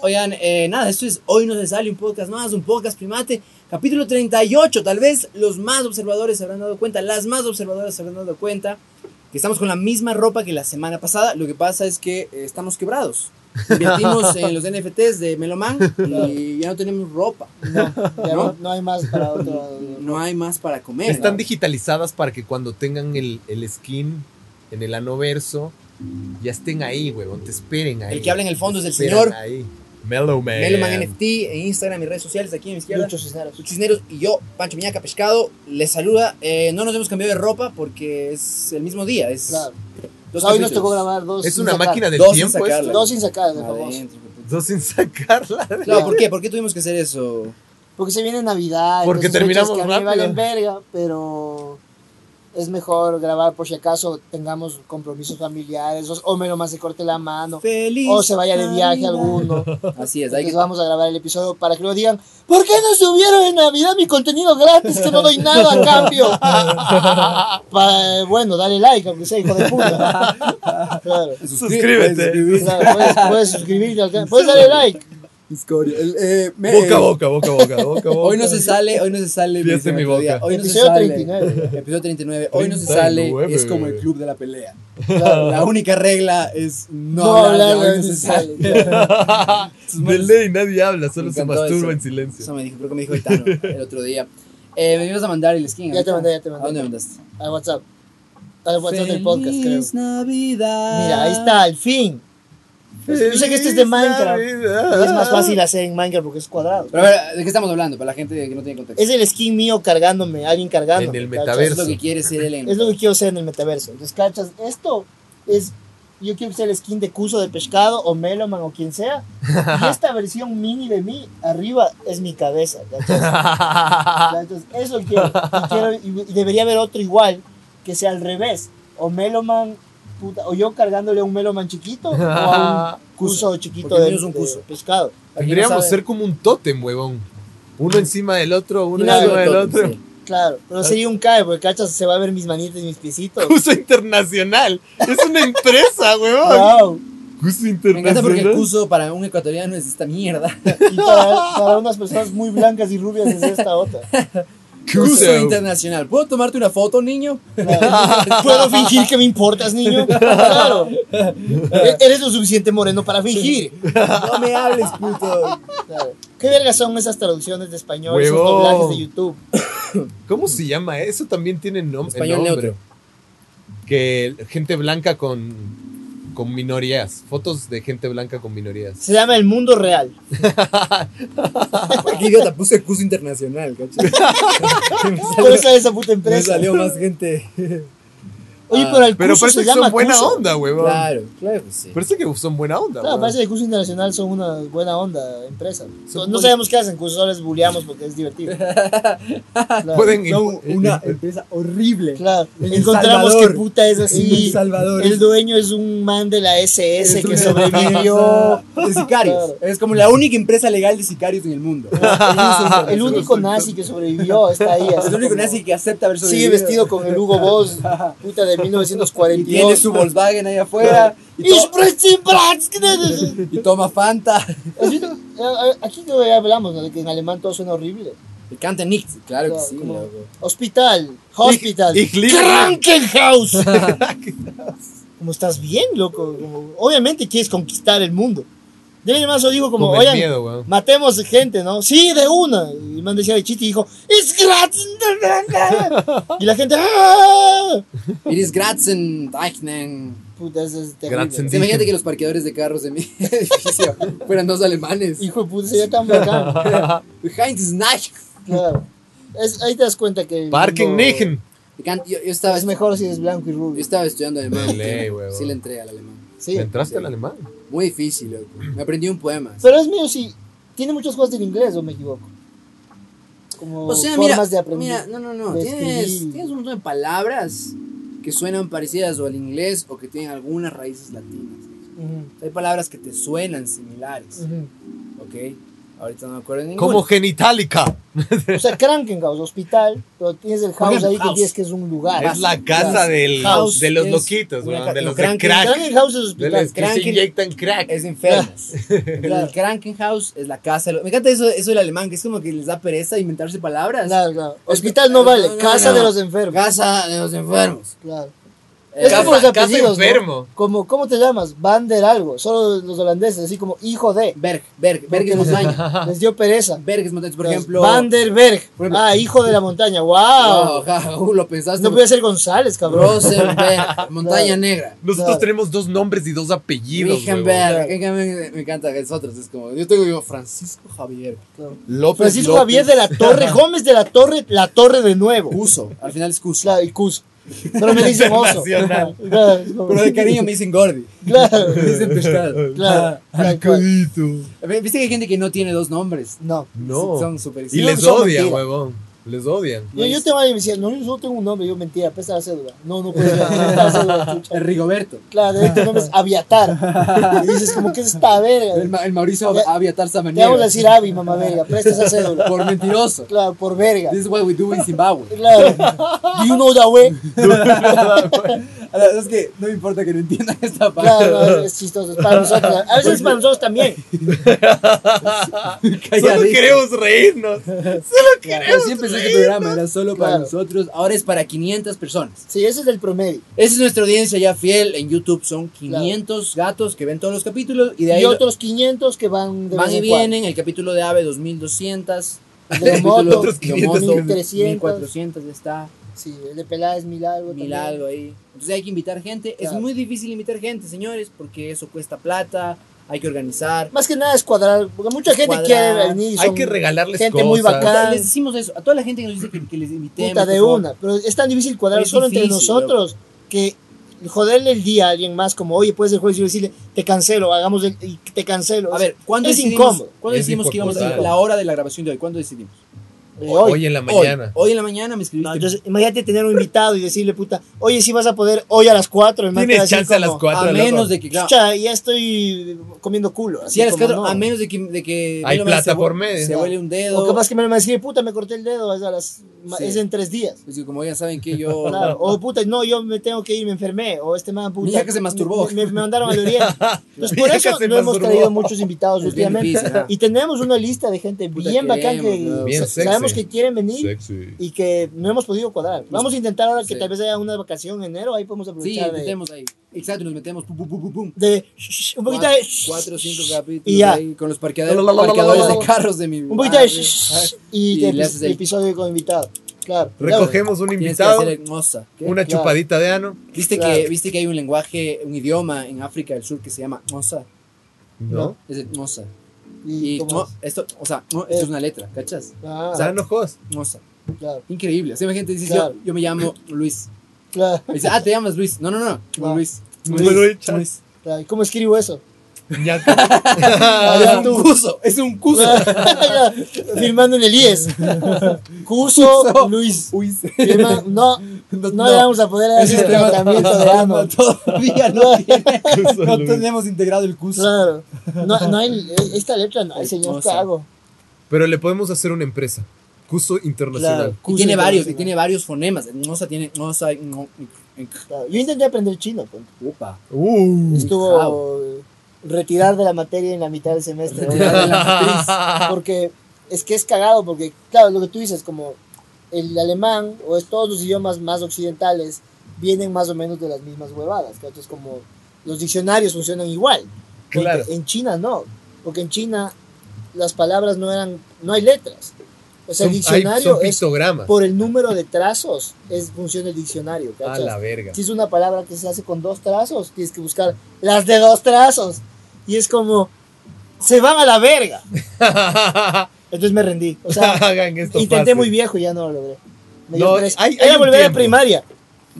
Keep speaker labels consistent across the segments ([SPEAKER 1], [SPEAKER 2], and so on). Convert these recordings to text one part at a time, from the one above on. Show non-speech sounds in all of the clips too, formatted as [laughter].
[SPEAKER 1] Oigan, eh, nada, esto es Hoy no se sale un podcast más, un podcast primate, capítulo 38. Tal vez los más observadores se habrán dado cuenta, las más observadoras se habrán dado cuenta que estamos con la misma ropa que la semana pasada. Lo que pasa es que eh, estamos quebrados. Invertimos en los NFTs de Meloman y ya no tenemos ropa.
[SPEAKER 2] No, ya no, no hay más para
[SPEAKER 3] [laughs]
[SPEAKER 2] otro. [laughs]
[SPEAKER 1] No hay más para comer.
[SPEAKER 3] Están
[SPEAKER 1] ¿no?
[SPEAKER 3] digitalizadas para que cuando tengan el, el skin en el anoverso, ya estén ahí, huevón, te esperen ahí.
[SPEAKER 1] El que habla en el fondo es el
[SPEAKER 3] Te esperan
[SPEAKER 1] señor.
[SPEAKER 3] Ahí. Mellow Man.
[SPEAKER 1] Meloman NFT en Instagram y redes sociales aquí en mi izquierda.
[SPEAKER 2] Muchos escenarios.
[SPEAKER 1] Lucho Cisneros y yo, Pancho Miñaca Pescado, les saluda. Eh, no nos hemos cambiado de ropa porque es el mismo día. Es
[SPEAKER 2] Claro.
[SPEAKER 1] dos
[SPEAKER 2] hoy nos
[SPEAKER 1] capítulos.
[SPEAKER 2] tocó grabar dos.
[SPEAKER 3] Es
[SPEAKER 2] sin
[SPEAKER 3] una
[SPEAKER 2] sacar.
[SPEAKER 3] máquina del
[SPEAKER 1] Dos sin
[SPEAKER 3] tiempo.
[SPEAKER 1] sacarla.
[SPEAKER 3] esto.
[SPEAKER 2] Dos sin sacar, de famoso.
[SPEAKER 1] Adentro, hijo de puta.
[SPEAKER 3] Dos
[SPEAKER 1] [laughs]
[SPEAKER 3] sin sacarla.
[SPEAKER 1] Claro, ¿por qué? ¿Por qué tuvimos que hacer eso?
[SPEAKER 2] Porque se viene Navidad.
[SPEAKER 3] Porque
[SPEAKER 2] entonces fechas
[SPEAKER 3] terminamos
[SPEAKER 2] que a mí me
[SPEAKER 3] rápido.
[SPEAKER 2] valen verga, pero es mejor grabar por si acaso tengamos compromisos familiares o, o Melo más se corte la mano.
[SPEAKER 1] Feliz.
[SPEAKER 2] O se vaya de viaje
[SPEAKER 1] Navidad.
[SPEAKER 2] alguno.
[SPEAKER 1] [laughs] Así es, hay que.
[SPEAKER 2] Entonces vamos a grabar el episodio para que lo digan. ¿Por qué no subieron en Navidad mi contenido gratis? Que no doy nada a
[SPEAKER 3] [laughs]
[SPEAKER 2] cambio. [laughs] Para, eh, bueno, dale like, aunque sea hijo de
[SPEAKER 3] [laughs]
[SPEAKER 2] puta. Claro.
[SPEAKER 3] Suscríbete.
[SPEAKER 2] Claro, puedes, puedes suscribirte al canal. Puedes darle like.
[SPEAKER 1] Escoria. El, eh, me-
[SPEAKER 3] Boca a boca, boca a boca, boca a boca.
[SPEAKER 1] Hoy no se sale, hoy no se sale.
[SPEAKER 3] Fíjate
[SPEAKER 1] dice
[SPEAKER 3] mi
[SPEAKER 1] otro día.
[SPEAKER 3] boca.
[SPEAKER 1] Hoy no se
[SPEAKER 2] Episodio
[SPEAKER 1] sale.
[SPEAKER 2] 39.
[SPEAKER 1] Episodio 39. Hoy no se
[SPEAKER 3] 39.
[SPEAKER 1] sale, es como el club de la
[SPEAKER 3] [laughs]
[SPEAKER 1] pelea.
[SPEAKER 2] Claro.
[SPEAKER 1] La única regla es no,
[SPEAKER 2] No
[SPEAKER 1] hablar,
[SPEAKER 2] hablar,
[SPEAKER 1] de hoy no
[SPEAKER 2] no
[SPEAKER 1] se
[SPEAKER 2] se
[SPEAKER 1] sale.
[SPEAKER 3] De ley nadie habla,
[SPEAKER 1] Me
[SPEAKER 3] solo se
[SPEAKER 1] encantó
[SPEAKER 3] masturba
[SPEAKER 1] eso.
[SPEAKER 3] en silencio.
[SPEAKER 1] Eso me dijo, creo que me dijo Itano el otro día. Eh, me ibas a mandar el skin.
[SPEAKER 2] Ya te
[SPEAKER 1] ahorita?
[SPEAKER 2] mandé, ya te
[SPEAKER 1] ¿A
[SPEAKER 2] mandé.
[SPEAKER 1] dónde me mandaste?
[SPEAKER 2] Al WhatsApp. Al WhatsApp del podcast, creo.
[SPEAKER 1] Feliz Navidad.
[SPEAKER 2] Mira, ahí está, al fin. Yo sé que este es de Minecraft. Y es más
[SPEAKER 3] [laughs]
[SPEAKER 2] fácil hacer en Minecraft porque es cuadrado.
[SPEAKER 1] Pero a ver, ¿de qué estamos hablando? Para la gente que no tiene contexto.
[SPEAKER 2] Es el skin mío cargándome, alguien cargándome.
[SPEAKER 3] En el
[SPEAKER 2] ¿cachas?
[SPEAKER 3] metaverso.
[SPEAKER 1] es lo que quiere ser el
[SPEAKER 2] Es lo que quiero ser en el metaverso. Entonces, cachas, esto es. Yo quiero ser el skin de Cuso de Pescado o Meloman o quien sea. Y esta [laughs] versión mini de mí, arriba, es mi cabeza. ¿cachas? Entonces, eso quiero. Y, quiero- y- y debería haber otro igual que sea al revés. O Meloman, puta, o yo cargándole a un Meloman chiquito o a [laughs] un Cuso chiquito
[SPEAKER 1] Porque el
[SPEAKER 2] de,
[SPEAKER 1] mío es un
[SPEAKER 2] de
[SPEAKER 1] Cuso.
[SPEAKER 2] pescado.
[SPEAKER 3] Tendríamos
[SPEAKER 1] sabe.
[SPEAKER 3] ser como un tótem, huevón. Uno encima del otro, uno
[SPEAKER 2] Claro,
[SPEAKER 3] encima del
[SPEAKER 1] Tótem,
[SPEAKER 3] otro.
[SPEAKER 1] sí.
[SPEAKER 2] Claro, pero sería un cae, porque cachas, se va a ver mis manitas y mis piecitos.
[SPEAKER 3] [laughs] Cuso Internacional. Es una empresa, huevón.
[SPEAKER 2] Wow.
[SPEAKER 3] Cuso
[SPEAKER 1] Me encanta porque el
[SPEAKER 3] Internacional.
[SPEAKER 1] curso para un ecuatoriano es esta
[SPEAKER 3] [laughs]
[SPEAKER 1] mierda.
[SPEAKER 2] Y para, para unas personas muy blancas y rubias es esta otra.
[SPEAKER 1] Curso
[SPEAKER 3] Cuso.
[SPEAKER 1] internacional. ¿Puedo tomarte una foto, niño?
[SPEAKER 2] Claro. ¿Puedo fingir que me importas, niño? [laughs] Claro. E- Eres lo suficiente moreno para fingir.
[SPEAKER 1] No me hables, puto.
[SPEAKER 2] Claro. ¿Qué vergas son esas traducciones de español, esos
[SPEAKER 3] Huevón.
[SPEAKER 2] doblajes de YouTube?
[SPEAKER 3] ¿Cómo se llama? Eso también tiene nom-
[SPEAKER 1] Español
[SPEAKER 3] nombre.
[SPEAKER 1] neutro.
[SPEAKER 3] Que gente blanca con, con minorías. Fotos de gente blanca con minorías.
[SPEAKER 2] Se llama El Mundo Real.
[SPEAKER 1] Qué idiota, puse curso internacional, ¿cachai? Me salió-
[SPEAKER 2] Por esa esa puta
[SPEAKER 1] me
[SPEAKER 2] empresa.
[SPEAKER 1] salió más Ah, gente.
[SPEAKER 2] [laughs] Oye, pero el
[SPEAKER 3] Pero
[SPEAKER 2] curso
[SPEAKER 3] parece
[SPEAKER 2] se
[SPEAKER 3] que
[SPEAKER 2] llama
[SPEAKER 3] son buena
[SPEAKER 2] curso.
[SPEAKER 3] onda, huevón.
[SPEAKER 1] Claro, claro que sí.
[SPEAKER 3] Parece que son buena onda.
[SPEAKER 2] Claro,
[SPEAKER 3] huevón.
[SPEAKER 2] parece que el curso internacional son una buena onda empresa. No,
[SPEAKER 3] buen-
[SPEAKER 2] sabemos qué hacen, cursos, solo les bulleamos porque es
[SPEAKER 1] [laughs]
[SPEAKER 2] divertido. Claro.
[SPEAKER 3] Pueden
[SPEAKER 1] No, una empresa horrible.
[SPEAKER 2] Claro,
[SPEAKER 1] En El
[SPEAKER 2] encontramos
[SPEAKER 1] Salvador.
[SPEAKER 2] que puta es
[SPEAKER 1] En
[SPEAKER 2] así.
[SPEAKER 1] El Salvador.
[SPEAKER 2] El dueño es un man de la SS
[SPEAKER 1] Es
[SPEAKER 2] que
[SPEAKER 1] una [laughs]
[SPEAKER 2] sobrevivió.
[SPEAKER 1] empresa De sicarios.
[SPEAKER 2] Claro.
[SPEAKER 1] Es como la única empresa legal de sicarios en el mundo.
[SPEAKER 2] El único nazi que sobrevivió está ahí. así
[SPEAKER 1] El único
[SPEAKER 2] como-
[SPEAKER 1] nazi que acepta haber
[SPEAKER 2] Sigue
[SPEAKER 1] sobrevivido.
[SPEAKER 2] vestido con el Hugo Boss,
[SPEAKER 1] [laughs]
[SPEAKER 2] puta de
[SPEAKER 1] Y
[SPEAKER 2] 1942.
[SPEAKER 1] tiene su Volkswagen ahí afuera. Y,
[SPEAKER 2] Ich
[SPEAKER 1] to-
[SPEAKER 2] spreche Bratz-
[SPEAKER 1] y toma Fanta.
[SPEAKER 2] ¿Has visto? Eh, eh, Aquí no ya hablamos ¿no? de que en alemán todo suena horrible.
[SPEAKER 1] Y canta Nick. Claro que
[SPEAKER 2] Claro,
[SPEAKER 1] sí,
[SPEAKER 2] como-
[SPEAKER 1] loco.
[SPEAKER 2] Hospital, hospital.
[SPEAKER 3] Ich- ich liebe- [laughs]
[SPEAKER 2] Krankenhaus. como estás bien, loco. Como- obviamente quieres conquistar el mundo. Debe llamarse digo como,
[SPEAKER 3] Con el
[SPEAKER 2] oigan,
[SPEAKER 3] miedo, weón".
[SPEAKER 2] matemos gente, ¿no? Sí, de una. Y el man decía de chiste y dijo, es gratis. [laughs] y la gente, ¡ah!
[SPEAKER 1] Iris Gratzen, Eichnen.
[SPEAKER 2] Puta, eso es terrible.
[SPEAKER 3] Gratzen.
[SPEAKER 1] Imagínate que los parqueadores de carros de mi [laughs] edificio fueran dos alemanes.
[SPEAKER 2] Hijo de puta, sería tan
[SPEAKER 3] [laughs]
[SPEAKER 2] bacán.
[SPEAKER 1] Heinz Snack.
[SPEAKER 2] Claro. Es- ahí te das cuenta que. el
[SPEAKER 3] Parking
[SPEAKER 2] mundo
[SPEAKER 3] Nigen.
[SPEAKER 1] Y can- Yo, yo estaba,
[SPEAKER 2] Es mejor si eres blanco y
[SPEAKER 1] yo
[SPEAKER 2] rubio.
[SPEAKER 1] estaba estudiando alemán.
[SPEAKER 3] De ley, huevón.
[SPEAKER 1] sí le entré al alemán.
[SPEAKER 2] Sí.
[SPEAKER 3] ¿Entraste al alemán?
[SPEAKER 1] Muy difícil, loco. Me aprendí un poema.
[SPEAKER 2] Pero es medio si tiene muchas cosas en inglés, o me equivoco. Como
[SPEAKER 1] O sea, mira,
[SPEAKER 2] formas de aprender.
[SPEAKER 1] mira, no, no, no,
[SPEAKER 2] de
[SPEAKER 1] tienes,
[SPEAKER 2] escribir.
[SPEAKER 1] tienes un montón de palabras que suenan parecidas o al inglés o que tienen algunas raíces latinas.
[SPEAKER 2] Ujú,
[SPEAKER 1] Hay palabras que te suenan similares,
[SPEAKER 2] ujú.
[SPEAKER 1] ¿ok? Ahorita no me acuerdo de ninguno.
[SPEAKER 3] Como genitálica.
[SPEAKER 2] O sea, Krankenhaus, hospital, pero tienes el house ahí que
[SPEAKER 1] House.
[SPEAKER 2] tienes que es un lugar.
[SPEAKER 3] Es la casa del,
[SPEAKER 2] House
[SPEAKER 3] de los
[SPEAKER 1] es
[SPEAKER 3] loquitos,
[SPEAKER 1] una
[SPEAKER 3] weón,
[SPEAKER 1] ca-
[SPEAKER 3] de
[SPEAKER 1] no,
[SPEAKER 3] los de
[SPEAKER 1] cranky,
[SPEAKER 3] crack.
[SPEAKER 2] Krankenhaus es
[SPEAKER 3] De
[SPEAKER 2] hospital.
[SPEAKER 3] los que se
[SPEAKER 1] cranky.
[SPEAKER 3] inyectan crack.
[SPEAKER 1] Es enfermos. El
[SPEAKER 2] Claro.
[SPEAKER 1] Krankenhaus es la casa. de los- Me encanta eso, eso del alemán, que es como que les da pereza inventarse palabras.
[SPEAKER 2] Claro, claro. Hospital
[SPEAKER 1] No,
[SPEAKER 2] no
[SPEAKER 1] no,
[SPEAKER 2] vale,
[SPEAKER 1] no,
[SPEAKER 2] casa
[SPEAKER 1] no.
[SPEAKER 2] de los enfermos.
[SPEAKER 1] Casa de los enfermos.
[SPEAKER 2] Claro.
[SPEAKER 1] Eh,
[SPEAKER 2] Es como los
[SPEAKER 3] casa
[SPEAKER 2] apellidos, ¿no?
[SPEAKER 3] enfermo.
[SPEAKER 2] Como, ¿Cómo te llamas? Van der algo. Solo los holandeses, así como hijo de.
[SPEAKER 1] Berg, Berg, Berg es
[SPEAKER 2] Porque les- [laughs]
[SPEAKER 1] montaña.
[SPEAKER 2] Les dio pereza.
[SPEAKER 1] Berg es montaña. Por
[SPEAKER 2] Los
[SPEAKER 1] ejemplo.
[SPEAKER 2] Van der Berg.
[SPEAKER 1] por ejemplo-
[SPEAKER 2] Ah, hijo de la montaña. ¡Wow!
[SPEAKER 1] Oh, ja, uh, lo pensaste.
[SPEAKER 2] No puede ser González, cabrón. [laughs]
[SPEAKER 1] Rosenberg, montaña negra.
[SPEAKER 3] Nosotros
[SPEAKER 2] Claro.
[SPEAKER 3] tenemos dos nombres y dos apellidos. huevón.
[SPEAKER 1] Wichenberg, que- que me, me encanta, es otros, es como, yo tengo yo Francisco Javier,
[SPEAKER 3] López,
[SPEAKER 2] Francisco
[SPEAKER 3] López.
[SPEAKER 2] Javier de
[SPEAKER 1] [laughs]
[SPEAKER 2] la Torre, Gómez de la Torre, la Torre de nuevo.
[SPEAKER 1] Cuso, al final es Cuso,
[SPEAKER 2] Claro, y Cus. Pero me dicen oso.
[SPEAKER 3] Internacional.
[SPEAKER 2] [laughs] Claro, es como-
[SPEAKER 1] pero de cariño me dicen Gordi,
[SPEAKER 2] Claro.
[SPEAKER 1] me dicen pescado.
[SPEAKER 2] Claro.
[SPEAKER 3] Ay,
[SPEAKER 2] tal cual.
[SPEAKER 3] codito.
[SPEAKER 1] Viste que hay gente que no tiene dos nombres,
[SPEAKER 2] No.
[SPEAKER 3] No.
[SPEAKER 1] son súper
[SPEAKER 3] Y
[SPEAKER 2] No,
[SPEAKER 3] les
[SPEAKER 2] son
[SPEAKER 3] odia,
[SPEAKER 2] mentira.
[SPEAKER 3] huevón. Les odian.
[SPEAKER 2] Yo, yo te voy a decir, no, yo solo tengo un nombre, yo mentira, pesa la cédula. No, no puede ser, apesta
[SPEAKER 1] [laughs]
[SPEAKER 2] la cédula, chucha.
[SPEAKER 1] el Rigoberto,
[SPEAKER 2] Claro, este nombre es Aviatar. Y dices, como que es esta
[SPEAKER 1] el,
[SPEAKER 2] verga.
[SPEAKER 1] Ma- el Mauricio
[SPEAKER 2] Ya-
[SPEAKER 1] Aviatar
[SPEAKER 2] Te vamos a
[SPEAKER 1] Samaniego, [laughs]
[SPEAKER 2] decir Avi, mamá verga, presta esa cédula.
[SPEAKER 1] por mentiroso,
[SPEAKER 2] Claro, por verga.
[SPEAKER 1] this is what we do in
[SPEAKER 2] [laughs]
[SPEAKER 1] Zimbabwe,
[SPEAKER 2] Claro. Do you know that way?
[SPEAKER 1] [laughs] A la verdad es que no me importa que no entiendan esta parte,
[SPEAKER 2] Claro, no, es chistoso. Es para nosotros. A veces es para nosotros también.
[SPEAKER 3] Solo
[SPEAKER 1] Calladito.
[SPEAKER 3] queremos reírnos. Solo
[SPEAKER 1] Pero
[SPEAKER 3] queremos
[SPEAKER 1] sí pensé que el
[SPEAKER 3] reírnos.
[SPEAKER 1] programa era solo para
[SPEAKER 2] Claro.
[SPEAKER 1] nosotros, ahora es para 500 personas.
[SPEAKER 2] Sí, ese es el promedio.
[SPEAKER 1] Esa es nuestra audiencia ya fiel en YouTube. Son 500 gatos que ven todos los capítulos y de ahí
[SPEAKER 2] Y otros 500 que van de
[SPEAKER 1] van
[SPEAKER 2] vez
[SPEAKER 1] y
[SPEAKER 2] en cuando.
[SPEAKER 1] vienen. El capítulo de Ave 2200.
[SPEAKER 2] El de moto,
[SPEAKER 3] Otros 500,
[SPEAKER 2] 1300.
[SPEAKER 1] 1400 ya está.
[SPEAKER 2] Sí, el de Peláez, mil algo.
[SPEAKER 1] Mil
[SPEAKER 2] también.
[SPEAKER 1] algo ahí. Entonces hay que invitar gente. Es
[SPEAKER 2] Claro.
[SPEAKER 1] muy difícil invitar gente, señores, porque eso cuesta plata. Hay que organizar.
[SPEAKER 2] Más que nada es cuadrar, porque mucha gente
[SPEAKER 1] Cuadrar.
[SPEAKER 2] quiere venir. y
[SPEAKER 3] Hay
[SPEAKER 2] son
[SPEAKER 3] que regalarles
[SPEAKER 2] gente
[SPEAKER 3] cosas.
[SPEAKER 2] muy bacana. Claro.
[SPEAKER 1] Les decimos eso. A toda la gente que nos dice que, que les invitemos.
[SPEAKER 2] puta de
[SPEAKER 1] por favor.
[SPEAKER 2] una. Pero es tan difícil cuadrar
[SPEAKER 1] Es
[SPEAKER 2] solo entre
[SPEAKER 1] difícil,
[SPEAKER 2] nosotros que joderle el día a alguien más, como oye, puedes el jueves y yo decirle, te cancelo, hagamos el, y te cancelo.
[SPEAKER 1] A ver, ¿cuándo
[SPEAKER 2] Es
[SPEAKER 1] decidimos,
[SPEAKER 2] incómodo.
[SPEAKER 1] ¿cuándo
[SPEAKER 3] Es
[SPEAKER 1] decidimos que íbamos a
[SPEAKER 3] insoportable.
[SPEAKER 1] la hora de la grabación de hoy? ¿Cuándo decidimos?
[SPEAKER 2] Eh,
[SPEAKER 3] Hoy,
[SPEAKER 2] hoy.
[SPEAKER 3] en la
[SPEAKER 1] Hoy.
[SPEAKER 3] mañana.
[SPEAKER 1] Hoy en la mañana me escribiste.
[SPEAKER 2] No, entonces, imagínate tener un invitado y decirle, puta, oye, si vas a poder hoy a las 4.
[SPEAKER 3] Tienes chance a las 4
[SPEAKER 1] a menos de que. claro,
[SPEAKER 2] Chucha, ya estoy comiendo culo. así
[SPEAKER 1] Sí, a las
[SPEAKER 2] como,
[SPEAKER 1] cuatro,
[SPEAKER 2] no.
[SPEAKER 1] a menos de que, de que
[SPEAKER 3] Hay
[SPEAKER 1] Melo
[SPEAKER 3] plata
[SPEAKER 1] se vu-
[SPEAKER 3] por medio.
[SPEAKER 1] Se huele un dedo.
[SPEAKER 2] O capaz que me lo va a decir, puta, me corté el dedo, es, a las,
[SPEAKER 1] Sí.
[SPEAKER 2] es en tres
[SPEAKER 1] [laughs]
[SPEAKER 2] días.
[SPEAKER 1] Pues, como ya saben que yo.
[SPEAKER 2] [laughs] Claro, O puta, no, yo me tengo que ir, me enfermé. O este man, puta.
[SPEAKER 1] Mira que se masturbó.
[SPEAKER 2] Me, me mandaron
[SPEAKER 1] [laughs]
[SPEAKER 2] al oriente. Entonces, por
[SPEAKER 3] Mira
[SPEAKER 2] eso
[SPEAKER 3] que se
[SPEAKER 2] no hemos
[SPEAKER 3] masturbó.
[SPEAKER 2] traído muchos invitados
[SPEAKER 1] Es bien
[SPEAKER 2] últimamente.
[SPEAKER 1] difícil, ¿no?
[SPEAKER 2] [laughs] Y tenemos una lista de gente
[SPEAKER 1] Puta,
[SPEAKER 2] bien bacán que
[SPEAKER 1] queremos, ¿no?
[SPEAKER 3] Bien
[SPEAKER 2] sa-
[SPEAKER 3] sexy.
[SPEAKER 2] sabemos que quieren venir
[SPEAKER 3] Sexy.
[SPEAKER 2] y que no hemos podido cuadrar. Vamos a intentar ahora que
[SPEAKER 1] Sí.
[SPEAKER 2] tal vez haya una vacación en enero, ahí podemos
[SPEAKER 1] Sí,
[SPEAKER 2] aprovechar
[SPEAKER 1] nos
[SPEAKER 2] de,
[SPEAKER 1] metemos ahí. Exacto, nos metemos. Pum, pum, pum, pum, pum.
[SPEAKER 2] de- shh, un poquito de
[SPEAKER 1] Cuatro- Cuatro o cinco capítulos
[SPEAKER 2] y ya.
[SPEAKER 1] ahí con los parqueaderos,
[SPEAKER 3] La, la, la, la, la,
[SPEAKER 1] parqueadores
[SPEAKER 3] la, la,
[SPEAKER 1] de
[SPEAKER 3] la.
[SPEAKER 1] carros de mi.
[SPEAKER 2] un poquito de
[SPEAKER 1] barrio.
[SPEAKER 2] shh,
[SPEAKER 1] Y
[SPEAKER 2] y, de
[SPEAKER 1] le haces el-
[SPEAKER 2] episodio con invitado. Claro.
[SPEAKER 3] Recogemos un
[SPEAKER 1] Tienes
[SPEAKER 3] invitado,
[SPEAKER 1] que hacer hermosa.
[SPEAKER 3] una
[SPEAKER 2] Claro.
[SPEAKER 3] chupadita de ano.
[SPEAKER 1] ¿Viste, que,
[SPEAKER 2] Claro.
[SPEAKER 1] ¿Viste que hay un lenguaje, un idioma en África del Sur que se llama moza?
[SPEAKER 3] No.
[SPEAKER 1] Es el moza.
[SPEAKER 2] Y,
[SPEAKER 1] Y
[SPEAKER 2] como-
[SPEAKER 1] mo- esto, o sea, mo- esto
[SPEAKER 2] Eh.
[SPEAKER 1] es una letra, ¿cachas?
[SPEAKER 2] Ah,
[SPEAKER 3] O sea, no jodas.
[SPEAKER 1] Moza.
[SPEAKER 2] claro,
[SPEAKER 1] Increíble. Así la gente dice,
[SPEAKER 2] Claro.
[SPEAKER 1] yo, yo me llamo Luis.
[SPEAKER 2] claro,
[SPEAKER 1] Me
[SPEAKER 2] [laughs]
[SPEAKER 1] dice, ah, te llamas Luis. No, no, no.
[SPEAKER 2] Ah.
[SPEAKER 1] Luis.
[SPEAKER 3] Luis. Luis.
[SPEAKER 2] claro. ¿Y ¿Cómo
[SPEAKER 1] [laughs]
[SPEAKER 2] escribo eso?
[SPEAKER 3] Ñaco.
[SPEAKER 2] [laughs] Ah, ya
[SPEAKER 1] es
[SPEAKER 2] tú.
[SPEAKER 1] un cuso, es un
[SPEAKER 2] [laughs]
[SPEAKER 1] cuso.
[SPEAKER 2] Ya, Firmando en el IES.
[SPEAKER 1] [laughs]
[SPEAKER 2] Cuso
[SPEAKER 1] Cuso. [laughs]
[SPEAKER 2] Luis.
[SPEAKER 1] Luis.
[SPEAKER 2] Firma- no,
[SPEAKER 1] No,
[SPEAKER 2] no, le vamos a poder
[SPEAKER 1] [laughs]
[SPEAKER 2] dar
[SPEAKER 1] Ese
[SPEAKER 2] ese
[SPEAKER 1] tema-
[SPEAKER 2] tratamiento de
[SPEAKER 1] no,
[SPEAKER 2] ano.
[SPEAKER 1] Todavía [laughs] no, tiene-
[SPEAKER 3] Cuso
[SPEAKER 1] no
[SPEAKER 3] Luis.
[SPEAKER 1] tenemos integrado el cuso.
[SPEAKER 2] Claro. No, no hay, eh, esta letra no hay, señor
[SPEAKER 1] Hermosa.
[SPEAKER 2] Cago.
[SPEAKER 3] Pero le podemos hacer una empresa. Cuso internacional.
[SPEAKER 2] Claro.
[SPEAKER 1] Y tiene
[SPEAKER 2] Cuso
[SPEAKER 1] varios, y
[SPEAKER 2] internacional.
[SPEAKER 1] tiene varios fonemas. No se tiene, no se no,
[SPEAKER 2] Claro. Yo intenté aprender chino. pues.
[SPEAKER 1] [laughs] Opa.
[SPEAKER 3] Uh.
[SPEAKER 2] Estuvo eh, retirar de la materia en la mitad del semestre.
[SPEAKER 1] Retirar de la
[SPEAKER 2] porque es que es cagado, porque claro, lo que tú dices, como el alemán o es todos los idiomas más occidentales vienen más o menos de las mismas huevadas, ¿cachai? Es como los diccionarios funcionan igual. Porque
[SPEAKER 3] Claro.
[SPEAKER 2] En China no, porque en China las palabras no eran, no hay letras. O sea,
[SPEAKER 3] Son,
[SPEAKER 2] el
[SPEAKER 3] hay,
[SPEAKER 2] diccionario
[SPEAKER 3] son
[SPEAKER 2] es
[SPEAKER 3] pictogramas.
[SPEAKER 2] por el número de trazos, es funciona el diccionario,
[SPEAKER 3] A
[SPEAKER 2] ¿cachai?
[SPEAKER 3] Ah, la verga.
[SPEAKER 2] Si es una palabra que se hace con dos trazos, tienes que buscar las de dos trazos. Y es como, se van a la verga. Entonces me rendí. O sea,
[SPEAKER 3] [laughs] Hagan esto
[SPEAKER 2] intenté
[SPEAKER 3] fácil.
[SPEAKER 2] muy viejo y ya no lo logré. Me dio
[SPEAKER 3] No,
[SPEAKER 2] pereza.
[SPEAKER 3] hay-
[SPEAKER 2] Era
[SPEAKER 3] hay un
[SPEAKER 2] volver a
[SPEAKER 3] tiempo.
[SPEAKER 2] primaria.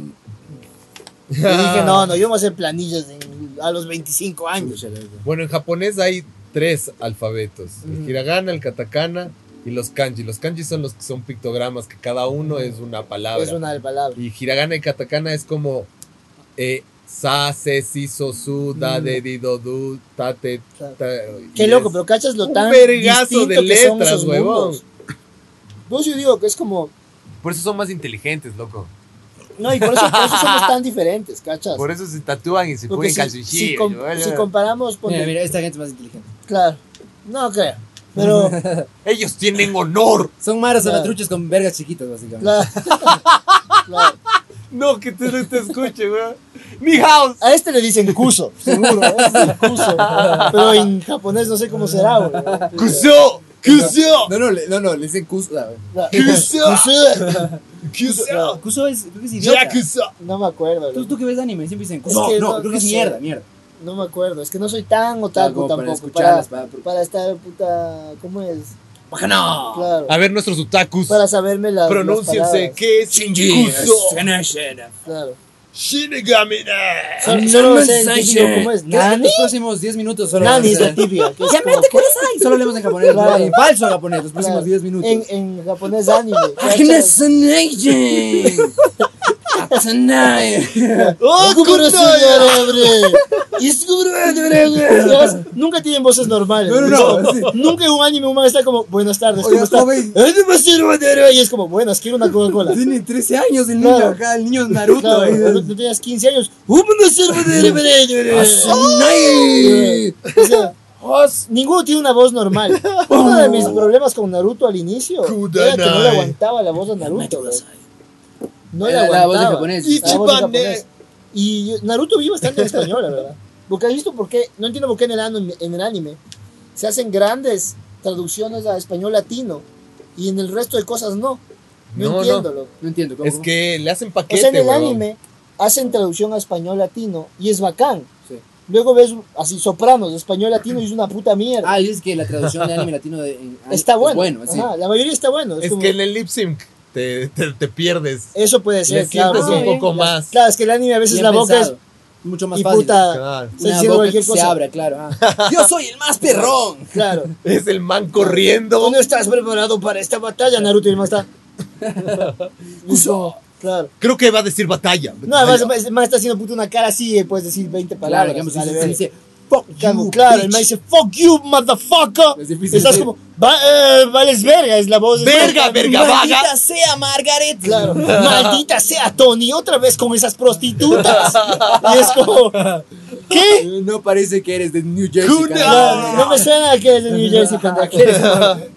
[SPEAKER 3] [laughs]
[SPEAKER 2] Y dije, no, no, yo vamos a hacer planillas en- a los 25 años.
[SPEAKER 3] Bueno, en japonés hay tres alfabetos: el
[SPEAKER 2] Ujú.
[SPEAKER 3] hiragana, el katakana y los kanji. Los kanji son los que son pictogramas, que cada uno es una palabra.
[SPEAKER 2] Es una de palabra.
[SPEAKER 3] Y hiragana y katakana es como eh, Sa, se, si, so, su, da,
[SPEAKER 2] Mm.
[SPEAKER 3] de, di, do, du, ta, te,
[SPEAKER 2] Claro.
[SPEAKER 3] ta, y
[SPEAKER 2] Qué
[SPEAKER 3] es
[SPEAKER 2] loco, pero cachas lo
[SPEAKER 3] Un
[SPEAKER 2] tan
[SPEAKER 3] vergazo de
[SPEAKER 2] distinto que son
[SPEAKER 3] letras,
[SPEAKER 2] esos
[SPEAKER 3] huevón.
[SPEAKER 2] mundos. Pues yo digo que es como.
[SPEAKER 3] Por eso son más inteligentes, loco.
[SPEAKER 2] No, y por eso, por eso somos tan diferentes, ¿cachas?
[SPEAKER 3] Por eso se tatúan y se
[SPEAKER 2] Porque
[SPEAKER 3] ponen
[SPEAKER 2] si,
[SPEAKER 3] calzoncillos.
[SPEAKER 2] si, com-
[SPEAKER 3] ¿no?
[SPEAKER 2] si comparamos. ponte-
[SPEAKER 1] Mira, mira, esta gente es más inteligente.
[SPEAKER 2] Claro. No creo.
[SPEAKER 1] [laughs]
[SPEAKER 2] Pero.
[SPEAKER 3] Ellos
[SPEAKER 2] [laughs]
[SPEAKER 3] tienen honor.
[SPEAKER 1] Son maras
[SPEAKER 2] Claro.
[SPEAKER 1] salvatruchas con vergas chiquitas, básicamente.
[SPEAKER 2] claro, [laughs] claro.
[SPEAKER 3] No, que te, no te escuche, weón. Ni house.
[SPEAKER 2] [laughs] A este le dicen Kuso, seguro. ¿eh? Sí, Kuso. Pero en japonés no sé cómo será, güey.
[SPEAKER 3] Kuseo.
[SPEAKER 2] [laughs]
[SPEAKER 3] Kuseo.
[SPEAKER 1] No, no, le- no, no, le dicen Kuso. ah, güey.
[SPEAKER 3] Kuso.
[SPEAKER 2] Kuso. [laughs]
[SPEAKER 3] Kuseo.
[SPEAKER 1] Kuso es, creo que es idiota.
[SPEAKER 3] Ya Kuseo.
[SPEAKER 2] [laughs] No me acuerdo,
[SPEAKER 1] ¿Tú,
[SPEAKER 2] güey.
[SPEAKER 1] tú que ves anime siempre dicen
[SPEAKER 2] Es
[SPEAKER 1] Kuso.
[SPEAKER 2] que
[SPEAKER 1] no,
[SPEAKER 2] no,
[SPEAKER 1] creo que es
[SPEAKER 2] Kuso.
[SPEAKER 1] mierda, mierda.
[SPEAKER 2] No me acuerdo. Es que no soy tan otaku
[SPEAKER 1] Como para
[SPEAKER 2] tampoco. Para,
[SPEAKER 1] escucharlas, para... para-
[SPEAKER 2] para estar puta. ¿Cómo es?
[SPEAKER 1] ¡Bacano!
[SPEAKER 2] Claro.
[SPEAKER 3] A ver, nuestros otakus.
[SPEAKER 2] Para saberme la.
[SPEAKER 3] Pronúnciense. ¿Qué es
[SPEAKER 1] Shinji,
[SPEAKER 3] Kuso?
[SPEAKER 1] Senashina.
[SPEAKER 2] Claro.
[SPEAKER 3] Shinigami. ne.
[SPEAKER 2] Solo,
[SPEAKER 1] Shinji,
[SPEAKER 2] solo sé el
[SPEAKER 1] Senshei.
[SPEAKER 2] típico, ¿cómo es?
[SPEAKER 1] Creo que En
[SPEAKER 2] Nani.
[SPEAKER 1] los próximos 10 minutos solo
[SPEAKER 2] Nani es
[SPEAKER 1] vamos a-
[SPEAKER 2] la típica. que es
[SPEAKER 1] Ya,
[SPEAKER 2] como-
[SPEAKER 1] espérate, ¿qué Solo hablemos en japonés, ¿no?
[SPEAKER 2] Claro.
[SPEAKER 1] en falso japonés, los próximos
[SPEAKER 2] Claro.
[SPEAKER 1] 10 minutos.
[SPEAKER 2] en, en japonés anime. ¿cachas?
[SPEAKER 1] Agnesanai. [laughs] Atsanai.
[SPEAKER 2] ¡Oh,
[SPEAKER 3] Kurosuya!
[SPEAKER 2] [laughs] Además, Nunca tienen voces normales.
[SPEAKER 1] No, no,
[SPEAKER 2] ¿no?
[SPEAKER 1] no, sí.
[SPEAKER 2] Nunca en un anime humano está como, buenas tardes, ¿cómo
[SPEAKER 1] Oiga,
[SPEAKER 2] está?
[SPEAKER 1] joven.
[SPEAKER 2] "Ay, demasiado madero". Y es como, buenas, quiero una Coca-Cola.
[SPEAKER 1] Tiene 13 años el niño
[SPEAKER 2] Claro.
[SPEAKER 1] acá, el niño Naruto.
[SPEAKER 2] Claro,
[SPEAKER 1] ahí.
[SPEAKER 2] cuando tú tenías 15 años. "Oh, buenas tardes, madero".
[SPEAKER 1] Atsanai.
[SPEAKER 2] [laughs] O sea,
[SPEAKER 1] Os-
[SPEAKER 2] ninguno tiene una voz normal. Uno de
[SPEAKER 1] Oh.
[SPEAKER 2] mis problemas con Naruto al inicio era que no le
[SPEAKER 3] Kudanai.
[SPEAKER 2] aguantaba la voz a Naruto. güey. No le
[SPEAKER 1] Era la
[SPEAKER 2] aguantaba.
[SPEAKER 1] voz de japonés.
[SPEAKER 2] La voz de
[SPEAKER 3] Ichiban,
[SPEAKER 2] japonés.
[SPEAKER 3] eh.
[SPEAKER 2] Y yo- Naruto vi bastante en español, la verdad. Porque has visto por qué, no entiendo por qué en el, anime, en el anime se hacen grandes traducciones a español latino y en el resto de cosas no. No,
[SPEAKER 3] No,
[SPEAKER 2] entiendo,
[SPEAKER 3] no.
[SPEAKER 2] loco.
[SPEAKER 1] No entiendo. ¿cómo-
[SPEAKER 3] Es que le hacen
[SPEAKER 2] O sea, en
[SPEAKER 3] paquete,
[SPEAKER 2] el
[SPEAKER 3] weón.
[SPEAKER 2] anime hacen traducción a español latino y es bacán.
[SPEAKER 1] Sí.
[SPEAKER 2] Luego ves así sopranos de español latino y es una puta mierda.
[SPEAKER 1] Ah, y es que la traducción de anime latino de, en-
[SPEAKER 2] está
[SPEAKER 1] es
[SPEAKER 2] bueno.
[SPEAKER 1] sí.
[SPEAKER 2] Ajá, la mayoría está bueno. Es
[SPEAKER 3] Es
[SPEAKER 2] como-
[SPEAKER 3] que en el lip sync te, te, te pierdes.
[SPEAKER 2] Eso puede
[SPEAKER 3] Le
[SPEAKER 2] ser, claro.
[SPEAKER 3] sientes
[SPEAKER 1] Ah,
[SPEAKER 2] sí.
[SPEAKER 3] un
[SPEAKER 1] bien.
[SPEAKER 3] poco más.
[SPEAKER 2] Claro, es que el anime a veces
[SPEAKER 1] Bien
[SPEAKER 2] la boca
[SPEAKER 1] pensado. mucho
[SPEAKER 2] es
[SPEAKER 1] más
[SPEAKER 2] y
[SPEAKER 1] fácil.
[SPEAKER 2] puta.
[SPEAKER 3] Claro.
[SPEAKER 2] se
[SPEAKER 1] Una boca
[SPEAKER 2] enciende
[SPEAKER 1] que
[SPEAKER 2] cualquier
[SPEAKER 1] se
[SPEAKER 2] cosa.
[SPEAKER 1] abra, claro.
[SPEAKER 2] [laughs]
[SPEAKER 1] ah. Yo soy el más perrón.
[SPEAKER 2] Claro.
[SPEAKER 3] Es el man
[SPEAKER 2] Tú
[SPEAKER 3] corriendo.
[SPEAKER 2] no estás preparado para esta batalla, Naruto y
[SPEAKER 1] [laughs]
[SPEAKER 2] más está.
[SPEAKER 1] Uso.
[SPEAKER 2] Claro.
[SPEAKER 3] Creo que va a decir batalla.
[SPEAKER 2] No, además el man está haciendo puta una cara así y puedes decir 20
[SPEAKER 1] Claro,
[SPEAKER 2] palabras.
[SPEAKER 1] digamos,
[SPEAKER 2] vale,
[SPEAKER 1] dice,
[SPEAKER 2] vale.
[SPEAKER 1] dice, fuck
[SPEAKER 2] Claro,
[SPEAKER 1] you,
[SPEAKER 2] claro, el
[SPEAKER 1] bitch".
[SPEAKER 2] man dice, fuck you, motherfucker.
[SPEAKER 1] Es difícil
[SPEAKER 2] Estás
[SPEAKER 1] decir.
[SPEAKER 2] como, "Va- eh, vales verga, es la voz.
[SPEAKER 3] Verga, verga, vaga.
[SPEAKER 1] Maldita sea Margaret.
[SPEAKER 2] Claro. Maldita sea Tony, otra vez con esas prostitutas. Y es como, ¿qué?
[SPEAKER 1] "Eh, No parece que eres de New Jersey.
[SPEAKER 3] Kuna.
[SPEAKER 1] carajo.
[SPEAKER 2] No, no me suena a que es de New Jersey,
[SPEAKER 1] Ah,
[SPEAKER 2] pendejo.
[SPEAKER 1] [laughs] que eres,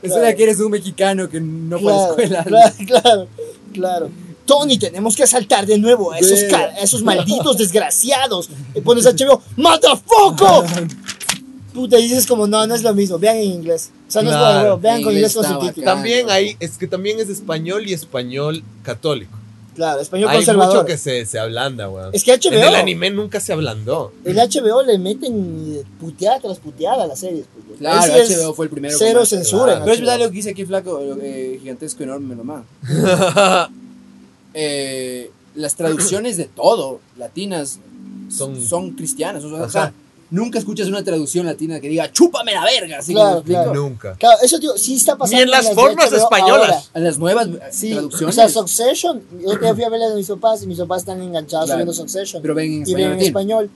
[SPEAKER 1] me suena que eres un mexicano que no fue a la escuela.
[SPEAKER 2] Claro, [laughs] claro, claro. Tony, tenemos que asaltar de nuevo a esos,
[SPEAKER 1] Ve.
[SPEAKER 2] car- a
[SPEAKER 3] [laughs]
[SPEAKER 2] esos malditos desgraciados. Y pones HBO, ¡Motherfucker!
[SPEAKER 3] [laughs]
[SPEAKER 2] Puta, y dices como, no, no es lo mismo. Vean en inglés. O sea, no es
[SPEAKER 3] Claro,
[SPEAKER 2] lo mismo. Vean con
[SPEAKER 1] en inglés
[SPEAKER 2] inglés con
[SPEAKER 1] está
[SPEAKER 2] subtítulos.
[SPEAKER 1] bacán.
[SPEAKER 3] También hay, es que también es español y español católico.
[SPEAKER 2] Claro, español
[SPEAKER 3] Hay mucho
[SPEAKER 2] conservador.
[SPEAKER 3] que se, se ablanda, weón.
[SPEAKER 2] Es que HBO,
[SPEAKER 3] En el
[SPEAKER 2] el,
[SPEAKER 3] anime nunca se ablandó.
[SPEAKER 2] HBO le meten eh, puteada tras puteada a las series. pues.
[SPEAKER 1] Claro,
[SPEAKER 2] Ese es
[SPEAKER 1] HBO fue el primero.
[SPEAKER 2] Cero
[SPEAKER 1] con-
[SPEAKER 2] censura. en
[SPEAKER 3] Claro.
[SPEAKER 1] Pero es verdad
[SPEAKER 2] HBO.
[SPEAKER 1] lo que dice aquí Flaco, lo- eh, gigantesco, enorme
[SPEAKER 2] [laughs]
[SPEAKER 1] nomás. Eh, las traducciones de todo, latinas,
[SPEAKER 3] Son-
[SPEAKER 1] son cristianas. O sea,
[SPEAKER 3] Ajá.
[SPEAKER 1] o sea, nunca escuchas una traducción latina que diga chúpame la verga. Así
[SPEAKER 2] Claro,
[SPEAKER 1] como explica.
[SPEAKER 2] claro.
[SPEAKER 3] Nunca.
[SPEAKER 2] Claro, eso, tío, sí está pasando.
[SPEAKER 3] Ni en las
[SPEAKER 2] de
[SPEAKER 3] formas
[SPEAKER 2] HBO ahora.
[SPEAKER 3] españolas.
[SPEAKER 1] A las nuevas eh,
[SPEAKER 2] Sí, o
[SPEAKER 1] traducciones.
[SPEAKER 2] sea, Succession, yo te fui a verla de mis papás y mis papás están enganchados
[SPEAKER 1] Claro.
[SPEAKER 2] viendo Succession.
[SPEAKER 1] pero ven en
[SPEAKER 2] y
[SPEAKER 1] español.
[SPEAKER 2] ven en
[SPEAKER 1] latino.
[SPEAKER 2] español,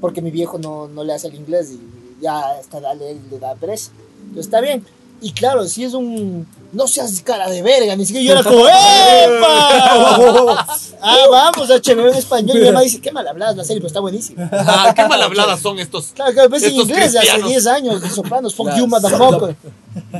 [SPEAKER 2] porque mi viejo no, no le hace el inglés y ya hasta a leer le da pereza. Entonces está bien. Y claro, si es un. No seas cara de verga, ni siquiera yo
[SPEAKER 1] [laughs]
[SPEAKER 2] era como. ¡Epa! ah, vamos, HBO en español. Y mi mamá dice: Qué mal hablas la serie, pero está buenísima.
[SPEAKER 3] Ah, qué mal habladas son estos.
[SPEAKER 2] Claro, claro, ves en
[SPEAKER 3] Estos
[SPEAKER 2] inglés de hace
[SPEAKER 3] cristianos.
[SPEAKER 2] 10 años, los sopranos, fuck
[SPEAKER 1] Claro,
[SPEAKER 2] you,
[SPEAKER 1] sí.
[SPEAKER 2] motherfucker.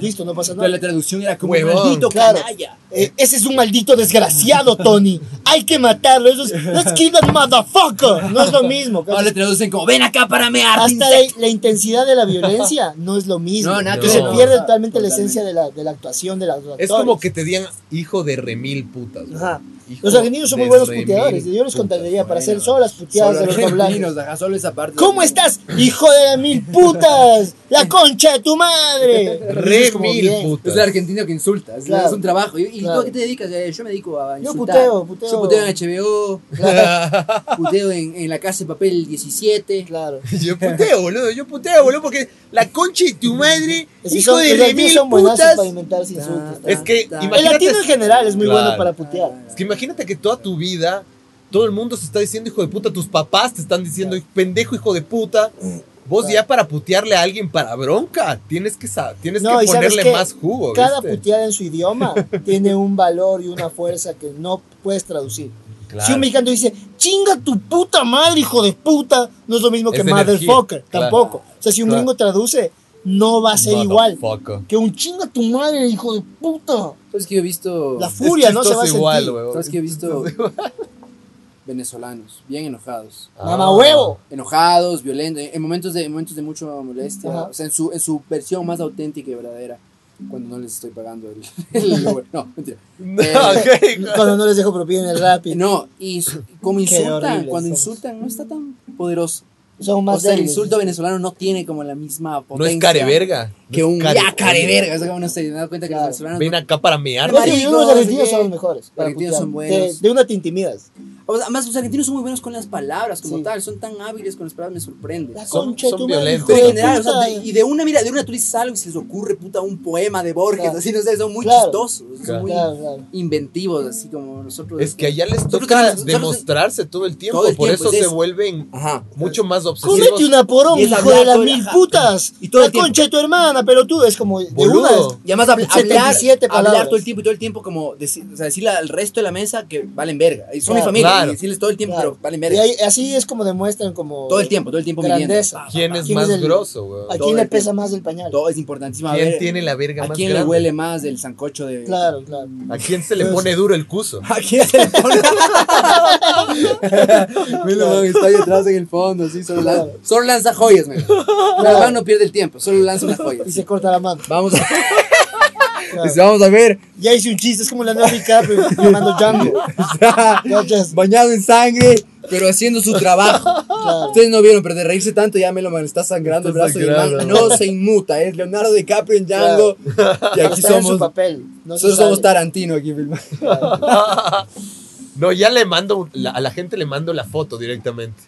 [SPEAKER 2] Listo, no pasa
[SPEAKER 1] Pero
[SPEAKER 2] nada.
[SPEAKER 1] la traducción era como
[SPEAKER 3] Huevón.
[SPEAKER 1] maldito
[SPEAKER 2] Claro.
[SPEAKER 1] canalla.
[SPEAKER 2] Eh, ese es un maldito desgraciado, Tony. Hay que matarlo. Eso es, Let's kill that motherfucker. No es lo mismo.
[SPEAKER 1] Ahora le traducen como ven acá para mear.
[SPEAKER 2] Hasta la,
[SPEAKER 1] insecto".
[SPEAKER 2] la intensidad de la violencia no es lo mismo.
[SPEAKER 1] No, nada
[SPEAKER 2] que
[SPEAKER 3] que
[SPEAKER 2] se
[SPEAKER 3] ver.
[SPEAKER 2] pierde
[SPEAKER 1] No,
[SPEAKER 2] totalmente la
[SPEAKER 1] totalmente.
[SPEAKER 2] esencia de la, de la actuación de las
[SPEAKER 3] Es como que te digan hijo de remil putas. weón.
[SPEAKER 2] Ajá.
[SPEAKER 3] Hijo
[SPEAKER 2] Los argentinos son muy
[SPEAKER 3] de
[SPEAKER 2] buenos
[SPEAKER 3] remil
[SPEAKER 2] puteadores. Yo les
[SPEAKER 3] putas.
[SPEAKER 2] contrataría para hacer
[SPEAKER 1] bueno.
[SPEAKER 2] solo las puteadas de
[SPEAKER 1] Solo
[SPEAKER 2] los
[SPEAKER 1] argentinos,
[SPEAKER 2] doblajes.
[SPEAKER 1] ajá, solo esa parte.
[SPEAKER 2] ¿Cómo estás, hijo de la mil putas? ¡La concha de tu madre!
[SPEAKER 3] Re
[SPEAKER 2] Es como
[SPEAKER 3] mil
[SPEAKER 2] bien.
[SPEAKER 1] Es
[SPEAKER 3] putas.
[SPEAKER 1] el argentino que insulta, es,
[SPEAKER 2] Claro.
[SPEAKER 1] es un trabajo. ¿Y, y
[SPEAKER 2] Claro.
[SPEAKER 1] tú a qué te dedicas? Eh, yo me dedico a
[SPEAKER 2] Yo
[SPEAKER 1] insultar.
[SPEAKER 2] puteo, puteo.
[SPEAKER 1] Yo puteo en HBO,
[SPEAKER 3] Claro.
[SPEAKER 1] [laughs] puteo en, en la casa de papel 17.
[SPEAKER 2] Claro.
[SPEAKER 3] [laughs] Yo puteo, boludo. Yo puteo, boludo, porque la concha de tu madre,
[SPEAKER 2] Es que
[SPEAKER 3] hijo
[SPEAKER 2] son-
[SPEAKER 3] de
[SPEAKER 2] los argentinos
[SPEAKER 3] remil
[SPEAKER 2] son buenazos
[SPEAKER 3] putas.
[SPEAKER 2] para inventarse insultos.
[SPEAKER 1] Ta,
[SPEAKER 3] Es que
[SPEAKER 1] ta.
[SPEAKER 2] El
[SPEAKER 3] imagínate.
[SPEAKER 2] latino en general es muy
[SPEAKER 3] Claro.
[SPEAKER 2] bueno para putear.
[SPEAKER 3] Es que imagínate que toda tu vida Todo el mundo se está diciendo hijo de puta. Tus papás te están diciendo pendejo hijo de puta. Vos
[SPEAKER 2] Claro.
[SPEAKER 3] ya para putearle a alguien para bronca, tienes que, sa- tienes
[SPEAKER 2] No,
[SPEAKER 3] que
[SPEAKER 2] y ¿sabes
[SPEAKER 3] ponerle
[SPEAKER 2] qué?
[SPEAKER 3] más jugo.
[SPEAKER 2] Cada
[SPEAKER 3] ¿viste?
[SPEAKER 2] puteada en su idioma tiene un valor y una fuerza que no puedes traducir.
[SPEAKER 3] Claro.
[SPEAKER 2] Si un mexicano dice, chinga tu puta madre, hijo de puta, no es lo mismo
[SPEAKER 3] Es
[SPEAKER 2] que
[SPEAKER 3] de energía,
[SPEAKER 2] motherfucker,
[SPEAKER 3] claro.
[SPEAKER 2] tampoco. O sea, si un
[SPEAKER 3] Claro.
[SPEAKER 2] gringo traduce, no va a ser igual
[SPEAKER 3] Motherfucker.
[SPEAKER 2] que un chinga tu madre, hijo de puta.
[SPEAKER 1] Sabes que yo he visto
[SPEAKER 2] La furia
[SPEAKER 3] Es
[SPEAKER 2] no se va a
[SPEAKER 3] chistoso
[SPEAKER 2] sentir.
[SPEAKER 3] igual, huevón.
[SPEAKER 1] Sabes que he
[SPEAKER 2] [laughs]
[SPEAKER 1] visto- venezolanos, bien enojados.
[SPEAKER 2] Mamá
[SPEAKER 3] Ah.
[SPEAKER 2] huevo.
[SPEAKER 1] Enojados, violentos, en momentos de, en momentos de mucha molestia.
[SPEAKER 2] Ajá.
[SPEAKER 1] O sea, en su, en su versión más auténtica y verdadera. Cuando no les estoy pagando el, [laughs] el Uber. No, mentira.
[SPEAKER 3] No,
[SPEAKER 1] Eh,
[SPEAKER 3] ok.
[SPEAKER 1] [laughs]
[SPEAKER 2] [laughs] Cuando no les dejo propina en el rap,
[SPEAKER 1] No, y su- como
[SPEAKER 2] Qué
[SPEAKER 1] insultan,
[SPEAKER 2] horribles
[SPEAKER 1] cuando
[SPEAKER 2] somos.
[SPEAKER 1] insultan no está tan poderoso.
[SPEAKER 2] son más
[SPEAKER 1] o sea, el
[SPEAKER 2] débiles.
[SPEAKER 1] insulto venezolano no tiene como la misma
[SPEAKER 3] No
[SPEAKER 1] potencia.
[SPEAKER 3] es careverga.
[SPEAKER 1] Que
[SPEAKER 3] No es
[SPEAKER 1] un
[SPEAKER 3] care-
[SPEAKER 1] ya careverga. O sea, como no se dado cuenta que los
[SPEAKER 2] Claro.
[SPEAKER 1] venezolanos.
[SPEAKER 3] Ven
[SPEAKER 1] no-
[SPEAKER 3] acá para mear.
[SPEAKER 2] Pero sí,
[SPEAKER 1] Marico,
[SPEAKER 2] los
[SPEAKER 1] no sé
[SPEAKER 2] argentinos
[SPEAKER 1] qué.
[SPEAKER 2] son los mejores. para
[SPEAKER 1] Argentinos son
[SPEAKER 2] putear.
[SPEAKER 1] buenos.
[SPEAKER 2] De, de una te intimidas.
[SPEAKER 1] O sea, además, los argentinos son muy buenos con las palabras, como
[SPEAKER 2] Sí.
[SPEAKER 1] tal. Son tan hábiles con las palabras, me sorprende.
[SPEAKER 2] La
[SPEAKER 3] Son-
[SPEAKER 2] concha de
[SPEAKER 3] son
[SPEAKER 2] tu madre, hijo
[SPEAKER 3] violentos.
[SPEAKER 1] Pero en
[SPEAKER 2] de
[SPEAKER 1] general, o sea,
[SPEAKER 2] puta.
[SPEAKER 1] de- y de una, mira, de una tú dices algo y se les ocurre, puta, un poema de Borges,
[SPEAKER 2] Claro.
[SPEAKER 1] así, no sé, son muy
[SPEAKER 2] Claro.
[SPEAKER 1] chistosos, son
[SPEAKER 3] Claro.
[SPEAKER 1] muy
[SPEAKER 2] Claro, claro.
[SPEAKER 1] inventivos, así como nosotros.
[SPEAKER 3] Es que allá les
[SPEAKER 1] Nosotros
[SPEAKER 3] toca
[SPEAKER 1] tenemos- nosotros-
[SPEAKER 3] demostrarse todo el tiempo.
[SPEAKER 1] Todo el
[SPEAKER 3] Por
[SPEAKER 1] tiempo,
[SPEAKER 3] eso
[SPEAKER 1] es
[SPEAKER 3] se
[SPEAKER 1] eso.
[SPEAKER 3] vuelven
[SPEAKER 1] Ajá.
[SPEAKER 3] mucho más
[SPEAKER 2] Comete
[SPEAKER 3] obsesivos.
[SPEAKER 2] una porón,
[SPEAKER 1] Y es
[SPEAKER 2] hijo
[SPEAKER 1] hablar
[SPEAKER 2] de las
[SPEAKER 1] todo el-
[SPEAKER 2] mil
[SPEAKER 1] ajá.
[SPEAKER 2] putas.
[SPEAKER 1] Y todo el
[SPEAKER 2] la concha de tu hermana, pelotudo. Es como de
[SPEAKER 3] Boludo.
[SPEAKER 2] una.
[SPEAKER 1] Y además hab- hablar,
[SPEAKER 2] 77
[SPEAKER 1] hablar
[SPEAKER 2] palabras.
[SPEAKER 1] todo el tiempo y todo el tiempo como decir, o sea, decirle al resto de la mesa que valen verga. Y Son mi
[SPEAKER 2] Claro.
[SPEAKER 1] familia,
[SPEAKER 3] Claro.
[SPEAKER 1] y decirles todo el tiempo,
[SPEAKER 2] Claro.
[SPEAKER 1] pero valen
[SPEAKER 2] Y
[SPEAKER 1] verga.
[SPEAKER 2] ahí- así es como demuestran como...
[SPEAKER 1] todo el tiempo, todo el tiempo midiendo.
[SPEAKER 2] Grandeza.
[SPEAKER 1] Pa, pa,
[SPEAKER 3] ¿Quién
[SPEAKER 1] pa.
[SPEAKER 3] es
[SPEAKER 2] ¿Quién
[SPEAKER 3] más
[SPEAKER 2] es el-
[SPEAKER 3] grosso, weón?
[SPEAKER 2] ¿A
[SPEAKER 1] Todo
[SPEAKER 2] quién le
[SPEAKER 1] el tiempo.
[SPEAKER 2] pesa más el pañal?
[SPEAKER 1] Todo es importantísimo. A
[SPEAKER 3] ¿Quién
[SPEAKER 1] ver,
[SPEAKER 3] tiene la verga
[SPEAKER 1] ¿A
[SPEAKER 3] más
[SPEAKER 1] quién
[SPEAKER 3] grande?
[SPEAKER 1] le huele más del sancocho de.?
[SPEAKER 2] Claro, claro.
[SPEAKER 3] ¿A quién se le pone duro el cuzo?
[SPEAKER 1] [laughs] ¿A quién se le
[SPEAKER 2] [laughs]
[SPEAKER 1] pone? Mira, man, está ahí atrás en el fondo, así, solo, lan-
[SPEAKER 2] Claro.
[SPEAKER 1] solo lanza joyas, man. La verdad no pierde el tiempo, solo lanza unas
[SPEAKER 2] Y
[SPEAKER 1] joyas.
[SPEAKER 2] se corta la mano.
[SPEAKER 1] Vamos a, [laughs]
[SPEAKER 2] Claro.
[SPEAKER 1] dice, vamos a ver, [laughs]
[SPEAKER 2] Ya hice un chiste, es como la nueva
[SPEAKER 3] [laughs]
[SPEAKER 2] DiCaprio llamando Django. ¿Cachas?
[SPEAKER 1] bañado en sangre, pero haciendo su trabajo.
[SPEAKER 2] Claro.
[SPEAKER 1] Ustedes no vieron, pero de reírse tanto ya me lo man, está sangrando
[SPEAKER 3] Está
[SPEAKER 1] el brazo del man.
[SPEAKER 3] sangrando.
[SPEAKER 1] No se inmuta, es Leonardo DiCaprio en Django. Y aquí
[SPEAKER 2] Está en su
[SPEAKER 1] somos,
[SPEAKER 2] papel. No se
[SPEAKER 1] nosotros somos
[SPEAKER 2] sabe.
[SPEAKER 1] Tarantino aquí, Vilma.
[SPEAKER 3] No, ya le mando, la- a la gente le mando la foto directamente.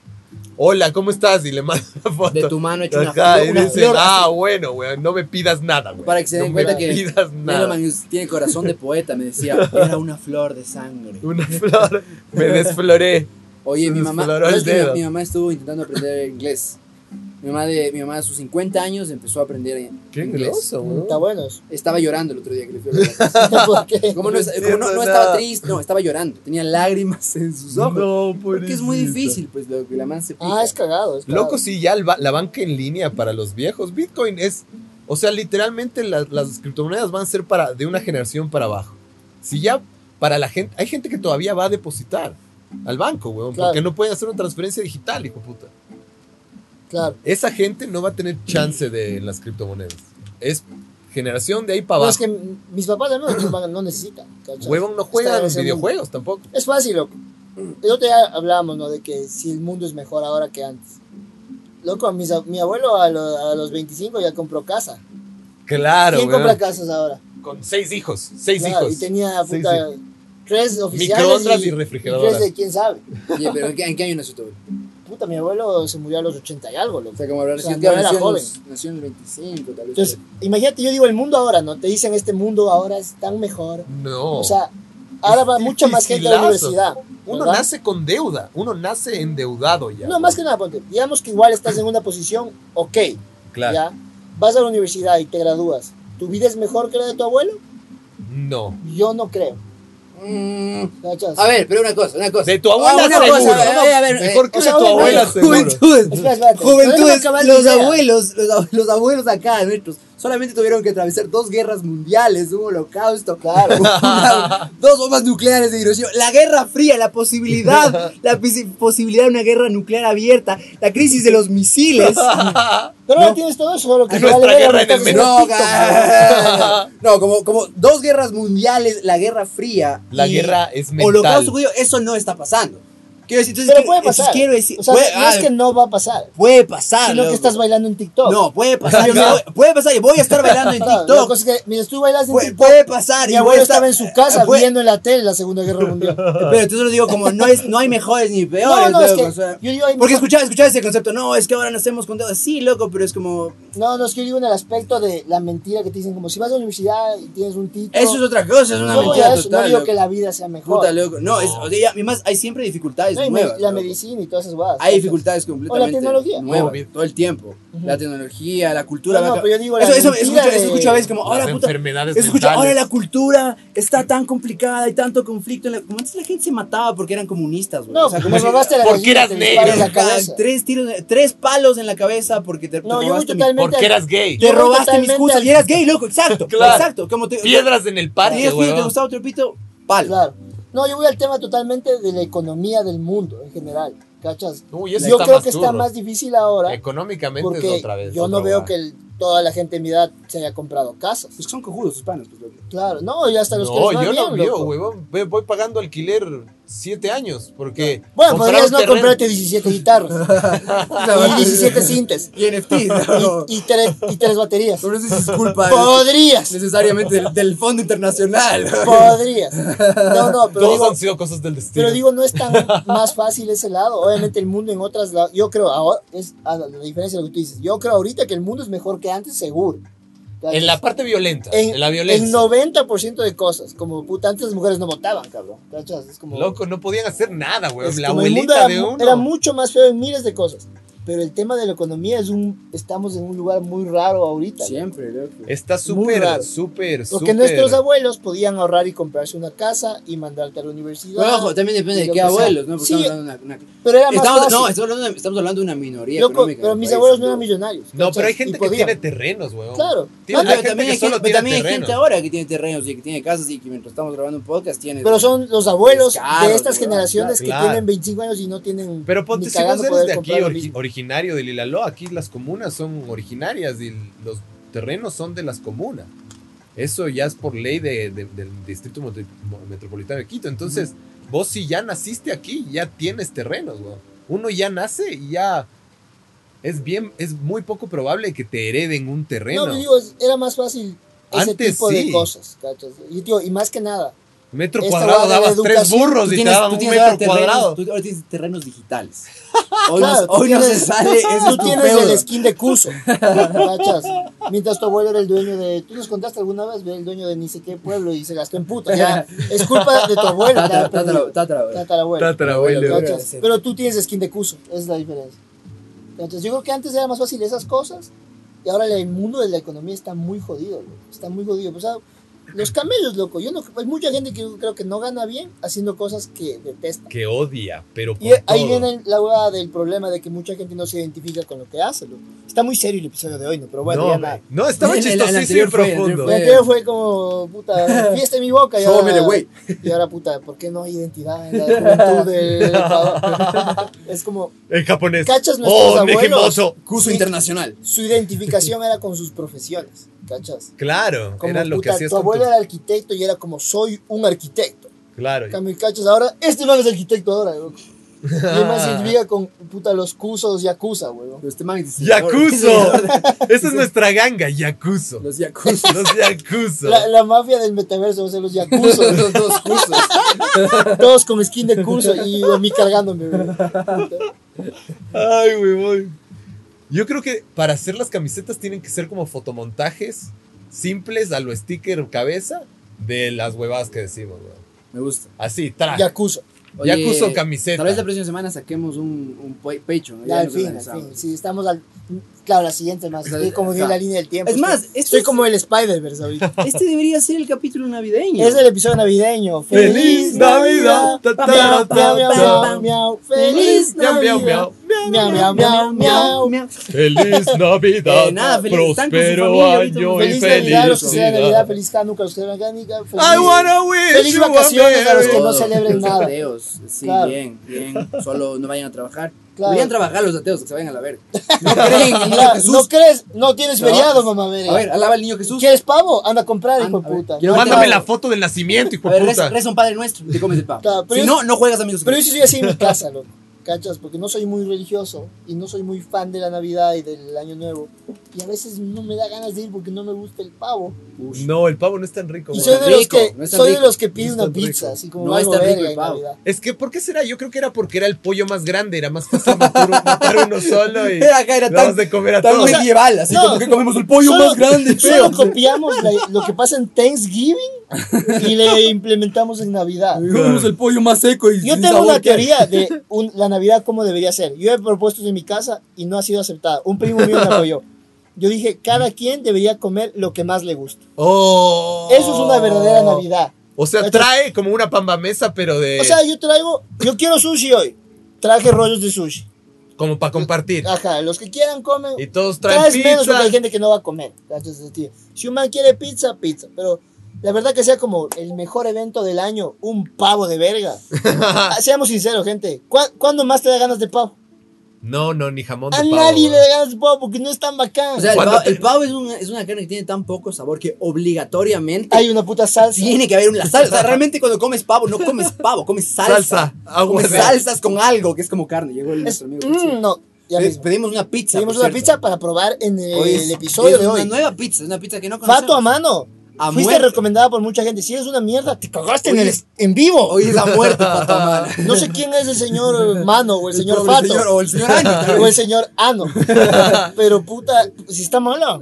[SPEAKER 3] Hola, ¿cómo estás? Y le mando la foto.
[SPEAKER 1] De tu mano hecho una,
[SPEAKER 3] Ajá, y
[SPEAKER 1] una
[SPEAKER 3] dicen,
[SPEAKER 1] flor.
[SPEAKER 3] ah, bueno, weón, no me pidas nada, weón.
[SPEAKER 1] Para que se den
[SPEAKER 3] no
[SPEAKER 1] cuenta
[SPEAKER 3] me
[SPEAKER 1] que
[SPEAKER 3] pidas
[SPEAKER 1] Melo
[SPEAKER 3] nada.
[SPEAKER 1] Manius tiene corazón de poeta, me
[SPEAKER 3] [laughs]
[SPEAKER 1] decía. Era una flor de sangre.
[SPEAKER 3] Una flor, me desfloré.
[SPEAKER 1] Oye,
[SPEAKER 3] Se
[SPEAKER 1] mi mamá,
[SPEAKER 3] descoloró
[SPEAKER 1] ¿sabes
[SPEAKER 3] el
[SPEAKER 1] que mi-
[SPEAKER 3] dedo.
[SPEAKER 1] mi, mamá estuvo intentando aprender inglés. Mi mamá, de, mi mamá a sus 50 años empezó a aprender
[SPEAKER 3] Qué
[SPEAKER 1] inglés.
[SPEAKER 3] groso,
[SPEAKER 2] Está
[SPEAKER 3] weón.
[SPEAKER 2] bueno [laughs] eso.
[SPEAKER 1] Estaba llorando el otro día que le fui a ver la
[SPEAKER 3] [laughs]
[SPEAKER 1] casa.
[SPEAKER 2] ¿Por qué?
[SPEAKER 1] Como no, es- como no- no estaba triste, no, estaba llorando. Tenía lágrimas en sus ojos.
[SPEAKER 3] No,
[SPEAKER 1] porque es muy
[SPEAKER 3] pobrecito.
[SPEAKER 1] difícil, pues, lo que la man se pica.
[SPEAKER 2] Ah, es cagado. Es cagado.
[SPEAKER 3] Loco, sí, ya el ba- la banca en línea para los viejos. Bitcoin es. O sea, literalmente la- las criptomonedas van a ser para, de una generación para abajo. Si ya para la gente. Hay gente que todavía va a depositar al banco, weón.
[SPEAKER 2] Claro.
[SPEAKER 3] Porque no puede hacer una transferencia digital, hijo puta.
[SPEAKER 2] Claro.
[SPEAKER 3] Esa gente no va a tener chance de las criptomonedas. Es generación de ahí para
[SPEAKER 2] No,
[SPEAKER 3] abajo.
[SPEAKER 2] es que mis papás de nuevo no, no necesitan. ¿cachas?
[SPEAKER 3] Huevón no
[SPEAKER 2] Está
[SPEAKER 3] juega a
[SPEAKER 2] en
[SPEAKER 3] los
[SPEAKER 2] ese mundo.
[SPEAKER 3] videojuegos tampoco.
[SPEAKER 2] Es fácil, loco. El otro día hablábamos, ¿no? De que si el mundo es mejor ahora que antes. Loco, mis ab- mi abuelo a, lo- a los 25 ya compró casa.
[SPEAKER 3] Claro,
[SPEAKER 2] ¿Quién
[SPEAKER 3] weón.
[SPEAKER 2] compra casas ahora?
[SPEAKER 3] Con seis hijos. Seis
[SPEAKER 2] Claro,
[SPEAKER 3] hijos.
[SPEAKER 2] Y tenía
[SPEAKER 3] Seis
[SPEAKER 2] puta, tres oficiales.
[SPEAKER 3] Microondas y
[SPEAKER 2] y
[SPEAKER 3] refrigeradoras.
[SPEAKER 2] tres de quién sabe.
[SPEAKER 1] Oye, pero ¿en qué, en qué año nació tu abuelo?
[SPEAKER 2] Puta, mi abuelo se murió a los 80 y algo,
[SPEAKER 1] O
[SPEAKER 2] loco.
[SPEAKER 1] sea, como hablar
[SPEAKER 2] O sea,
[SPEAKER 1] recién,
[SPEAKER 2] no era
[SPEAKER 1] nació, en
[SPEAKER 2] joven.
[SPEAKER 1] los- nació en el 25, tal vez.
[SPEAKER 2] Entonces, imagínate, yo digo el mundo ahora, ¿no? Te dicen este mundo ahora es tan mejor.
[SPEAKER 3] No.
[SPEAKER 2] O sea, ahora va mucha más gente a la
[SPEAKER 3] Dificilazo.
[SPEAKER 2] universidad.
[SPEAKER 3] Uno
[SPEAKER 2] ¿verdad?
[SPEAKER 3] nace con deuda, uno nace endeudado ya.
[SPEAKER 2] No, más que nada, ponte. Digamos que igual estás en una posición, ok,
[SPEAKER 3] Claro.
[SPEAKER 2] ya. Vas a la universidad y te gradúas. ¿Tu vida es mejor que la de tu abuelo?
[SPEAKER 3] No.
[SPEAKER 2] Yo no creo.
[SPEAKER 1] Mm,
[SPEAKER 2] ¿Cachas?
[SPEAKER 1] a ver, pero una cosa, una cosa.
[SPEAKER 3] De tu abuela
[SPEAKER 1] Ah, una
[SPEAKER 3] seguro.
[SPEAKER 1] cosa, a ver, a ver, a ver,
[SPEAKER 3] Mejor que
[SPEAKER 2] o sea,
[SPEAKER 3] de tu
[SPEAKER 2] obviamente,
[SPEAKER 3] abuela, seguro.
[SPEAKER 1] Juventudes.
[SPEAKER 2] Espera, espérate. Déjame
[SPEAKER 1] Juventudes,
[SPEAKER 2] acabar la
[SPEAKER 1] los
[SPEAKER 2] idea.
[SPEAKER 1] abuelos, los, ab- los abuelos acá nuestros, solamente tuvieron que atravesar dos guerras mundiales, un holocausto,
[SPEAKER 2] Claro.
[SPEAKER 1] [laughs] una- dos bombas nucleares de Hiroshima, la guerra fría, la posibilidad, la pisi- posibilidad de una guerra nuclear abierta, la crisis de los
[SPEAKER 3] [laughs]
[SPEAKER 1] misiles,
[SPEAKER 2] Pero ahora tienes todo eso, lo que
[SPEAKER 3] Y
[SPEAKER 2] te vale
[SPEAKER 3] nuestra
[SPEAKER 2] verga,
[SPEAKER 3] guerra en
[SPEAKER 2] estás
[SPEAKER 3] el
[SPEAKER 2] en
[SPEAKER 3] menú.
[SPEAKER 1] no,
[SPEAKER 2] TikTok,
[SPEAKER 1] ga- [laughs] no, como, como dos guerras mundiales, la guerra fría,
[SPEAKER 3] La
[SPEAKER 1] y
[SPEAKER 3] guerra es mental.
[SPEAKER 1] holocausto judío, eso no está pasando. Quiero decir, entonces,
[SPEAKER 2] Pero
[SPEAKER 1] quiero-
[SPEAKER 2] puede
[SPEAKER 1] entonces
[SPEAKER 2] pasar.
[SPEAKER 1] quiero decir,
[SPEAKER 2] o sea,
[SPEAKER 1] puede,
[SPEAKER 2] no es
[SPEAKER 1] ah,
[SPEAKER 2] que no va a pasar,
[SPEAKER 1] puede pasar,
[SPEAKER 2] sino que
[SPEAKER 1] loco.
[SPEAKER 2] estás bailando en TikTok.
[SPEAKER 1] No, puede
[SPEAKER 2] [laughs]
[SPEAKER 1] pasar. yo
[SPEAKER 2] Ajá.
[SPEAKER 1] voy- puede pasar. y Voy a estar bailando
[SPEAKER 2] [laughs]
[SPEAKER 1] en
[SPEAKER 2] Claro, la
[SPEAKER 1] TikTok.
[SPEAKER 2] cosa es que mientras tú bailas en
[SPEAKER 1] Puede,
[SPEAKER 2] TikTok,
[SPEAKER 1] puede pasar. y
[SPEAKER 2] mi
[SPEAKER 1] voy a
[SPEAKER 2] abuelo
[SPEAKER 1] estar-
[SPEAKER 2] estaba en su casa
[SPEAKER 1] puede-
[SPEAKER 2] viendo en la tele la Segunda
[SPEAKER 1] [laughs]
[SPEAKER 2] Guerra Mundial.
[SPEAKER 1] Pero entonces lo digo como no, es, no hay mejores ni
[SPEAKER 2] no,
[SPEAKER 1] peores.
[SPEAKER 2] no, es
[SPEAKER 1] loco,
[SPEAKER 2] que
[SPEAKER 1] o sea,
[SPEAKER 2] yo digo,
[SPEAKER 1] porque
[SPEAKER 2] hay mejor-
[SPEAKER 1] escuchaba, escuchaba ese concepto. No, es que ahora nacemos con dedos. Sí, loco, pero es como.
[SPEAKER 2] no, no, es que yo digo en el aspecto de la mentira que te dicen, como si vas a la universidad y tienes un título.
[SPEAKER 1] Eso es otra cosa, es una
[SPEAKER 2] yo voy a
[SPEAKER 1] mentira
[SPEAKER 2] eso, no
[SPEAKER 1] total.
[SPEAKER 2] digo
[SPEAKER 1] loco.
[SPEAKER 2] que la vida sea mejor.
[SPEAKER 1] Puta, loco. No, es, o sea, y además hay siempre dificultades dificultades
[SPEAKER 2] No, y me-
[SPEAKER 1] nuevas.
[SPEAKER 2] la
[SPEAKER 1] loco.
[SPEAKER 2] medicina y todas esas guadas.
[SPEAKER 1] Hay dificultades completamente
[SPEAKER 2] tecnología.
[SPEAKER 1] nuevas
[SPEAKER 3] Obvio.
[SPEAKER 1] todo el tiempo.
[SPEAKER 2] Ujú.
[SPEAKER 1] La tecnología, la cultura.
[SPEAKER 2] No, no,
[SPEAKER 1] va a-
[SPEAKER 2] pero yo digo la
[SPEAKER 1] eso, eso,
[SPEAKER 2] mentira
[SPEAKER 1] escucho,
[SPEAKER 2] de-
[SPEAKER 1] eso escucho a veces como, ahora
[SPEAKER 3] Las
[SPEAKER 1] puta,
[SPEAKER 3] enfermedades
[SPEAKER 1] Escucha,
[SPEAKER 3] mentales.
[SPEAKER 1] ahora la cultura está tan complicada y tanto conflicto. en la- como antes la gente se mataba porque eran comunistas, güey.
[SPEAKER 2] No, pues
[SPEAKER 1] o sea,
[SPEAKER 2] como
[SPEAKER 1] si-
[SPEAKER 2] robaste la
[SPEAKER 3] ¿Por
[SPEAKER 2] gallina,
[SPEAKER 3] qué eras
[SPEAKER 2] te disparas
[SPEAKER 1] te
[SPEAKER 3] negro?
[SPEAKER 2] la cabeza.
[SPEAKER 1] ca- tres, tiros, tres palos en la cabeza porque te, te
[SPEAKER 2] No, yo voy
[SPEAKER 1] robaste, mi-
[SPEAKER 2] totalmente.
[SPEAKER 3] Porque eras gay.
[SPEAKER 1] te
[SPEAKER 2] yo voy
[SPEAKER 1] robaste mis
[SPEAKER 2] totalmente
[SPEAKER 1] cosas
[SPEAKER 2] al-
[SPEAKER 1] y eras gay, loco. Exacto,
[SPEAKER 3] Claro.
[SPEAKER 1] exacto. Como te,
[SPEAKER 3] Piedras en el
[SPEAKER 1] si
[SPEAKER 3] parque,
[SPEAKER 1] eras gay, te
[SPEAKER 3] güey.
[SPEAKER 1] gustaba otro pito, palo.
[SPEAKER 2] Claro. No, yo voy al tema totalmente de la economía del mundo en general. ¿Cachas?
[SPEAKER 3] Uy, eso
[SPEAKER 2] yo
[SPEAKER 3] está
[SPEAKER 2] creo
[SPEAKER 3] más
[SPEAKER 2] que está
[SPEAKER 3] turro.
[SPEAKER 2] más difícil ahora
[SPEAKER 3] Económicamente es
[SPEAKER 2] porque
[SPEAKER 3] otra vez.
[SPEAKER 2] yo no
[SPEAKER 3] otro
[SPEAKER 2] veo
[SPEAKER 3] lugar.
[SPEAKER 2] que el- toda la gente de mi edad se haya comprado casas.
[SPEAKER 1] Pues son cojudos sus panos, pues,
[SPEAKER 2] [laughs]
[SPEAKER 1] loco.
[SPEAKER 2] Claro, no, y hasta los que
[SPEAKER 3] No,
[SPEAKER 2] les va
[SPEAKER 3] yo no
[SPEAKER 2] bien,
[SPEAKER 3] veo,
[SPEAKER 2] loco.
[SPEAKER 3] huevón. Ve- Voy pagando alquiler siete años porque.
[SPEAKER 2] Bueno,
[SPEAKER 3] comprar
[SPEAKER 2] podrías
[SPEAKER 3] un
[SPEAKER 2] no este
[SPEAKER 3] terreno-
[SPEAKER 2] comprarte 17 guitarras y 17 cintes
[SPEAKER 1] [laughs] Y
[SPEAKER 2] [laughs]
[SPEAKER 1] NFTs, no.
[SPEAKER 2] y, y, tres, y
[SPEAKER 1] [laughs]
[SPEAKER 2] tres baterías.
[SPEAKER 1] Pero eso sí es culpa
[SPEAKER 2] [laughs] Podrías,
[SPEAKER 1] necesariamente del, del Fondo Internacional.
[SPEAKER 2] podrías. No, no, pero
[SPEAKER 3] Todos
[SPEAKER 2] digo,
[SPEAKER 3] han sido cosas del destino.
[SPEAKER 2] pero digo, no es tan
[SPEAKER 3] [laughs]
[SPEAKER 2] más fácil ese lado. Obviamente el mundo en otras, la- yo creo, ahora es a la la diferencia de lo que tú dices. Yo creo ahorita que el mundo es mejor que antes, seguro.
[SPEAKER 3] en la parte violenta. En,
[SPEAKER 2] En-
[SPEAKER 3] la
[SPEAKER 2] El
[SPEAKER 3] violencia.
[SPEAKER 2] 90% de cosas, como puta, antes las mujeres no votaban, cabrón. ¿Cachas? Es como,
[SPEAKER 3] Loco, no podían hacer nada,
[SPEAKER 2] Es
[SPEAKER 3] huevón. La
[SPEAKER 2] como el mundo
[SPEAKER 3] abuelita
[SPEAKER 2] era
[SPEAKER 3] de
[SPEAKER 2] mu-
[SPEAKER 3] uno.
[SPEAKER 2] Era mucho más feo en miles de cosas. Pero el tema de la economía es un. Estamos en un lugar muy raro ahorita. ¿no?
[SPEAKER 1] [laughs] Siempre, loco.
[SPEAKER 3] Está
[SPEAKER 2] raro.
[SPEAKER 3] súper, súper,
[SPEAKER 2] Porque
[SPEAKER 3] súper.
[SPEAKER 2] nuestros abuelos podían ahorrar y comprarse una casa y mandarte a la universidad.
[SPEAKER 1] Pero ojo, también depende
[SPEAKER 2] y
[SPEAKER 1] de
[SPEAKER 2] lo
[SPEAKER 1] qué
[SPEAKER 2] que sea.
[SPEAKER 1] abuelos, ¿no? Porque
[SPEAKER 2] Sí,
[SPEAKER 1] estamos hablando de una- una
[SPEAKER 2] pero era más
[SPEAKER 1] Estamos,
[SPEAKER 2] fácil.
[SPEAKER 1] no, estamos hablando, de, estamos hablando de una minoría
[SPEAKER 2] Loco,
[SPEAKER 1] económica.
[SPEAKER 2] pero
[SPEAKER 1] del
[SPEAKER 2] mis
[SPEAKER 1] país,
[SPEAKER 2] abuelos no
[SPEAKER 1] ¿no?
[SPEAKER 2] eran millonarios.
[SPEAKER 3] No, pero hay
[SPEAKER 2] ¿cachas?
[SPEAKER 3] gente
[SPEAKER 2] Y
[SPEAKER 3] que
[SPEAKER 2] podían.
[SPEAKER 3] tiene terrenos, huevón.
[SPEAKER 2] Claro.
[SPEAKER 3] Tiene-
[SPEAKER 1] Ah,
[SPEAKER 3] hay
[SPEAKER 1] pero
[SPEAKER 3] gente
[SPEAKER 1] también,
[SPEAKER 3] que
[SPEAKER 1] hay
[SPEAKER 3] solo
[SPEAKER 1] gente, pero
[SPEAKER 3] tira
[SPEAKER 1] también hay gente
[SPEAKER 3] terrenos.
[SPEAKER 1] ahora que tiene terrenos y que tiene casas y que mientras estamos grabando un podcast tiene.
[SPEAKER 2] Pero son los abuelos
[SPEAKER 1] Claro,
[SPEAKER 2] de estas
[SPEAKER 1] claro,
[SPEAKER 2] generaciones
[SPEAKER 3] claro.
[SPEAKER 2] que tienen 25 años y no tienen.
[SPEAKER 3] Pero
[SPEAKER 2] ni
[SPEAKER 3] ponte, si
[SPEAKER 2] cagando
[SPEAKER 3] vos eres
[SPEAKER 2] poder
[SPEAKER 3] de aquí,
[SPEAKER 2] comprar lo
[SPEAKER 3] origi-
[SPEAKER 2] mismo.
[SPEAKER 3] originario del Ilaló, aquí las comunas son originarias y los terrenos son de las comunas. Eso ya es por ley de- de- del Distrito Motri- Mo- Metropolitano de Quito. Entonces, vos si ya naciste aquí, ya tienes terrenos, weón. Uno ya nace y ya es bien, es muy poco probable que te hereden un terreno.
[SPEAKER 2] No, yo digo, es- era más fácil ese
[SPEAKER 3] Antes
[SPEAKER 2] tipo de
[SPEAKER 3] sí.
[SPEAKER 2] cosas. ¿cachas? Y, tío, y más que nada,
[SPEAKER 3] metro
[SPEAKER 2] esta
[SPEAKER 3] cuadrado
[SPEAKER 2] guada de
[SPEAKER 3] dabas tres
[SPEAKER 2] educación,
[SPEAKER 3] burros y te daban un metro
[SPEAKER 1] ahora terrenos,
[SPEAKER 3] cuadrado.
[SPEAKER 1] tú ahora tienes terrenos
[SPEAKER 2] [laughs]
[SPEAKER 1] digitales. Hoy,
[SPEAKER 2] Claro,
[SPEAKER 1] no,
[SPEAKER 2] tú
[SPEAKER 1] hoy no se
[SPEAKER 2] tienes-
[SPEAKER 1] sale ese
[SPEAKER 2] [laughs] Tú
[SPEAKER 1] es tu
[SPEAKER 2] tienes
[SPEAKER 1] feudo.
[SPEAKER 2] el skin de Cuso, ¿cachas? Mientras tu abuelo era el dueño de. Tú nos contaste alguna vez, ve, el dueño de ni sé qué pueblo y se gastó en
[SPEAKER 1] [laughs]
[SPEAKER 2] puta. Ya, pues, es culpa de tu abuelo.
[SPEAKER 1] Tátara- tátara-
[SPEAKER 2] ya, perdido.
[SPEAKER 1] tátara-
[SPEAKER 2] Tatarabuelo,
[SPEAKER 3] Tatarabuelo.
[SPEAKER 1] Tatarabuelo.
[SPEAKER 2] ¿cachas? Pero tú tienes skin de Cuso, esa es la diferencia. ¿Cachas? Yo creo que antes era más fácil esas cosas y ahora el mundo de la economía está muy jodido, loco, está muy jodido. O sea, los camellos, loco. Yo no, hay mucha gente que yo creo que no gana bien haciendo cosas que detesta.
[SPEAKER 3] Que odia, pero
[SPEAKER 2] Y
[SPEAKER 3] por
[SPEAKER 2] ahí
[SPEAKER 3] todo.
[SPEAKER 2] viene la hueá del problema de que mucha gente no se identifica con lo que hace. loco. Está muy serio el episodio de hoy, ¿no? pero bueno,
[SPEAKER 3] no,
[SPEAKER 2] ya
[SPEAKER 3] güey.
[SPEAKER 2] nada.
[SPEAKER 3] no, estaba
[SPEAKER 1] El- el- el
[SPEAKER 3] chistosísimo
[SPEAKER 1] anterior
[SPEAKER 3] y
[SPEAKER 1] fue- el
[SPEAKER 3] profundo.
[SPEAKER 1] anterior
[SPEAKER 2] El anterior fue como, puta, [laughs] fiesta en mi boca. Y
[SPEAKER 1] Show me the
[SPEAKER 2] ahora,
[SPEAKER 1] way.
[SPEAKER 2] y ahora, puta, ¿por qué no hay identidad en la juventud [laughs] del Ecuador? Es como,
[SPEAKER 3] eh, En japonés.
[SPEAKER 2] ¿cachas nuestros
[SPEAKER 3] Oh,
[SPEAKER 2] abuelos?
[SPEAKER 3] Negemoso.
[SPEAKER 1] Curso
[SPEAKER 2] Sí.
[SPEAKER 1] internacional.
[SPEAKER 2] Su identificación era con sus profesiones, ¿cachas?
[SPEAKER 3] Claro,
[SPEAKER 2] Como,
[SPEAKER 3] era lo que
[SPEAKER 2] puta,
[SPEAKER 3] hacías
[SPEAKER 2] tu
[SPEAKER 3] con
[SPEAKER 2] abuelo
[SPEAKER 3] tu-
[SPEAKER 2] era arquitecto y era como, soy un arquitecto.
[SPEAKER 3] Claro.
[SPEAKER 2] Cambio, ¿cachas? Ahora, este man es arquitecto ahora, loco. Y además
[SPEAKER 3] [laughs]
[SPEAKER 2] se identifica con, puta, los cusos y acusa, weón.
[SPEAKER 1] Pero este man es diseñador.
[SPEAKER 3] Yakuzo. Esa es nuestra ganga, Yakuzo.
[SPEAKER 1] [laughs] Los Yakuzo.
[SPEAKER 3] Los Yakuzo.
[SPEAKER 2] La, la mafia del metaverso, o sea, los
[SPEAKER 3] [laughs]
[SPEAKER 2] yakuza,
[SPEAKER 1] Los dos cursos.
[SPEAKER 2] todos con skin de curso y a mí cargándome.
[SPEAKER 3] [laughs]
[SPEAKER 2] güey.
[SPEAKER 3] Ay, huevón. Yo creo que para hacer las camisetas tienen que ser como fotomontajes simples a lo sticker cabeza de las huevadas que decimos, weón.
[SPEAKER 1] Me gusta.
[SPEAKER 3] Así, tra.
[SPEAKER 2] Yakuza.
[SPEAKER 1] Oye,
[SPEAKER 3] Yakuzo camiseta.
[SPEAKER 1] Tal vez la próxima semana saquemos un, un pe- pecho. ¿no?
[SPEAKER 2] Ya,
[SPEAKER 1] Ya
[SPEAKER 2] al
[SPEAKER 1] nos
[SPEAKER 2] fin, al
[SPEAKER 1] organizamos.
[SPEAKER 2] fin. Sí, estamos al. Claro, la siguiente más. Estoy como en la línea del tiempo.
[SPEAKER 1] Es más,
[SPEAKER 2] estoy,
[SPEAKER 1] esto
[SPEAKER 2] estoy
[SPEAKER 1] es-
[SPEAKER 2] como el Spider-Verse ahorita.
[SPEAKER 1] Este debería ser el capítulo navideño.
[SPEAKER 2] Es el episodio navideño.
[SPEAKER 3] ¡Feliz Navidad! Ta, ta,
[SPEAKER 2] Miau,
[SPEAKER 3] ta,
[SPEAKER 2] miau,
[SPEAKER 3] ta,
[SPEAKER 2] miau,
[SPEAKER 1] ta.
[SPEAKER 2] miau.
[SPEAKER 1] ¡Feliz
[SPEAKER 2] ¡Feliz
[SPEAKER 3] Miau, miau,
[SPEAKER 2] Navidad!
[SPEAKER 3] miau.
[SPEAKER 2] Miau, miau, miau, miau.
[SPEAKER 3] Feliz Navidad.
[SPEAKER 1] Eh, nada, feliz- están con su
[SPEAKER 3] Próspero
[SPEAKER 1] familia ahorita,
[SPEAKER 3] año y
[SPEAKER 2] Feliz Navidad a los que
[SPEAKER 3] feliz.
[SPEAKER 2] celebran Navidad. Feliz Hanukkah a los que celebran Hanukkah.
[SPEAKER 3] I
[SPEAKER 2] Feliz-
[SPEAKER 3] wanna wish
[SPEAKER 2] Feliz
[SPEAKER 3] you a
[SPEAKER 2] vacaciones a los que
[SPEAKER 3] merry-
[SPEAKER 2] no [laughs] celebren
[SPEAKER 1] Los
[SPEAKER 2] nada.
[SPEAKER 1] ateos, sí,
[SPEAKER 2] Claro.
[SPEAKER 1] bien, bien. Solo no vayan a trabajar.
[SPEAKER 2] Claro.
[SPEAKER 1] Deberían trabajar los ateos, que se vayan a la verga. No creen en el niño [laughs]
[SPEAKER 2] Claro,
[SPEAKER 1] Jesús.
[SPEAKER 2] ¿No crees? No tienes
[SPEAKER 1] No.
[SPEAKER 2] feriado, mamá.
[SPEAKER 1] A ver, alaba al niño Jesús.
[SPEAKER 2] ¿Quieres pavo? Anda a comprar, hijo
[SPEAKER 1] Anda,
[SPEAKER 2] de
[SPEAKER 1] a ver.
[SPEAKER 2] puta.
[SPEAKER 1] Quiero-
[SPEAKER 3] Mándame
[SPEAKER 1] Claro.
[SPEAKER 3] la foto del nacimiento, hijo
[SPEAKER 1] A
[SPEAKER 3] de
[SPEAKER 1] ver, reza,
[SPEAKER 3] puta.
[SPEAKER 1] reza un Padre Nuestro y te comes el pavo.
[SPEAKER 2] Claro, pero
[SPEAKER 1] si
[SPEAKER 2] yo-
[SPEAKER 1] no, no juegas amigos.
[SPEAKER 2] Pero yo sí soy así en mi casa, loco. ¿Cachas? Porque no soy muy religioso y no soy muy fan de la Navidad y del Año Nuevo. Y a veces no me da ganas de ir porque no me gusta el pavo.
[SPEAKER 3] No, el pavo no es tan rico.
[SPEAKER 2] Y
[SPEAKER 3] güey.
[SPEAKER 2] soy de los
[SPEAKER 1] rico,
[SPEAKER 2] que,
[SPEAKER 1] no es tan
[SPEAKER 2] soy de
[SPEAKER 1] rico,
[SPEAKER 2] los que pide
[SPEAKER 3] no es
[SPEAKER 2] una
[SPEAKER 3] tan rico.
[SPEAKER 2] pizza, así como
[SPEAKER 1] No
[SPEAKER 2] no algo
[SPEAKER 1] está rico
[SPEAKER 2] verga
[SPEAKER 1] el
[SPEAKER 2] en
[SPEAKER 1] pavo.
[SPEAKER 2] Navidad.
[SPEAKER 3] Es que, ¿por qué será? Yo creo que era porque era el pollo más grande, era más fácil matar, un- matar
[SPEAKER 2] [laughs]
[SPEAKER 3] uno solo y
[SPEAKER 1] Era acá, era
[SPEAKER 3] dabas
[SPEAKER 1] tan,
[SPEAKER 3] de comer a
[SPEAKER 1] tan
[SPEAKER 3] todos.
[SPEAKER 1] medieval. Así
[SPEAKER 2] no.
[SPEAKER 1] como que comemos el pollo
[SPEAKER 2] [laughs] Solo-
[SPEAKER 1] más grande y
[SPEAKER 2] Solo
[SPEAKER 1] feo.
[SPEAKER 2] copiamos la- lo que pasa en Thanksgiving
[SPEAKER 1] [laughs]
[SPEAKER 2] y le implementamos en Navidad.
[SPEAKER 4] Comemos el pollo más seco y
[SPEAKER 2] Yo
[SPEAKER 4] sin
[SPEAKER 2] tengo
[SPEAKER 4] sabor
[SPEAKER 2] una
[SPEAKER 4] que-
[SPEAKER 2] teoría de un- la Navidad cómo debería ser. Yo he propuesto en mi casa y no ha sido aceptada. Un primo mío me apoyó. Yo dije, cada quien debería comer lo que más le gusta.
[SPEAKER 3] Oh.
[SPEAKER 2] Eso es una verdadera
[SPEAKER 1] Oh.
[SPEAKER 2] Navidad.
[SPEAKER 3] O sea, trae como una pamba mesa, pero de.
[SPEAKER 2] O sea, yo traigo, yo quiero sushi hoy. Traje rollos de sushi.
[SPEAKER 3] como para compartir.
[SPEAKER 2] Ajá, los que quieran comen.
[SPEAKER 3] Y todos traen
[SPEAKER 2] ah, Traes menos porque
[SPEAKER 3] pizza.
[SPEAKER 2] hay gente que no va a comer. ¿cachas? Así, Si un man quiere pizza, pizza. Pero la verdad que sea como el mejor evento del año, un pavo de
[SPEAKER 3] [laughs]
[SPEAKER 2] verga. Ah, Seamos sinceros, gente. ¿Cuá- ¿Cuándo más te da ganas de pavo?
[SPEAKER 3] No, no, ni jamón de
[SPEAKER 2] A
[SPEAKER 3] pavo,
[SPEAKER 2] nadie le
[SPEAKER 3] weón.
[SPEAKER 2] da ganas de pavo porque no es tan bacán.
[SPEAKER 1] O sea, el
[SPEAKER 3] ¿Cuándo
[SPEAKER 1] pavo,
[SPEAKER 3] te-
[SPEAKER 1] el pavo es, una, es una carne que tiene tan poco sabor que obligatoriamente
[SPEAKER 2] hay una puta salsa.
[SPEAKER 1] tiene que haber una salsa. O sea, realmente cuando comes pavo, no comes pavo, comes salsa.
[SPEAKER 3] Salsa, agua
[SPEAKER 1] comes
[SPEAKER 3] de-
[SPEAKER 1] salsas con algo que es como carne. Llegó el
[SPEAKER 2] Es-
[SPEAKER 1] nuestro amigo.
[SPEAKER 2] Mm, no, ya
[SPEAKER 1] Les
[SPEAKER 2] mismo.
[SPEAKER 1] pedimos una pizza.
[SPEAKER 2] Pedimos
[SPEAKER 1] por
[SPEAKER 2] una
[SPEAKER 1] cierto.
[SPEAKER 2] pizza para probar en el,
[SPEAKER 1] Hoy es-
[SPEAKER 2] episodio
[SPEAKER 1] es
[SPEAKER 2] de
[SPEAKER 1] Una
[SPEAKER 2] hoy.
[SPEAKER 1] nueva pizza, es una pizza que no conocemos.
[SPEAKER 2] Fato a mano.
[SPEAKER 1] A
[SPEAKER 2] Fuiste
[SPEAKER 1] muerte.
[SPEAKER 2] recomendada por mucha gente. Si eres una mierda, te cagaste en,
[SPEAKER 1] Hoy
[SPEAKER 2] el,
[SPEAKER 1] es-
[SPEAKER 2] en vivo.
[SPEAKER 1] Hoy es la muerte,
[SPEAKER 2] [laughs]
[SPEAKER 1] Fato a mano.
[SPEAKER 2] No sé quién es el señor Mano o el señor
[SPEAKER 1] o el
[SPEAKER 2] Fato.
[SPEAKER 1] señor- o el señor Año, tal
[SPEAKER 2] O el
[SPEAKER 1] vez.
[SPEAKER 2] señor
[SPEAKER 3] [laughs]
[SPEAKER 2] Ano. Pero puta, si está malo.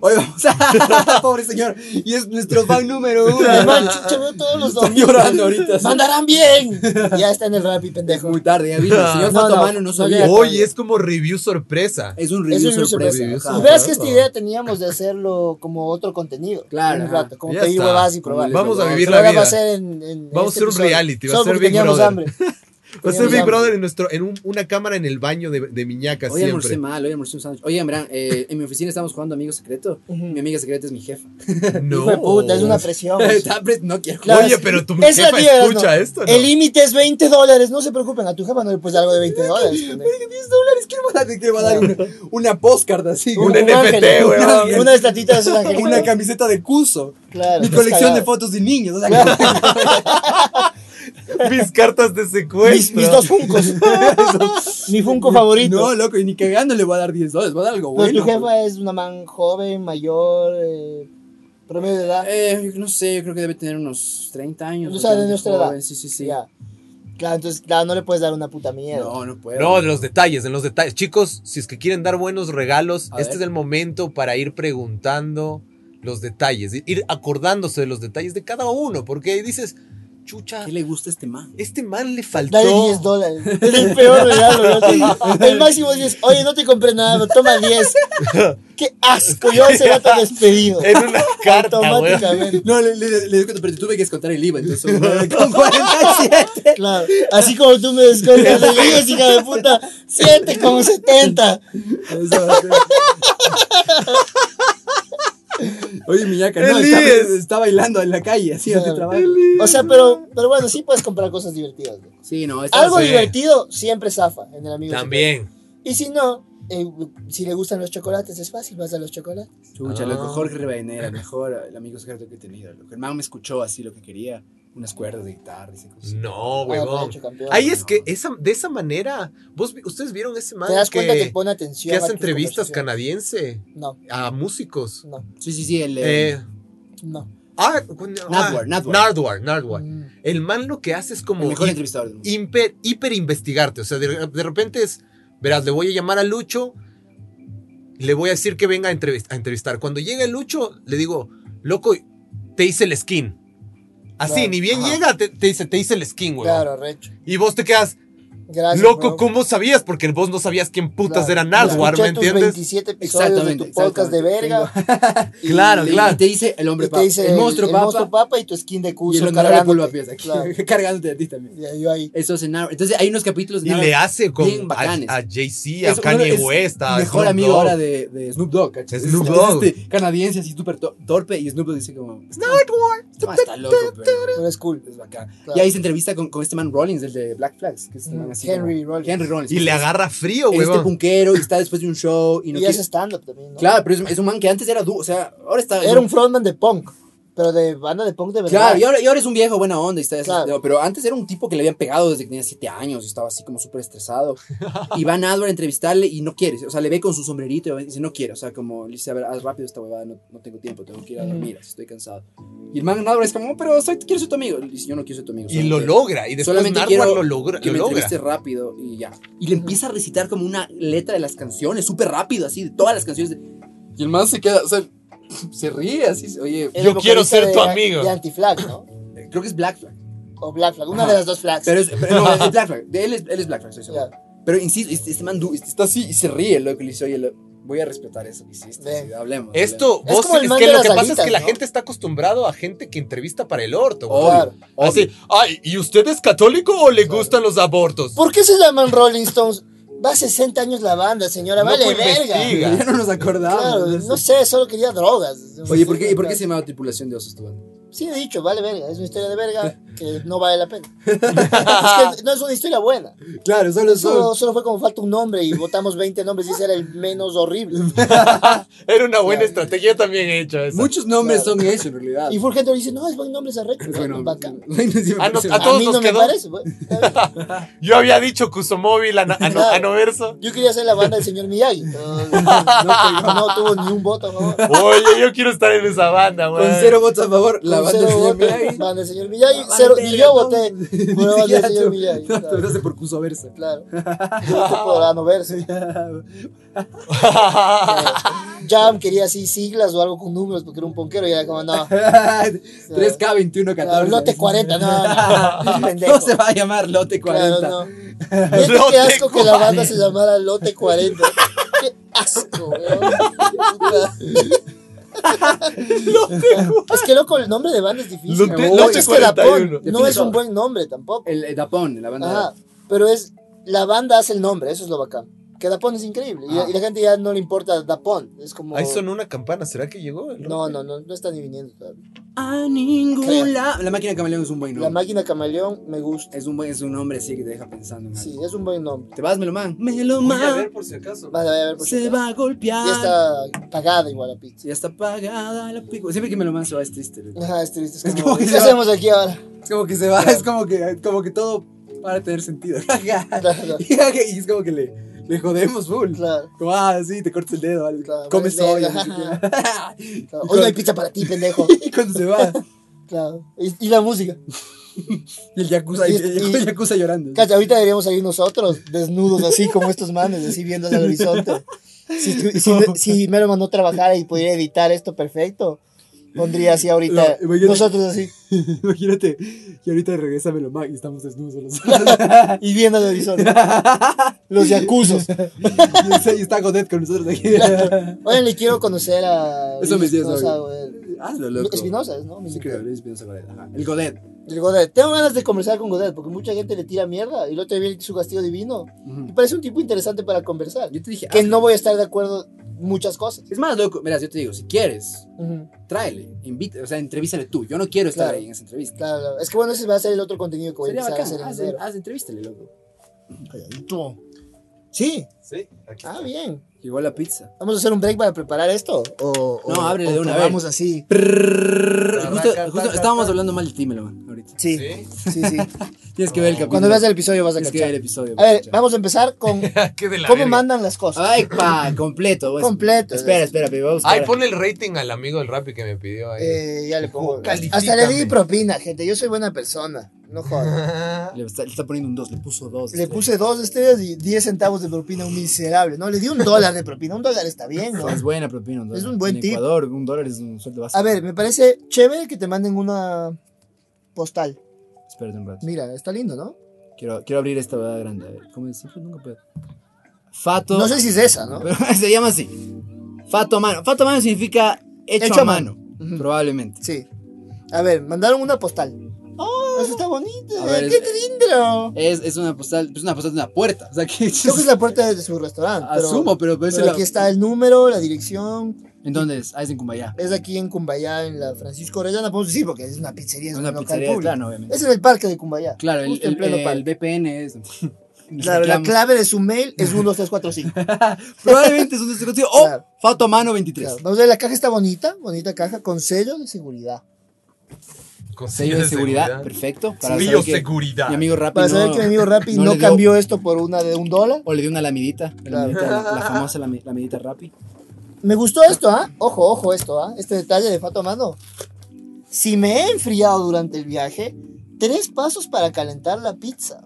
[SPEAKER 1] Hoy vamos a. [laughs] Pobre señor. Y es nuestro fan número uno.
[SPEAKER 2] Además, chucha, veo todos los
[SPEAKER 4] Están
[SPEAKER 2] domingos.
[SPEAKER 4] llorando ahorita. así.
[SPEAKER 2] ¡Mandarán bien! Ya está en el rap y pendejo.
[SPEAKER 1] Muy tarde, ya vino. El señor
[SPEAKER 2] No,
[SPEAKER 1] Fato a
[SPEAKER 2] no,
[SPEAKER 1] mano
[SPEAKER 2] no
[SPEAKER 1] no sabía.
[SPEAKER 2] había-
[SPEAKER 3] Oye, es como review sorpresa.
[SPEAKER 1] Es un
[SPEAKER 2] Es
[SPEAKER 1] review
[SPEAKER 2] un review
[SPEAKER 1] sorpresa.
[SPEAKER 3] sorpresa.
[SPEAKER 1] ajá.
[SPEAKER 2] Y verás que esta idea teníamos de hacerlo como otro contenido.
[SPEAKER 1] Claro,
[SPEAKER 2] en Un
[SPEAKER 1] ajá.
[SPEAKER 2] rato, como
[SPEAKER 3] Ya
[SPEAKER 2] pedir
[SPEAKER 3] está.
[SPEAKER 2] huevadas y probar.
[SPEAKER 3] Vamos a
[SPEAKER 2] Pero
[SPEAKER 3] vivir la
[SPEAKER 2] ahora
[SPEAKER 3] vida.
[SPEAKER 2] Va a ser en, en- este
[SPEAKER 3] Vamos a hacer un
[SPEAKER 2] episodio.
[SPEAKER 3] reality, va a
[SPEAKER 2] Solo
[SPEAKER 3] ser
[SPEAKER 2] porque
[SPEAKER 3] Big
[SPEAKER 2] teníamos
[SPEAKER 3] Brother.
[SPEAKER 2] hambre.
[SPEAKER 3] Va a ser
[SPEAKER 2] Teníamos
[SPEAKER 3] Big
[SPEAKER 2] hambre.
[SPEAKER 3] Brother en, nuestro, en un- una cámara en el baño de, de Miñaca
[SPEAKER 1] Hoy almorcé
[SPEAKER 3] siempre.
[SPEAKER 1] mal, hoy almorcé un sándwich. Oigan, verán, eh, en mi oficina estamos jugando Amigo Secreto.
[SPEAKER 2] Ujú.
[SPEAKER 1] Mi amiga secreta es mi jefa.
[SPEAKER 2] Hijo de puta, es una presión.
[SPEAKER 3] [laughs]
[SPEAKER 1] Está pre- no quiero
[SPEAKER 2] Claro,
[SPEAKER 3] Oye, pero tu
[SPEAKER 2] Esa
[SPEAKER 3] jefa
[SPEAKER 2] tía,
[SPEAKER 3] escucha
[SPEAKER 2] no.
[SPEAKER 3] esto, ¿no?
[SPEAKER 2] El límite es 20 dólares. No se preocupen, a tu jefa no le puedes dar este algo de 20
[SPEAKER 1] [laughs]
[SPEAKER 2] dólares. pendejo.
[SPEAKER 1] que 10 dólares, ¿qué va a dar? ¿Qué va a dar? Una, una postcard así.
[SPEAKER 3] Un
[SPEAKER 1] Una,
[SPEAKER 3] NFT,
[SPEAKER 2] ángel,
[SPEAKER 3] weón.
[SPEAKER 2] una- Una estatita de esos angelitos.
[SPEAKER 1] una camiseta de curso.
[SPEAKER 2] Claro,
[SPEAKER 1] Mi
[SPEAKER 2] estás
[SPEAKER 1] colección de
[SPEAKER 2] cagado.
[SPEAKER 1] fotos de niños. O sea, que-
[SPEAKER 3] Mis cartas de
[SPEAKER 2] Mis,
[SPEAKER 3] secuestro.
[SPEAKER 2] mis dos funcos.
[SPEAKER 1] [laughs]
[SPEAKER 2] [laughs] Mi funko favorito.
[SPEAKER 1] No, loco, y ni cagando le voy a dar 10 dólares, voy a dar algo
[SPEAKER 2] Pero
[SPEAKER 1] bueno.
[SPEAKER 2] tu jefa es una man joven, mayor, eh, promedio de edad.
[SPEAKER 1] Eh, no sé, yo creo que debe tener unos 30 años.
[SPEAKER 2] O sea, de
[SPEAKER 1] bastante
[SPEAKER 2] nuestra edad.
[SPEAKER 1] joven, Sí, sí, sí.
[SPEAKER 2] Ya. Claro, entonces, claro, no le puedes dar una puta mierda.
[SPEAKER 1] No, no puedo.
[SPEAKER 3] No, en los detalles, en los detalles. Chicos, si es que quieren dar buenos regalos,
[SPEAKER 1] A
[SPEAKER 3] este
[SPEAKER 1] ver.
[SPEAKER 3] es el momento para ir preguntando los detalles, ir acordándose de los detalles de cada uno, porque ahí dices, chucha,
[SPEAKER 1] ¿Qué le gusta a este
[SPEAKER 2] [laughs]
[SPEAKER 1] man?
[SPEAKER 3] este man
[SPEAKER 2] Dale
[SPEAKER 3] le faltó.
[SPEAKER 2] 10 dólares. [laughs] Es el peor regalo. ¿no? El máximo [laughs] es 10. Oye, no te compré nada, pero toma 10. [laughs] Qué asco. Yo se [laughs] va tan despedido.
[SPEAKER 3] En una carta, weón. [laughs]
[SPEAKER 2] Automáticamente.
[SPEAKER 1] No, le, le, le descuento, pero te tuve que descontar el IVA,
[SPEAKER 2] [laughs]
[SPEAKER 1] entonces [laughs] con 47.
[SPEAKER 2] Claro. Así como tú me descontas de 10, hija de puta. 7 como 70.
[SPEAKER 1] Eso va a ser. [laughs] Oye, Miñaca, no,
[SPEAKER 3] El
[SPEAKER 1] está,
[SPEAKER 3] IES.
[SPEAKER 1] está bailando en la calle, así donde
[SPEAKER 2] Claro.
[SPEAKER 1] trabaja.
[SPEAKER 2] O sea, pero, pero bueno, sí puedes comprar cosas divertidas. ¿no?
[SPEAKER 1] Sí, no, este está
[SPEAKER 2] Algo
[SPEAKER 3] Sí.
[SPEAKER 2] divertido siempre zafa en el amigo.
[SPEAKER 3] También.
[SPEAKER 2] secreto. Y si no, eh, si le gustan los chocolates, es fácil, vas a los chocolates.
[SPEAKER 1] Chucha,
[SPEAKER 3] Ah.
[SPEAKER 1] loco, Jorge Rivadeneira, el mejor el amigo secreto que he tenido. Loco. El man me escuchó así lo que quería, unas cuerdas de guitarra. y esas cosas.
[SPEAKER 3] No,
[SPEAKER 2] Ah,
[SPEAKER 3] weón.
[SPEAKER 2] macho, campeón.
[SPEAKER 3] Ahí es que esa, de esa manera, ¿vos, vi- ustedes vieron ese man
[SPEAKER 2] Te das cuenta que
[SPEAKER 3] que,
[SPEAKER 2] pone atención.
[SPEAKER 3] que
[SPEAKER 2] a
[SPEAKER 3] hace
[SPEAKER 2] tus
[SPEAKER 3] entrevistas
[SPEAKER 2] conversaciones.
[SPEAKER 3] canadiense
[SPEAKER 2] No,
[SPEAKER 3] a músicos.
[SPEAKER 2] no,
[SPEAKER 1] Sí, sí, sí, el... eh,
[SPEAKER 3] Eh,
[SPEAKER 2] no.
[SPEAKER 3] ah,
[SPEAKER 1] Nardwar,
[SPEAKER 3] ah,
[SPEAKER 1] Nardwar.
[SPEAKER 3] Nardwar, Nardwar.
[SPEAKER 2] Mm.
[SPEAKER 3] El man lo que hace es
[SPEAKER 1] el
[SPEAKER 3] como
[SPEAKER 1] mejor
[SPEAKER 3] hi-
[SPEAKER 1] entrevistador del mundo.
[SPEAKER 3] hiper, hiper investigarte. O sea, de, de repente es, verás, le voy a llamar a Lucho, le voy a decir que venga a, entrevist- a entrevistar. Cuando llega el Lucho, le digo, loco, te hice el skin. Así,
[SPEAKER 2] Claro,
[SPEAKER 3] ni bien
[SPEAKER 1] ajá.
[SPEAKER 3] llega, te, te dice, te hice el skin, weón.
[SPEAKER 2] Claro, recho.
[SPEAKER 3] Y vos te quedas,
[SPEAKER 2] Gracias.
[SPEAKER 3] Loco,
[SPEAKER 2] bro.
[SPEAKER 3] ¿cómo sabías? Porque vos no sabías quién putas
[SPEAKER 2] Claro.
[SPEAKER 3] era Nardwar,
[SPEAKER 2] Escuché
[SPEAKER 3] ¿me
[SPEAKER 2] tus
[SPEAKER 3] entiendes?
[SPEAKER 2] 27 episodios de tu
[SPEAKER 1] Exactamente,
[SPEAKER 2] podcast de verga. [laughs]
[SPEAKER 1] Y
[SPEAKER 3] Claro,
[SPEAKER 1] le-
[SPEAKER 3] claro.
[SPEAKER 1] Y te dice el hombre
[SPEAKER 2] Y
[SPEAKER 1] papa,
[SPEAKER 2] te dice
[SPEAKER 1] el monstruo papa,
[SPEAKER 2] papa y tu skin de
[SPEAKER 1] y el
[SPEAKER 2] cuso
[SPEAKER 1] honorable Pulva
[SPEAKER 2] cargándote.
[SPEAKER 1] Pies aquí,
[SPEAKER 2] Claro.
[SPEAKER 1] [laughs] cargándote a ti también.
[SPEAKER 2] Y ahí- yo ahí.
[SPEAKER 1] Eso es en Nar- Entonces hay unos capítulos de
[SPEAKER 3] Y
[SPEAKER 1] Nar-
[SPEAKER 3] le hace con
[SPEAKER 1] bien
[SPEAKER 3] a,
[SPEAKER 1] bacanes.
[SPEAKER 3] a Jay-Z, a
[SPEAKER 1] Es-
[SPEAKER 3] Kanye
[SPEAKER 1] es
[SPEAKER 3] West, a
[SPEAKER 1] Mejor
[SPEAKER 3] Snoop
[SPEAKER 1] amigo
[SPEAKER 3] Dogg.
[SPEAKER 1] ahora de, de Snoop Dogg, ¿cachai?
[SPEAKER 3] Snoop
[SPEAKER 1] Entonces,
[SPEAKER 3] Dogg.
[SPEAKER 1] este canadiense así súper to- torpe y Snoop Dogg dice como... "Ah, está loco, pero...
[SPEAKER 2] Pero es cool.
[SPEAKER 1] Es bacán.
[SPEAKER 2] Claro.
[SPEAKER 1] Y ahí se entrevista con, con este man Rollins, el de Black Flags, que es un
[SPEAKER 2] Mm,
[SPEAKER 1] man así
[SPEAKER 2] Henry
[SPEAKER 1] como-
[SPEAKER 2] Rollins.
[SPEAKER 1] Henry Rollins.
[SPEAKER 3] Y le agarra frío,
[SPEAKER 1] este
[SPEAKER 3] huevón.
[SPEAKER 1] punquero y está después de un show y no
[SPEAKER 2] Y
[SPEAKER 1] quiere-
[SPEAKER 2] hace stand-up también, ¿no?
[SPEAKER 1] Claro, pero es, es un man que antes era dúo, o sea, ahora está... es
[SPEAKER 2] Era un frontman de punk, pero de banda de punk de verdad.
[SPEAKER 1] Claro, y ahora, y ahora es un viejo buena onda, y está
[SPEAKER 2] Pues Claro.
[SPEAKER 1] no, pero antes era un tipo que le habían pegado desde que tenía 7 años, y estaba así como súper estresado. Y va Nadler a entrevistarle y no quiere, o sea, le ve con su sombrerito y dice, no quiere, o sea, como le dice, a ver, haz rápido esta huevada, no, no tengo tiempo, tengo que ir a dormir, así, estoy cansado. Y el man Nadler es como, "No, pero soy, quiero ser tu amigo. Y dice, yo no quiero ser tu amigo.
[SPEAKER 3] Y lo
[SPEAKER 1] solamente-
[SPEAKER 3] logra. Y después
[SPEAKER 1] solamente
[SPEAKER 3] Nardwar
[SPEAKER 1] quiero
[SPEAKER 3] lo logra.
[SPEAKER 1] que
[SPEAKER 3] Lo
[SPEAKER 1] me
[SPEAKER 3] logra.
[SPEAKER 1] entreviste rápido y ya. Y le empieza a recitar como una letra de las canciones, súper rápido, así, de todas las canciones. Y el man se queda, o sea, [laughs] se ríe así. Oye,
[SPEAKER 2] Es
[SPEAKER 3] Yo
[SPEAKER 2] el
[SPEAKER 3] quiero
[SPEAKER 2] vocalista
[SPEAKER 3] ser
[SPEAKER 2] de-
[SPEAKER 3] tu amigo.
[SPEAKER 2] De Antiflag, ¿no?
[SPEAKER 1] creo que es Black Flag.
[SPEAKER 2] O Black Flag, una de las dos flags.
[SPEAKER 1] Pero es, pero no,
[SPEAKER 3] [laughs]
[SPEAKER 1] es Black Flag. De él es, él es Black Flag, estoy seguro.
[SPEAKER 2] Ya.
[SPEAKER 1] Pero insisto, este, este man du- este está así y se ríe, loco. Y le dice, oye, lo- voy a respetar eso que hiciste.
[SPEAKER 2] Ven.
[SPEAKER 1] sí, hablemos.
[SPEAKER 3] Esto,
[SPEAKER 2] Es
[SPEAKER 3] vos,
[SPEAKER 2] como el
[SPEAKER 3] es
[SPEAKER 2] man
[SPEAKER 3] que
[SPEAKER 2] de
[SPEAKER 3] lo
[SPEAKER 2] las
[SPEAKER 3] que pasa es que
[SPEAKER 2] alitas,
[SPEAKER 3] la
[SPEAKER 2] ¿no?
[SPEAKER 3] gente está acostumbrado a gente que entrevista para el orto. güey.
[SPEAKER 1] Oh, Obvio.
[SPEAKER 2] Claro.
[SPEAKER 3] Así, ay, ¿y usted es católico o le gustan los abortos?
[SPEAKER 2] ¿Por qué se llaman Rolling Stones? Va 60 años la banda, señora,
[SPEAKER 3] No,
[SPEAKER 2] vale
[SPEAKER 3] pues,
[SPEAKER 2] verga.
[SPEAKER 3] investiga.
[SPEAKER 1] hablemos. [laughs] Ya no nos acordamos.
[SPEAKER 2] Claro,
[SPEAKER 1] de eso.
[SPEAKER 2] no sé, solo quería drogas.
[SPEAKER 1] Oye, ¿por qué, ¿y por qué se llamaba tripulación de osos tu banda?
[SPEAKER 2] Sí, he dicho, vale verga, es una historia de verga que no vale la pena. Es que no es una historia buena.
[SPEAKER 1] Claro, solo
[SPEAKER 2] Solo, solo fue como falta un nombre y votamos 20 nombres y ese era el menos horrible.
[SPEAKER 3] [laughs] Era una buena
[SPEAKER 2] Claro.
[SPEAKER 3] estrategia también hecha esa.
[SPEAKER 1] Muchos nombres
[SPEAKER 2] Claro.
[SPEAKER 1] son eso en realidad. [laughs]
[SPEAKER 2] [laughs] Y Fulgento dice, no, es buen nombre esa recta.
[SPEAKER 1] Bueno, [laughs]
[SPEAKER 2] bacán.
[SPEAKER 1] bueno, sí me
[SPEAKER 3] Ah, no,
[SPEAKER 1] parece
[SPEAKER 3] a
[SPEAKER 1] mal.
[SPEAKER 3] todos
[SPEAKER 2] mí
[SPEAKER 3] nos
[SPEAKER 2] no
[SPEAKER 3] quedó.
[SPEAKER 2] me parece. bueno, está bien.
[SPEAKER 3] Yo había dicho Cusomóvil, ana- ano-
[SPEAKER 2] Claro.
[SPEAKER 3] Anoverso.
[SPEAKER 2] Yo quería ser la banda del señor Miyagi. [laughs] pero No, pegó, no tuvo ni un voto a favor.
[SPEAKER 3] Oye, yo quiero estar en esa banda, güey.
[SPEAKER 1] Con
[SPEAKER 3] [laughs]
[SPEAKER 1] cero votos a favor, la
[SPEAKER 2] Con
[SPEAKER 1] banda
[SPEAKER 2] cero
[SPEAKER 1] de
[SPEAKER 2] votos,
[SPEAKER 1] Miyagi.
[SPEAKER 2] banda del señor Miyagi.
[SPEAKER 1] La banda
[SPEAKER 2] cero,
[SPEAKER 1] de
[SPEAKER 2] y yo
[SPEAKER 1] Miyagi. [laughs]
[SPEAKER 2] voté
[SPEAKER 1] Ni
[SPEAKER 2] por la banda
[SPEAKER 1] siquiera
[SPEAKER 2] del
[SPEAKER 1] tú.
[SPEAKER 2] señor Miyagi.
[SPEAKER 1] [laughs] No,
[SPEAKER 2] claro,
[SPEAKER 1] te hace por Cuso Versa.
[SPEAKER 2] Claro. Yo voté por Anoverse. Jam quería así siglas o algo con números porque era un ponquero y era
[SPEAKER 1] [laughs]
[SPEAKER 2] como, no.
[SPEAKER 1] 3K, 21, 14.
[SPEAKER 2] claro, lote 40,
[SPEAKER 1] [laughs]
[SPEAKER 2] no, no. no, pendejo.
[SPEAKER 1] No se va a llamar Lote 40.
[SPEAKER 3] [laughs]
[SPEAKER 2] Claro, no. Neta,
[SPEAKER 3] Lote
[SPEAKER 2] qué asco que la banda se llamara Lote 40. Qué asco, weón. Puta. Es que loco, el nombre de banda es difícil.
[SPEAKER 3] Lote-
[SPEAKER 2] weón.
[SPEAKER 3] Lote
[SPEAKER 2] es que la pon
[SPEAKER 3] 41.
[SPEAKER 2] no es un buen nombre tampoco.
[SPEAKER 1] El, el Dapón, la banda.
[SPEAKER 2] Ajá, pero es la banda hace el nombre, eso es lo bacán. Que Dapón es increíble y,
[SPEAKER 1] Ah.
[SPEAKER 2] y la gente ya no le importa Dapón, es como
[SPEAKER 3] Ahí sonó una campana, ¿será que llegó? el
[SPEAKER 2] no,
[SPEAKER 3] Roque?
[SPEAKER 2] no, no, no está ni viniendo todavía.
[SPEAKER 1] A ningún
[SPEAKER 2] Creo.
[SPEAKER 1] lado. La máquina de camaleón es un buen
[SPEAKER 2] La
[SPEAKER 1] nombre.
[SPEAKER 2] máquina camaleón me gusta.
[SPEAKER 1] Es un, buen, es un nombre así que te deja pensando. en
[SPEAKER 2] Sí,
[SPEAKER 1] algo.
[SPEAKER 2] es un buen nombre.
[SPEAKER 1] Te vas, Meloman.
[SPEAKER 3] Voy a
[SPEAKER 1] Meloman
[SPEAKER 3] ver por si acaso.
[SPEAKER 2] Vale, vaya a ver por si
[SPEAKER 1] se
[SPEAKER 2] acaso.
[SPEAKER 1] va a golpear.
[SPEAKER 2] Pues Ya está pagada igual la pizza.
[SPEAKER 1] Ya está apagada la pico. Siempre que Meloman se va es triste. ¿no?
[SPEAKER 2] [laughs] Ajá, es triste. Es
[SPEAKER 1] Es
[SPEAKER 2] como,
[SPEAKER 1] como que
[SPEAKER 2] ¿Qué
[SPEAKER 1] se va-
[SPEAKER 2] hacemos aquí ahora?
[SPEAKER 1] Es como que se va,
[SPEAKER 2] Claro.
[SPEAKER 1] es como que, como que todo para tener sentido. [laughs]
[SPEAKER 2] Claro,
[SPEAKER 1] y es como que le, le jodemos full.
[SPEAKER 2] claro.
[SPEAKER 1] Como, ah, sí, te cortas el dedo, algo.
[SPEAKER 2] Claro,
[SPEAKER 1] comes
[SPEAKER 2] vale,
[SPEAKER 1] soya.
[SPEAKER 2] verga.
[SPEAKER 1] no sé qué.
[SPEAKER 2] claro. Hoy no hay pizza para ti, pendejo.
[SPEAKER 1] [laughs] y cuando se va,
[SPEAKER 2] Claro. Y, y la música.
[SPEAKER 1] y el yakuza, y, el yakuza- el yakuza llorando.
[SPEAKER 2] Cacha, ahorita deberíamos salir nosotros, desnudos, así como estos manes, así viendo hacia el horizonte. Si, tu- si, si Meloman no trabajara y pudiera editar esto perfecto, pondría así ahorita.
[SPEAKER 1] No, imagínate-
[SPEAKER 2] nosotros así,
[SPEAKER 1] [laughs] Imagínate, y ahorita regresa Meloman y estamos desnudos los
[SPEAKER 2] [laughs] y viendo el horizonte. Los yacusos.
[SPEAKER 1] y está Godet con nosotros aquí.
[SPEAKER 2] Oigan, le quiero conocer a.
[SPEAKER 1] Eso me decías,
[SPEAKER 2] Espinosa, güey.
[SPEAKER 1] Hazlo, loco.
[SPEAKER 2] Espinosa, ¿no?
[SPEAKER 1] Sí, creo, Luis Espinosa Godet. ajá. El Godet.
[SPEAKER 2] El Godet. Tengo ganas de conversar con Godet porque mucha gente le tira mierda y lo te viene su castigo divino. Me parece un tipo interesante para conversar.
[SPEAKER 1] Yo te dije,
[SPEAKER 2] Que
[SPEAKER 1] hazlo.
[SPEAKER 2] no voy a estar de acuerdo muchas cosas.
[SPEAKER 1] Es más, loco, verás, yo te digo, si quieres,
[SPEAKER 2] Ujú,
[SPEAKER 1] tráele, invita, o sea, entrevístale tú. Yo no quiero estar
[SPEAKER 2] Claro.
[SPEAKER 1] ahí en esa entrevista.
[SPEAKER 2] claro, claro. Es que bueno, ese va a ser el otro contenido que voy a
[SPEAKER 1] Sería
[SPEAKER 2] empezar
[SPEAKER 1] bacán, ah,
[SPEAKER 2] a
[SPEAKER 1] haz,
[SPEAKER 2] hacer en enero.
[SPEAKER 1] haz entrevístale, loco.
[SPEAKER 2] Tú. Sí.
[SPEAKER 3] Sí, aquí.
[SPEAKER 2] Ah, bien.
[SPEAKER 1] Llegó la pizza.
[SPEAKER 2] Vamos a hacer un break para preparar esto. O,
[SPEAKER 1] No,
[SPEAKER 2] o-
[SPEAKER 1] ábrele
[SPEAKER 2] o
[SPEAKER 1] de una
[SPEAKER 2] probamos así.
[SPEAKER 1] Justo, justo estábamos hablando mal de ti, Meloman, ahorita.
[SPEAKER 2] Sí.
[SPEAKER 3] ¿Sí? [laughs]
[SPEAKER 2] Sí, [laughs] sí.
[SPEAKER 1] Tienes que ver el capítulo.
[SPEAKER 2] Ah. Cuando veas el episodio vas a
[SPEAKER 1] Tienes que ver el
[SPEAKER 2] cachar.
[SPEAKER 1] episodio.
[SPEAKER 2] A ver,
[SPEAKER 1] muchacho.
[SPEAKER 2] vamos a empezar
[SPEAKER 1] [laughs]
[SPEAKER 2] con
[SPEAKER 3] Qué de la
[SPEAKER 2] cómo
[SPEAKER 3] verga.
[SPEAKER 2] mandan las cosas.
[SPEAKER 5] Ay, pa, completo. pues.
[SPEAKER 2] Completo.
[SPEAKER 5] Espera, espera, pero vamos a
[SPEAKER 3] Ay,
[SPEAKER 5] buscar.
[SPEAKER 3] ponle el rating al amigo del Rappi que me pidió ahí.
[SPEAKER 2] Pues Eh, ya le pongo.
[SPEAKER 3] Califícame.
[SPEAKER 2] Hasta le di propina, gente. Yo soy buena persona. No jodas.
[SPEAKER 1] [laughs]
[SPEAKER 5] Le está, le está poniendo un 2, le puso este, 2.
[SPEAKER 2] Le puse dos estrellas y 10 centavos de propina, un miserable. No, le di un dólar de propina. Un dólar está bien, ¿no?
[SPEAKER 5] Es buena propina, un dólar.
[SPEAKER 2] Es un buen
[SPEAKER 5] en
[SPEAKER 2] tip.
[SPEAKER 5] Ecuador, un dólar es un sueldo básico.
[SPEAKER 2] A ver, me parece chévere que te manden una postal.
[SPEAKER 5] Espérate un rato.
[SPEAKER 2] Mira, está lindo, ¿no?
[SPEAKER 5] Quiero, quiero abrir esta verdad grande. A ver, ¿cómo es? Siempre nunca puedo. Fato.
[SPEAKER 2] No sé si es esa, ¿no?
[SPEAKER 5] [laughs] Pero se llama así. Fato a mano. Fato a mano significa hecho,
[SPEAKER 2] Hecho
[SPEAKER 5] a
[SPEAKER 2] a
[SPEAKER 5] mano.
[SPEAKER 2] Ujú.
[SPEAKER 5] Probablemente.
[SPEAKER 2] Sí. A ver, mandaron una postal. ¡Oh! Eso está bonito.
[SPEAKER 1] Ah, A ver,
[SPEAKER 2] ¡Qué
[SPEAKER 1] es-
[SPEAKER 2] lindo!
[SPEAKER 1] Es, es una postal, es una postal de una puerta. O sea, que
[SPEAKER 2] Creo que es la puerta de su
[SPEAKER 5] [laughs]
[SPEAKER 2] restaurante. pero-
[SPEAKER 1] Asumo, pero, pero,
[SPEAKER 2] Pero,
[SPEAKER 1] es la-
[SPEAKER 2] aquí está el número, la dirección.
[SPEAKER 5] ¿En dónde es? Ah, es en Cumbayá.
[SPEAKER 2] Es aquí en Cumbayá, en la Francisco Orellana. Podemos decir porque es una pizzería, es
[SPEAKER 5] Es
[SPEAKER 2] un
[SPEAKER 5] una
[SPEAKER 2] local
[SPEAKER 5] pizzería,
[SPEAKER 2] público.
[SPEAKER 5] claro, obviamente.
[SPEAKER 2] Es en el parque de Cumbayá.
[SPEAKER 1] Claro, el,
[SPEAKER 2] justo en
[SPEAKER 1] el,
[SPEAKER 2] pleno
[SPEAKER 1] el
[SPEAKER 2] parque.
[SPEAKER 1] VPN es.
[SPEAKER 2] [laughs] Claro, la
[SPEAKER 5] Reclamos.
[SPEAKER 2] clave de su mail es
[SPEAKER 1] [laughs]
[SPEAKER 2] 12345.
[SPEAKER 5] Probablemente es
[SPEAKER 2] [laughs]
[SPEAKER 5] un desconocido.
[SPEAKER 1] Oh,
[SPEAKER 5] O
[SPEAKER 2] Claro.
[SPEAKER 5] Fato a mano 23.
[SPEAKER 2] Claro, Vamos a ver, la caja está bonita, bonita caja, con sello de seguridad.
[SPEAKER 3] [laughs] Con
[SPEAKER 5] Sello de seguridad, perfecto. Para saber que
[SPEAKER 3] Bioseguridad.
[SPEAKER 5] mi amigo Rappi
[SPEAKER 2] Para
[SPEAKER 5] no,
[SPEAKER 2] saber que mi amigo Rappi
[SPEAKER 5] no
[SPEAKER 2] no,
[SPEAKER 5] le dio-
[SPEAKER 2] cambió esto por una de un dólar.
[SPEAKER 5] O le dio una lamidita. La,
[SPEAKER 2] Claro.
[SPEAKER 5] lamidita, la-
[SPEAKER 2] [laughs]
[SPEAKER 5] la famosa lami- lamidita Rappi.
[SPEAKER 2] Me gustó esto, ¿ah? Ojo, ojo esto, ¿ah? Este detalle de Fato a Mano. Si me he enfriado durante el viaje, tres pasos para calentar la pizza.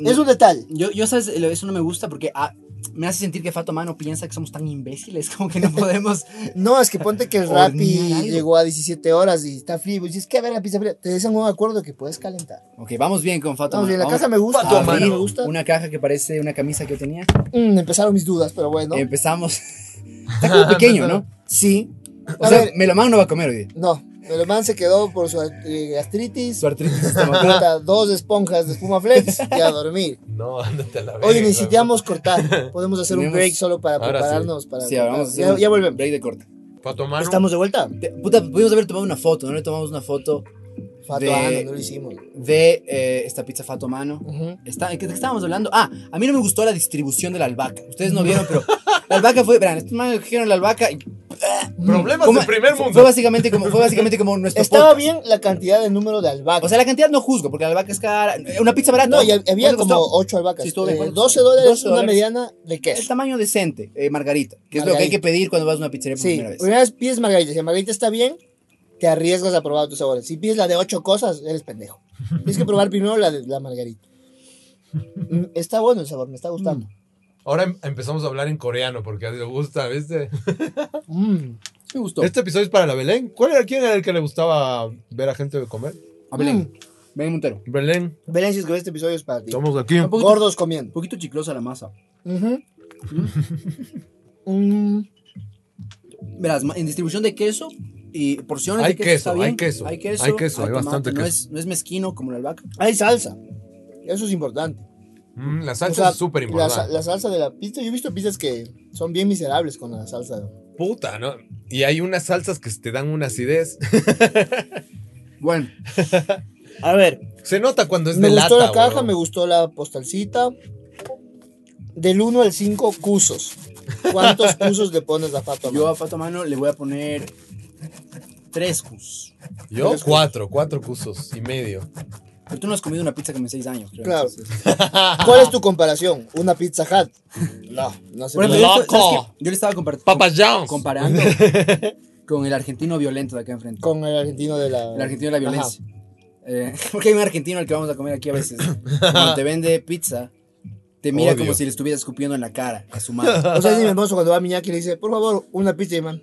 [SPEAKER 2] Es un detalle.
[SPEAKER 5] Yo, yo sabes, lo- eso no me gusta porque ah,
[SPEAKER 1] me hace sentir que Fato Mano piensa que somos tan imbéciles, [laughs] como
[SPEAKER 2] [laughs]
[SPEAKER 1] que no podemos.
[SPEAKER 2] No, es que ponte que el
[SPEAKER 1] Hornear
[SPEAKER 2] Rappi
[SPEAKER 1] algo.
[SPEAKER 2] llegó a 17 horas y está frío. Y dices, que a ver, la pizza fría. Te dicen un acuerdo que puedes calentar.
[SPEAKER 1] ok, vamos bien con Fato Mano.
[SPEAKER 2] Vamos bien, la
[SPEAKER 1] Vamos
[SPEAKER 2] caja me gusta.
[SPEAKER 1] a
[SPEAKER 2] la caja
[SPEAKER 1] abrir
[SPEAKER 2] me gusta.
[SPEAKER 1] Una caja que parece una camisa que yo tenía.
[SPEAKER 2] Mm, empezaron mis dudas, pero bueno.
[SPEAKER 1] Eh.
[SPEAKER 5] [laughs]
[SPEAKER 1] Empezamos. Está como pequeño, ¿no?
[SPEAKER 2] sí.
[SPEAKER 1] O
[SPEAKER 2] A
[SPEAKER 1] sea,
[SPEAKER 2] ver.
[SPEAKER 1] Melomán no va a comer hoy. día.
[SPEAKER 2] No, el man se quedó por su eh, gastritis.
[SPEAKER 1] Su artritis estomacal.
[SPEAKER 2] [laughs] Puta, dos esponjas de espuma flex y a dormir.
[SPEAKER 3] No, ándate a la verga.
[SPEAKER 2] Oye,
[SPEAKER 1] [laughs]
[SPEAKER 2] necesitamos cortar. Podemos hacer un
[SPEAKER 1] Tenemos-
[SPEAKER 2] break solo para
[SPEAKER 3] Ahora sí.
[SPEAKER 2] prepararnos. Para
[SPEAKER 1] Sí, ahora vamos a hacer
[SPEAKER 2] ya,
[SPEAKER 1] un Ah,
[SPEAKER 2] ya volvemos.
[SPEAKER 1] Break de corte.
[SPEAKER 3] Para tomar un-
[SPEAKER 2] ¿Estamos de vuelta?
[SPEAKER 1] Te- Puta, pudimos haber tomado una foto, no le tomamos una foto
[SPEAKER 2] Fato,
[SPEAKER 1] De-
[SPEAKER 2] ah, no, no lo hicimos.
[SPEAKER 1] de eh, esta pizza Fato Mano.
[SPEAKER 2] Ujú.
[SPEAKER 1] Está, ¿Qué qué estábamos hablando? Ah, a mí no me gustó la distribución de la albahaca. Ustedes no vieron, pero la albahaca fue. Verán, estos manos cogieron la albahaca y.
[SPEAKER 3] problemas
[SPEAKER 1] Como-
[SPEAKER 3] del primer
[SPEAKER 1] fue-
[SPEAKER 3] mundo.
[SPEAKER 1] Fue básicamente como, fue básicamente como nuestro
[SPEAKER 2] Estaba
[SPEAKER 1] podcast.
[SPEAKER 2] bien la cantidad de número de albahacas.
[SPEAKER 1] O sea, la cantidad no juzgo, porque la albahaca es cara. Una pizza barata.
[SPEAKER 2] No, y hab- había
[SPEAKER 1] ¿Cuánto
[SPEAKER 2] como
[SPEAKER 1] costó?
[SPEAKER 2] 8 albahacas.
[SPEAKER 1] Sí, estuvo bien.
[SPEAKER 2] Eh,
[SPEAKER 1] ¿Cuánto
[SPEAKER 2] 12 dólares,
[SPEAKER 1] 12
[SPEAKER 2] una
[SPEAKER 1] dólares.
[SPEAKER 2] mediana de
[SPEAKER 1] El
[SPEAKER 2] queso.
[SPEAKER 1] tamaño decente, eh, margarita, que es lo que hay
[SPEAKER 2] Margarita.
[SPEAKER 1] que pedir cuando vas a una pizzería por
[SPEAKER 2] Sí,
[SPEAKER 1] primera vez.
[SPEAKER 2] primera vez pides margarita. Si la margarita está bien, te arriesgas a probar tus sabores. Si pides la de 8 cosas,
[SPEAKER 1] [laughs]
[SPEAKER 2] eres pendejo. Tienes que probar primero la de la margarita. Mm, Está bueno el sabor, me está gustando.
[SPEAKER 3] Ahora em- empezamos a hablar en coreano porque a ti le gusta, ¿viste?
[SPEAKER 2] Mm.
[SPEAKER 1] Me gustó.
[SPEAKER 3] Este episodio es para la Belén. ¿Cuál era, ¿Quién era el que le gustaba ver a gente comer?
[SPEAKER 1] A
[SPEAKER 2] Mm.
[SPEAKER 1] Belén. Belén Montero.
[SPEAKER 3] Belén,
[SPEAKER 2] Belén, si es que ves este episodio es para ti.
[SPEAKER 3] estamos aquí.
[SPEAKER 1] Un poquito,
[SPEAKER 2] Gordos comiendo.
[SPEAKER 1] poquito chiclosa la masa.
[SPEAKER 2] Ujú. Mm.
[SPEAKER 1] Verás, ma- en distribución de queso y porciones
[SPEAKER 3] Hay
[SPEAKER 1] de queso,
[SPEAKER 3] queso,
[SPEAKER 1] está bien.
[SPEAKER 3] hay queso,
[SPEAKER 1] Hay queso.
[SPEAKER 3] hay queso, hay
[SPEAKER 1] tomate,
[SPEAKER 3] bastante
[SPEAKER 1] No
[SPEAKER 3] queso.
[SPEAKER 1] es, no es mezquino como la albahaca.
[SPEAKER 2] Hay salsa. Eso es importante.
[SPEAKER 3] Mm, la
[SPEAKER 2] O
[SPEAKER 3] salsa
[SPEAKER 2] sea,
[SPEAKER 3] es súper
[SPEAKER 2] La,
[SPEAKER 3] importante.
[SPEAKER 2] sa- la salsa de la pizza. Yo he visto pizzas que son bien miserables con la salsa.
[SPEAKER 3] Puta, ¿no? Y hay unas salsas que te dan una acidez.
[SPEAKER 1] Bueno,
[SPEAKER 2] A ver,
[SPEAKER 3] Se nota cuando es
[SPEAKER 2] me
[SPEAKER 3] de lata.
[SPEAKER 2] gustó la caja,
[SPEAKER 3] weón.
[SPEAKER 2] me gustó la postalcita. Del 1 al 5, cusos.
[SPEAKER 1] [laughs]
[SPEAKER 2] ¿Cuántos cusos le pones a Pato?
[SPEAKER 1] yo a Pato Mano le voy a poner tres jus.
[SPEAKER 3] Yo cuatro, cuatro cursos y medio.
[SPEAKER 1] Pero tú no has comido una pizza como en seis años, creo.
[SPEAKER 2] Claro.
[SPEAKER 1] Entonces-
[SPEAKER 2] ¿Cuál es tu comparación? ¿Una Pizza Hut? No, no se
[SPEAKER 1] Por ejemplo,
[SPEAKER 2] puede.
[SPEAKER 1] yo, ¿sabes
[SPEAKER 3] ¡Loco!
[SPEAKER 1] qué? Yo le estaba compart-
[SPEAKER 3] Papa John's. [laughs]
[SPEAKER 1] comparando con el argentino violento de acá enfrente.
[SPEAKER 2] Con el argentino de la...
[SPEAKER 1] El argentino de la violencia. Eh, [laughs] porque hay un argentino al que vamos a comer aquí a
[SPEAKER 3] [laughs]
[SPEAKER 1] veces. Cuando te vende pizza, te mira
[SPEAKER 3] Obvio.
[SPEAKER 1] como si le estuviera escupiendo en la cara a su
[SPEAKER 3] [laughs]
[SPEAKER 1] madre.
[SPEAKER 2] Ajá. O sea, es mi hermoso cuando va a Miñaki y le dice, por favor, una pizza, y man.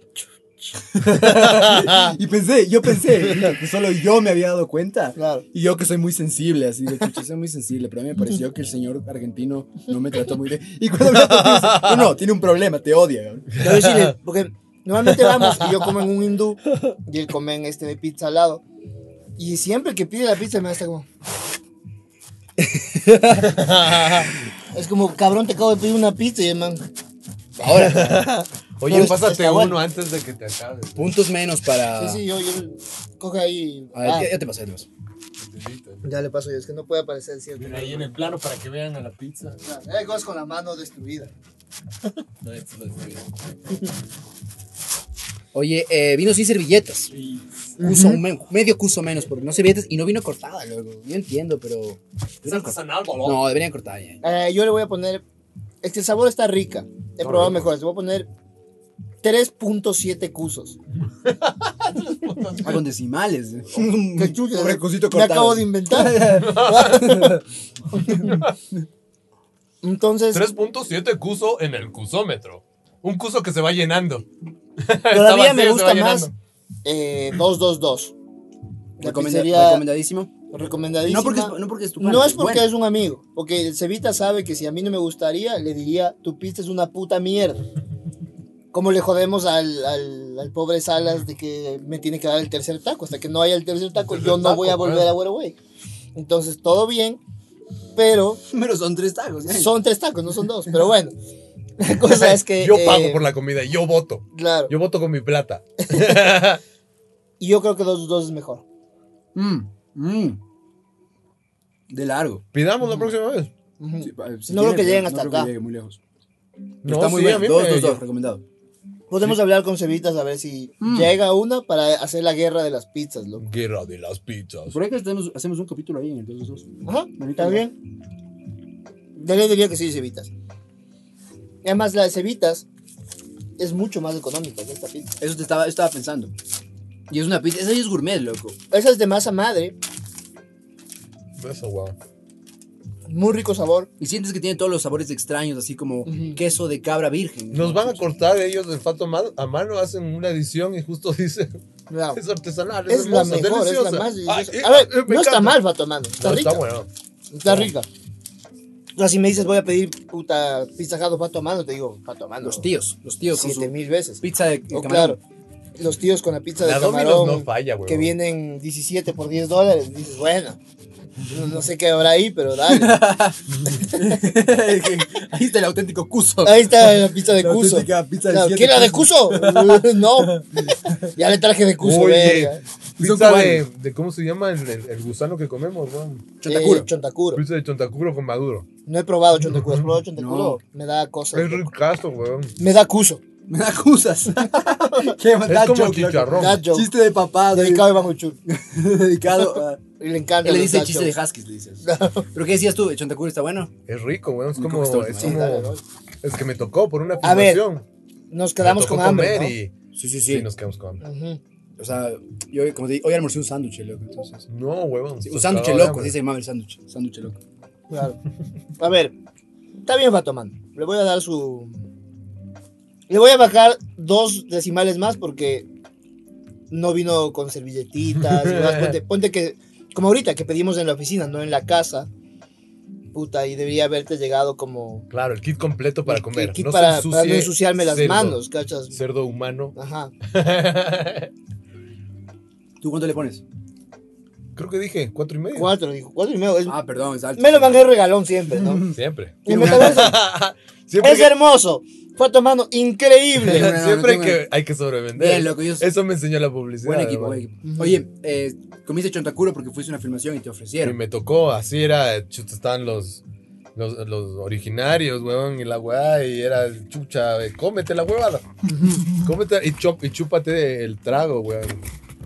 [SPEAKER 2] Ah.
[SPEAKER 1] Y pensé, yo pensé que solo yo me había dado cuenta.
[SPEAKER 2] Claro.
[SPEAKER 1] Y yo que soy muy sensible, así de chucha, soy muy sensible, pero a mí me pareció que el señor argentino no me trató muy bien. Y cuando me trató, dice, no, no, tiene un problema, te odia. cabrón".
[SPEAKER 2] Yo decirle, porque normalmente vamos y yo como en un hindú y él come en este de pizza al lado. Y siempre que pide la pizza me hace
[SPEAKER 3] [laughs]
[SPEAKER 2] como... es como, cabrón, te acabo de pedir una pizza y el man...
[SPEAKER 3] Oye,
[SPEAKER 2] Pero es-
[SPEAKER 3] pásate
[SPEAKER 2] Pues, está
[SPEAKER 3] uno
[SPEAKER 2] bueno.
[SPEAKER 3] antes de que te acabes.
[SPEAKER 1] Puntos menos para...
[SPEAKER 3] Ah.
[SPEAKER 2] Sí, sí, yo, yo coge ahí.
[SPEAKER 1] A ver,
[SPEAKER 2] Ah,
[SPEAKER 1] ya, ya te pasé, ya te pasé.
[SPEAKER 2] ya le paso yo, es que no puede aparecer cierto.
[SPEAKER 3] Ahí en el plano para que vean a la pizza.
[SPEAKER 2] Hay cosas con la mano destruida.
[SPEAKER 1] Oye, eh, vino sin servilletas. Cuso men- medio cuso menos, porque no servilletas y no vino cortada luego. Yo entiendo, pero. deberían cortar. No, deberían cortar ya.
[SPEAKER 2] Eh, yo le voy a poner. Es que el sabor está rica. He
[SPEAKER 3] Está
[SPEAKER 2] probado
[SPEAKER 3] rico.
[SPEAKER 2] mejores. Le voy a poner 3.7 cusos.
[SPEAKER 1] Ah, con decimales. [laughs] eh.
[SPEAKER 2] Qué chucha.
[SPEAKER 1] Pobre cosito
[SPEAKER 2] eh, Me
[SPEAKER 1] cortado.
[SPEAKER 2] acabo de inventar.
[SPEAKER 1] [laughs]
[SPEAKER 2] Entonces,
[SPEAKER 3] 3.7 cuso en el cusómetro. Un cuso que se va llenando. [laughs]
[SPEAKER 2] todavía
[SPEAKER 3] vacío, se
[SPEAKER 2] me
[SPEAKER 3] va
[SPEAKER 2] gusta más
[SPEAKER 3] llenando.
[SPEAKER 2] eh, 222. La
[SPEAKER 1] Recomenda-
[SPEAKER 2] pizzería
[SPEAKER 1] Recomendadísimo.
[SPEAKER 2] recomendadísima.
[SPEAKER 1] No porque, es, no porque es tu
[SPEAKER 2] No
[SPEAKER 1] pana,
[SPEAKER 2] es porque
[SPEAKER 1] bueno.
[SPEAKER 2] es un amigo, porque el Cevita sabe que si a mí no me gustaría, le diría, tu pizza es una puta mierda. Como le jodemos al, al- al pobre Salas de que me tiene que dar el tercer taco? Hasta que no haya el tercer taco, yo
[SPEAKER 3] tercer
[SPEAKER 2] no voy a
[SPEAKER 3] taco, pues.
[SPEAKER 2] volver
[SPEAKER 3] claro.
[SPEAKER 2] a Güey. Entonces, todo bien, pero
[SPEAKER 1] Pero son tres tacos. ¿eh? ya.
[SPEAKER 2] son tres tacos, no son dos. Pero bueno,
[SPEAKER 3] [laughs]
[SPEAKER 2] la cosa es que...
[SPEAKER 3] Yo pago
[SPEAKER 2] eh,
[SPEAKER 3] por la comida, yo voto.
[SPEAKER 2] Claro,
[SPEAKER 3] Yo voto con mi plata.
[SPEAKER 2] y yo creo que dos, dos es mejor.
[SPEAKER 1] Mm, mm. De largo.
[SPEAKER 3] Pidamos la próxima vez.
[SPEAKER 2] Ujú.
[SPEAKER 1] Sí, pa- si
[SPEAKER 2] No creo que
[SPEAKER 1] pero
[SPEAKER 2] lleguen
[SPEAKER 1] no
[SPEAKER 2] hasta
[SPEAKER 1] creo que
[SPEAKER 2] acá.
[SPEAKER 1] llegue muy lejos. Pero
[SPEAKER 3] No,
[SPEAKER 1] está muy
[SPEAKER 3] sí, a
[SPEAKER 1] bien.
[SPEAKER 3] mí
[SPEAKER 1] Dos,
[SPEAKER 3] me-
[SPEAKER 1] dos,
[SPEAKER 3] yo-
[SPEAKER 1] dos, recomendado.
[SPEAKER 2] Podemos hablar con Cevitas a ver si
[SPEAKER 1] Mm.
[SPEAKER 2] llega una para hacer la guerra de las pizzas, loco.
[SPEAKER 3] Guerra de las pizzas.
[SPEAKER 1] Por ahí que tenemos- hacemos un capítulo ahí en el 222.
[SPEAKER 2] Ajá,
[SPEAKER 1] Manito
[SPEAKER 2] está
[SPEAKER 1] de
[SPEAKER 2] bien. Yo le diría que sí, Cevitas. Y Además, la de Cevitas es mucho más económica que esta pizza.
[SPEAKER 1] Eso te estaba, yo estaba pensando. Y es una pizza. Esa sí es gourmet, loco.
[SPEAKER 2] Esa es de masa madre.
[SPEAKER 3] Eso, guau.
[SPEAKER 2] Muy rico sabor.
[SPEAKER 1] Y sientes que tiene todos los sabores extraños, así como queso de cabra virgen.
[SPEAKER 3] Nos van a cortar ellos el fato ma- a mano, hacen una edición y justo [laughs] dicen,
[SPEAKER 2] Claro.
[SPEAKER 3] [laughs] es artesanal, es,
[SPEAKER 2] Es la
[SPEAKER 3] hermosa,
[SPEAKER 2] mejor, es la
[SPEAKER 3] deliciosa.
[SPEAKER 2] más deliciosa.
[SPEAKER 3] Ay,
[SPEAKER 2] A ver,
[SPEAKER 3] eh, me
[SPEAKER 2] no está
[SPEAKER 3] encanta.
[SPEAKER 2] mal, Fato, mano.
[SPEAKER 3] No,
[SPEAKER 2] Está
[SPEAKER 3] está
[SPEAKER 2] rica.
[SPEAKER 3] bueno.
[SPEAKER 2] Está rica. Pero si me dices voy a pedir puta pizza jato Fato, mano, te digo Fato, mano.
[SPEAKER 1] Los tíos, los tíos con
[SPEAKER 2] Siete
[SPEAKER 1] su
[SPEAKER 2] mil veces.
[SPEAKER 1] pizza de camarón.
[SPEAKER 2] Oh,
[SPEAKER 1] [laughs]
[SPEAKER 2] claro. Los tíos con la pizza
[SPEAKER 3] La
[SPEAKER 2] de
[SPEAKER 3] Domino's
[SPEAKER 2] camarón
[SPEAKER 3] no falla, güey.
[SPEAKER 2] que vienen 17 por 10 dólares. Dices, bueno, no, no sé qué habrá ahí,
[SPEAKER 1] [laughs]
[SPEAKER 2] pero dale.
[SPEAKER 1] Ahí está el auténtico cuso.
[SPEAKER 2] Ahí está la pizza de Cuso.
[SPEAKER 6] pizza
[SPEAKER 2] Claro, ¿Quién era de Cuso?
[SPEAKER 1] [laughs]
[SPEAKER 2] no. Ya le traje de Cuso,
[SPEAKER 3] Oye,
[SPEAKER 2] verga.
[SPEAKER 3] pizza de, de, ¿cómo se llama el, el- el gusano que comemos, weón? Eh,
[SPEAKER 2] Chontacuro. Eh, Chontacuro.
[SPEAKER 3] Pizza de chontacuro con maduro.
[SPEAKER 2] No he probado Chontacuro. ¿Has probado Chontacuro?
[SPEAKER 1] No.
[SPEAKER 2] Me da cosas.
[SPEAKER 3] Es ricazo, weón.
[SPEAKER 2] Me da Cuso.
[SPEAKER 1] Me acusas. [laughs] Qué
[SPEAKER 3] Es
[SPEAKER 1] maldad,
[SPEAKER 3] como
[SPEAKER 1] joke, loco.
[SPEAKER 3] chicharrón.
[SPEAKER 2] Dad joke.
[SPEAKER 1] Chiste Ah, de papá, güey.
[SPEAKER 2] Dedicado a Iván Uchur.
[SPEAKER 1] dedicado a...
[SPEAKER 2] Y Le encanta.
[SPEAKER 1] Él le
[SPEAKER 2] los
[SPEAKER 1] dice
[SPEAKER 2] dad
[SPEAKER 1] el chiste de
[SPEAKER 2] jokes.
[SPEAKER 1] Huskies, le dices. ¿Pero qué decías tú? ¿El Chontacuro está bueno?
[SPEAKER 3] Es rico, weón. Es
[SPEAKER 1] Muy
[SPEAKER 3] como,
[SPEAKER 1] costoso,
[SPEAKER 3] es
[SPEAKER 1] sí,
[SPEAKER 3] como-
[SPEAKER 2] dale, dale.
[SPEAKER 3] es que me tocó por una
[SPEAKER 2] A ver,
[SPEAKER 3] filmación.
[SPEAKER 2] Nos quedamos
[SPEAKER 3] Me tocó
[SPEAKER 2] con hambre.
[SPEAKER 3] comer y-
[SPEAKER 1] Sí, sí,
[SPEAKER 3] sí, nos quedamos con hambre.
[SPEAKER 2] ¿no? Ujú.
[SPEAKER 1] O sea, yo, como te digo, hoy almorcé un sándwich, loco, entonces.
[SPEAKER 3] No, huevón.
[SPEAKER 1] Sí,
[SPEAKER 3] se
[SPEAKER 1] un sándwich
[SPEAKER 3] cagaba de
[SPEAKER 1] loco,
[SPEAKER 3] hambre.
[SPEAKER 1] así se llamaba el sándwich. Sándwich loco.
[SPEAKER 3] [laughs]
[SPEAKER 2] Claro. A ver, está bien Fatoman. Le voy a dar su... Le voy a bajar dos decimales más porque no vino con servilletitas. y
[SPEAKER 3] [laughs]
[SPEAKER 2] demás. ponte, ponte que, como ahorita, que pedimos en la oficina, no en la casa. Puta, y debería haberte llegado como...
[SPEAKER 3] Claro, el kit completo para comer.
[SPEAKER 2] Aquí
[SPEAKER 3] no se
[SPEAKER 2] para, para
[SPEAKER 3] ensucie
[SPEAKER 2] no ensuciarme las
[SPEAKER 3] cerdo.
[SPEAKER 2] manos, ¿cachas?
[SPEAKER 3] Cerdo humano.
[SPEAKER 2] Ajá.
[SPEAKER 1] ¿Tú cuánto le pones?
[SPEAKER 3] Creo que dije cuatro y medio.
[SPEAKER 2] Cuatro, dijo. Cuatro y medio. Es-
[SPEAKER 1] Ah, perdón, es alto.
[SPEAKER 2] me lo van a regalón siempre,
[SPEAKER 3] [laughs]
[SPEAKER 2] ¿no? [laughs]
[SPEAKER 3] Siempre.
[SPEAKER 2] Y me
[SPEAKER 3] [laughs]
[SPEAKER 2] parece-
[SPEAKER 3] Siempre,
[SPEAKER 2] es
[SPEAKER 3] que,
[SPEAKER 2] hermoso. Fatomano, increíble.
[SPEAKER 1] No, no, no,
[SPEAKER 3] siempre
[SPEAKER 1] tengo-
[SPEAKER 3] que hay que sobrevender.
[SPEAKER 1] Bien, loco, yo soy-
[SPEAKER 3] Eso me enseñó la publicidad.
[SPEAKER 1] Buen equipo,
[SPEAKER 3] hermano.
[SPEAKER 1] buen equipo. Oye, eh, comiste chontacuro porque fuiste a una filmación y te
[SPEAKER 3] Y
[SPEAKER 1] ofrecieron.
[SPEAKER 3] me tocó, así era, chuta, estaban los, los, los originarios, huevón, y la weá, y era chucha, eh, cómete la huevada. cómete y, chop, y chúpate el trago, weón.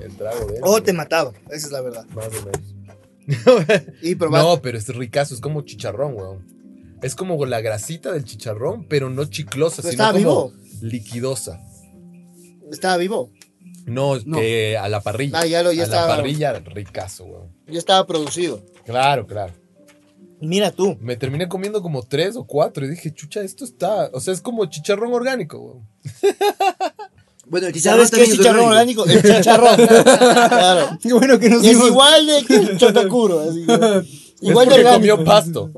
[SPEAKER 3] El trago de él,
[SPEAKER 2] O Oh, te mataba, esa es la verdad.
[SPEAKER 3] más o menos.
[SPEAKER 2] Y probaste.
[SPEAKER 3] no, pero es ricazo, es como chicharrón, weón. Es como la grasita del chicharrón, pero no chiclosa,
[SPEAKER 2] Pero
[SPEAKER 3] sino
[SPEAKER 2] estaba
[SPEAKER 3] como liquidosa.
[SPEAKER 2] Estaba vivo.
[SPEAKER 3] No,
[SPEAKER 1] No.
[SPEAKER 3] que a la parrilla.
[SPEAKER 2] Ah, ya lo- ya
[SPEAKER 3] a
[SPEAKER 2] estaba-
[SPEAKER 3] la parrilla, ricazo, weón.
[SPEAKER 2] Yo estaba producido.
[SPEAKER 3] Claro, claro.
[SPEAKER 2] Mira tú.
[SPEAKER 3] Me terminé comiendo como tres o cuatro y dije, chucha, esto está. O sea, es como chicharrón orgánico, weón.
[SPEAKER 1] Bueno, el
[SPEAKER 2] ¿Sabes qué es chicharrón orgánico? El chicharrón. claro.
[SPEAKER 1] Qué bueno que nos
[SPEAKER 2] Y es
[SPEAKER 1] dimos-
[SPEAKER 2] igual de que el chotocuro. así que- Igual
[SPEAKER 3] es
[SPEAKER 2] de
[SPEAKER 3] porque
[SPEAKER 2] orgánico.
[SPEAKER 3] comió pasto.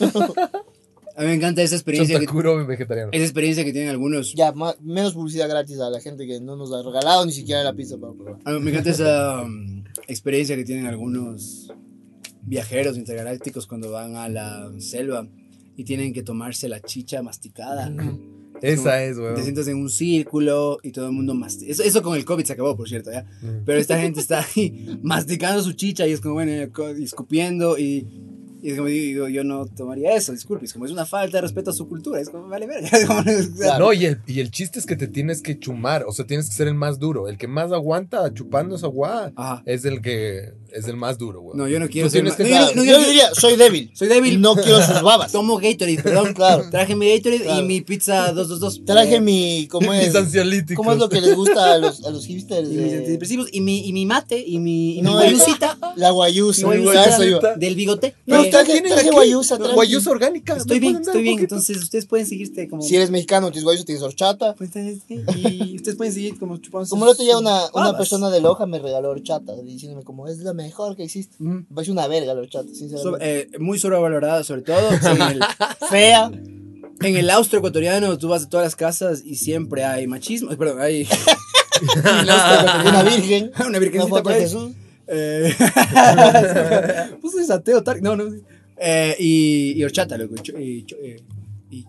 [SPEAKER 1] A mí me encanta esa experiencia, que,
[SPEAKER 3] Chontacuro vegetariano.
[SPEAKER 1] esa experiencia que tienen algunos.
[SPEAKER 2] Ya, ma- menos publicidad gratis a la gente que no nos ha regalado ni siquiera la pizza para probar.
[SPEAKER 1] A mí me encanta esa um, experiencia que tienen algunos viajeros intergalácticos cuando van a la selva y tienen que tomarse la chicha masticada.
[SPEAKER 3] Mm. Esa es,
[SPEAKER 1] Te
[SPEAKER 3] weón.
[SPEAKER 1] sientas en un círculo y todo el mundo mastica. Eso, eso con el COVID se acabó, por cierto, ¿ya?
[SPEAKER 3] Mm.
[SPEAKER 1] Pero esta gente está ahí masticando su chicha y es como, bueno, eh, co- y escupiendo y, y es como, digo, yo no tomaría eso, disculpe. Es como, es una falta de respeto a su cultura. Es como, vale, verga. [laughs] Es como, o sea,
[SPEAKER 3] No, y el, y el chiste es que te tienes que chumar, o sea, tienes que ser el más duro. El que más aguanta chupando esa guada
[SPEAKER 1] Ajá.
[SPEAKER 3] es el que es el más duro, weón.
[SPEAKER 1] No,
[SPEAKER 3] [laughs]
[SPEAKER 1] yo no quiero
[SPEAKER 3] Tú
[SPEAKER 1] ser
[SPEAKER 3] tienes
[SPEAKER 1] ma-
[SPEAKER 3] que
[SPEAKER 1] no,
[SPEAKER 3] ser-
[SPEAKER 2] Claro,
[SPEAKER 1] no,
[SPEAKER 2] yo
[SPEAKER 1] yo-
[SPEAKER 2] diría, soy débil.
[SPEAKER 1] soy débil.
[SPEAKER 2] No quiero sus [laughs] babas.
[SPEAKER 1] Tomo Gatorade, perdón.
[SPEAKER 2] Claro.
[SPEAKER 1] Traje mi Gatorade
[SPEAKER 2] Claro.
[SPEAKER 1] y mi pizza 222.
[SPEAKER 2] Traje mi. ¿Cómo
[SPEAKER 3] Mis
[SPEAKER 2] es?
[SPEAKER 3] ansiolíticos.
[SPEAKER 2] ¿Cómo es lo que les gusta a los, a los [laughs] hipsters? Eh,
[SPEAKER 1] Y mis
[SPEAKER 2] de-
[SPEAKER 1] antidepresivos y mi, y mi mate y mi, y
[SPEAKER 2] No,
[SPEAKER 1] mi
[SPEAKER 2] [laughs]
[SPEAKER 1] guayusita
[SPEAKER 2] La guayusa.
[SPEAKER 1] Mi
[SPEAKER 2] ¿sabes?
[SPEAKER 3] guayusa.
[SPEAKER 2] Soy yo.
[SPEAKER 1] del bigote.
[SPEAKER 2] No,
[SPEAKER 1] Eh,
[SPEAKER 2] está- traje- traje guayusa, traje.
[SPEAKER 3] Guayusa orgánica.
[SPEAKER 1] estoy
[SPEAKER 3] ¿me
[SPEAKER 1] bien,
[SPEAKER 3] pueden dar
[SPEAKER 1] estoy
[SPEAKER 3] un
[SPEAKER 1] bien.
[SPEAKER 3] poquito?
[SPEAKER 1] Entonces ustedes pueden seguirte como...
[SPEAKER 2] Si eres mexicano, tienes guayusa, tienes horchata.
[SPEAKER 1] Pues, eh, sí, Y ustedes pueden seguir como chupando
[SPEAKER 2] Como el
[SPEAKER 1] sus-
[SPEAKER 2] otro día una,
[SPEAKER 1] sus
[SPEAKER 2] una
[SPEAKER 1] babas.
[SPEAKER 2] persona de Loja me regaló horchata, diciéndome como es la mejor que existe.
[SPEAKER 1] Ujú.
[SPEAKER 2] Va a ser una verga la horchata,
[SPEAKER 1] So-
[SPEAKER 2] sinceramente.
[SPEAKER 1] eh, muy sobrevalorada, sobre todo. En
[SPEAKER 2] [laughs]
[SPEAKER 1] el, [laughs]
[SPEAKER 2] Fea.
[SPEAKER 1] en el austroecuatoriano tú vas a todas las casas y siempre hay machismo. eh, Perdón, hay [laughs]
[SPEAKER 2] una virgen.
[SPEAKER 1] una
[SPEAKER 2] Una
[SPEAKER 1] virgencita
[SPEAKER 2] foto
[SPEAKER 1] por
[SPEAKER 2] de
[SPEAKER 1] ahí.
[SPEAKER 2] Jesús.
[SPEAKER 3] [laughs]
[SPEAKER 1] Eh, [laughs] pues es ateo, tar- no, no. sí. Eh, y, y horchata, loco. y cho- Y, cho- eh,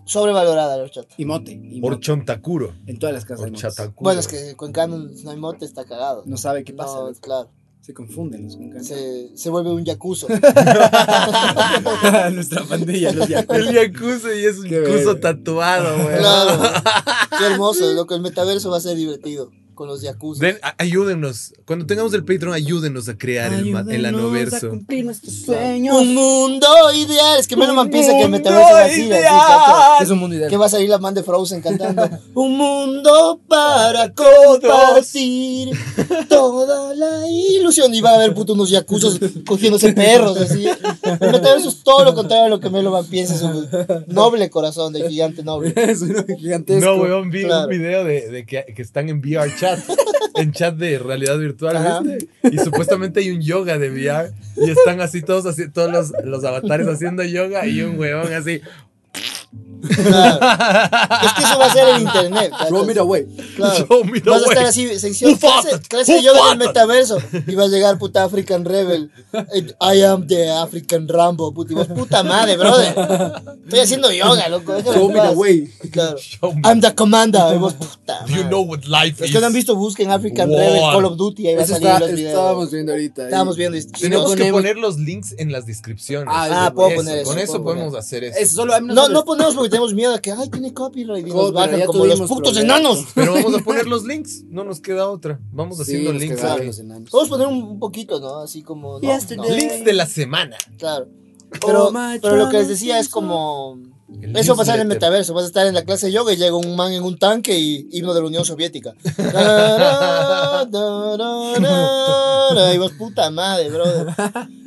[SPEAKER 2] Sobrevalorada la horchata.
[SPEAKER 1] y mote. y mote.
[SPEAKER 3] Horchontacuro.
[SPEAKER 1] En todas las casas. hay motes.
[SPEAKER 3] Horchatacuro.
[SPEAKER 2] Bueno, es que Cuencano no hay mote, está cagado.
[SPEAKER 1] No sabe qué pasa.
[SPEAKER 2] No,
[SPEAKER 1] loco.
[SPEAKER 2] claro.
[SPEAKER 1] Se confunden los concanos.
[SPEAKER 2] Se, se vuelve un
[SPEAKER 1] [laughs]
[SPEAKER 2] yacuzo. [laughs]
[SPEAKER 1] Nuestra pandilla, los yakuza.
[SPEAKER 3] El yakuza y es un
[SPEAKER 1] Qué
[SPEAKER 3] yakuza
[SPEAKER 1] verga.
[SPEAKER 3] tatuado,
[SPEAKER 1] [laughs]
[SPEAKER 3] weón.
[SPEAKER 2] claro. Qué hermoso, loco. El metaverso va a ser divertido. con los yakuza.
[SPEAKER 3] Den- Pues, a- ayúdennos. Cuando tengamos el Patreon, ayúdenos a crear el, ma- el anoverso.
[SPEAKER 5] cumplir nuestros
[SPEAKER 2] Un mundo ideal. Es que menos mal piensa que el
[SPEAKER 5] mundo
[SPEAKER 2] Metaverso es así, así, cacha.
[SPEAKER 5] Es un mundo ideal.
[SPEAKER 2] Que va a salir la man de Frozen
[SPEAKER 1] [laughs]
[SPEAKER 2] cantando Un mundo para compartir toda la ilusión. Y van a haber putos unos yacuzos cogiéndose perros. Así. El metaverso es todo lo contrario a lo que Meloman piensa. Es un noble corazón del gigante noble.
[SPEAKER 1] [laughs] Es uno gigantesco.
[SPEAKER 3] No, weón, vi
[SPEAKER 2] Claro.
[SPEAKER 3] un video de, de que, que están en VR
[SPEAKER 2] [laughs]
[SPEAKER 3] chat, en chat de realidad virtual,
[SPEAKER 2] Ajá.
[SPEAKER 3] ¿viste? Y supuestamente hay un yoga de VR y están así todos, así, todos los, los avatares haciendo yoga y un weón así.
[SPEAKER 2] Claro. Es que eso va a ser en internet. ¿cachas?
[SPEAKER 1] Bro, mira, güey.
[SPEAKER 2] Claro.
[SPEAKER 3] Yo, mira,
[SPEAKER 2] Vas a estar
[SPEAKER 3] güey.
[SPEAKER 2] así, sección
[SPEAKER 3] Who farted?
[SPEAKER 2] clase, clase de
[SPEAKER 3] Who
[SPEAKER 2] yoga del
[SPEAKER 3] farted?
[SPEAKER 2] metaverso. Y vas a llegar, puta African Rebel. And I am the African Rambo, puta. Y vos, puta madre, brother. Estoy haciendo yoga, loco. déjame en
[SPEAKER 1] Bro, mira,
[SPEAKER 2] paz.
[SPEAKER 1] güey.
[SPEAKER 2] Claro.
[SPEAKER 3] Show me-
[SPEAKER 2] I'm the commander. Y vos, puta
[SPEAKER 3] "Oh, You
[SPEAKER 2] madre.
[SPEAKER 3] know what life
[SPEAKER 2] Los
[SPEAKER 3] is.
[SPEAKER 2] que no han visto, busquen African
[SPEAKER 3] War.
[SPEAKER 2] Rebel, Call of Duty. Ahí va a
[SPEAKER 1] Eso
[SPEAKER 2] salir
[SPEAKER 1] está-
[SPEAKER 2] los videos.
[SPEAKER 1] estábamos viendo ahorita.
[SPEAKER 2] Estábamos viendo. y-
[SPEAKER 3] Tenemos
[SPEAKER 2] si no
[SPEAKER 3] que
[SPEAKER 2] ponemos-
[SPEAKER 3] poner los links en las descripciones.
[SPEAKER 1] Ah,
[SPEAKER 2] Ah, puedo poner eso.
[SPEAKER 3] Con
[SPEAKER 2] puedo
[SPEAKER 3] eso
[SPEAKER 2] poner.
[SPEAKER 3] podemos hacer eso.
[SPEAKER 5] Eso solo
[SPEAKER 2] No, no ponemos porque tenemos miedo de que, ay, tiene copyright. Y nos
[SPEAKER 1] Copyright,
[SPEAKER 2] bajan
[SPEAKER 1] ya
[SPEAKER 2] como los
[SPEAKER 1] tuvimos
[SPEAKER 2] putos
[SPEAKER 1] problemas.
[SPEAKER 2] enanos.
[SPEAKER 3] Pero vamos a poner los links. No nos queda otra. Vamos haciendo
[SPEAKER 1] los
[SPEAKER 3] links.
[SPEAKER 1] quedaron
[SPEAKER 3] ahí.
[SPEAKER 1] los enanos.
[SPEAKER 2] Vamos a poner un un poquito, ¿no? Así como. No, no,
[SPEAKER 3] Links de la semana.
[SPEAKER 2] claro. Pero,
[SPEAKER 5] Oh, my
[SPEAKER 2] pero lo que les
[SPEAKER 5] God,
[SPEAKER 2] decía
[SPEAKER 5] I'm
[SPEAKER 2] es
[SPEAKER 5] so-
[SPEAKER 2] como.
[SPEAKER 3] El
[SPEAKER 2] Eso va a pasar en el
[SPEAKER 3] newsletter.
[SPEAKER 2] metaverso. Vas a estar en la clase de yoga y llega un man en un tanque y himno de la Unión Soviética. Da, da, da, da, da. Y vos, puta madre, brother.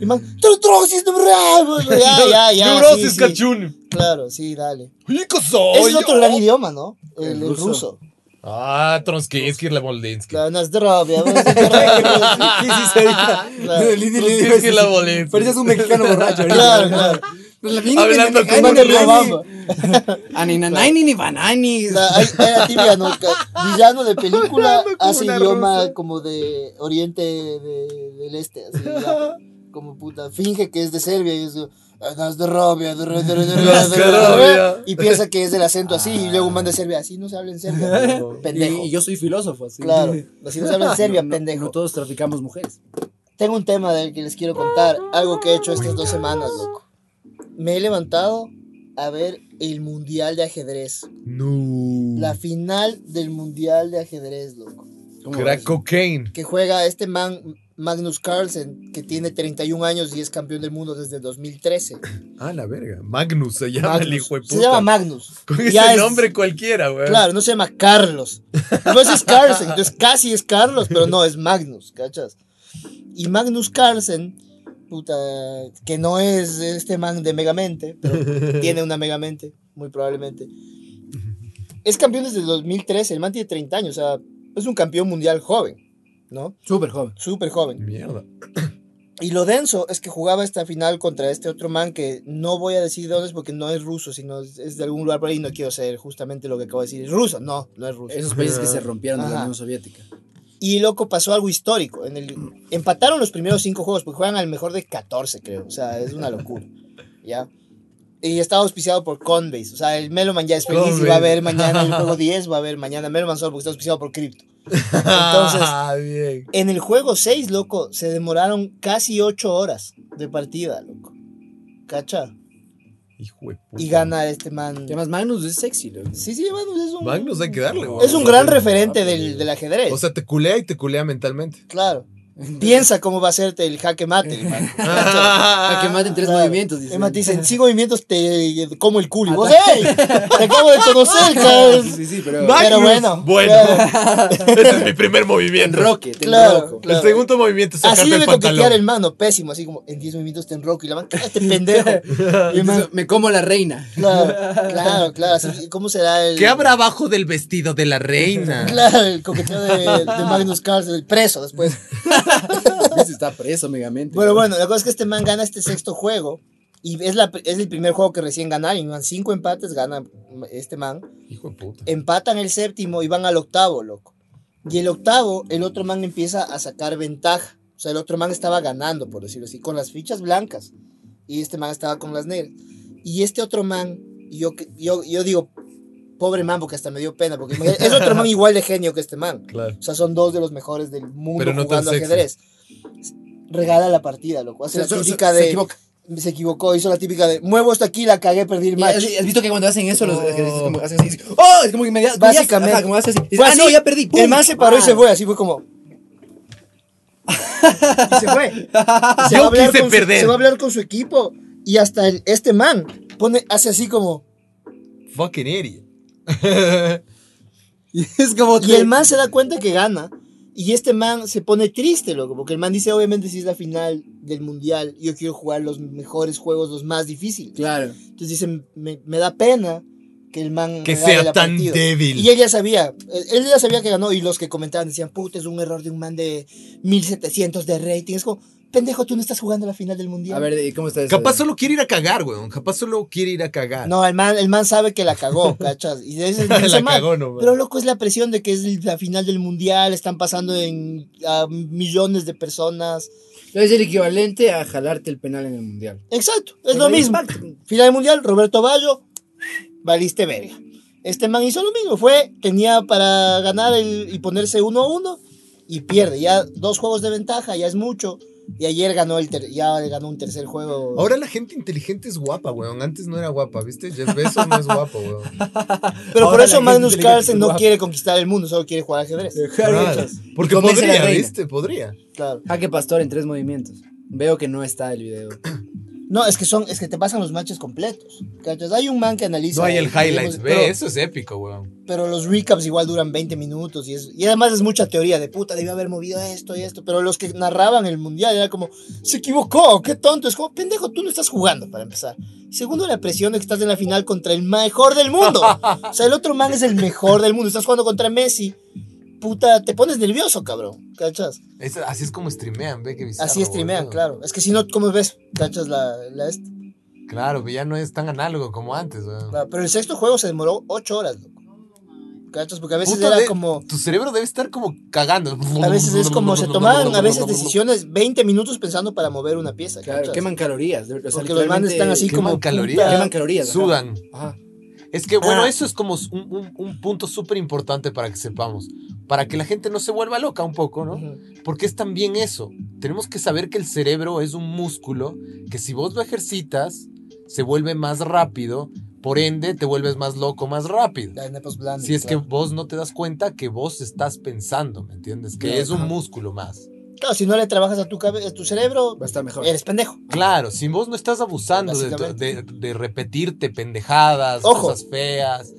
[SPEAKER 2] Y man, neurosis, neurosis. Ya, ya, ya. sí,
[SPEAKER 3] [laughs] Neurosis
[SPEAKER 2] sí.
[SPEAKER 3] cachún.
[SPEAKER 2] Claro, sí, dale.
[SPEAKER 3] Rico soy
[SPEAKER 2] Es el otro
[SPEAKER 3] yo.
[SPEAKER 2] gran idioma, ¿no? El,
[SPEAKER 1] El
[SPEAKER 2] el
[SPEAKER 1] ruso.
[SPEAKER 2] ruso.
[SPEAKER 3] Ah, Tronsky, la Boldinsky.
[SPEAKER 2] Claro, Nazdravia, vos, Nazdravia.
[SPEAKER 1] [laughs] Sí, sí, se
[SPEAKER 2] [laughs]
[SPEAKER 1] dijo.
[SPEAKER 2] Claro.
[SPEAKER 1] Lili le dijo
[SPEAKER 3] Tronsky
[SPEAKER 1] eso.
[SPEAKER 3] la Boldinsky.
[SPEAKER 1] Pareces un mexicano [laughs] borracho. ahorita.
[SPEAKER 2] Claro, claro.
[SPEAKER 3] Hablando
[SPEAKER 1] Ay,
[SPEAKER 3] con
[SPEAKER 1] no,
[SPEAKER 2] Man de
[SPEAKER 1] no, no,
[SPEAKER 2] Riobamba.
[SPEAKER 1] no.
[SPEAKER 5] [laughs] ni banani.
[SPEAKER 2] O sea, hay- era tibia, ¿no? Ca- Villano de película
[SPEAKER 3] Hablando como
[SPEAKER 2] hace
[SPEAKER 3] una
[SPEAKER 2] idioma
[SPEAKER 3] rusa.
[SPEAKER 2] como de Oriente de- del Este, así, ya, como puta. Finge que es de Serbia y es de- "Das de Robia, de Ro- de Ro- de Ro- de Ro- de Ro", y piensa que es del acento así y luego manda de Serbia, así no se habla
[SPEAKER 1] [laughs]
[SPEAKER 2] en Serbia, pendejo.
[SPEAKER 5] Y, y yo soy filósofo, así. [laughs]
[SPEAKER 2] Claro, así no se habla en Serbia, pendejo.
[SPEAKER 5] No todos traficamos mujeres.
[SPEAKER 2] Tengo un tema del que les quiero contar, algo que he hecho estas dos semanas, loco. Me he levantado a ver el Mundial de Ajedrez.
[SPEAKER 3] No.
[SPEAKER 2] La final del Mundial de Ajedrez, loco.
[SPEAKER 5] ¿Cómo
[SPEAKER 3] Crack
[SPEAKER 5] ves?
[SPEAKER 3] cocaine.
[SPEAKER 2] Que juega este man, Magnus Carlsen, que tiene 31 años y es campeón del mundo desde
[SPEAKER 3] [laughs]
[SPEAKER 2] 2013.
[SPEAKER 3] Ah, la verga. Magnus se llama el
[SPEAKER 2] Magnus.
[SPEAKER 3] hijo de puta.
[SPEAKER 2] Se llama Magnus.
[SPEAKER 3] Con
[SPEAKER 2] Ya
[SPEAKER 3] ese
[SPEAKER 2] es-
[SPEAKER 3] nombre cualquiera, güey.
[SPEAKER 2] Claro, no se llama Carlos. No es Carlsen, entonces casi es Carlos, pero no, es Magnus, ¿cachas? Y Magnus Carlsen, puta, que no es este man de Megamente, pero tiene una Megamente, muy probablemente. Es campeón desde 2013, el man tiene 30 años, o sea, es un campeón mundial joven, ¿no?
[SPEAKER 5] Súper joven.
[SPEAKER 2] Súper joven. [laughs]
[SPEAKER 3] Mierda.
[SPEAKER 2] Y lo denso es que jugaba esta final contra este otro man que no voy a decir de dónde es porque no es ruso, sino es, es de algún lugar por ahí. No quiero ser justamente lo que acabo de decir. Es ruso, no, no [laughs] es ruso.
[SPEAKER 5] Pues, Esos países que se rompieron de la
[SPEAKER 2] Ajá.
[SPEAKER 5] Unión Soviética.
[SPEAKER 2] Y loco, pasó algo histórico. En el, empataron los primeros cinco juegos porque juegan al mejor de 14, creo. O sea, es una locura. [laughs] ¿Ya? Y estaba auspiciado por Coinbase. O sea, el Meloman ya es feliz y va a
[SPEAKER 3] Coinbase.
[SPEAKER 2] haber mañana el juego 10, va a haber mañana Meloman solo porque está auspiciado por Crypto.
[SPEAKER 3] [laughs] Ah, bien.
[SPEAKER 2] En el juego 6, loco, se demoraron casi 8 horas de partida, loco. ¿Cacha?
[SPEAKER 3] Hijo de puta.
[SPEAKER 2] Y gana este man.
[SPEAKER 5] Además, Magnus es sexy, loco.
[SPEAKER 2] Sí, sí, Magnus es un.
[SPEAKER 3] Magnus hay que darle, güey.
[SPEAKER 2] Es un gran referente del, del ajedrez.
[SPEAKER 3] O sea, te culea y te culea mentalmente.
[SPEAKER 2] claro. Piensa cómo va a hacerte el jaque mate. el
[SPEAKER 3] [laughs]
[SPEAKER 2] man.
[SPEAKER 5] Ah, que maten
[SPEAKER 2] [laughs]
[SPEAKER 5] tres
[SPEAKER 2] Claro.
[SPEAKER 5] movimientos, dice.
[SPEAKER 2] El man te
[SPEAKER 5] [laughs]
[SPEAKER 2] dice, en cinco movimientos te como el culo. Y vos, ¡ey! Te acabo de conocer, cabrón.
[SPEAKER 5] Sí, Ah, sí, sí, pero.
[SPEAKER 3] Magnus.
[SPEAKER 2] Pero bueno.
[SPEAKER 3] Bueno.
[SPEAKER 2] claro,
[SPEAKER 3] Ese es mi primer movimiento.
[SPEAKER 5] Enroque, te
[SPEAKER 2] Claro,
[SPEAKER 5] enroco.
[SPEAKER 2] claro.
[SPEAKER 3] El segundo movimiento es
[SPEAKER 2] Así
[SPEAKER 3] sacarte el
[SPEAKER 2] debe coquetear
[SPEAKER 3] pantalón.
[SPEAKER 2] el mano, pésimo. Así como, en 10 movimientos te enroco y la man, este pendejo. Y el man,
[SPEAKER 5] Me como la reina. [laughs]
[SPEAKER 2] claro, claro, claro. Así, ¿Cómo será el.
[SPEAKER 3] ¿Qué habrá abajo del vestido de la
[SPEAKER 2] [laughs]
[SPEAKER 3] reina?
[SPEAKER 2] Claro, el coqueteo de, de Magnus Carlsen, el preso después.
[SPEAKER 5] Ese está preso, megamente.
[SPEAKER 2] Bueno, bueno, la cosa es que este man gana este sexto juego. Y es, la, pr- es el primer juego que recién ganaron. Y van cinco empates, gana mm, este man.
[SPEAKER 3] Hijo de puta.
[SPEAKER 2] Empatan el séptimo y van al octavo, loco. Y el octavo, el otro man empieza a sacar ventaja. O sea, el otro man estaba ganando, por decirlo así, con las fichas blancas. Y este man estaba con las negras. Y este otro man, yo, que- yo, yo digo, pobre man, porque hasta me dio pena. Porque imagínate, es otro man igual de genio que este man.
[SPEAKER 3] Claro.
[SPEAKER 2] O sea, son dos de los mejores del mundo
[SPEAKER 3] Pero no tan
[SPEAKER 2] jugando
[SPEAKER 3] sexy.
[SPEAKER 2] ajedrez. Regala la partida, loco. Hace la
[SPEAKER 5] Se- se-
[SPEAKER 2] típica
[SPEAKER 5] se
[SPEAKER 2] de.
[SPEAKER 5] equivoca.
[SPEAKER 2] se equivocó, hizo la típica de muevo hasta aquí, la cagué, perdí el
[SPEAKER 5] Y
[SPEAKER 2] match.
[SPEAKER 5] ¿Has has visto que cuando hacen eso, los
[SPEAKER 3] Oh.
[SPEAKER 5] ejercicios como hacen así, así, ¡Oh! Es como inmediato.
[SPEAKER 2] Básicamente.
[SPEAKER 5] como hace así. dice,
[SPEAKER 2] Fue
[SPEAKER 5] ah,
[SPEAKER 2] así,
[SPEAKER 5] no, ya perdí.
[SPEAKER 2] El
[SPEAKER 5] ¡Pum!
[SPEAKER 2] man se paró y se
[SPEAKER 5] Ah. [laughs]
[SPEAKER 2] fue, así fue como. [laughs] Y se fue. Se va a
[SPEAKER 3] Yo
[SPEAKER 2] hablar
[SPEAKER 3] quise
[SPEAKER 2] con su-
[SPEAKER 3] perder.
[SPEAKER 2] se va a hablar con su equipo y hasta el- este man pone, hace así como. [laughs]
[SPEAKER 3] Fucking idiot.
[SPEAKER 7] Y es como
[SPEAKER 2] Y el man se da cuenta que gana. Y este man se pone triste, loco, porque el man dice, obviamente, si es la final del mundial, yo quiero jugar los mejores juegos, los más difíciles.
[SPEAKER 5] Claro.
[SPEAKER 2] Entonces dice, me, me da pena que el man
[SPEAKER 3] Que
[SPEAKER 2] me gane
[SPEAKER 3] sea
[SPEAKER 2] la
[SPEAKER 3] tan
[SPEAKER 2] partida".
[SPEAKER 3] débil.
[SPEAKER 2] Y él ya sabía, él- él ya sabía que ganó y los que comentaban decían, puta, es un error de un man de 1700 de rating. Es como, pendejo, tú no estás jugando la final del mundial.
[SPEAKER 5] A ver, ¿y ¿cómo está eso?
[SPEAKER 3] Capaz solo quiere ir a cagar, weón. Capaz solo quiere ir a cagar.
[SPEAKER 2] No, el man, el man sabe que la cagó, ¿cachas? Y dice,
[SPEAKER 3] [laughs] la
[SPEAKER 2] "Man,
[SPEAKER 3] cagó nomás.
[SPEAKER 2] Pero loco, es la presión de que es la final del mundial, están pasando en a millones de personas.
[SPEAKER 5] Es el equivalente a jalarte el penal en el mundial.
[SPEAKER 2] Exacto, es lo mismo. Eh, Final del mundial, Roberto Ballo, valiste verga. Este man hizo lo mismo, fue, tenía para ganar el- y ponerse 1-1 y pierde. Ya dos juegos de ventaja, ya es mucho. Y ayer ganó el ter- ya ganó un tercer juego.
[SPEAKER 3] Ahora la gente inteligente es guapa, weón. Antes no era guapa, ¿viste? Jeff Bezos no es
[SPEAKER 2] [laughs]
[SPEAKER 3] guapo, weón.
[SPEAKER 2] Pero por
[SPEAKER 5] ahora la
[SPEAKER 2] eso
[SPEAKER 5] gente
[SPEAKER 2] Magnus
[SPEAKER 5] inteligente
[SPEAKER 2] Carlsen
[SPEAKER 5] es
[SPEAKER 2] no
[SPEAKER 5] guapa.
[SPEAKER 2] quiere conquistar el mundo, solo quiere jugar ajedrez.
[SPEAKER 3] Claro. Porque
[SPEAKER 5] Y convence a la
[SPEAKER 3] podría,
[SPEAKER 5] reina.
[SPEAKER 3] ¿viste? Podría.
[SPEAKER 2] Claro.
[SPEAKER 5] Jaque Pastor en tres movimientos. Veo que no está el
[SPEAKER 2] [coughs]
[SPEAKER 5] video.
[SPEAKER 2] No, es que son, es que te pasan los matches completos. ¿cachas? Hay un man que analiza.
[SPEAKER 3] No hay el highlights,
[SPEAKER 2] digamos,
[SPEAKER 3] ve,
[SPEAKER 2] pero-
[SPEAKER 3] eso es épico, weón.
[SPEAKER 2] Pero los recaps igual duran 20 minutos y, es, y además es mucha teoría de puta, debió haber movido esto y esto. Pero los que narraban el mundial era como, se equivocó, qué tonto. Es como, pendejo, tú no estás jugando para empezar. Y segundo, la presión de que estás en la final contra el mejor del mundo.
[SPEAKER 3] [laughs]
[SPEAKER 2] O sea, el otro man es el mejor del mundo. Estás jugando contra Messi. Puta, te pones nervioso, cabrón. ¿Cachas?
[SPEAKER 3] Es- así es como streamean, ve que bizarro,
[SPEAKER 2] Así streamean,
[SPEAKER 3] boludo.
[SPEAKER 2] claro. Es que si no, ¿cómo ves? ¿Cachas la, la este?
[SPEAKER 3] Claro, pero ya no es tan análogo como antes, weón.
[SPEAKER 2] Claro, pero el sexto juego se demoró 8 horas, loco. ¿Cachas? Porque a veces
[SPEAKER 3] Puta
[SPEAKER 2] era
[SPEAKER 3] de-
[SPEAKER 2] como.
[SPEAKER 3] Tu cerebro debe estar como cagando.
[SPEAKER 2] A veces es como se tomaban a veces decisiones 20 minutos pensando para mover una pieza. ¿cachas?
[SPEAKER 5] Queman calorías. de- o sea,
[SPEAKER 2] Porque los manes
[SPEAKER 5] literalmente
[SPEAKER 2] están así
[SPEAKER 3] queman
[SPEAKER 2] como.
[SPEAKER 3] calorías.
[SPEAKER 2] puta,
[SPEAKER 5] Queman calorías. ajá.
[SPEAKER 3] Sudan.
[SPEAKER 5] Ajá.
[SPEAKER 3] Es que, bueno,
[SPEAKER 2] Ah.
[SPEAKER 3] eso es como un, un- un punto súper importante para que sepamos. Para que la gente no se vuelva loca un poco, ¿no?
[SPEAKER 2] Ujú.
[SPEAKER 3] Porque es también eso. Tenemos que saber que el cerebro es un músculo que si vos lo ejercitas, se vuelve más rápido. Por ende, te vuelves más loco más rápido.
[SPEAKER 2] La de nepos blandos,
[SPEAKER 3] Si es que
[SPEAKER 2] claro.
[SPEAKER 3] vos pues, no te das cuenta que vos estás pensando, ¿me entiendes? Que
[SPEAKER 5] Claro,
[SPEAKER 3] es un
[SPEAKER 5] ajá.
[SPEAKER 3] músculo más.
[SPEAKER 2] Claro, si no le trabajas a tu, cabe- a tu cerebro,
[SPEAKER 5] Va a estar mejor.
[SPEAKER 2] eres pendejo.
[SPEAKER 3] Claro, si vos no estás abusando de, tu- de- de repetirte pendejadas,
[SPEAKER 2] Ojo.
[SPEAKER 3] cosas feas.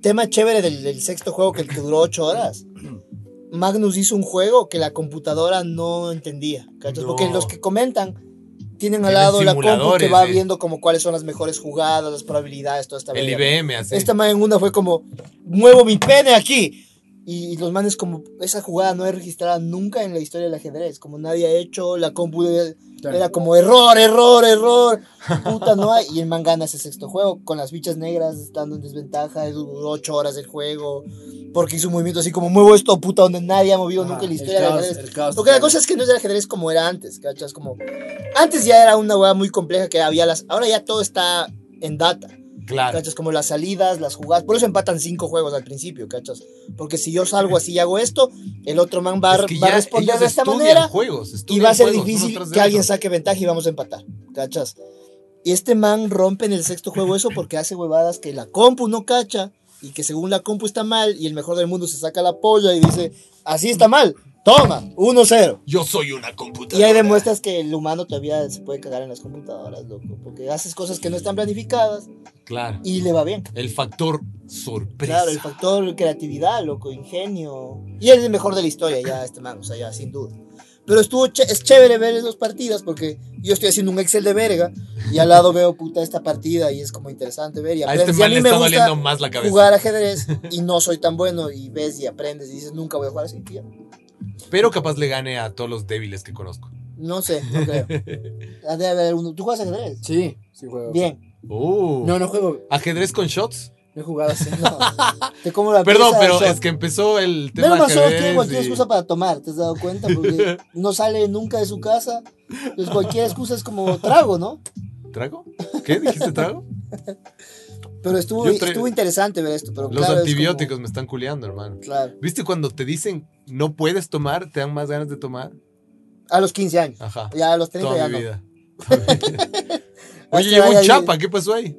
[SPEAKER 2] Tema chévere del, del sexto juego que, que duró 8 horas.
[SPEAKER 3] [clears throat]
[SPEAKER 2] Magnus hizo un juego que la computadora no entendía. ¿cachas?
[SPEAKER 3] No.
[SPEAKER 2] Porque los que comentan tienen al
[SPEAKER 3] Tienen
[SPEAKER 2] lado la compu que
[SPEAKER 3] simuladores,
[SPEAKER 2] va
[SPEAKER 3] eh.
[SPEAKER 2] viendo como cuáles son las mejores jugadas, las probabilidades, toda esta
[SPEAKER 3] El
[SPEAKER 2] verga.
[SPEAKER 3] IBM, así.
[SPEAKER 2] Esta man en una fue como, muevo mi pene aquí. Y, y los manes como, esa jugada no es registrada nunca en la historia del ajedrez. Como nadie ha hecho, la compu de-
[SPEAKER 5] Claro.
[SPEAKER 2] era como, error, error, error. Puta, no hay. Y el man gana ese sexto juego con las fichas negras estando en desventaja. Duró ocho horas el juego. Porque hizo un movimiento así como, muevo esto, puta, donde nadie ha movido
[SPEAKER 5] Ajá,
[SPEAKER 2] nunca en la
[SPEAKER 5] el
[SPEAKER 2] historia del
[SPEAKER 5] caos,
[SPEAKER 2] ajedrez.
[SPEAKER 5] el caos
[SPEAKER 2] Porque la
[SPEAKER 5] total.
[SPEAKER 2] cosa es que no es el ajedrez como era antes, ¿cachas? Como, antes ya era una hueá muy compleja que había las... Ahora ya todo está en data.
[SPEAKER 3] Claro.
[SPEAKER 2] ¿Cachas? Como las salidas, las jugadas. Por eso empatan cinco juegos al principio, ¿cachas? Porque si yo salgo así y hago esto, el otro man va, a-
[SPEAKER 3] Es que
[SPEAKER 2] va a
[SPEAKER 3] ya
[SPEAKER 2] responder
[SPEAKER 3] ellos
[SPEAKER 2] de esta
[SPEAKER 3] estudian
[SPEAKER 2] manera
[SPEAKER 3] juegos,
[SPEAKER 2] y
[SPEAKER 3] estudian
[SPEAKER 2] va a ser
[SPEAKER 3] juegos uno
[SPEAKER 2] difícil
[SPEAKER 3] tras de
[SPEAKER 2] que alguien
[SPEAKER 3] otro.
[SPEAKER 2] saque ventaja y vamos a empatar, ¿cachas? Y este man rompe en el sexto juego eso porque hace huevadas que la compu no cacha y que según la compu está mal y el mejor del mundo se saca la polla y dice, así está mal, toma, 1-0.
[SPEAKER 3] Yo soy una computadora.
[SPEAKER 2] Y ahí demuestras que el humano todavía se puede cagar en las computadoras, loco, porque haces cosas que no están planificadas
[SPEAKER 3] Claro.
[SPEAKER 2] y le va bien.
[SPEAKER 3] El factor sorpresa.
[SPEAKER 2] Claro, el factor creatividad, loco, ingenio. Y él es el mejor de la historia, ya, este man, o sea, ya, sin duda. Pero estuvo ch- es chévere ver esas partidas porque yo estoy haciendo un Excel de verga y al lado veo puta esta partida y es como interesante ver y
[SPEAKER 3] a
[SPEAKER 2] aprendes.
[SPEAKER 3] este
[SPEAKER 2] y a
[SPEAKER 3] man
[SPEAKER 2] mí
[SPEAKER 3] le
[SPEAKER 2] me
[SPEAKER 3] está
[SPEAKER 2] gusta
[SPEAKER 3] doliendo más la cabeza.
[SPEAKER 2] jugar ajedrez y no soy tan bueno y ves y aprendes y dices, nunca voy a jugar así, tío.
[SPEAKER 3] Pero capaz le gane a todos los débiles que conozco.
[SPEAKER 2] No sé, no
[SPEAKER 3] [laughs]
[SPEAKER 2] creo. Ha de haber uno. ¿Tú juegas ajedrez?
[SPEAKER 5] Sí, sí juego.
[SPEAKER 2] Bien.
[SPEAKER 3] Uh.
[SPEAKER 5] No, no juego.
[SPEAKER 3] Ajedrez con shots.
[SPEAKER 5] No he jugado
[SPEAKER 2] [laughs]
[SPEAKER 5] así.
[SPEAKER 2] No. Te como la
[SPEAKER 3] Perdón,
[SPEAKER 2] pieza,
[SPEAKER 3] pero
[SPEAKER 2] shot.
[SPEAKER 3] es que empezó el tema
[SPEAKER 2] Menos
[SPEAKER 3] de
[SPEAKER 2] mal solo
[SPEAKER 3] ajedrez
[SPEAKER 2] tiene cualquier
[SPEAKER 3] y-
[SPEAKER 2] excusa para tomar, ¿te has dado cuenta?
[SPEAKER 3] [laughs]
[SPEAKER 2] Porque no sale nunca de su casa. Entonces cualquier excusa es como trago, ¿no?
[SPEAKER 3] ¿Trago? ¿Qué
[SPEAKER 2] [laughs]
[SPEAKER 3] dijiste trago?
[SPEAKER 2] Pero estuvo,
[SPEAKER 3] Yo tra-
[SPEAKER 2] estuvo interesante ver esto. Pero
[SPEAKER 3] Los
[SPEAKER 2] claro, es
[SPEAKER 3] antibióticos me están culeando, hermano.
[SPEAKER 2] como- claro.
[SPEAKER 3] ¿Viste cuando te dicen no puedes tomar, te dan más ganas de tomar?
[SPEAKER 2] A los 15 años.
[SPEAKER 3] Ajá.
[SPEAKER 2] Ya a los 30
[SPEAKER 3] Toda
[SPEAKER 2] ya
[SPEAKER 3] mi
[SPEAKER 2] no. este
[SPEAKER 3] vida. Oye, llegó un chapa, ¿qué pasó ahí?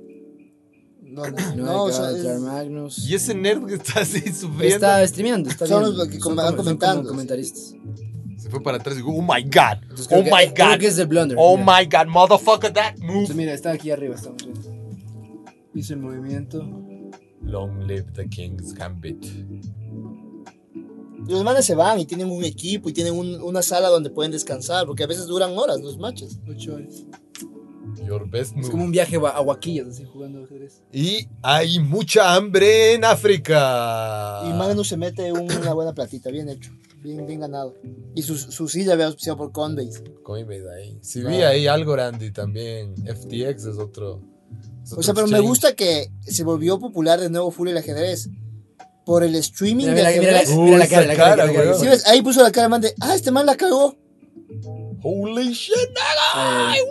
[SPEAKER 2] No,
[SPEAKER 1] No,
[SPEAKER 2] no,
[SPEAKER 1] no,
[SPEAKER 2] no, o sea,
[SPEAKER 1] Carl
[SPEAKER 2] es-
[SPEAKER 1] Magnus.
[SPEAKER 3] Y ese nerd que está así sufriendo
[SPEAKER 1] Está streameando, está
[SPEAKER 2] Son
[SPEAKER 1] bien.
[SPEAKER 2] los que
[SPEAKER 1] Son
[SPEAKER 2] van
[SPEAKER 1] como- son
[SPEAKER 2] comentando,
[SPEAKER 1] como
[SPEAKER 2] sí.
[SPEAKER 1] comentaristas.
[SPEAKER 3] se fue para atrás y dijo, oh my god,
[SPEAKER 1] Entonces,
[SPEAKER 3] oh
[SPEAKER 1] creo que-
[SPEAKER 3] my
[SPEAKER 1] Creo
[SPEAKER 3] god,
[SPEAKER 1] que es del Blunder.
[SPEAKER 3] oh
[SPEAKER 1] mira.
[SPEAKER 3] my god, motherfucker, that
[SPEAKER 1] Entonces,
[SPEAKER 3] move.
[SPEAKER 1] mira, está aquí arriba, estamos viendo. Hizo el movimiento.
[SPEAKER 3] Long live the king's gambit.
[SPEAKER 2] Los manes se van y tienen un equipo y tienen un- una sala donde pueden descansar, porque a veces duran horas los matches.
[SPEAKER 1] Ocho horas.
[SPEAKER 3] Your best
[SPEAKER 1] Es como
[SPEAKER 3] move.
[SPEAKER 1] un viaje a a Huaquillas, así jugando ajedrez.
[SPEAKER 3] Y hay mucha hambre en África.
[SPEAKER 2] Y Magnus se mete un- una buena platita, bien hecho, bien, bien ganado. Y su, su silla había auspiciado por Coinbase.
[SPEAKER 3] Coinbase ahí. Si vi ahí algo Randy también. FTX es otro. es
[SPEAKER 2] O sea,
[SPEAKER 3] otro
[SPEAKER 2] pero me
[SPEAKER 3] exchange.
[SPEAKER 2] gusta que se volvió popular de nuevo full el ajedrez. Por el streaming
[SPEAKER 1] Mira, mira,
[SPEAKER 2] de
[SPEAKER 1] mira,
[SPEAKER 2] ajedrez.
[SPEAKER 1] mira,
[SPEAKER 3] Uy,
[SPEAKER 1] la cara,
[SPEAKER 3] esa
[SPEAKER 1] la cara,
[SPEAKER 3] cara,
[SPEAKER 1] la cara, la
[SPEAKER 3] weón.
[SPEAKER 2] ¿Sí
[SPEAKER 1] cara.
[SPEAKER 2] ves? Ahí puso la cara man de, ah, este man la cagó.
[SPEAKER 3] Holy shit.
[SPEAKER 1] Eh,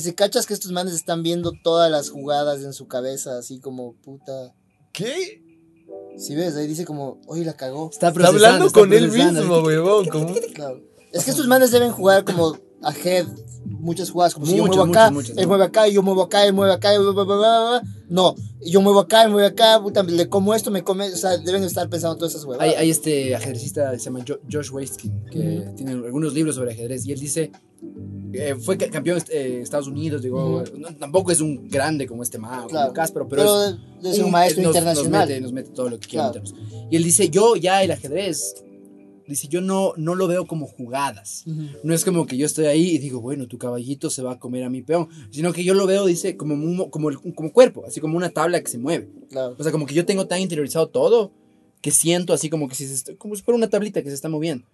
[SPEAKER 2] Si cachas que estos manes están viendo todas las jugadas en su cabeza, así como, puta.
[SPEAKER 3] ¿Qué?
[SPEAKER 2] Si ves, ahí dice como, oye, la cagó.
[SPEAKER 1] Está
[SPEAKER 3] Está
[SPEAKER 1] procesando,
[SPEAKER 3] hablando
[SPEAKER 1] está
[SPEAKER 3] con él
[SPEAKER 1] procesando.
[SPEAKER 3] mismo, huevón. como un-
[SPEAKER 2] Claro. Es que estos manes deben jugar como ahead muchas jugadas, como si yo
[SPEAKER 1] Mucho,
[SPEAKER 2] muevo
[SPEAKER 1] mucho,
[SPEAKER 2] acá,
[SPEAKER 1] mucho,
[SPEAKER 2] él
[SPEAKER 1] ¿no?
[SPEAKER 2] mueve acá, yo muevo acá, él mueve acá, bla, bla, bla, bla, bla. no, yo muevo acá, él mueve acá, puta, le como esto, me come, o sea, deben estar pensando todas esas
[SPEAKER 1] Hay,
[SPEAKER 2] huevadas.
[SPEAKER 1] hay este ajedrecista que se llama Jo- Josh Waitskin, que
[SPEAKER 2] Ujú.
[SPEAKER 1] tiene algunos libros sobre ajedrez, y él dice, eh, fue ca- campeón de Estados Unidos, digo, no- tampoco es un grande como este ma, o
[SPEAKER 2] Claro.
[SPEAKER 1] como Cásparo, pero,
[SPEAKER 2] Pero
[SPEAKER 1] es
[SPEAKER 2] de- de ser un
[SPEAKER 1] un- eh,
[SPEAKER 2] maestro
[SPEAKER 1] nos- Nos
[SPEAKER 2] internacional.
[SPEAKER 1] mete, nos mete todo lo que quiera
[SPEAKER 2] Claro.
[SPEAKER 1] meternos. Y él dice, yo ya el ajedrez, dice, yo no, no lo veo como jugadas.
[SPEAKER 2] Ujú.
[SPEAKER 1] No es como que yo estoy ahí y digo, bueno, tu caballito se va a comer a mi peón, sino que yo lo veo, dice, como, un mo- como, el- como cuerpo, así como una tabla que se mueve.
[SPEAKER 2] Claro.
[SPEAKER 1] O sea, como que yo tengo tan interiorizado todo que siento así como que si se est- como si fuera una tablita que se está moviendo.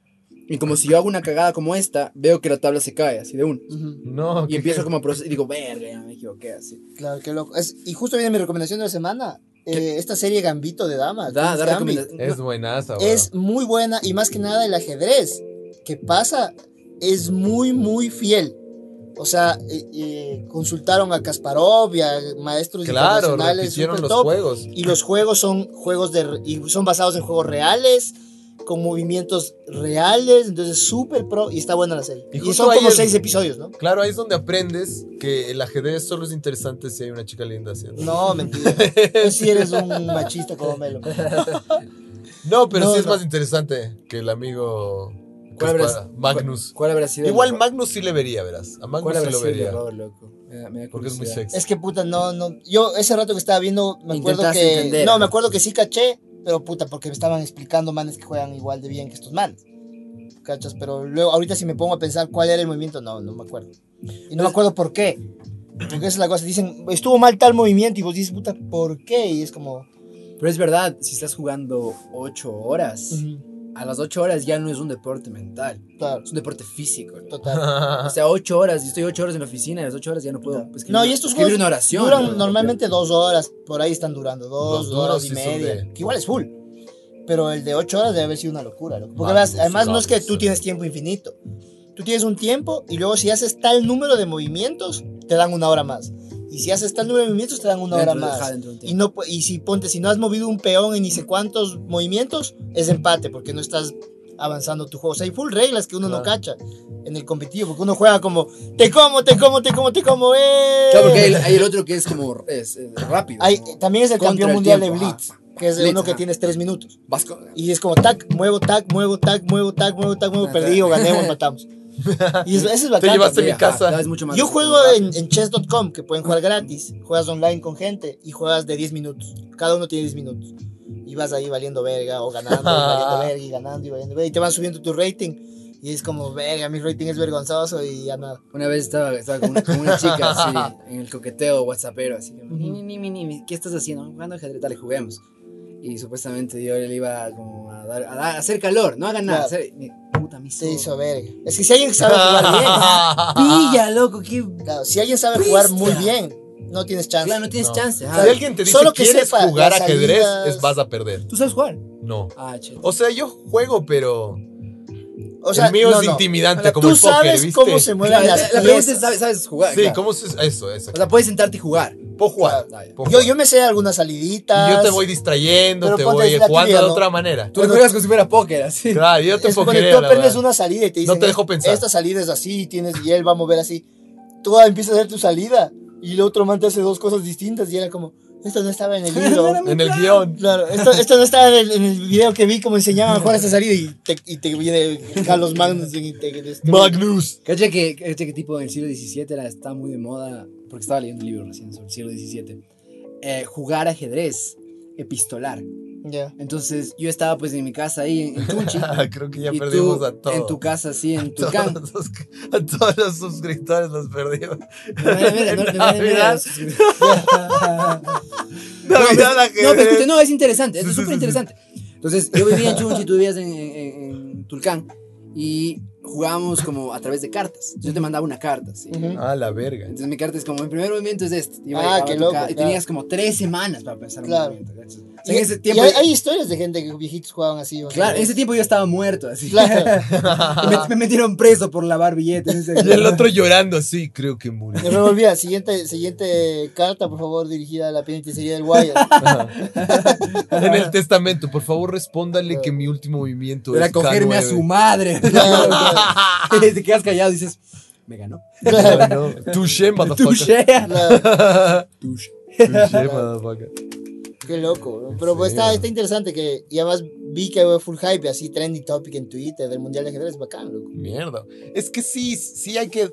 [SPEAKER 1] Y como si yo hago una cagada como esta, veo que la tabla se cae así de uno.
[SPEAKER 2] Ujú.
[SPEAKER 3] No,
[SPEAKER 1] Y empiezo como a procesar y digo, verga, ya me equivoqué así.
[SPEAKER 2] Claro, qué loco. Es- y justo viene mi recomendación de la semana. eh, esta serie Gambito de Damas.
[SPEAKER 1] Da,
[SPEAKER 2] Queen's
[SPEAKER 1] da
[SPEAKER 2] Gambit.
[SPEAKER 1] recomendación.
[SPEAKER 3] Es buenaza, huevón.
[SPEAKER 2] es muy buena y más que nada el ajedrez que pasa es muy muy fiel. O sea, eh, eh, consultaron a Kasparov y a maestros
[SPEAKER 3] Claro,
[SPEAKER 2] internacionales
[SPEAKER 3] repitieron
[SPEAKER 2] super
[SPEAKER 3] los
[SPEAKER 2] top,
[SPEAKER 3] juegos.
[SPEAKER 2] y los juegos son juegos de re- y son basados en juegos reales con movimientos reales, entonces súper pro y está buena la serie.
[SPEAKER 3] Y
[SPEAKER 2] Y,
[SPEAKER 3] justo
[SPEAKER 2] son como
[SPEAKER 3] ahí es-
[SPEAKER 2] seis episodios, ¿no?
[SPEAKER 3] Claro, ahí es donde aprendes que el ajedrez solo es interesante si hay una chica linda haciendo.
[SPEAKER 1] [laughs]
[SPEAKER 2] No, mentira. Tú sí eres un machista como Melo.
[SPEAKER 3] No, pero
[SPEAKER 2] No,
[SPEAKER 3] sí es
[SPEAKER 2] no.
[SPEAKER 3] más interesante que el amigo
[SPEAKER 1] ¿Cuál habrá-
[SPEAKER 3] Caspar- Magnus.
[SPEAKER 1] ¿Cuál habrá sido? el
[SPEAKER 3] Igual
[SPEAKER 1] error?
[SPEAKER 3] Magnus sí le vería, verás. A Magnus
[SPEAKER 1] ¿Cuál
[SPEAKER 3] sí
[SPEAKER 1] habrá
[SPEAKER 3] lo
[SPEAKER 1] sido el
[SPEAKER 3] vería.
[SPEAKER 1] error, loco? Me da- me da
[SPEAKER 3] Porque es muy
[SPEAKER 1] curiosidad.
[SPEAKER 3] sexy. [laughs]
[SPEAKER 2] Es que puta, no, no. Yo ese rato que estaba viendo, me acuerdo
[SPEAKER 1] Intentaste
[SPEAKER 2] que.
[SPEAKER 1] entender.
[SPEAKER 2] No, me acuerdo que sí caché, pero puta, porque me estaban explicando manes que juegan igual de bien que estos manes. ¿Cachas? Pero luego, ahorita si me pongo a pensar cuál era el movimiento, no, no me acuerdo. Y
[SPEAKER 1] Pues-
[SPEAKER 2] no me acuerdo por qué. Porque esa es la cosa. Dicen, estuvo mal tal movimiento, y vos dices, puta, ¿por qué? Y es como.
[SPEAKER 1] Pero es verdad, si estás jugando 8 horas, a las 8 horas ya no es un deporte mental,
[SPEAKER 2] Claro,
[SPEAKER 1] es un deporte físico. ¿no?
[SPEAKER 2] total.
[SPEAKER 1] O sea, 8 horas, yo estoy 8 horas en la oficina, a las 8 horas ya no puedo escribir,
[SPEAKER 2] No, y estos
[SPEAKER 1] escribir
[SPEAKER 2] juegos
[SPEAKER 1] una oración.
[SPEAKER 2] Duran
[SPEAKER 1] ¿no?
[SPEAKER 2] normalmente dos horas, por ahí están durando, dos,
[SPEAKER 3] Los
[SPEAKER 2] dos horas
[SPEAKER 3] duros
[SPEAKER 2] y
[SPEAKER 3] sí son
[SPEAKER 2] media,
[SPEAKER 3] de-
[SPEAKER 2] que igual es full. Pero el de ocho horas debe haber sido una locura, loco. Porque
[SPEAKER 3] Magnus,
[SPEAKER 2] verás, además no es que
[SPEAKER 3] Magnus,
[SPEAKER 2] tú
[SPEAKER 3] sí.
[SPEAKER 2] tienes tiempo infinito. Tú tienes un tiempo y luego si haces tal número de movimientos, te dan una hora más. Y si haces tal número de movimientos, te dan una
[SPEAKER 1] Dentro
[SPEAKER 2] hora
[SPEAKER 1] de- ajá,
[SPEAKER 2] más.
[SPEAKER 1] dentro de un
[SPEAKER 2] Y,
[SPEAKER 1] tiempo.
[SPEAKER 2] no, pu- y si ponte, si no has movido un peón en ni sé cuántos movimientos, es empate porque no estás avanzando tu juego. O sea, hay full reglas que uno no
[SPEAKER 3] Claro.
[SPEAKER 2] cacha en el competitivo, porque uno juega como, te como, te como, te como, te como, ¡eh!
[SPEAKER 1] Claro, porque hay, hay el otro que es como es, es rápido.
[SPEAKER 2] Hay-
[SPEAKER 1] como
[SPEAKER 2] también es el
[SPEAKER 1] contra
[SPEAKER 2] campeón
[SPEAKER 1] el
[SPEAKER 2] mundial
[SPEAKER 1] tiempo,
[SPEAKER 2] de
[SPEAKER 1] ajá.
[SPEAKER 2] Blitz, que es
[SPEAKER 1] Blitz,
[SPEAKER 2] uno que
[SPEAKER 1] ajá.
[SPEAKER 2] tienes tres minutos.
[SPEAKER 1] Vasco.
[SPEAKER 2] Y es como tac, muevo, tac, muevo, tac, muevo, tac, muevo, tac, muevo,
[SPEAKER 1] Ah,
[SPEAKER 2] perdido, gané
[SPEAKER 1] [laughs]
[SPEAKER 2] o empatamos. Y eso, eso es bacán.
[SPEAKER 3] llevaste
[SPEAKER 2] también.
[SPEAKER 3] mi casa.
[SPEAKER 1] ajá, es mucho más
[SPEAKER 2] Yo
[SPEAKER 1] rápido,
[SPEAKER 2] juego
[SPEAKER 1] rápido.
[SPEAKER 2] en, en chess.com, que pueden jugar gratis. Juegas online con gente y juegas de 10 minutos. Cada uno tiene 10 minutos. Y vas ahí valiendo verga o ganando, y
[SPEAKER 3] [laughs]
[SPEAKER 2] valiendo verga y ganando y valiendo verga. Y te van subiendo tu rating. Y es como, verga, mi rating es vergonzoso y ya nada.
[SPEAKER 1] Una vez estaba, estaba con, una, con una chica así, en el coqueteo whatsappero, así que, "Ni, ni, ni, ni, ni, ¿qué estás haciendo? Jugando ajedrez, dale, juguemos. Y supuestamente yo le iba como a, dar, a, dar- a hacer calor, no hagan nada.
[SPEAKER 2] Claro.
[SPEAKER 1] hacer- ni- puta, mi [laughs]
[SPEAKER 2] Se hizo verga. Es que si alguien sabe jugar
[SPEAKER 3] [laughs]
[SPEAKER 2] bien,
[SPEAKER 1] Pilla, loco, qué...
[SPEAKER 2] claro, si alguien sabe jugar muy
[SPEAKER 1] Bestia.
[SPEAKER 2] bien, no tienes chance.
[SPEAKER 1] Claro, no tienes
[SPEAKER 3] No.
[SPEAKER 1] chance. ajá.
[SPEAKER 3] si alguien te dice
[SPEAKER 2] Solo que
[SPEAKER 3] quieres
[SPEAKER 2] sepa
[SPEAKER 3] jugar
[SPEAKER 2] las
[SPEAKER 3] ajedrez,
[SPEAKER 2] salidas.
[SPEAKER 3] es, vas a perder.
[SPEAKER 1] ¿Tú sabes jugar?
[SPEAKER 3] No.
[SPEAKER 1] Ah, che.
[SPEAKER 3] O sea, yo juego, pero
[SPEAKER 2] O sea,
[SPEAKER 3] el mío
[SPEAKER 2] no,
[SPEAKER 3] es
[SPEAKER 2] no.
[SPEAKER 3] intimidante
[SPEAKER 2] Ahora,
[SPEAKER 3] como
[SPEAKER 2] Tú
[SPEAKER 3] el póker,
[SPEAKER 2] sabes
[SPEAKER 3] ¿viste?
[SPEAKER 2] cómo se mueven
[SPEAKER 3] [laughs]
[SPEAKER 1] Claro, la,
[SPEAKER 2] las
[SPEAKER 1] la pregunta es,
[SPEAKER 2] piezas.
[SPEAKER 1] ¿sabes, sabes jugar?
[SPEAKER 3] Sí,
[SPEAKER 1] Claro.
[SPEAKER 3] ¿cómo se eso, eso?
[SPEAKER 1] O sea, puedes sentarte y jugar.
[SPEAKER 3] Puedo jugar.
[SPEAKER 1] Claro.
[SPEAKER 3] puedo
[SPEAKER 2] Yo,
[SPEAKER 3] jugar.
[SPEAKER 2] yo me sé algunas saliditas.
[SPEAKER 3] Y yo te voy distrayendo,
[SPEAKER 2] Pero
[SPEAKER 3] te
[SPEAKER 2] ponte
[SPEAKER 3] voy
[SPEAKER 2] la
[SPEAKER 3] jugando
[SPEAKER 2] tibia,
[SPEAKER 3] de
[SPEAKER 2] ¿no?
[SPEAKER 3] otra manera.
[SPEAKER 1] Tú lo juegas como si fuera póker, así.
[SPEAKER 3] Claro, yo te
[SPEAKER 2] Es
[SPEAKER 3] puedo
[SPEAKER 2] cuando
[SPEAKER 3] querer,
[SPEAKER 2] tú
[SPEAKER 3] la
[SPEAKER 2] aprendes
[SPEAKER 3] verdad.
[SPEAKER 2] una salida y te
[SPEAKER 3] No
[SPEAKER 2] dicen,
[SPEAKER 3] te dejo pensar.
[SPEAKER 2] esta salida es así, tienes, y él va a mover así. tú ah, empiezas a hacer tu salida y el otro man te hace dos cosas distintas y era como, esto no estaba en el libro.
[SPEAKER 3] En el guión.
[SPEAKER 2] [laughs] Claro, esto, esto no estaba en el, en el video que vi como enseñaban a jugar esta salida y te, y te viene Carlos Magnus y te destruye.
[SPEAKER 3] Magnus.
[SPEAKER 1] Cacha que, cacha que tipo en el siglo XVII era, estaba muy de moda, porque estaba leyendo un libro recién sobre el siglo XVII, eh, jugar ajedrez epistolar.
[SPEAKER 2] Ya.
[SPEAKER 1] Entonces yo estaba pues en mi casa ahí en, en Tunchi.
[SPEAKER 3] Creo que [laughs] ya
[SPEAKER 1] y tú
[SPEAKER 3] perdimos a todos.
[SPEAKER 1] En tu
[SPEAKER 3] [laughs]
[SPEAKER 1] casa, sí, en tu can.
[SPEAKER 3] todos los- a todos los suscriptores los perdimos.
[SPEAKER 1] Me vale verga, no- me vale verga los suscriptores. [laughs]
[SPEAKER 3] Navidad ajedrez.
[SPEAKER 1] No, pero escucha, no, es interesante, es
[SPEAKER 3] Sí, sí, sí,
[SPEAKER 1] súper interesante. Entonces, yo vivía en Chunchi, tú vivías en, en- en Tulcán y jugábamos como a través de cartas. Yo te mandaba una carta, ¿sí?
[SPEAKER 2] Ujú.
[SPEAKER 3] Ah, la verga.
[SPEAKER 1] Entonces mi carta es como, mi primer movimiento es este. Yo
[SPEAKER 2] Ah,
[SPEAKER 1] llegaba,
[SPEAKER 2] qué
[SPEAKER 1] tocaba,
[SPEAKER 2] loco,
[SPEAKER 1] Y tenías como tres semanas para pensar
[SPEAKER 2] Claro.
[SPEAKER 1] un movimiento. ¿cachas? O sea,
[SPEAKER 2] Y,
[SPEAKER 1] en ese tiempo,
[SPEAKER 2] y hay, hay historias de gente que viejitos jugaban así. o sea,
[SPEAKER 1] claro, en ese tiempo yo estaba muerto, así.
[SPEAKER 2] [laughs] Claro.
[SPEAKER 1] Y me, me metieron preso por lavar billetes.
[SPEAKER 2] [laughs]
[SPEAKER 1] no sé
[SPEAKER 3] Y
[SPEAKER 1] qué.
[SPEAKER 3] el otro llorando, sí, creo que murió.
[SPEAKER 2] Me
[SPEAKER 3] [laughs]
[SPEAKER 2] revolvía. Siguiente, siguiente carta, por favor, dirigida a la penitenciaría del Guayas.
[SPEAKER 3] En el testamento, por favor, respóndale que mi último movimiento
[SPEAKER 1] Era
[SPEAKER 3] es
[SPEAKER 1] cogerme a
[SPEAKER 3] K9.
[SPEAKER 1] su
[SPEAKER 2] [laughs]
[SPEAKER 1] madre. [laughs] Y te quedas callado y dices, me
[SPEAKER 2] [laughs]
[SPEAKER 1] ganó.
[SPEAKER 3] [laughs] No, [laughs] no. Touché, motherfucker.
[SPEAKER 1] Touché.
[SPEAKER 2] Claro,
[SPEAKER 1] Touché.
[SPEAKER 3] Touché, motherfucker.
[SPEAKER 2] qué loco. bro. Pero pues,
[SPEAKER 3] Sí,
[SPEAKER 2] está,
[SPEAKER 3] bro.
[SPEAKER 2] está interesante que y además vi que fue full hype, así trendy topic en Twitter del Mundial de Ajedrez. Bacán, loco.
[SPEAKER 3] Mierda. Es que sí, sí hay que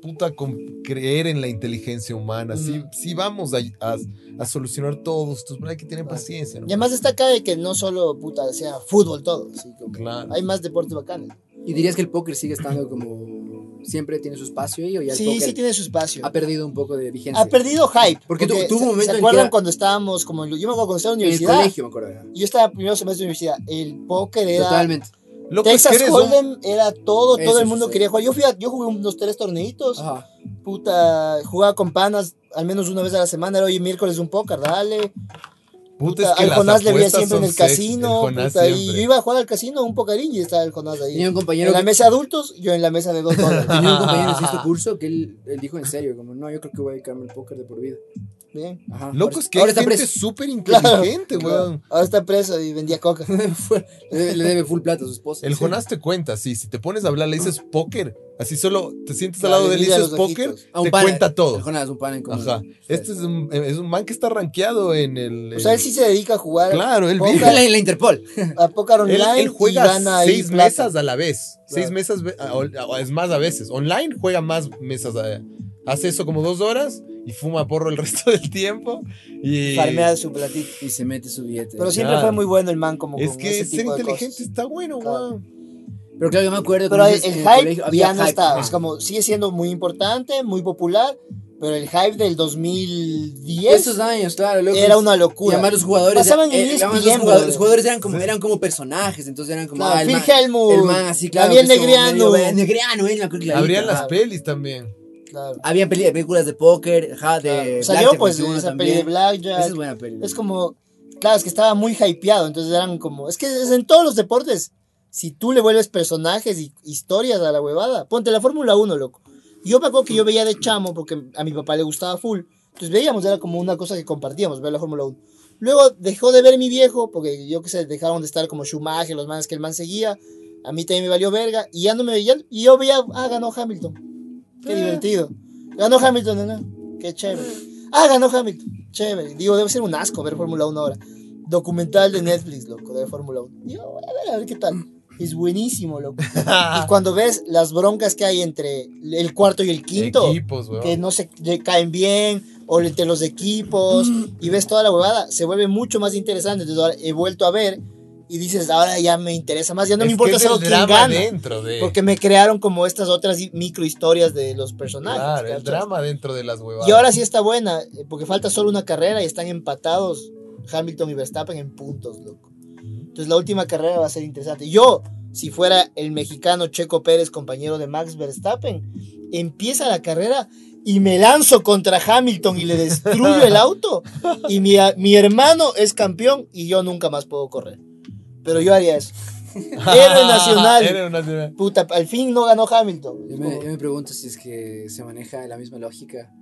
[SPEAKER 3] puta con- creer en la inteligencia humana. Sí, sí vamos a, a- a solucionar todos estos, pero hay que tener paciencia. ¿no?
[SPEAKER 2] Y además está acá de que no solo puta, sea fútbol todo. así como-
[SPEAKER 3] Claro.
[SPEAKER 2] Hay más deportes bacanes.
[SPEAKER 1] ¿Y dirías que el póker sigue estando como siempre tiene su espacio ahí o ya el
[SPEAKER 2] Sí,
[SPEAKER 1] póker
[SPEAKER 2] sí tiene su espacio.
[SPEAKER 1] ha perdido un poco de vigencia?
[SPEAKER 2] Ha perdido hype.
[SPEAKER 1] Porque tu- tuvo un
[SPEAKER 2] ¿se-
[SPEAKER 1] momento en
[SPEAKER 2] ¿Se
[SPEAKER 1] que
[SPEAKER 2] acuerdan
[SPEAKER 1] era-
[SPEAKER 2] cuando estábamos como en- yo me acuerdo cuando estaba en la
[SPEAKER 1] en el
[SPEAKER 2] universidad?
[SPEAKER 1] colegio, me acuerdo. ¿verdad?
[SPEAKER 2] Yo estaba en primer semestre de universidad. El póker era
[SPEAKER 1] Totalmente.
[SPEAKER 3] Loco, es que
[SPEAKER 2] Texas
[SPEAKER 3] eres un-
[SPEAKER 2] Hold'em era todo,
[SPEAKER 1] Eso
[SPEAKER 2] todo el
[SPEAKER 1] sí,
[SPEAKER 2] mundo
[SPEAKER 1] sí. Ah,
[SPEAKER 2] quería jugar. Yo fui a- yo jugué unos tres torneitos,
[SPEAKER 1] Ajá.
[SPEAKER 2] puta, jugaba con panas al menos una vez a la semana, era hoy miércoles un póker, dale.
[SPEAKER 3] Puta,
[SPEAKER 2] Puta,
[SPEAKER 3] es que
[SPEAKER 2] al
[SPEAKER 3] las
[SPEAKER 2] Jonás le veía
[SPEAKER 3] apuestas
[SPEAKER 2] siempre en
[SPEAKER 3] son
[SPEAKER 2] el
[SPEAKER 3] sex,
[SPEAKER 2] casino,
[SPEAKER 3] el Jonás
[SPEAKER 2] puta, y yo
[SPEAKER 3] siempre.
[SPEAKER 2] iba a jugar al casino un pocarín y estaba el Jonás ahí.
[SPEAKER 1] Tenía un compañero
[SPEAKER 2] En la
[SPEAKER 1] que
[SPEAKER 2] mesa de adultos, yo en la mesa
[SPEAKER 3] [laughs]
[SPEAKER 2] de dos dólares.
[SPEAKER 1] tenía un compañero en
[SPEAKER 2] [laughs]
[SPEAKER 1] sexto curso que él, él dijo en serio, como, no, yo creo que voy a dedicarme al póker de por vida.
[SPEAKER 2] Bien.
[SPEAKER 1] Ajá.
[SPEAKER 3] Loco, es que
[SPEAKER 1] ahora
[SPEAKER 3] hay
[SPEAKER 1] está
[SPEAKER 3] gente
[SPEAKER 1] preso.
[SPEAKER 3] súper
[SPEAKER 2] Claro.
[SPEAKER 3] inteligente, weón.
[SPEAKER 2] Ahora está preso y vendía
[SPEAKER 3] [laughs]
[SPEAKER 2] coca.
[SPEAKER 1] [laughs] Fue- le, debe, le debe full plata a su esposa.
[SPEAKER 3] El
[SPEAKER 1] Sí.
[SPEAKER 3] Jonás te cuenta, sí, si te pones a hablar, le dices póker, así solo te sientes al
[SPEAKER 2] Dale,
[SPEAKER 3] lado de él y
[SPEAKER 2] mira
[SPEAKER 3] dices
[SPEAKER 2] los
[SPEAKER 3] póker,
[SPEAKER 2] ojitos.
[SPEAKER 1] A un
[SPEAKER 3] te
[SPEAKER 1] pana.
[SPEAKER 3] cuenta
[SPEAKER 1] El
[SPEAKER 3] todo.
[SPEAKER 1] Jonás, un pan en común.
[SPEAKER 3] Ajá. Este es un, es un man que está rankeado en el.
[SPEAKER 2] O sea, él sí se dedica Pues a jugar
[SPEAKER 3] Claro, él
[SPEAKER 2] Póker.
[SPEAKER 3] vive.
[SPEAKER 1] La, la Interpol.
[SPEAKER 2] a póker
[SPEAKER 3] Él,
[SPEAKER 2] online y
[SPEAKER 3] él juega
[SPEAKER 2] gana ahí
[SPEAKER 3] seis
[SPEAKER 2] plata.
[SPEAKER 3] mesas a la vez. Seis
[SPEAKER 2] Claro.
[SPEAKER 3] mesas, ve- a- o- es más a veces. Online juega más mesas. a- hace eso como dos horas y fuma porro el [laughs] resto del tiempo. Y
[SPEAKER 2] Farmea su platito.
[SPEAKER 1] Y se mete su billete.
[SPEAKER 2] Pero siempre
[SPEAKER 3] Claro.
[SPEAKER 2] fue muy bueno el man como
[SPEAKER 3] es
[SPEAKER 2] con
[SPEAKER 3] que
[SPEAKER 2] ese
[SPEAKER 3] ser
[SPEAKER 2] tipo de
[SPEAKER 3] inteligente
[SPEAKER 2] cosas.
[SPEAKER 3] está bueno,
[SPEAKER 2] Claro.
[SPEAKER 3] weón.
[SPEAKER 1] Pero claro, yo me acuerdo
[SPEAKER 2] Pero
[SPEAKER 1] como
[SPEAKER 2] el,
[SPEAKER 1] dices, en
[SPEAKER 2] el hype
[SPEAKER 1] colegio Ah.
[SPEAKER 2] ya no está.
[SPEAKER 1] ajá.
[SPEAKER 2] Es como, sigue siendo muy importante, muy popular, pero el hype del 2010
[SPEAKER 1] Esos años, claro. loco.
[SPEAKER 2] era una
[SPEAKER 1] Y
[SPEAKER 2] locura.
[SPEAKER 1] además los jugadores,
[SPEAKER 2] Pasaban en
[SPEAKER 1] eh, además los,
[SPEAKER 2] ESPN,
[SPEAKER 1] jugadores,
[SPEAKER 2] bro.
[SPEAKER 1] los jugadores eran como eran como personajes, entonces eran como
[SPEAKER 2] Claro,
[SPEAKER 1] ah, el,
[SPEAKER 2] Phil
[SPEAKER 1] man,
[SPEAKER 2] Hellmuth,
[SPEAKER 1] el man así claro,
[SPEAKER 2] Gabriel
[SPEAKER 1] que es como
[SPEAKER 2] Negreanu.
[SPEAKER 1] medio- Negreanu, eh, él me acuerdo clarito,
[SPEAKER 3] Habrían las
[SPEAKER 1] ajá.
[SPEAKER 3] pelis también.
[SPEAKER 2] Claro,
[SPEAKER 1] Había peli- películas de póker, ajá, de
[SPEAKER 2] claro.
[SPEAKER 1] Blackjack
[SPEAKER 2] Salió pues
[SPEAKER 1] 21
[SPEAKER 2] esa
[SPEAKER 1] también.
[SPEAKER 2] peli de Blackjack.
[SPEAKER 1] Esa
[SPEAKER 2] Es,
[SPEAKER 1] es buena peli.
[SPEAKER 2] como, claro, es que estaba muy hypeado, entonces eran como, es que es en todos los deportes. Si tú le vuelves personajes y historias a la huevada, ponte la Fórmula 1, loco. Yo me acuerdo que yo veía de chamo porque a mi papá le gustaba full. Entonces veíamos, era como una cosa que compartíamos, ver la Fórmula 1. Luego dejó de ver mi viejo, porque yo que sé, dejaron de estar como Schumacher, los manes que el man seguía. A mí también me valió verga. Y ya no me veían. Y yo veía, ah, ganó Hamilton. Qué divertido. Ganó Hamilton, nena. Qué chévere. Ah, ganó Hamilton. Chévere. Digo, debe ser un asco ver Fórmula 1 ahora. Documental de Netflix, loco, de Fórmula 1. Digo, voy a ver, a ver qué tal. Es buenísimo, loco. Y cuando ves las broncas que hay entre el cuarto y el quinto
[SPEAKER 3] Equipos, weón.
[SPEAKER 2] que no se le caen bien o entre los equipos y ves toda la huevada, se vuelve mucho más interesante. Entonces ahora he vuelto a ver y dices, ahora ya me interesa más, ya no
[SPEAKER 3] Es
[SPEAKER 2] me
[SPEAKER 3] que
[SPEAKER 2] importa
[SPEAKER 3] es
[SPEAKER 2] solo
[SPEAKER 3] el
[SPEAKER 2] quién
[SPEAKER 3] drama
[SPEAKER 2] gana,
[SPEAKER 3] dentro de.
[SPEAKER 2] porque me crearon como estas otras hi- micro historias de los personajes.
[SPEAKER 3] claro, el
[SPEAKER 2] ¿cachas?
[SPEAKER 3] drama dentro de las huevadas.
[SPEAKER 2] Y
[SPEAKER 3] [laughs]
[SPEAKER 2] ahora sí está buena, eh, porque falta solo una carrera y están empatados Hamilton y Verstappen en puntos, loco. Entonces la última carrera va a ser interesante. Yo, si fuera el mexicano Checo Pérez, compañero de Max Verstappen, empieza la carrera y me lanzo contra Hamilton y le destruyo
[SPEAKER 1] [laughs]
[SPEAKER 2] el auto y mi, mi hermano es campeón y yo nunca más puedo correr. Pero yo haría eso. Héroe nacional.
[SPEAKER 3] Héroe nacional.
[SPEAKER 2] Puta, al fin no ganó Hamilton.
[SPEAKER 1] Yo me, yo me pregunto si es que se maneja la misma lógica.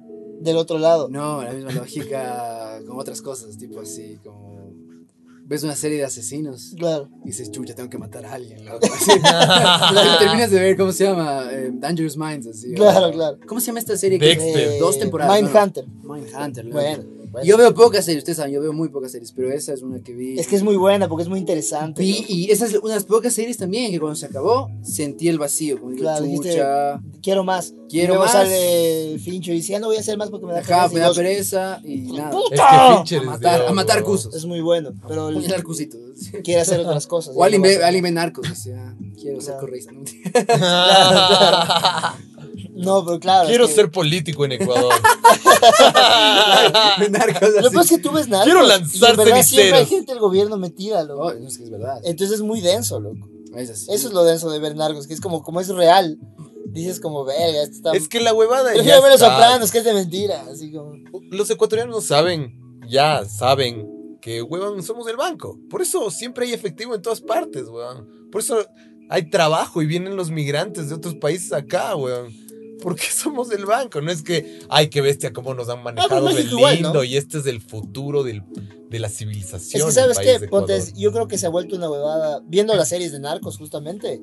[SPEAKER 2] Del otro lado.
[SPEAKER 1] No, la misma lógica con otras cosas, tipo así como ves una serie de asesinos
[SPEAKER 2] Claro.
[SPEAKER 1] y dices, chucha, tengo que matar a alguien, loco. [laughs] Así. Pero terminas de ver, ¿cómo se llama? Eh, Dangerous Minds, así.
[SPEAKER 2] Claro, claro.
[SPEAKER 1] ¿Cómo se llama esta serie? que es-
[SPEAKER 3] Dexter.
[SPEAKER 2] Eh,
[SPEAKER 1] Dos temporadas.
[SPEAKER 2] Mindhunter.
[SPEAKER 1] ¿no? Mindhunter, loco.
[SPEAKER 2] Bueno, bueno.
[SPEAKER 1] Yo veo pocas series, ustedes saben, yo veo muy pocas series, pero esa es una que vi.
[SPEAKER 2] Es que es muy buena porque es muy interesante.
[SPEAKER 1] Vi, y esa es una de las pocas series también que cuando se acabó sentí el vacío, como que
[SPEAKER 2] Claro, dijiste,
[SPEAKER 1] chucha,
[SPEAKER 2] Quiero más.
[SPEAKER 1] Quiero
[SPEAKER 2] Y luego
[SPEAKER 1] más.
[SPEAKER 2] sale Fincho y dice, ya no voy a hacer más porque me da
[SPEAKER 1] ajá,
[SPEAKER 2] pereza",
[SPEAKER 1] me
[SPEAKER 2] y
[SPEAKER 1] da
[SPEAKER 2] dos,
[SPEAKER 1] pereza y nada. pues,
[SPEAKER 3] Es
[SPEAKER 2] ¡Ah!
[SPEAKER 3] que Fincher
[SPEAKER 1] A
[SPEAKER 3] es
[SPEAKER 1] matar-
[SPEAKER 3] de
[SPEAKER 1] a matar
[SPEAKER 3] oro. [laughs]
[SPEAKER 1] cursos.
[SPEAKER 2] Es muy bueno, pero él
[SPEAKER 1] Apuñalar
[SPEAKER 2] [laughs]
[SPEAKER 1] cusitos.
[SPEAKER 2] quiere hacer otras cosas.
[SPEAKER 1] O alguien
[SPEAKER 2] Ya no
[SPEAKER 1] ve,
[SPEAKER 2] va a
[SPEAKER 1] alguien ve narcos, o sea, quiero ser
[SPEAKER 2] Claro.
[SPEAKER 1] correísta.
[SPEAKER 2] [laughs]
[SPEAKER 1] ¿no? [laughs]
[SPEAKER 2] hacer. No, pero claro.
[SPEAKER 3] Quiero
[SPEAKER 2] es que-
[SPEAKER 3] ser político
[SPEAKER 2] [laughs]
[SPEAKER 3] en Ecuador.
[SPEAKER 1] Ve narcos
[SPEAKER 2] Lo que
[SPEAKER 1] así.
[SPEAKER 2] pasa es que tú ves nada.
[SPEAKER 3] Quiero lanzar
[SPEAKER 2] Siempre hay
[SPEAKER 3] ceniceros.
[SPEAKER 2] gente del gobierno metida, loco.
[SPEAKER 1] No, no, es que es verdad.
[SPEAKER 2] Entonces es muy denso, loco.
[SPEAKER 1] Es así.
[SPEAKER 2] Eso es lo denso de ver Narcos, que es como, como es real. Dices como, verga, esto está...
[SPEAKER 3] es que la huevada ya
[SPEAKER 2] Prefiero ver los
[SPEAKER 3] está.
[SPEAKER 2] sopranos, que es de mentira. Así como...
[SPEAKER 3] Los ecuatorianos no saben, ya saben que huevan somos del banco. Por eso siempre hay efectivo en todas partes, huevón. Por eso hay trabajo y vienen los migrantes de otros países acá, huevón. Porque [laughs] somos del banco, no es que, ay, qué bestia, cómo nos han manejado
[SPEAKER 2] México
[SPEAKER 3] de
[SPEAKER 2] igual, Ah, ¿no?
[SPEAKER 3] lindo y este es el futuro del- de la civilización.
[SPEAKER 2] Es que,
[SPEAKER 3] el
[SPEAKER 2] ¿sabes
[SPEAKER 3] país
[SPEAKER 2] qué?
[SPEAKER 3] de
[SPEAKER 2] Ponte,
[SPEAKER 3] Ecuador".
[SPEAKER 2] yo creo que se ha vuelto una huevada viendo las series de narcos, justamente.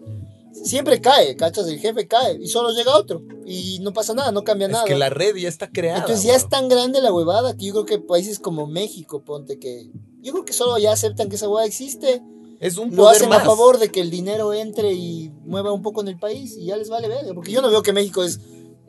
[SPEAKER 2] Siempre cae, cachas, el jefe cae y solo llega otro y no pasa nada, no cambia
[SPEAKER 3] Es
[SPEAKER 2] nada.
[SPEAKER 3] que la red ya está creada.
[SPEAKER 2] Entonces ya es
[SPEAKER 3] huevón.
[SPEAKER 2] tan grande la huevada que yo creo que países como México, ponte que. Yo creo que solo ya aceptan que esa huevada existe.
[SPEAKER 3] Es un
[SPEAKER 2] Lo
[SPEAKER 3] poder
[SPEAKER 2] hacen
[SPEAKER 3] más.
[SPEAKER 2] a favor de que el dinero entre y mueva un poco en el país y ya les vale verga. Porque yo no veo que México es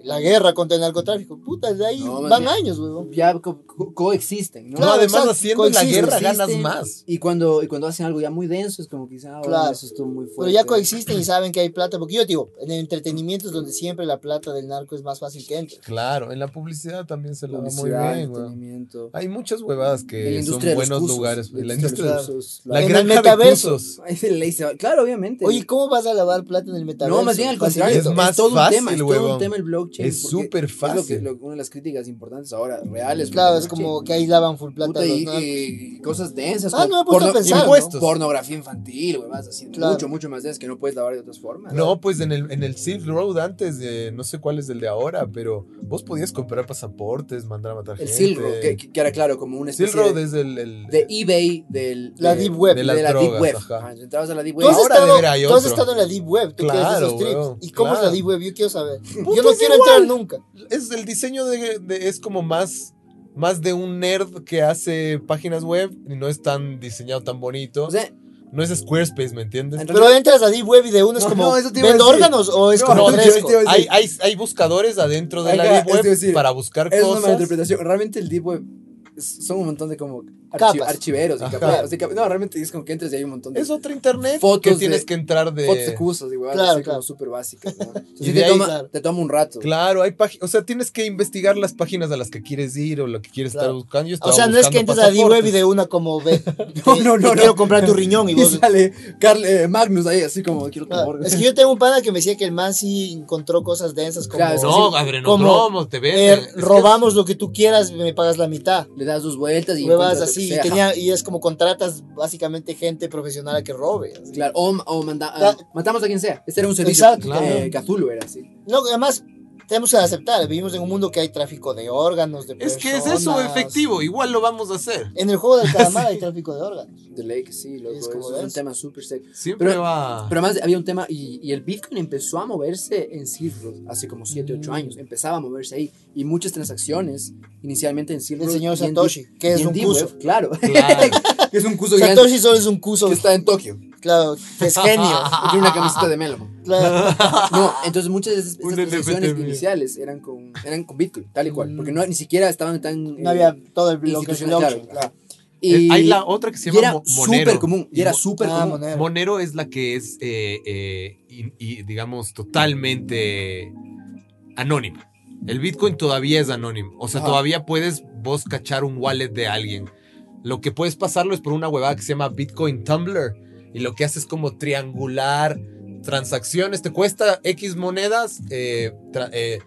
[SPEAKER 2] la guerra contra el narcotráfico. Puta, de ahí
[SPEAKER 1] No, más
[SPEAKER 2] van
[SPEAKER 1] bien.
[SPEAKER 2] años, huevón.
[SPEAKER 1] Ya co- co- coexisten, ¿no?
[SPEAKER 3] No, además
[SPEAKER 2] exacto,
[SPEAKER 3] haciendo la
[SPEAKER 2] coexisten,
[SPEAKER 3] guerra ganas
[SPEAKER 1] existen.
[SPEAKER 3] más.
[SPEAKER 1] Y cuando, y cuando hacen algo ya muy denso, es como quizá,
[SPEAKER 2] Claro.
[SPEAKER 1] eso estuvo muy fuerte.
[SPEAKER 2] Pero ya coexisten y saben que hay plata. Porque yo digo, en el entretenimiento es donde siempre la plata del narco es más fácil que entre.
[SPEAKER 3] Claro, en la publicidad también se lo da muy
[SPEAKER 1] Publicidad,
[SPEAKER 3] bien, güey.
[SPEAKER 1] entretenimiento.
[SPEAKER 3] Hay muchas huevadas
[SPEAKER 1] En la
[SPEAKER 3] que son
[SPEAKER 1] industria de los
[SPEAKER 3] buenos
[SPEAKER 1] cursos,
[SPEAKER 3] lugares.
[SPEAKER 1] la
[SPEAKER 3] La
[SPEAKER 1] industria
[SPEAKER 3] industria
[SPEAKER 1] de
[SPEAKER 3] de
[SPEAKER 1] los
[SPEAKER 3] los
[SPEAKER 1] cursos,
[SPEAKER 3] La
[SPEAKER 2] en el
[SPEAKER 3] granja de
[SPEAKER 2] metaverso.
[SPEAKER 3] cursos.
[SPEAKER 1] Ahí se le dice- Claro, obviamente.
[SPEAKER 2] Oye, ¿cómo vas a lavar plata en el metaverso?
[SPEAKER 1] no, más bien al contrario.
[SPEAKER 3] Es más
[SPEAKER 1] todo
[SPEAKER 3] fácil,
[SPEAKER 1] un tema, es todo un
[SPEAKER 3] huevón.
[SPEAKER 1] tema el blockchain.
[SPEAKER 3] Es
[SPEAKER 1] porque
[SPEAKER 3] súper
[SPEAKER 1] es lo que-
[SPEAKER 3] fácil.
[SPEAKER 1] lo- una de las críticas importantes ahora, reales.
[SPEAKER 2] Claro,
[SPEAKER 1] contra
[SPEAKER 2] es
[SPEAKER 1] el
[SPEAKER 2] como
[SPEAKER 1] blockchain.
[SPEAKER 2] que ahí lavan full plata.
[SPEAKER 1] Puta,
[SPEAKER 2] los
[SPEAKER 1] y, eh,
[SPEAKER 2] narcos.
[SPEAKER 1] y cosas densas.
[SPEAKER 2] Ah,
[SPEAKER 1] como
[SPEAKER 2] no me he puesto a pensar, ¿no?
[SPEAKER 3] impuestos.
[SPEAKER 1] Pornografía infantil, huevadas así.
[SPEAKER 2] Claro.
[SPEAKER 1] Mucho, mucho más densas que no puedes lavar de otras formas.
[SPEAKER 3] No, pues en el, en el Silk Road antes de, no sé cuál es el de ahora, pero vos podías comprar pasaportes, mandar a matar
[SPEAKER 1] El
[SPEAKER 3] gente.
[SPEAKER 1] Silk Road, que, que era claro, como una
[SPEAKER 3] Silk
[SPEAKER 1] especie
[SPEAKER 3] Road
[SPEAKER 1] de,
[SPEAKER 3] es el... el-
[SPEAKER 1] de eBay del,
[SPEAKER 2] La
[SPEAKER 1] de-
[SPEAKER 2] Deep Web.
[SPEAKER 1] De
[SPEAKER 3] De
[SPEAKER 1] la, Deep
[SPEAKER 3] las drogas,
[SPEAKER 1] Web.
[SPEAKER 3] ajá.
[SPEAKER 1] Ajá, entrabas a la Deep
[SPEAKER 2] ¿Tú
[SPEAKER 1] Web.
[SPEAKER 2] has,
[SPEAKER 3] Ahora
[SPEAKER 2] estado,
[SPEAKER 3] debería hay
[SPEAKER 2] tú has
[SPEAKER 3] otro.
[SPEAKER 2] estado en la Deep Web, tú que eres de
[SPEAKER 3] Claro,
[SPEAKER 2] esos trips.
[SPEAKER 3] weón,
[SPEAKER 2] ¿Y cómo es la
[SPEAKER 3] claro.
[SPEAKER 2] Deep Web? Yo quiero saber. Yo
[SPEAKER 3] Puta,
[SPEAKER 2] no
[SPEAKER 3] es
[SPEAKER 2] quiero
[SPEAKER 3] igual.
[SPEAKER 2] entrar nunca.
[SPEAKER 3] es el diseño de, de- es como más, más de un nerd que hace páginas web y no es tan diseñado tan bonito.
[SPEAKER 1] O sea,
[SPEAKER 3] no es Squarespace, ¿me entiendes?
[SPEAKER 1] En
[SPEAKER 2] Pero entras a Deep Web y de uno es
[SPEAKER 1] No,
[SPEAKER 2] como.
[SPEAKER 1] no, eso te iba a
[SPEAKER 2] ¿Vendo
[SPEAKER 1] decir.
[SPEAKER 2] órganos o es
[SPEAKER 1] No,
[SPEAKER 2] como
[SPEAKER 1] no, yo-
[SPEAKER 2] fresco?
[SPEAKER 1] te iba a
[SPEAKER 3] hay,
[SPEAKER 1] decir,
[SPEAKER 3] hay, hay buscadores adentro de
[SPEAKER 1] Ajá,
[SPEAKER 3] la
[SPEAKER 1] eso
[SPEAKER 3] Deep
[SPEAKER 1] te iba a
[SPEAKER 3] Web
[SPEAKER 1] decir,
[SPEAKER 3] para buscar
[SPEAKER 1] es una
[SPEAKER 3] cosas.
[SPEAKER 1] malinterpretación. Realmente el Deep Web es- son un montón de como archi-
[SPEAKER 2] Capas.
[SPEAKER 1] archiveros. Y
[SPEAKER 3] Ajá.
[SPEAKER 1] capas, así que- no, realmente es como que entres y hay un montón de
[SPEAKER 3] Es otro internet
[SPEAKER 1] Fotos
[SPEAKER 3] que
[SPEAKER 1] de-
[SPEAKER 3] tienes que entrar de...
[SPEAKER 1] fotos de cursos y huevadas
[SPEAKER 2] Claro,
[SPEAKER 1] así
[SPEAKER 2] claro.
[SPEAKER 1] como súper
[SPEAKER 2] [laughs]
[SPEAKER 1] básicas. ¿no? Entonces,
[SPEAKER 3] Y
[SPEAKER 1] sí
[SPEAKER 3] de
[SPEAKER 1] te,
[SPEAKER 3] ahí-
[SPEAKER 1] toma, te toma un rato.
[SPEAKER 3] Claro, hay páginas, o sea, tienes que investigar las páginas a las que quieres ir o lo que quieres
[SPEAKER 2] Claro.
[SPEAKER 3] estar buscando. Yo estaba
[SPEAKER 2] O sea, no es que
[SPEAKER 3] buscando
[SPEAKER 2] entres a Deep Web y
[SPEAKER 3] pasaportes.
[SPEAKER 2] de una como. Ve,
[SPEAKER 1] [laughs] No,
[SPEAKER 2] te-
[SPEAKER 1] no,
[SPEAKER 2] te
[SPEAKER 1] no, no.
[SPEAKER 2] Quiero comprar tu riñón y
[SPEAKER 1] Y [laughs]
[SPEAKER 2] vos.
[SPEAKER 1] sale Carl, eh, Magnus ahí así como quiero
[SPEAKER 2] Ah,
[SPEAKER 1] tomar.
[SPEAKER 2] es que yo tengo un pana que me decía que el man sí encontró cosas densas como.
[SPEAKER 1] Claro, eso
[SPEAKER 3] No,
[SPEAKER 1] sí,
[SPEAKER 3] adrenocromo, te
[SPEAKER 2] eh,
[SPEAKER 1] er,
[SPEAKER 3] venden. Es que-
[SPEAKER 2] robamos lo que tú quieras, me pagas la mitad.
[SPEAKER 1] [laughs] Le das dos vueltas y
[SPEAKER 2] Huevas
[SPEAKER 1] encuentras lo que
[SPEAKER 2] así.
[SPEAKER 1] sea.
[SPEAKER 2] Y, tenía, y es como contratas básicamente gente profesional a que robe. así.
[SPEAKER 1] Claro, o, o manda-
[SPEAKER 2] Claro.
[SPEAKER 1] ah, matamos a quien sea. Este era un servicio.
[SPEAKER 2] Exacto,
[SPEAKER 1] eh,
[SPEAKER 2] claro.
[SPEAKER 1] Cthulhu era así.
[SPEAKER 2] No, además, tenemos que aceptar, vivimos en un mundo que hay tráfico de órganos, de
[SPEAKER 3] Es que es
[SPEAKER 2] personas.
[SPEAKER 3] eso, efectivo, igual lo vamos a hacer.
[SPEAKER 2] En el
[SPEAKER 3] [laughs]
[SPEAKER 2] juego del calamar hay tráfico de órganos.
[SPEAKER 1] The Lake, sí, loco.
[SPEAKER 2] Es
[SPEAKER 1] Es,
[SPEAKER 2] como
[SPEAKER 1] es un
[SPEAKER 2] eso.
[SPEAKER 1] tema súper serio.
[SPEAKER 3] Siempre
[SPEAKER 1] Pero-
[SPEAKER 3] va...
[SPEAKER 1] Pero además había un tema, y, y el Bitcoin empezó a moverse en Silk Road hace como 7, 8 años. Empezaba a moverse ahí. Y muchas transacciones inicialmente en Silk
[SPEAKER 2] El
[SPEAKER 1] Road.
[SPEAKER 2] señor
[SPEAKER 1] y en
[SPEAKER 2] Satoshi,
[SPEAKER 1] Deep-
[SPEAKER 2] que es
[SPEAKER 1] y en
[SPEAKER 2] un
[SPEAKER 1] Deep
[SPEAKER 2] cuso.
[SPEAKER 1] Web,
[SPEAKER 2] [laughs]
[SPEAKER 1] Claro.
[SPEAKER 3] Claro.
[SPEAKER 1] que es un cuso gigante
[SPEAKER 2] Satoshi solo es un cuso,
[SPEAKER 1] que está en Tokio.
[SPEAKER 2] claro, que es
[SPEAKER 1] [laughs]
[SPEAKER 2] genio.
[SPEAKER 3] [laughs]
[SPEAKER 1] Y tiene una camiseta de Melomon.
[SPEAKER 2] Claro,
[SPEAKER 1] No, entonces muchas de estas
[SPEAKER 3] [laughs] Un
[SPEAKER 1] estas transacciones
[SPEAKER 3] NFT mío.
[SPEAKER 1] iniciales eran con, eran con Bitcoin, tal y cual.
[SPEAKER 2] Mm.
[SPEAKER 1] Porque no, ni siquiera estaban tan.
[SPEAKER 2] no
[SPEAKER 1] eh,
[SPEAKER 2] había todo el bloque de
[SPEAKER 1] institucional,
[SPEAKER 2] blockchain.
[SPEAKER 1] claro.
[SPEAKER 2] claro.
[SPEAKER 1] [laughs] Y,
[SPEAKER 3] Hay Eh, la otra que se
[SPEAKER 1] y
[SPEAKER 3] llama
[SPEAKER 1] era
[SPEAKER 3] Mo- Monero.
[SPEAKER 1] súper común. Y era
[SPEAKER 3] Mo-
[SPEAKER 1] súper
[SPEAKER 2] Ah,
[SPEAKER 1] común.
[SPEAKER 2] Monero.
[SPEAKER 3] Monero es la que es, eh, eh, y, y, digamos, totalmente anónima. El Bitcoin todavía es anónimo. O sea,
[SPEAKER 2] Ajá.
[SPEAKER 3] todavía puedes vos cachar un wallet de alguien. Lo que puedes pasarlo es por una huevada que se llama Bitcoin Tumblr. Y lo que hace es como triangular transacciones. Te cuesta X monedas eh, tra- eh,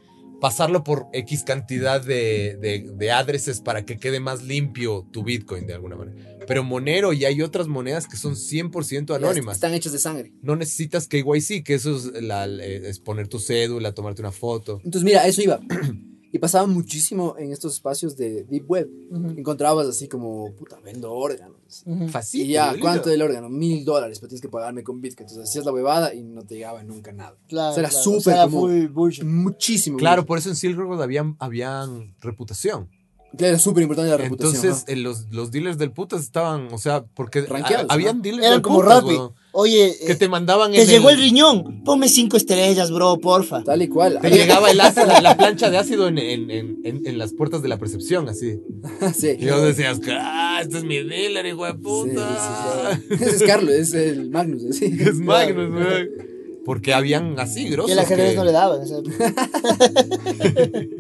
[SPEAKER 3] pasarlo por X cantidad de, de, de addresses para que quede más limpio tu Bitcoin de alguna manera. Pero Monero y hay otras monedas que son 100%
[SPEAKER 1] Ya
[SPEAKER 3] anónimas.
[SPEAKER 1] Están hechas de sangre.
[SPEAKER 3] No necesitas eh, KYC, que eso es, la- es poner tu cédula, tomarte una foto.
[SPEAKER 1] Entonces, mira, a eso iba. [clears throat] Y pasaba muchísimo en estos espacios de Deep Web.
[SPEAKER 2] Ujú,
[SPEAKER 1] Encontrabas así como, puta, vendo órganos.
[SPEAKER 2] ujú.
[SPEAKER 3] Facito,
[SPEAKER 1] Y ya,
[SPEAKER 3] boludo.
[SPEAKER 1] ¿cuánto del órgano? Mil dólares, pero tienes que pagarme con Bitcoin. Entonces hacías la bebada y no te llegaba nunca nada.
[SPEAKER 2] Claro,
[SPEAKER 1] O sea, era
[SPEAKER 2] claro.
[SPEAKER 1] súper
[SPEAKER 2] era
[SPEAKER 1] como-
[SPEAKER 2] full bullshit.
[SPEAKER 1] Muchísimo.
[SPEAKER 3] Claro, por eso en Silk Road habían, habían reputación.
[SPEAKER 1] Claro, es súper importante la reputación.
[SPEAKER 3] Entonces, eh, los, los dealers del putas estaban, o sea, porque
[SPEAKER 1] Rankeados,
[SPEAKER 3] a- habían dealers
[SPEAKER 2] Eran
[SPEAKER 3] del
[SPEAKER 2] como
[SPEAKER 3] putas,
[SPEAKER 2] Rappi.
[SPEAKER 3] weón,
[SPEAKER 2] Oye,
[SPEAKER 3] que
[SPEAKER 2] eh,
[SPEAKER 3] te mandaban
[SPEAKER 2] te
[SPEAKER 3] en
[SPEAKER 2] llegó el riñón. Ponme cinco estrellas, bro, porfa.
[SPEAKER 1] ¿no? Tal y cual.
[SPEAKER 3] Te
[SPEAKER 1] [laughs]
[SPEAKER 3] llegaba el ácido, la, la plancha de ácido en, en- en- en- en las puertas de la percepción, así.
[SPEAKER 1] Sí.
[SPEAKER 3] Y vos decías, ah, este es mi dealer, hijo de
[SPEAKER 1] Sí,
[SPEAKER 3] puta.
[SPEAKER 1] sí, [laughs] sí, sí. Ese es Carlos, es el Magnus. sí.
[SPEAKER 3] [laughs] Es Magnus, weón. Porque habían así, grosos.
[SPEAKER 2] Que el ajedrez
[SPEAKER 3] que-
[SPEAKER 2] no le daban. o sea,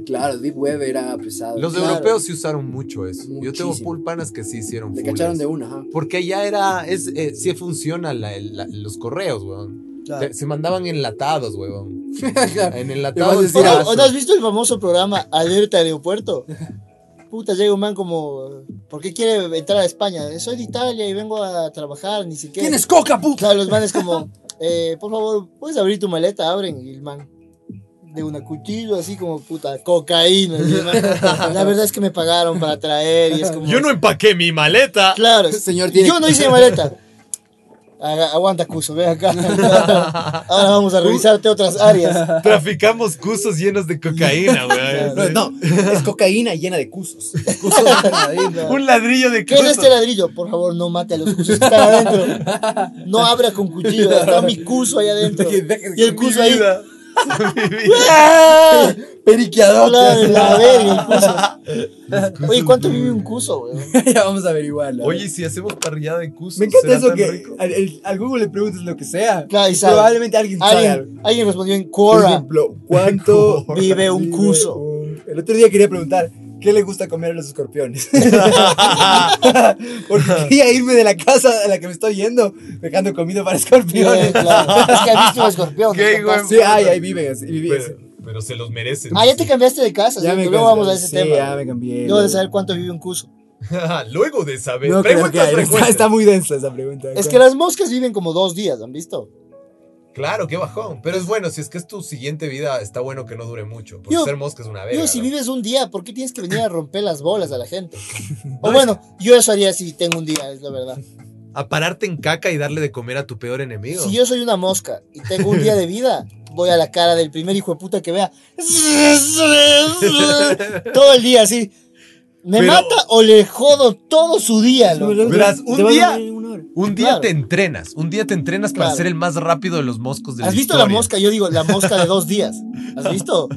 [SPEAKER 1] Claro, Deep Web era pesado.
[SPEAKER 3] Los
[SPEAKER 2] Claro.
[SPEAKER 3] europeos sí usaron mucho eso. Yo tengo
[SPEAKER 1] Muchísimo.
[SPEAKER 3] full panas que sí hicieron
[SPEAKER 1] Te
[SPEAKER 3] full
[SPEAKER 1] cacharon
[SPEAKER 3] eso.
[SPEAKER 1] de una, ajá.
[SPEAKER 3] Porque ya era, es, eh, sí funciona la- la- los correos, weón.
[SPEAKER 2] claro.
[SPEAKER 3] Te- Se mandaban enlatados, weón. en
[SPEAKER 1] Te vas a
[SPEAKER 3] enlatados. "Ah,
[SPEAKER 1] decir,
[SPEAKER 2] ¿O, o no has visto el famoso programa Alerta Aeropuerto? Puta, llega un man como, ¿por qué quiere entrar a España? Soy de Italia y vengo a trabajar, ni siquiera.
[SPEAKER 1] ¿Quién es Coca, puta?
[SPEAKER 2] Claro, los manes como, eh, por favor, ¿puedes abrir tu maleta? Abren, y el man, de una cuchillo, así como, puta, cocaína. y el man, la verdad es que me pagaron para traer, y es como...
[SPEAKER 3] empaqué mi maleta.
[SPEAKER 2] Claro,
[SPEAKER 1] Señor, tiene-
[SPEAKER 2] yo no hice maleta. Aga- aguanta, Cuso, ve acá. Ahora vamos a revisarte otras áreas.
[SPEAKER 3] Traficamos cuzos llenos de cocaína, [laughs]
[SPEAKER 5] No,
[SPEAKER 3] weón.
[SPEAKER 5] no, es cocaína llena de
[SPEAKER 3] [laughs]
[SPEAKER 5] cusos.
[SPEAKER 1] [laughs]
[SPEAKER 3] Un ladrillo de
[SPEAKER 2] ¿Qué es este ladrillo? Por favor, no mate a los cusos que están adentro. No abra con cuchillo. Está mi cuso ahí adentro. Y el cuso ahí. ¡Ah!
[SPEAKER 1] Periqueador.
[SPEAKER 2] Claro, en la verga, el cuso. Oye, ¿cuánto vive un cuso, weón?
[SPEAKER 1] [laughs] ya vamos a averiguarla.
[SPEAKER 3] Oye, ¿y si hacemos parrillada de cuzos.
[SPEAKER 5] Me encanta
[SPEAKER 3] ¿será
[SPEAKER 5] eso
[SPEAKER 3] tan
[SPEAKER 5] que
[SPEAKER 3] rico?
[SPEAKER 5] al, el- al Google le preguntes lo que sea.
[SPEAKER 2] Claro, y sabe.
[SPEAKER 5] Probablemente alguien sabe algo.
[SPEAKER 2] Alguien, alguien respondió en
[SPEAKER 5] Por
[SPEAKER 2] Quora.
[SPEAKER 5] ejemplo, ¿cuánto
[SPEAKER 2] [laughs] Vive un cuso.
[SPEAKER 5] un- El otro día quería preguntar, ¿qué le gusta comer a los escorpiones? [laughs] Porque
[SPEAKER 2] [laughs]
[SPEAKER 5] quería irme de la casa a la que me estoy yendo, dejando comida para
[SPEAKER 2] Bien,
[SPEAKER 5] escorpiones.
[SPEAKER 2] claro. Es que ha visto un escorpión.
[SPEAKER 3] Qué
[SPEAKER 2] ¿no?
[SPEAKER 3] güey.
[SPEAKER 5] [laughs] Sí, ay, ahí viven, así, viven así.
[SPEAKER 3] Pero, pero se los merecen.
[SPEAKER 2] Ah, ya
[SPEAKER 3] [laughs]
[SPEAKER 2] te cambiaste de casa.
[SPEAKER 5] Ya
[SPEAKER 2] ¿cierto?
[SPEAKER 5] me
[SPEAKER 2] Luego vamos a ese
[SPEAKER 5] sí,
[SPEAKER 2] tema.
[SPEAKER 5] ya me cambié.
[SPEAKER 2] Luego de saber cuánto vive un cuso.
[SPEAKER 3] Ah, Luego de saber.
[SPEAKER 5] No creo
[SPEAKER 3] Pregunta
[SPEAKER 5] que haya- [laughs] está,
[SPEAKER 3] frecuente.
[SPEAKER 5] está muy densa esa pregunta.
[SPEAKER 2] Es que las moscas viven como dos días, ¿han visto?
[SPEAKER 3] Claro, qué bajón. Pero es bueno, si es que es tu siguiente vida, está bueno que no dure mucho. Porque
[SPEAKER 2] Yo-
[SPEAKER 3] ser mosca es una verga.
[SPEAKER 2] Digo, si
[SPEAKER 3] ¿no?
[SPEAKER 2] vives un día, ¿por qué tienes que venir a romper las bolas a la gente? O bueno, yo eso haría si tengo un día, es la verdad.
[SPEAKER 3] A pararte en caca y darle de comer a tu peor enemigo.
[SPEAKER 2] Si yo soy una mosca y tengo un día de vida, voy a la cara del primer hijo de puta que vea. [laughs] Todo el día así. ¿Me
[SPEAKER 3] Pero-
[SPEAKER 2] mata o le jodo todo su día? loco?
[SPEAKER 3] Verás, un
[SPEAKER 5] Te vas a
[SPEAKER 3] día-
[SPEAKER 5] morir en una hora.
[SPEAKER 3] Un día
[SPEAKER 2] Claro.
[SPEAKER 3] te entrenas, un día te entrenas para
[SPEAKER 2] Claro.
[SPEAKER 3] ser el más rápido de los moscos de
[SPEAKER 2] ¿Has visto la
[SPEAKER 3] historia. [laughs]
[SPEAKER 2] mosca? Yo digo, la mosca de dos días. ¿Has visto?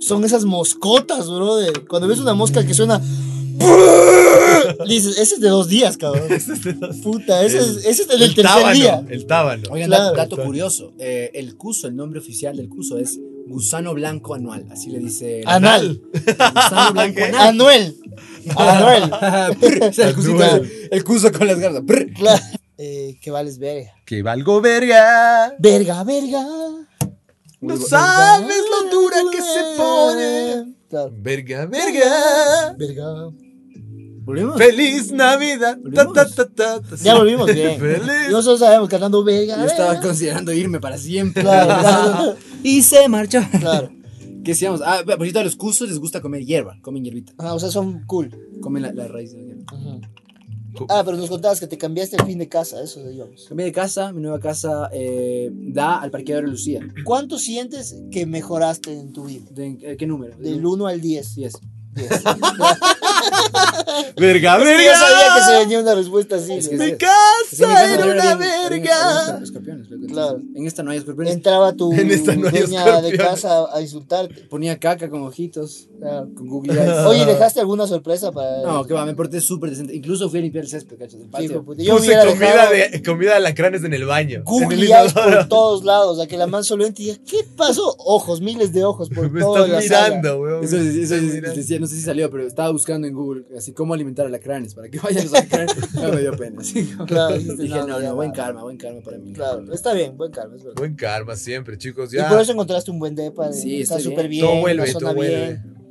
[SPEAKER 2] Son esas moscotas, brother. Cuando ves una mosca que
[SPEAKER 3] [laughs]
[SPEAKER 2] suena. Dices, ese es de dos días, cabrón. Puta, ese es, ese es del tercer
[SPEAKER 3] tábano,
[SPEAKER 2] día.
[SPEAKER 3] El tábano.
[SPEAKER 5] Oigan,
[SPEAKER 2] Claro.
[SPEAKER 5] da- dato curioso. eh, el cuso, el nombre oficial del cuso es gusano blanco anual. Así le dice. el
[SPEAKER 2] Anal.
[SPEAKER 5] Gusano blanco
[SPEAKER 3] [laughs]
[SPEAKER 5] anal.
[SPEAKER 2] Anuel. Anuel.
[SPEAKER 5] Prr,
[SPEAKER 2] [laughs]
[SPEAKER 5] o sea, el, cusito,
[SPEAKER 2] Anual.
[SPEAKER 5] el cuso con las garras. prr.
[SPEAKER 2] Claro. Eh, que vales verga.
[SPEAKER 3] Que valgo verga.
[SPEAKER 2] Verga, verga.
[SPEAKER 3] No sabes Ah, lo dura que se pone.
[SPEAKER 2] Claro.
[SPEAKER 3] Verga, verga.
[SPEAKER 2] Verga.
[SPEAKER 5] eh, Volvemos.
[SPEAKER 3] Feliz Navidad. Ta, ta, ta, ta, ta.
[SPEAKER 2] Ya volvimos bien.
[SPEAKER 3] Feliz.
[SPEAKER 2] Nosotros sabemos cantando verga.
[SPEAKER 1] Yo estaba
[SPEAKER 2] verga.
[SPEAKER 1] considerando irme para siempre.
[SPEAKER 5] [laughs]
[SPEAKER 2] Claro,
[SPEAKER 3] [laughs]
[SPEAKER 2] claro,
[SPEAKER 5] Y se marchó.
[SPEAKER 2] claro.
[SPEAKER 5] [laughs] ¿Qué decíamos? Ah, por cierto, a los cusos les gusta comer hierba. Comen hierbita.
[SPEAKER 2] Ah, o sea, son cool.
[SPEAKER 5] Comen la, la raíz de la hierba.
[SPEAKER 2] Ujú. Ah, pero nos contabas que te cambiaste el fin de casa, eso digamos.
[SPEAKER 5] Cambié de casa. Mi nueva casa eh, da al parqueadero Lucía.
[SPEAKER 2] ¿Cuánto sientes que mejoraste en tu vida?
[SPEAKER 5] ¿De, eh, ¿Qué número?
[SPEAKER 2] Del 1 al 10.
[SPEAKER 5] 10.
[SPEAKER 3] Verga,
[SPEAKER 2] Es que Yo
[SPEAKER 3] verga.
[SPEAKER 2] sabía que se venía una respuesta así.
[SPEAKER 5] Es
[SPEAKER 2] ¿no?
[SPEAKER 5] que
[SPEAKER 3] Mi casa
[SPEAKER 5] casa
[SPEAKER 3] era una
[SPEAKER 5] había- había-
[SPEAKER 3] verga.
[SPEAKER 5] había escorpiones, loco.
[SPEAKER 2] Claro.
[SPEAKER 5] En esta no hay escorpiones.
[SPEAKER 2] Entraba tu
[SPEAKER 3] En esta no hay
[SPEAKER 2] dueña de
[SPEAKER 3] escorpiones.
[SPEAKER 2] casa a insultarte.
[SPEAKER 5] Ponía caca con ojitos,
[SPEAKER 2] Claro.
[SPEAKER 5] con Google Eyes.
[SPEAKER 2] Oye, ¿dejaste alguna sorpresa para.?
[SPEAKER 5] No, que va, me porté súper decente. Incluso fui a limpiar el césped, cachas, del
[SPEAKER 2] Hijo de
[SPEAKER 5] patio.
[SPEAKER 2] puta, Yo
[SPEAKER 3] Puse
[SPEAKER 2] hubiera
[SPEAKER 3] comida
[SPEAKER 2] dejado
[SPEAKER 3] de, comida de alacranes en el baño. en el
[SPEAKER 2] Google Eyes
[SPEAKER 3] inodoro.
[SPEAKER 2] por todos lados, a que la man solvente diga, ¿qué pasó? Ojos, miles de ojos por
[SPEAKER 3] [laughs] Me
[SPEAKER 2] toda la
[SPEAKER 3] están
[SPEAKER 2] sala.
[SPEAKER 3] mirando, weón.
[SPEAKER 5] Eso,
[SPEAKER 3] Me
[SPEAKER 5] eso
[SPEAKER 3] están
[SPEAKER 5] les- les
[SPEAKER 3] mirando.
[SPEAKER 5] decía, no sé si salió, pero estaba buscando en Google así cómo alimentar a lacranes para que vayan
[SPEAKER 2] [laughs]
[SPEAKER 5] los lacranes. No me dio pena. [laughs] Así como-
[SPEAKER 2] Claro, dijiste,
[SPEAKER 5] dije,
[SPEAKER 2] no,
[SPEAKER 5] no,
[SPEAKER 2] ya
[SPEAKER 5] no, buen
[SPEAKER 2] va.
[SPEAKER 5] karma, buen karma para mí.
[SPEAKER 2] Claro, está bien, buen karma, es verdad.
[SPEAKER 3] Buen karma siempre, chicos.
[SPEAKER 2] Y
[SPEAKER 3] Ya.
[SPEAKER 2] por eso encontraste un buen depa.
[SPEAKER 5] Sí,
[SPEAKER 2] está
[SPEAKER 5] estoy
[SPEAKER 2] súper bien.
[SPEAKER 5] bien.
[SPEAKER 3] todo vuelve,
[SPEAKER 2] una zona
[SPEAKER 3] todo vuelve.
[SPEAKER 2] bien.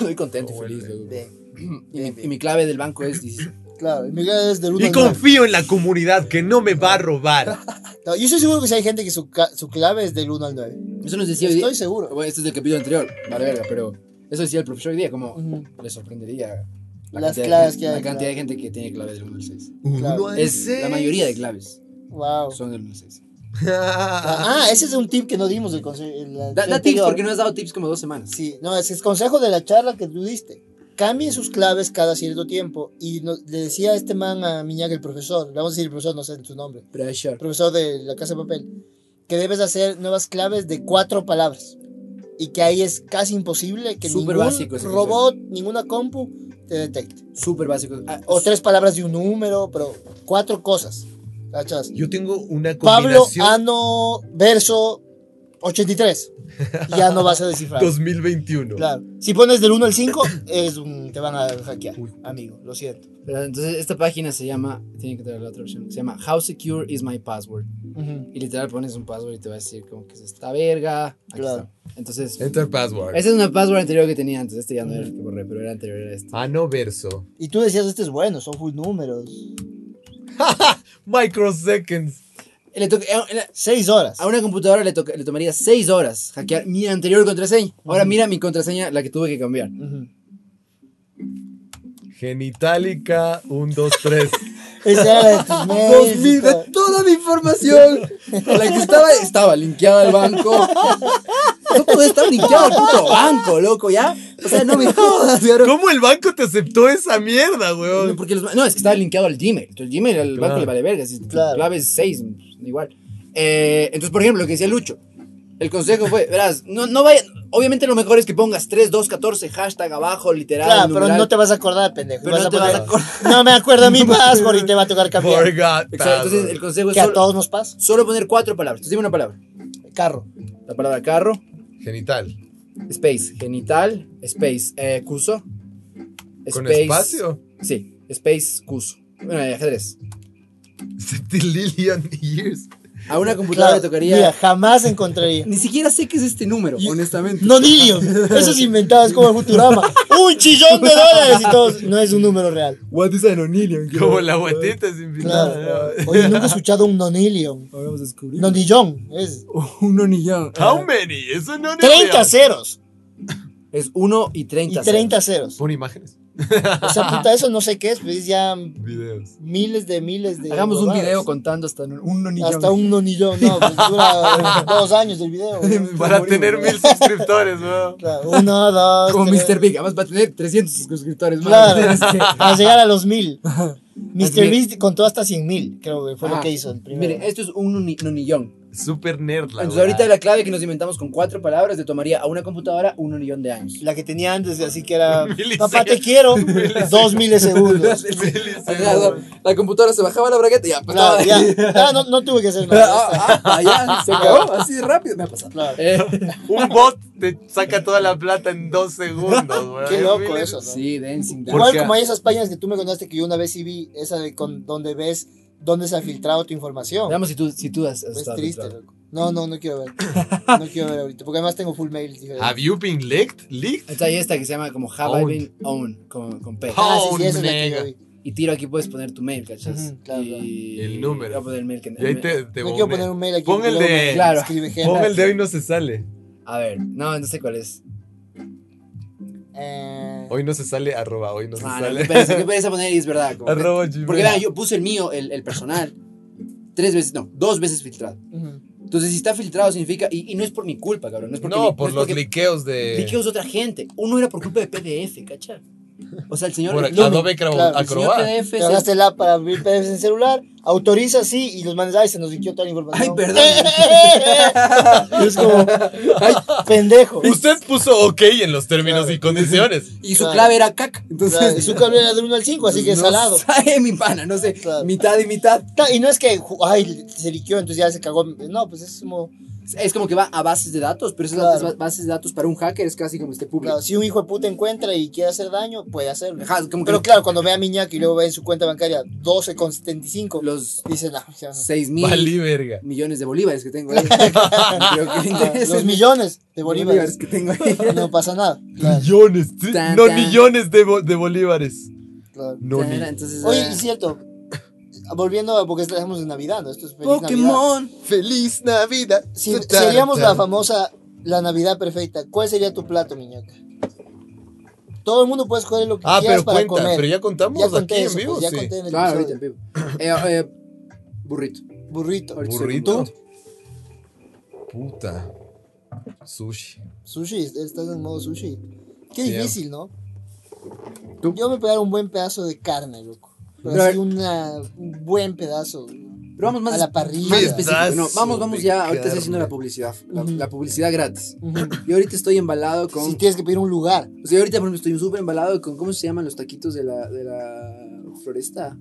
[SPEAKER 5] Estoy contento y
[SPEAKER 3] Oh,
[SPEAKER 5] feliz.
[SPEAKER 3] bueno.
[SPEAKER 5] loco.
[SPEAKER 2] Bien,
[SPEAKER 5] Y, mi, y mi clave del banco es 16.
[SPEAKER 2] Claro, y mi casa es del uno
[SPEAKER 3] Y
[SPEAKER 2] al nueve.
[SPEAKER 3] confío en la comunidad que no me va
[SPEAKER 2] [laughs]
[SPEAKER 3] a robar.
[SPEAKER 2] No, yo estoy seguro que si hay gente que su, ca- su clave es del 1 al 9.
[SPEAKER 5] Eso nos decía hoy día-
[SPEAKER 2] Estoy seguro.
[SPEAKER 5] Bueno, este es del capítulo anterior, vale verga, pero
[SPEAKER 1] Eso decía el profesor hoy día, como
[SPEAKER 2] Ujú.
[SPEAKER 1] le sorprendería la
[SPEAKER 2] Las
[SPEAKER 1] cantidad,
[SPEAKER 2] claves
[SPEAKER 1] de,
[SPEAKER 2] que
[SPEAKER 1] gente-
[SPEAKER 2] hay,
[SPEAKER 1] la cantidad de gente que tiene claves del 1 al 6.
[SPEAKER 2] Claro.
[SPEAKER 3] Uno de
[SPEAKER 1] Es, la
[SPEAKER 3] seis.
[SPEAKER 1] mayoría de claves
[SPEAKER 2] Wow.
[SPEAKER 1] son del 1 al 6.
[SPEAKER 3] [laughs]
[SPEAKER 2] Ah, ese es un tip que no dimos el consejo. el- el
[SPEAKER 1] Da, da tips
[SPEAKER 2] anterior.
[SPEAKER 1] porque no has dado tips como dos semanas.
[SPEAKER 2] Sí, no, ese es consejo de la charla que tú diste. Cambien sus claves cada cierto tiempo. Y no- le decía este man a Miñaga, el profesor, le vamos a decir el profesor, no sé su nombre, el
[SPEAKER 1] Pressure.
[SPEAKER 2] profesor de la Casa de Papel, que debes hacer nuevas claves de cuatro palabras. Y que ahí es casi imposible que
[SPEAKER 1] Súper
[SPEAKER 2] ningún
[SPEAKER 1] básico ese consejo.
[SPEAKER 2] robot, ninguna compu te detecte.
[SPEAKER 1] Súper básico. Ah,
[SPEAKER 2] O tres palabras de un número, pero cuatro cosas. ¿Cachas?
[SPEAKER 3] Yo tengo una
[SPEAKER 2] Pablo
[SPEAKER 3] combinación
[SPEAKER 2] Ano verso 83. Ya no vas
[SPEAKER 1] [laughs]
[SPEAKER 2] a descifrar.
[SPEAKER 3] 2021.
[SPEAKER 2] Claro. Si pones del 1 al 5, es un- te van a hackear,
[SPEAKER 3] Uy.
[SPEAKER 2] amigo, lo siento.
[SPEAKER 1] Pero entonces esta página se llama, tiene que tener la otra opción, se llama How Secure is My Password. Y literal pones un password y te va a decir como que es esta verga. Aquí
[SPEAKER 2] Claro.
[SPEAKER 1] está. Entonces,
[SPEAKER 3] Enter password.
[SPEAKER 1] esa es una password anterior que tenía antes. Este ya no era el que borré, pero era anterior a este.
[SPEAKER 3] Ano verso.
[SPEAKER 2] Y tú decías, este es bueno, son full números.
[SPEAKER 3] Microseconds.
[SPEAKER 1] Le toca- eh, eh,
[SPEAKER 2] 6 horas.
[SPEAKER 1] a una computadora le, toca- le tomaría 6 horas hackear mi anterior contraseña. Ahora mira mi contraseña, la que tuve que cambiar.
[SPEAKER 2] Ujú.
[SPEAKER 3] Genitalica 1, 2,
[SPEAKER 1] [laughs]
[SPEAKER 3] 3.
[SPEAKER 2] Esa era de tus
[SPEAKER 1] Dos
[SPEAKER 2] mails y
[SPEAKER 1] mil
[SPEAKER 2] todo.
[SPEAKER 1] de toda mi información. La que estaba, estaba linkeada al banco. No podía estar linkeado al puto banco, loco, ¿ya? O sea, no me jodas, güey.
[SPEAKER 3] ¿Cómo el banco te aceptó esa mierda,
[SPEAKER 1] No,
[SPEAKER 3] weón?
[SPEAKER 1] porque los- no, es que estaba linkeado al Gmail. Entonces, el Gmail al
[SPEAKER 3] Claro.
[SPEAKER 1] banco le vale verga. Si
[SPEAKER 2] Claro.
[SPEAKER 1] clave es 6, igual. Eh, entonces, por ejemplo, lo que decía Lucho. El consejo fue, verás, no, no vaya. Obviamente lo mejor es que pongas 3214 hashtag abajo, literal.
[SPEAKER 2] Claro, pero
[SPEAKER 1] numeral.
[SPEAKER 2] no te vas a acordar, pendejo.
[SPEAKER 1] Pero
[SPEAKER 2] Vas
[SPEAKER 1] no
[SPEAKER 2] a
[SPEAKER 1] te vas
[SPEAKER 2] poner,
[SPEAKER 1] a acordar.
[SPEAKER 2] "No me
[SPEAKER 1] [laughs]
[SPEAKER 2] acuerdo mi password y te va a tocar cambiar.
[SPEAKER 3] Forgot
[SPEAKER 1] Exacto, Entonces, el
[SPEAKER 3] password.
[SPEAKER 1] consejo es
[SPEAKER 2] Que a
[SPEAKER 1] solo,
[SPEAKER 2] todos nos pasa.
[SPEAKER 1] solo poner cuatro palabras. Entonces, dime una palabra.
[SPEAKER 2] Carro.
[SPEAKER 1] La palabra carro.
[SPEAKER 3] Genital.
[SPEAKER 1] Space, genital, space, eh, cuso.
[SPEAKER 3] ¿Con
[SPEAKER 1] Space-
[SPEAKER 3] espacio? [laughs]
[SPEAKER 1] Sí, space, cuso. Bueno, eh, ajedrez.
[SPEAKER 3] Septilillion years.
[SPEAKER 1] A una computadora
[SPEAKER 2] Claro,
[SPEAKER 1] le tocaría.
[SPEAKER 2] Mira, jamás encontraría.
[SPEAKER 1] Ni siquiera sé qué es este número, honestamente.
[SPEAKER 2] No, Nilio, eso es inventado, es como el Futurama. Un chillón de dólares y todos. No es un número real.
[SPEAKER 1] [laughs] What is an onilion?
[SPEAKER 3] Como la guatita sin
[SPEAKER 2] Claro.
[SPEAKER 3] final.
[SPEAKER 2] Oye, nunca he escuchado un nonilion.
[SPEAKER 1] Ahora vamos a descubrir.
[SPEAKER 2] Nonillón. Es
[SPEAKER 1] Un onillón.
[SPEAKER 2] Ah,
[SPEAKER 3] How many? Eso no es
[SPEAKER 2] 30
[SPEAKER 3] real.
[SPEAKER 2] ceros
[SPEAKER 1] Ah, Es 1 y
[SPEAKER 2] y
[SPEAKER 1] 30.
[SPEAKER 2] 30 ceros.
[SPEAKER 3] Pon imágenes.
[SPEAKER 2] O sea, puta, eso no sé qué es, pues ya
[SPEAKER 3] Videos.
[SPEAKER 2] miles de miles de.
[SPEAKER 1] Hagamos un
[SPEAKER 2] huevadas.
[SPEAKER 1] video contando hasta un un onillón.
[SPEAKER 2] Hasta un nonillón, no, pues
[SPEAKER 1] [laughs]
[SPEAKER 2] dura dos años el video. ¿no?
[SPEAKER 3] Para tener mil suscriptores, weón.
[SPEAKER 2] Claro, Uno, dos.
[SPEAKER 1] Como
[SPEAKER 2] tres.
[SPEAKER 1] Mr. Big. Además va a tener 300 suscriptores más. [laughs]
[SPEAKER 2] Claro,
[SPEAKER 1] Es que-
[SPEAKER 2] para llegar a
[SPEAKER 1] [laughs]
[SPEAKER 2] los mil. Mr.
[SPEAKER 1] Admi-
[SPEAKER 2] Beast contó hasta 100 mil, creo que fue lo
[SPEAKER 1] Ah,
[SPEAKER 2] que hizo el primero.
[SPEAKER 1] Miren, esto es un oni- onillón.
[SPEAKER 3] Super nerd, la
[SPEAKER 1] Entonces
[SPEAKER 3] weá.
[SPEAKER 1] ahorita la clave que nos inventamos con cuatro palabras le tomaría a una computadora un onillón de años.
[SPEAKER 2] La que tenía antes, así
[SPEAKER 1] [laughs]
[SPEAKER 2] que
[SPEAKER 3] [laughs]
[SPEAKER 2] era.
[SPEAKER 3] Milisegundos.
[SPEAKER 2] Papá, te quiero. Dos
[SPEAKER 3] [laughs]
[SPEAKER 2] milisegundos.
[SPEAKER 1] Ajá, o
[SPEAKER 3] Milisegundos.
[SPEAKER 1] sea, La computadora se bajaba la bragueta y ya pasaba.
[SPEAKER 2] Claro, ya. Ah, no, no tuve que hacer nada. ya está.
[SPEAKER 1] [laughs] Ah, ah, ya, se [laughs] acabó así de rápido. Me ha pasado.
[SPEAKER 2] Claro.
[SPEAKER 1] Eh,
[SPEAKER 3] Un bot te saca toda la plata en dos
[SPEAKER 1] [laughs]
[SPEAKER 3] segundos, weón.
[SPEAKER 2] Qué loco
[SPEAKER 3] Miles-
[SPEAKER 2] eso, ¿no?
[SPEAKER 1] sí, dancing,
[SPEAKER 3] ¿Por
[SPEAKER 1] dancing.
[SPEAKER 2] Igual
[SPEAKER 3] qué?
[SPEAKER 2] como hay esas páginas que tú me contaste que yo una vez sí vi, esa de con, donde ves dónde se ha filtrado tu información.
[SPEAKER 1] Veamos si tú, si tú has, has
[SPEAKER 2] es
[SPEAKER 1] estado
[SPEAKER 2] triste,
[SPEAKER 1] filtrado.
[SPEAKER 2] loco. No, no, no quiero ver. No quiero ver ahorita, porque además tengo full mail. diferentes.
[SPEAKER 3] Have you been leaked? ¿Leaked?
[SPEAKER 1] Entonces hay esta que se llama como Have I Been Own con, con P.
[SPEAKER 2] Ah, sí, sí, esa es la que
[SPEAKER 3] Mega.
[SPEAKER 2] yo vi.
[SPEAKER 1] Y tiro aquí puedes poner tu mail, ¿cachas?
[SPEAKER 2] Ujú, claro,
[SPEAKER 1] y
[SPEAKER 3] El número.
[SPEAKER 1] Voy a poner el mail que
[SPEAKER 3] Y ahí te, te
[SPEAKER 2] No quiero
[SPEAKER 3] bombe-
[SPEAKER 2] poner un mail aquí.
[SPEAKER 3] Pon el
[SPEAKER 2] luego
[SPEAKER 3] de-
[SPEAKER 2] me
[SPEAKER 1] Claro.
[SPEAKER 2] escribe gente.
[SPEAKER 3] Pon el de hoy no se sale.
[SPEAKER 1] A ver, no, no sé cuál es.
[SPEAKER 2] Eh,
[SPEAKER 3] Hoy no se sale, arroba, hoy no se
[SPEAKER 1] Ah, no,
[SPEAKER 3] Pues sale.
[SPEAKER 1] qué pereza, qué pereza poner y es verdad. como que-
[SPEAKER 3] arroba Gmail.
[SPEAKER 1] porque vean, yo puse el mío, el, el personal, tres veces, no, dos veces filtrado.
[SPEAKER 2] ujú.
[SPEAKER 1] Entonces, si está filtrado significa, y, y no es por mi culpa, cabrón, no es porque...
[SPEAKER 3] no,
[SPEAKER 1] li-
[SPEAKER 3] por
[SPEAKER 1] es
[SPEAKER 3] los
[SPEAKER 1] porque
[SPEAKER 3] liqueos de
[SPEAKER 1] liqueos de otra gente. Uno era por culpa de PDF, ¿cachai? O sea, el señor...
[SPEAKER 3] por
[SPEAKER 1] Lumen,
[SPEAKER 3] Adobe Acro-
[SPEAKER 2] claro,
[SPEAKER 1] el señor
[SPEAKER 3] Acrobat.
[SPEAKER 1] PDF
[SPEAKER 2] Te
[SPEAKER 1] Pues es
[SPEAKER 2] ganaste la para abrir PDFs en celular, autoriza sí y los mandas, ay, se nos liqueó toda la información.
[SPEAKER 1] Ay,
[SPEAKER 2] [laughs]
[SPEAKER 1] perdón.
[SPEAKER 2] Y es como, ay, pendejo.
[SPEAKER 3] [laughs] Usted puso ok en los términos
[SPEAKER 2] Claro.
[SPEAKER 3] y
[SPEAKER 1] [laughs]
[SPEAKER 3] condiciones.
[SPEAKER 1] Y su
[SPEAKER 2] Claro.
[SPEAKER 1] clave era cac. Entonces,
[SPEAKER 2] Claro, y su cable era del 1 al 5, así que es
[SPEAKER 1] no
[SPEAKER 2] salado.
[SPEAKER 1] sabe, mi pana, no sé.
[SPEAKER 2] Claro.
[SPEAKER 1] Mitad y mitad.
[SPEAKER 2] Ta- Y no es que, ju- ay, se liqueó, entonces ya se cagó. No, pues es como,
[SPEAKER 1] Es como que va a bases de datos, pero esas
[SPEAKER 2] Claro.
[SPEAKER 1] ba- bases de datos para un hacker es casi como este público.
[SPEAKER 2] claro, si un hijo de puta encuentra y quiere hacer daño, puede hacerlo.
[SPEAKER 1] Ajá, como que
[SPEAKER 2] Pero claro, cuando ve a Miñaki y luego ve en su cuenta bancaria 12,75,
[SPEAKER 1] los
[SPEAKER 2] dice, no, "Ah, ya
[SPEAKER 3] [laughs]
[SPEAKER 2] no.
[SPEAKER 1] 6 mil [laughs]
[SPEAKER 3] Vali verga.
[SPEAKER 1] millones de bolívares que
[SPEAKER 2] [laughs]
[SPEAKER 1] tengo ahí. Creo que le interesa
[SPEAKER 2] los millones de
[SPEAKER 1] bolívares
[SPEAKER 2] bolívares,
[SPEAKER 1] que tengo ahí.
[SPEAKER 2] [laughs] no pasa nada.
[SPEAKER 3] [laughs]
[SPEAKER 2] Claro,
[SPEAKER 3] Millones, ¿sí?
[SPEAKER 1] Tan,
[SPEAKER 3] no
[SPEAKER 1] tan.
[SPEAKER 3] millones de, bo- de bolívares.
[SPEAKER 2] claro.
[SPEAKER 3] No, ni-
[SPEAKER 1] Entonces,
[SPEAKER 2] Oye,
[SPEAKER 1] ah,
[SPEAKER 2] es cierto, volviendo a porque estamos en Navidad, ¿no? Esto es feliz Navidad.
[SPEAKER 1] Pokémon.
[SPEAKER 3] Feliz Navidad.
[SPEAKER 2] Si, si haríamos la famosa, la Navidad perfecta, ¿cuál sería tu plato, Miñaca? Todo el mundo puede escoger lo que
[SPEAKER 3] Ah,
[SPEAKER 2] quieras
[SPEAKER 3] pero
[SPEAKER 2] para
[SPEAKER 3] cuenta,
[SPEAKER 2] comer.
[SPEAKER 3] pero ya contamos
[SPEAKER 2] ya
[SPEAKER 3] aquí
[SPEAKER 2] conté eso,
[SPEAKER 3] en vivo,
[SPEAKER 2] pues, ya
[SPEAKER 3] sí.
[SPEAKER 2] conté en el
[SPEAKER 1] Claro, ahorita
[SPEAKER 2] episodio.
[SPEAKER 1] en vivo. Eh, eh, burrito.
[SPEAKER 2] Burrito,
[SPEAKER 1] Ahorita estoy
[SPEAKER 3] ¿Burrito?
[SPEAKER 1] comiendo.
[SPEAKER 3] Puta. Sushi.
[SPEAKER 2] sushi, estás en modo sushi. Qué
[SPEAKER 3] Sí.
[SPEAKER 2] difícil, ¿no?
[SPEAKER 1] ¿Tú?
[SPEAKER 2] Yo me pegar un buen pedazo de carne, loco. Pero
[SPEAKER 1] Pero a
[SPEAKER 2] así
[SPEAKER 1] ver.
[SPEAKER 2] una, un buen
[SPEAKER 1] [laughs]
[SPEAKER 2] pedazo.
[SPEAKER 1] Pero vamos más,
[SPEAKER 2] A la parrilla.
[SPEAKER 1] más específico. No, vamos,
[SPEAKER 3] Pedazo
[SPEAKER 1] vamos
[SPEAKER 3] de
[SPEAKER 1] ya. Ahorita
[SPEAKER 3] carne.
[SPEAKER 1] estoy haciendo la publicidad. La,
[SPEAKER 2] Ujú.
[SPEAKER 1] la publicidad gratis.
[SPEAKER 2] Ujú.
[SPEAKER 1] Yo ahorita estoy embalado con.
[SPEAKER 2] Si tienes que pedir un lugar.
[SPEAKER 1] O sea, ahorita por ejemplo, estoy súper embalado con. ¿Cómo se llaman los taquitos de la, de la floresta?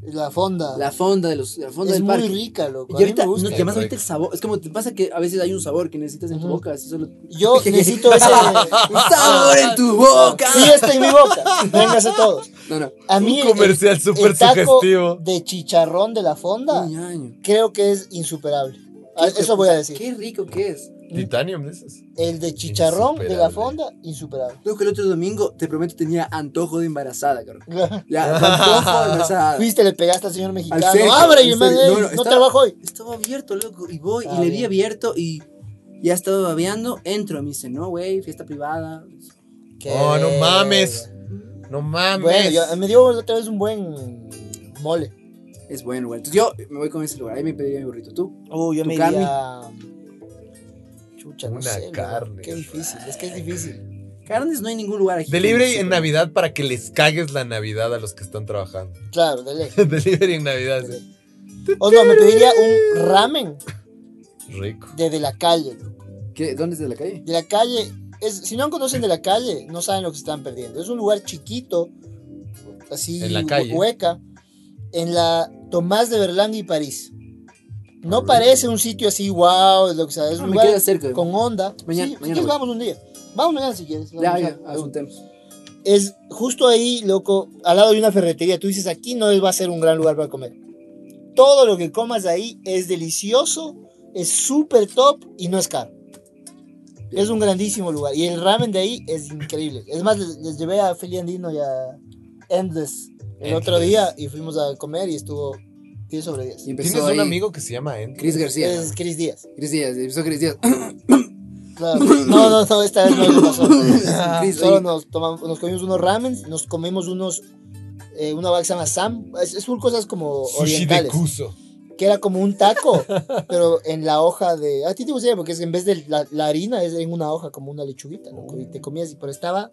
[SPEAKER 2] La fonda.
[SPEAKER 1] La fonda de los. La fonda
[SPEAKER 2] es
[SPEAKER 1] del
[SPEAKER 2] muy
[SPEAKER 1] parque.
[SPEAKER 2] rica, loco.
[SPEAKER 1] Y
[SPEAKER 2] a mí
[SPEAKER 1] ahorita,
[SPEAKER 2] me gusta.
[SPEAKER 1] no, y además
[SPEAKER 3] Qué
[SPEAKER 1] ahorita el sabor, es como te pasa que a veces hay un sabor que necesitas en tu
[SPEAKER 2] Ujú.
[SPEAKER 1] boca, así
[SPEAKER 2] [laughs]
[SPEAKER 1] solo un
[SPEAKER 2] Yo
[SPEAKER 1] [laughs]
[SPEAKER 2] necesito ese.
[SPEAKER 1] sabor en tu boca.
[SPEAKER 2] Fiesta en mi boca. Véngase todos.
[SPEAKER 1] No, no.
[SPEAKER 2] A mí
[SPEAKER 3] Un
[SPEAKER 2] el-
[SPEAKER 3] comercial súper
[SPEAKER 2] el taco
[SPEAKER 3] sugestivo.
[SPEAKER 2] de chicharrón de la fonda
[SPEAKER 1] Ñaño.
[SPEAKER 2] creo que es insuperable. Ah,
[SPEAKER 1] Mm. Qué
[SPEAKER 2] Eso voy a
[SPEAKER 1] puta-
[SPEAKER 2] decir.
[SPEAKER 1] Qué rico que es.
[SPEAKER 2] Mm.
[SPEAKER 3] Titanium, de esas.
[SPEAKER 2] El de chicharrón de la
[SPEAKER 3] Insuperable.
[SPEAKER 2] fonda, insuperable. [laughs]
[SPEAKER 1] Creo que el otro domingo, te prometo, tenía antojo de embarazada, cabrón.
[SPEAKER 2] [laughs]
[SPEAKER 1] Ya, antojo de embarazada.
[SPEAKER 2] Fuiste, le pegaste al señor
[SPEAKER 1] Al
[SPEAKER 2] mexicano.
[SPEAKER 1] Sergio,
[SPEAKER 2] Abre,
[SPEAKER 1] al
[SPEAKER 2] y man,
[SPEAKER 1] Sergio.
[SPEAKER 2] ey,
[SPEAKER 1] No, no,
[SPEAKER 2] no,
[SPEAKER 1] estaba-
[SPEAKER 2] trabajo hoy.
[SPEAKER 1] Estaba abierto, loco, y voy,
[SPEAKER 2] Ah,
[SPEAKER 1] y le vi
[SPEAKER 2] bien.
[SPEAKER 1] abierto, y ya estaba babeando, entro, y me dice, no, güey, fiesta privada.
[SPEAKER 2] Qué
[SPEAKER 3] Oh, no
[SPEAKER 2] verga.
[SPEAKER 3] mames. No mames.
[SPEAKER 2] Bueno, yo- me dio otra vez un buen mole.
[SPEAKER 1] Es bueno, güey. Entonces yo me voy con ese lugar, ahí me pediría mi burrito. ¿Tú?
[SPEAKER 2] Oh, yo
[SPEAKER 1] ¿Tu
[SPEAKER 2] me
[SPEAKER 1] carne?
[SPEAKER 2] iría- Chucha, no
[SPEAKER 3] Una
[SPEAKER 2] sé, loco.
[SPEAKER 3] carne,
[SPEAKER 2] Qué difícil, es que es difícil.
[SPEAKER 1] Carnes no hay ningún lugar aquí.
[SPEAKER 3] Delivery
[SPEAKER 1] Sí,
[SPEAKER 3] en
[SPEAKER 1] pero-
[SPEAKER 3] Navidad para que les cagues la Navidad a los que están trabajando. [laughs]
[SPEAKER 2] Claro, dale.
[SPEAKER 3] Delivery en Navidad. sí.
[SPEAKER 2] O no, me pediría un ramen
[SPEAKER 3] Rico.
[SPEAKER 2] de, de la calle. loco.
[SPEAKER 1] ¿Qué? ¿Dónde es de la calle?
[SPEAKER 2] De la calle, es, si no conocen de la calle, no saben lo que se están perdiendo. Es un lugar chiquito, así
[SPEAKER 3] En la calle.
[SPEAKER 2] hueca, en la Tomás de Berlanga y París. No parece un sitio así, wow, es lo que sea, es
[SPEAKER 1] Ah,
[SPEAKER 2] un
[SPEAKER 1] me
[SPEAKER 2] lugar
[SPEAKER 1] queda cerca.
[SPEAKER 2] con onda.
[SPEAKER 1] Mañana-
[SPEAKER 2] Sí,
[SPEAKER 1] mañana
[SPEAKER 2] si quieres,
[SPEAKER 1] voy.
[SPEAKER 2] vamos un día. Vamos mañana si quieres.
[SPEAKER 1] Ya,
[SPEAKER 2] Vamos
[SPEAKER 1] ya,
[SPEAKER 2] a-
[SPEAKER 1] asuntemos.
[SPEAKER 2] es justo ahí, loco, al lado de una ferretería. Tú dices, aquí no va a ser un gran lugar para comer. Todo lo que comas ahí es delicioso, es súper top y no es caro. Es un grandísimo lugar. Y el ramen de ahí es increíble. Es más, les, les llevé a Feli Andino y a Endless el otro
[SPEAKER 3] Endless.
[SPEAKER 2] día y fuimos a comer y estuvo 10 sobre 10.
[SPEAKER 1] Y empezó
[SPEAKER 3] Tienes un
[SPEAKER 1] ahí
[SPEAKER 3] amigo que se llama Ent.
[SPEAKER 1] Chris García.
[SPEAKER 2] Es Chris Díaz.
[SPEAKER 1] Chris Díaz, empezó Chris Díaz.
[SPEAKER 2] Claro. No, no, no, esta vez no
[SPEAKER 1] [laughs]
[SPEAKER 2] le pasó.
[SPEAKER 1] Chris,
[SPEAKER 2] Solo
[SPEAKER 1] oye,
[SPEAKER 2] nos, tomamos, nos comimos unos ramens, nos comimos unos. eh, una vaca que se llama Sam. Es, es por cosas como
[SPEAKER 3] Sushi de
[SPEAKER 2] orientales.
[SPEAKER 3] Cuso.
[SPEAKER 2] Que era como un taco, pero en la hoja de. A ti te gustaría porque es, en vez de la, la harina es en una hoja como una lechuguita. loco, y te comías, y- pero estaba.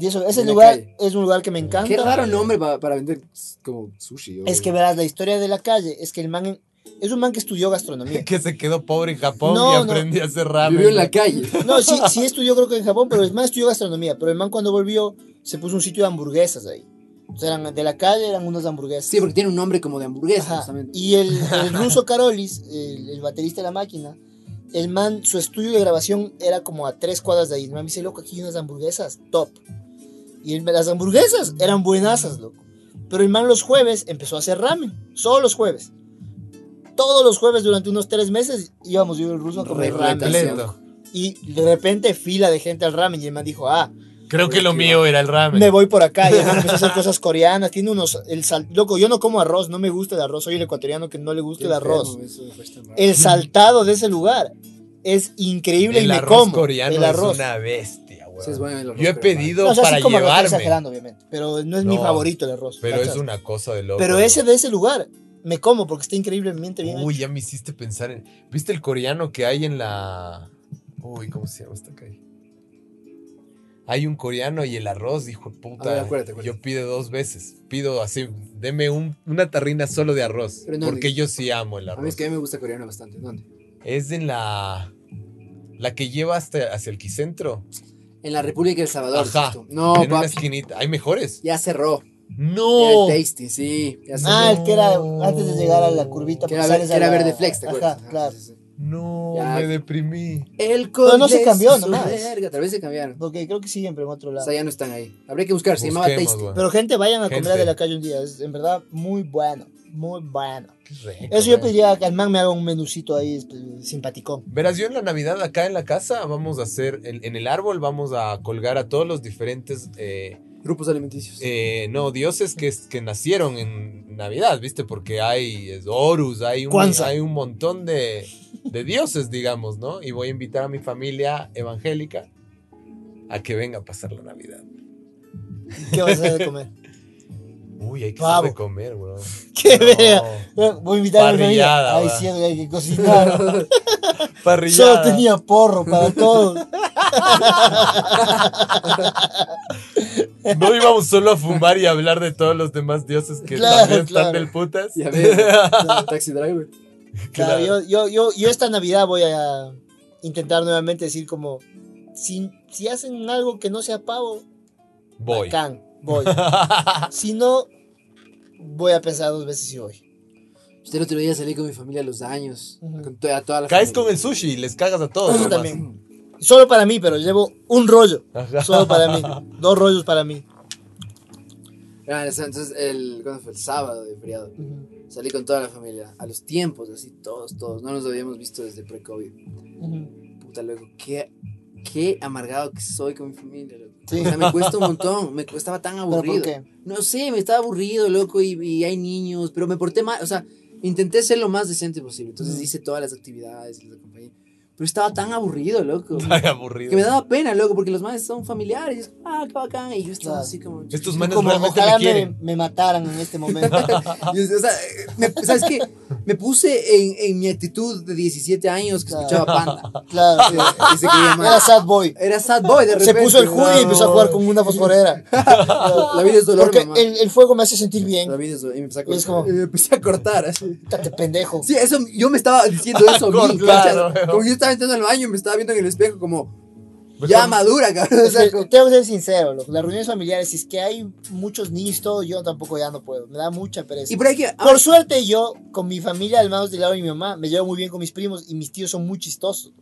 [SPEAKER 2] y eso- ese
[SPEAKER 1] En la
[SPEAKER 2] lugar
[SPEAKER 1] calle.
[SPEAKER 2] es un lugar que me encanta.
[SPEAKER 1] Qué raro nombre pa- para vender como sushi. o-
[SPEAKER 2] Es que verás, la historia de la calle es que el man. en- es un man que estudió gastronomía.
[SPEAKER 3] [laughs] Que se quedó pobre en Japón
[SPEAKER 2] No,
[SPEAKER 3] y
[SPEAKER 2] no.
[SPEAKER 3] aprendió a hacer ramen.
[SPEAKER 1] Vivió en la calle.
[SPEAKER 2] No, sí, sí estudió creo que en Japón, pero el man estudió gastronomía. Pero el man cuando volvió se puso un sitio de hamburguesas ahí. O sea, eran de la calle, eran unas hamburguesas.
[SPEAKER 1] Sí, porque tiene un nombre como de hamburguesa,
[SPEAKER 2] Ajá.
[SPEAKER 1] justamente.
[SPEAKER 2] Y el, el ruso Karolis, el, el baterista de la máquina, el man, su estudio de grabación era como a tres cuadras de ahí. El man me dice, loco, aquí hay unas hamburguesas, top. Y el- las hamburguesas eran buenazas, loco. Pero el man los jueves empezó a hacer ramen, solo los jueves. Todos los jueves durante unos tres meses íbamos yo y el ruso a comer
[SPEAKER 1] Repleto.
[SPEAKER 2] ramen.
[SPEAKER 3] Completo.
[SPEAKER 2] Y de repente fila de gente al ramen y el man dijo, ah,
[SPEAKER 3] Creo que lo mío era el ramen.
[SPEAKER 2] me voy por acá y empezó a hacer cosas coreanas. Tiene unos. El sal- Loco, yo no como arroz, no me gusta el arroz. Soy el ecuatoriano que no le gusta el arroz. El saltado de ese lugar es increíble y
[SPEAKER 3] el
[SPEAKER 2] me
[SPEAKER 3] arroz
[SPEAKER 2] como.
[SPEAKER 3] coreano
[SPEAKER 2] el arroz.
[SPEAKER 3] es una bestia, güey.
[SPEAKER 1] Sí, es bueno el arroz
[SPEAKER 3] Yo he
[SPEAKER 1] coreano.
[SPEAKER 3] pedido
[SPEAKER 2] No, o sea, sí
[SPEAKER 3] para
[SPEAKER 2] como arroz, estoy
[SPEAKER 3] llevarme.
[SPEAKER 2] exagerando, obviamente. Pero no es mi
[SPEAKER 3] No,
[SPEAKER 2] favorito el arroz.
[SPEAKER 3] Pero
[SPEAKER 2] ¿cachas?
[SPEAKER 3] es una cosa de loco.
[SPEAKER 2] Pero
[SPEAKER 3] güey.
[SPEAKER 2] ese de ese lugar me como porque está increíblemente bien.
[SPEAKER 3] Uy, ya me hiciste pensar en. ¿Viste el coreano que hay en la. Uy, ¿cómo se llama esta calle? Hay un coreano y el arroz, hijo de puta.
[SPEAKER 1] A ver, acuérdate, acuérdate.
[SPEAKER 3] Yo pido dos veces. Pido así, deme un- una tarrina solo de arroz.
[SPEAKER 1] Pero no,
[SPEAKER 3] porque
[SPEAKER 1] digo-
[SPEAKER 3] yo sí amo el
[SPEAKER 1] A mí es
[SPEAKER 3] arroz.
[SPEAKER 1] que a mí me gusta coreano bastante. ¿Dónde?
[SPEAKER 3] Es en la. La que lleva hasta hacia el quicentro.
[SPEAKER 1] En la República del Salvador.
[SPEAKER 3] Ajá.
[SPEAKER 1] justo. No,
[SPEAKER 3] en una
[SPEAKER 1] papi.
[SPEAKER 3] esquinita. Hay mejores.
[SPEAKER 1] Ya cerró.
[SPEAKER 3] ¡No!
[SPEAKER 1] Era el tasty, sí. Ya cerró.
[SPEAKER 2] Ah, el que era antes de llegar a la curvita.
[SPEAKER 1] que era,
[SPEAKER 2] pues,
[SPEAKER 1] ver-
[SPEAKER 2] sales
[SPEAKER 1] que
[SPEAKER 2] a
[SPEAKER 1] era
[SPEAKER 2] la-
[SPEAKER 1] verde flex, ¿te acuerdas?
[SPEAKER 2] Ajá, claro.
[SPEAKER 1] sí, sí, sí.
[SPEAKER 3] No,
[SPEAKER 1] Ya.
[SPEAKER 3] me deprimí.
[SPEAKER 1] El
[SPEAKER 2] Pero no se
[SPEAKER 1] Condes
[SPEAKER 2] cambió
[SPEAKER 1] y su
[SPEAKER 2] nomás.
[SPEAKER 1] verga, Tal vez se cambiaron.
[SPEAKER 2] Porque creo que siguen, pero en otro
[SPEAKER 1] O
[SPEAKER 2] lado.
[SPEAKER 1] sea, ya no están ahí. Habría que buscar. Se llamaba
[SPEAKER 3] Busquemos,
[SPEAKER 1] Tasty.
[SPEAKER 3] güey.
[SPEAKER 2] Pero gente, vayan a comer
[SPEAKER 3] Gente.
[SPEAKER 2] de la calle un día. Es en verdad muy bueno. Muy bueno.
[SPEAKER 3] Qué rico,
[SPEAKER 2] Eso yo
[SPEAKER 3] güey.
[SPEAKER 2] pediría que al man me haga un menucito ahí este, simpaticón.
[SPEAKER 3] Verás, yo en la Navidad acá en la casa vamos a hacer, en, en el árbol vamos a colgar a todos los diferentes, eh,
[SPEAKER 1] Grupos alimenticios.
[SPEAKER 3] eh, no, dioses que, es- que nacieron en Navidad, ¿viste? Porque hay es Horus, hay un,
[SPEAKER 2] Kwanzaa.
[SPEAKER 3] hay un montón de, de dioses, digamos, ¿no? Y voy a invitar a mi familia evangélica a que venga a pasar la Navidad.
[SPEAKER 2] ¿Qué vas a hacer de
[SPEAKER 3] [laughs]
[SPEAKER 2] comer? [laughs]
[SPEAKER 3] Uy, hay que
[SPEAKER 2] Pavo.
[SPEAKER 3] saber comer, weón.
[SPEAKER 2] [laughs] ¡Qué vea!
[SPEAKER 3] No.
[SPEAKER 2] Voy a invitar a mi familia.
[SPEAKER 3] Parrillada,
[SPEAKER 2] Ay,
[SPEAKER 3] va.
[SPEAKER 2] sí, hay
[SPEAKER 3] [laughs]
[SPEAKER 2] que cocinar. Solo
[SPEAKER 3] Parrillada.
[SPEAKER 2] tenía porro para
[SPEAKER 3] [laughs]
[SPEAKER 2] todos.
[SPEAKER 3] No íbamos solo a fumar y a hablar de todos los demás dioses que
[SPEAKER 2] Claro,
[SPEAKER 3] también
[SPEAKER 2] claro.
[SPEAKER 3] están del putas.
[SPEAKER 1] Ya ves, taxi driver.
[SPEAKER 2] Claro,
[SPEAKER 3] Claro.
[SPEAKER 2] yo, yo, yo, yo esta Navidad voy a intentar nuevamente decir como, si, si hacen algo que no sea pavo,
[SPEAKER 3] Voy.
[SPEAKER 2] can,
[SPEAKER 3] [laughs]
[SPEAKER 2] voy. si no, voy a pensar dos veces si voy.
[SPEAKER 1] Usted el otro día salí con mi familia a los años.
[SPEAKER 2] Ujú.
[SPEAKER 1] Con to- a toda la
[SPEAKER 3] Caes con
[SPEAKER 1] familia.
[SPEAKER 3] el sushi y les cagas a todos.
[SPEAKER 2] Yo
[SPEAKER 3] nomás.
[SPEAKER 2] también. Solo para mí, pero llevo un [laughs] rollo.
[SPEAKER 3] Ajá.
[SPEAKER 2] Solo para mí. Dos rollos para mí.
[SPEAKER 1] Ah, Entonces, el, ¿cuándo fue? El sábado de feriado.
[SPEAKER 2] Ujú,
[SPEAKER 1] Salí con toda la familia. A los tiempos, así, todos, todos. No nos habíamos visto desde pre-COVID.
[SPEAKER 2] ujú.
[SPEAKER 1] Puta, luego, qué, qué amargado que soy con mi familia, loco.
[SPEAKER 2] Sí.
[SPEAKER 1] O sea, me
[SPEAKER 2] [laughs]
[SPEAKER 1] cuesta un montón, me cu- estaba tan
[SPEAKER 2] ¿Pero
[SPEAKER 1] aburrido.
[SPEAKER 2] por qué?
[SPEAKER 1] No sé, me estaba aburrido, loco, y, y hay niños, pero me porté mal, o sea, intenté ser lo más decente posible. Entonces
[SPEAKER 2] Mm.
[SPEAKER 1] hice todas las actividades, les acompañé. Pero estaba tan aburrido,
[SPEAKER 3] [laughs]
[SPEAKER 1] loco.
[SPEAKER 3] [laughs] Ay, aburrido.
[SPEAKER 1] Que me daba pena, loco, porque los manes son familiares. Ah, qué bacán. Y yo estaba
[SPEAKER 2] Claro.
[SPEAKER 1] así como.
[SPEAKER 3] Estos
[SPEAKER 2] Tú
[SPEAKER 3] manes
[SPEAKER 2] como
[SPEAKER 3] realmente
[SPEAKER 2] ojalá
[SPEAKER 3] me
[SPEAKER 2] me,
[SPEAKER 3] quieren.
[SPEAKER 2] me mataran en este momento.
[SPEAKER 1] [laughs] Y, o sea, me- ¿sabes qué? Me puse en, en mi actitud de 17 años que
[SPEAKER 2] Claro.
[SPEAKER 1] escuchaba panda.
[SPEAKER 2] Claro.
[SPEAKER 1] [laughs] Eh, Y se creía mal.
[SPEAKER 2] Era sad boy.
[SPEAKER 1] Era sad boy de
[SPEAKER 2] Se
[SPEAKER 1] repente.
[SPEAKER 2] puso el hoodie y empezó a jugar con una fosforera.
[SPEAKER 1] [laughs] La vida es dolor,
[SPEAKER 2] Porque
[SPEAKER 1] mamá.
[SPEAKER 2] el, el fuego me hace sentir bien.
[SPEAKER 1] La vida es- y me empecé a cortar.
[SPEAKER 2] Es
[SPEAKER 1] [laughs]
[SPEAKER 2] como-
[SPEAKER 1] y me empecé a cortar
[SPEAKER 2] [laughs]
[SPEAKER 1] así.
[SPEAKER 2] Quítate, pendejo.
[SPEAKER 1] Sí, eso, yo me estaba diciendo
[SPEAKER 2] [laughs]
[SPEAKER 1] eso a mí. ¿cachas?
[SPEAKER 3] Cortar, weón.
[SPEAKER 1] como yo estaba entrando al baño y me estaba viendo en el espejo como, ya madura, cabrón. O
[SPEAKER 2] Es
[SPEAKER 1] sea,
[SPEAKER 2] que
[SPEAKER 1] como-
[SPEAKER 2] tengo que ser sincero, loco, las reuniones familiares, si es que hay muchos niños y todo, yo tampoco ya no puedo, me da mucha pereza.
[SPEAKER 1] y por ahí que... ah,
[SPEAKER 2] Por suerte yo, con mi familia, al menos del lado de mi mamá, me llevo muy bien con mis primos y mis tíos son muy chistosos.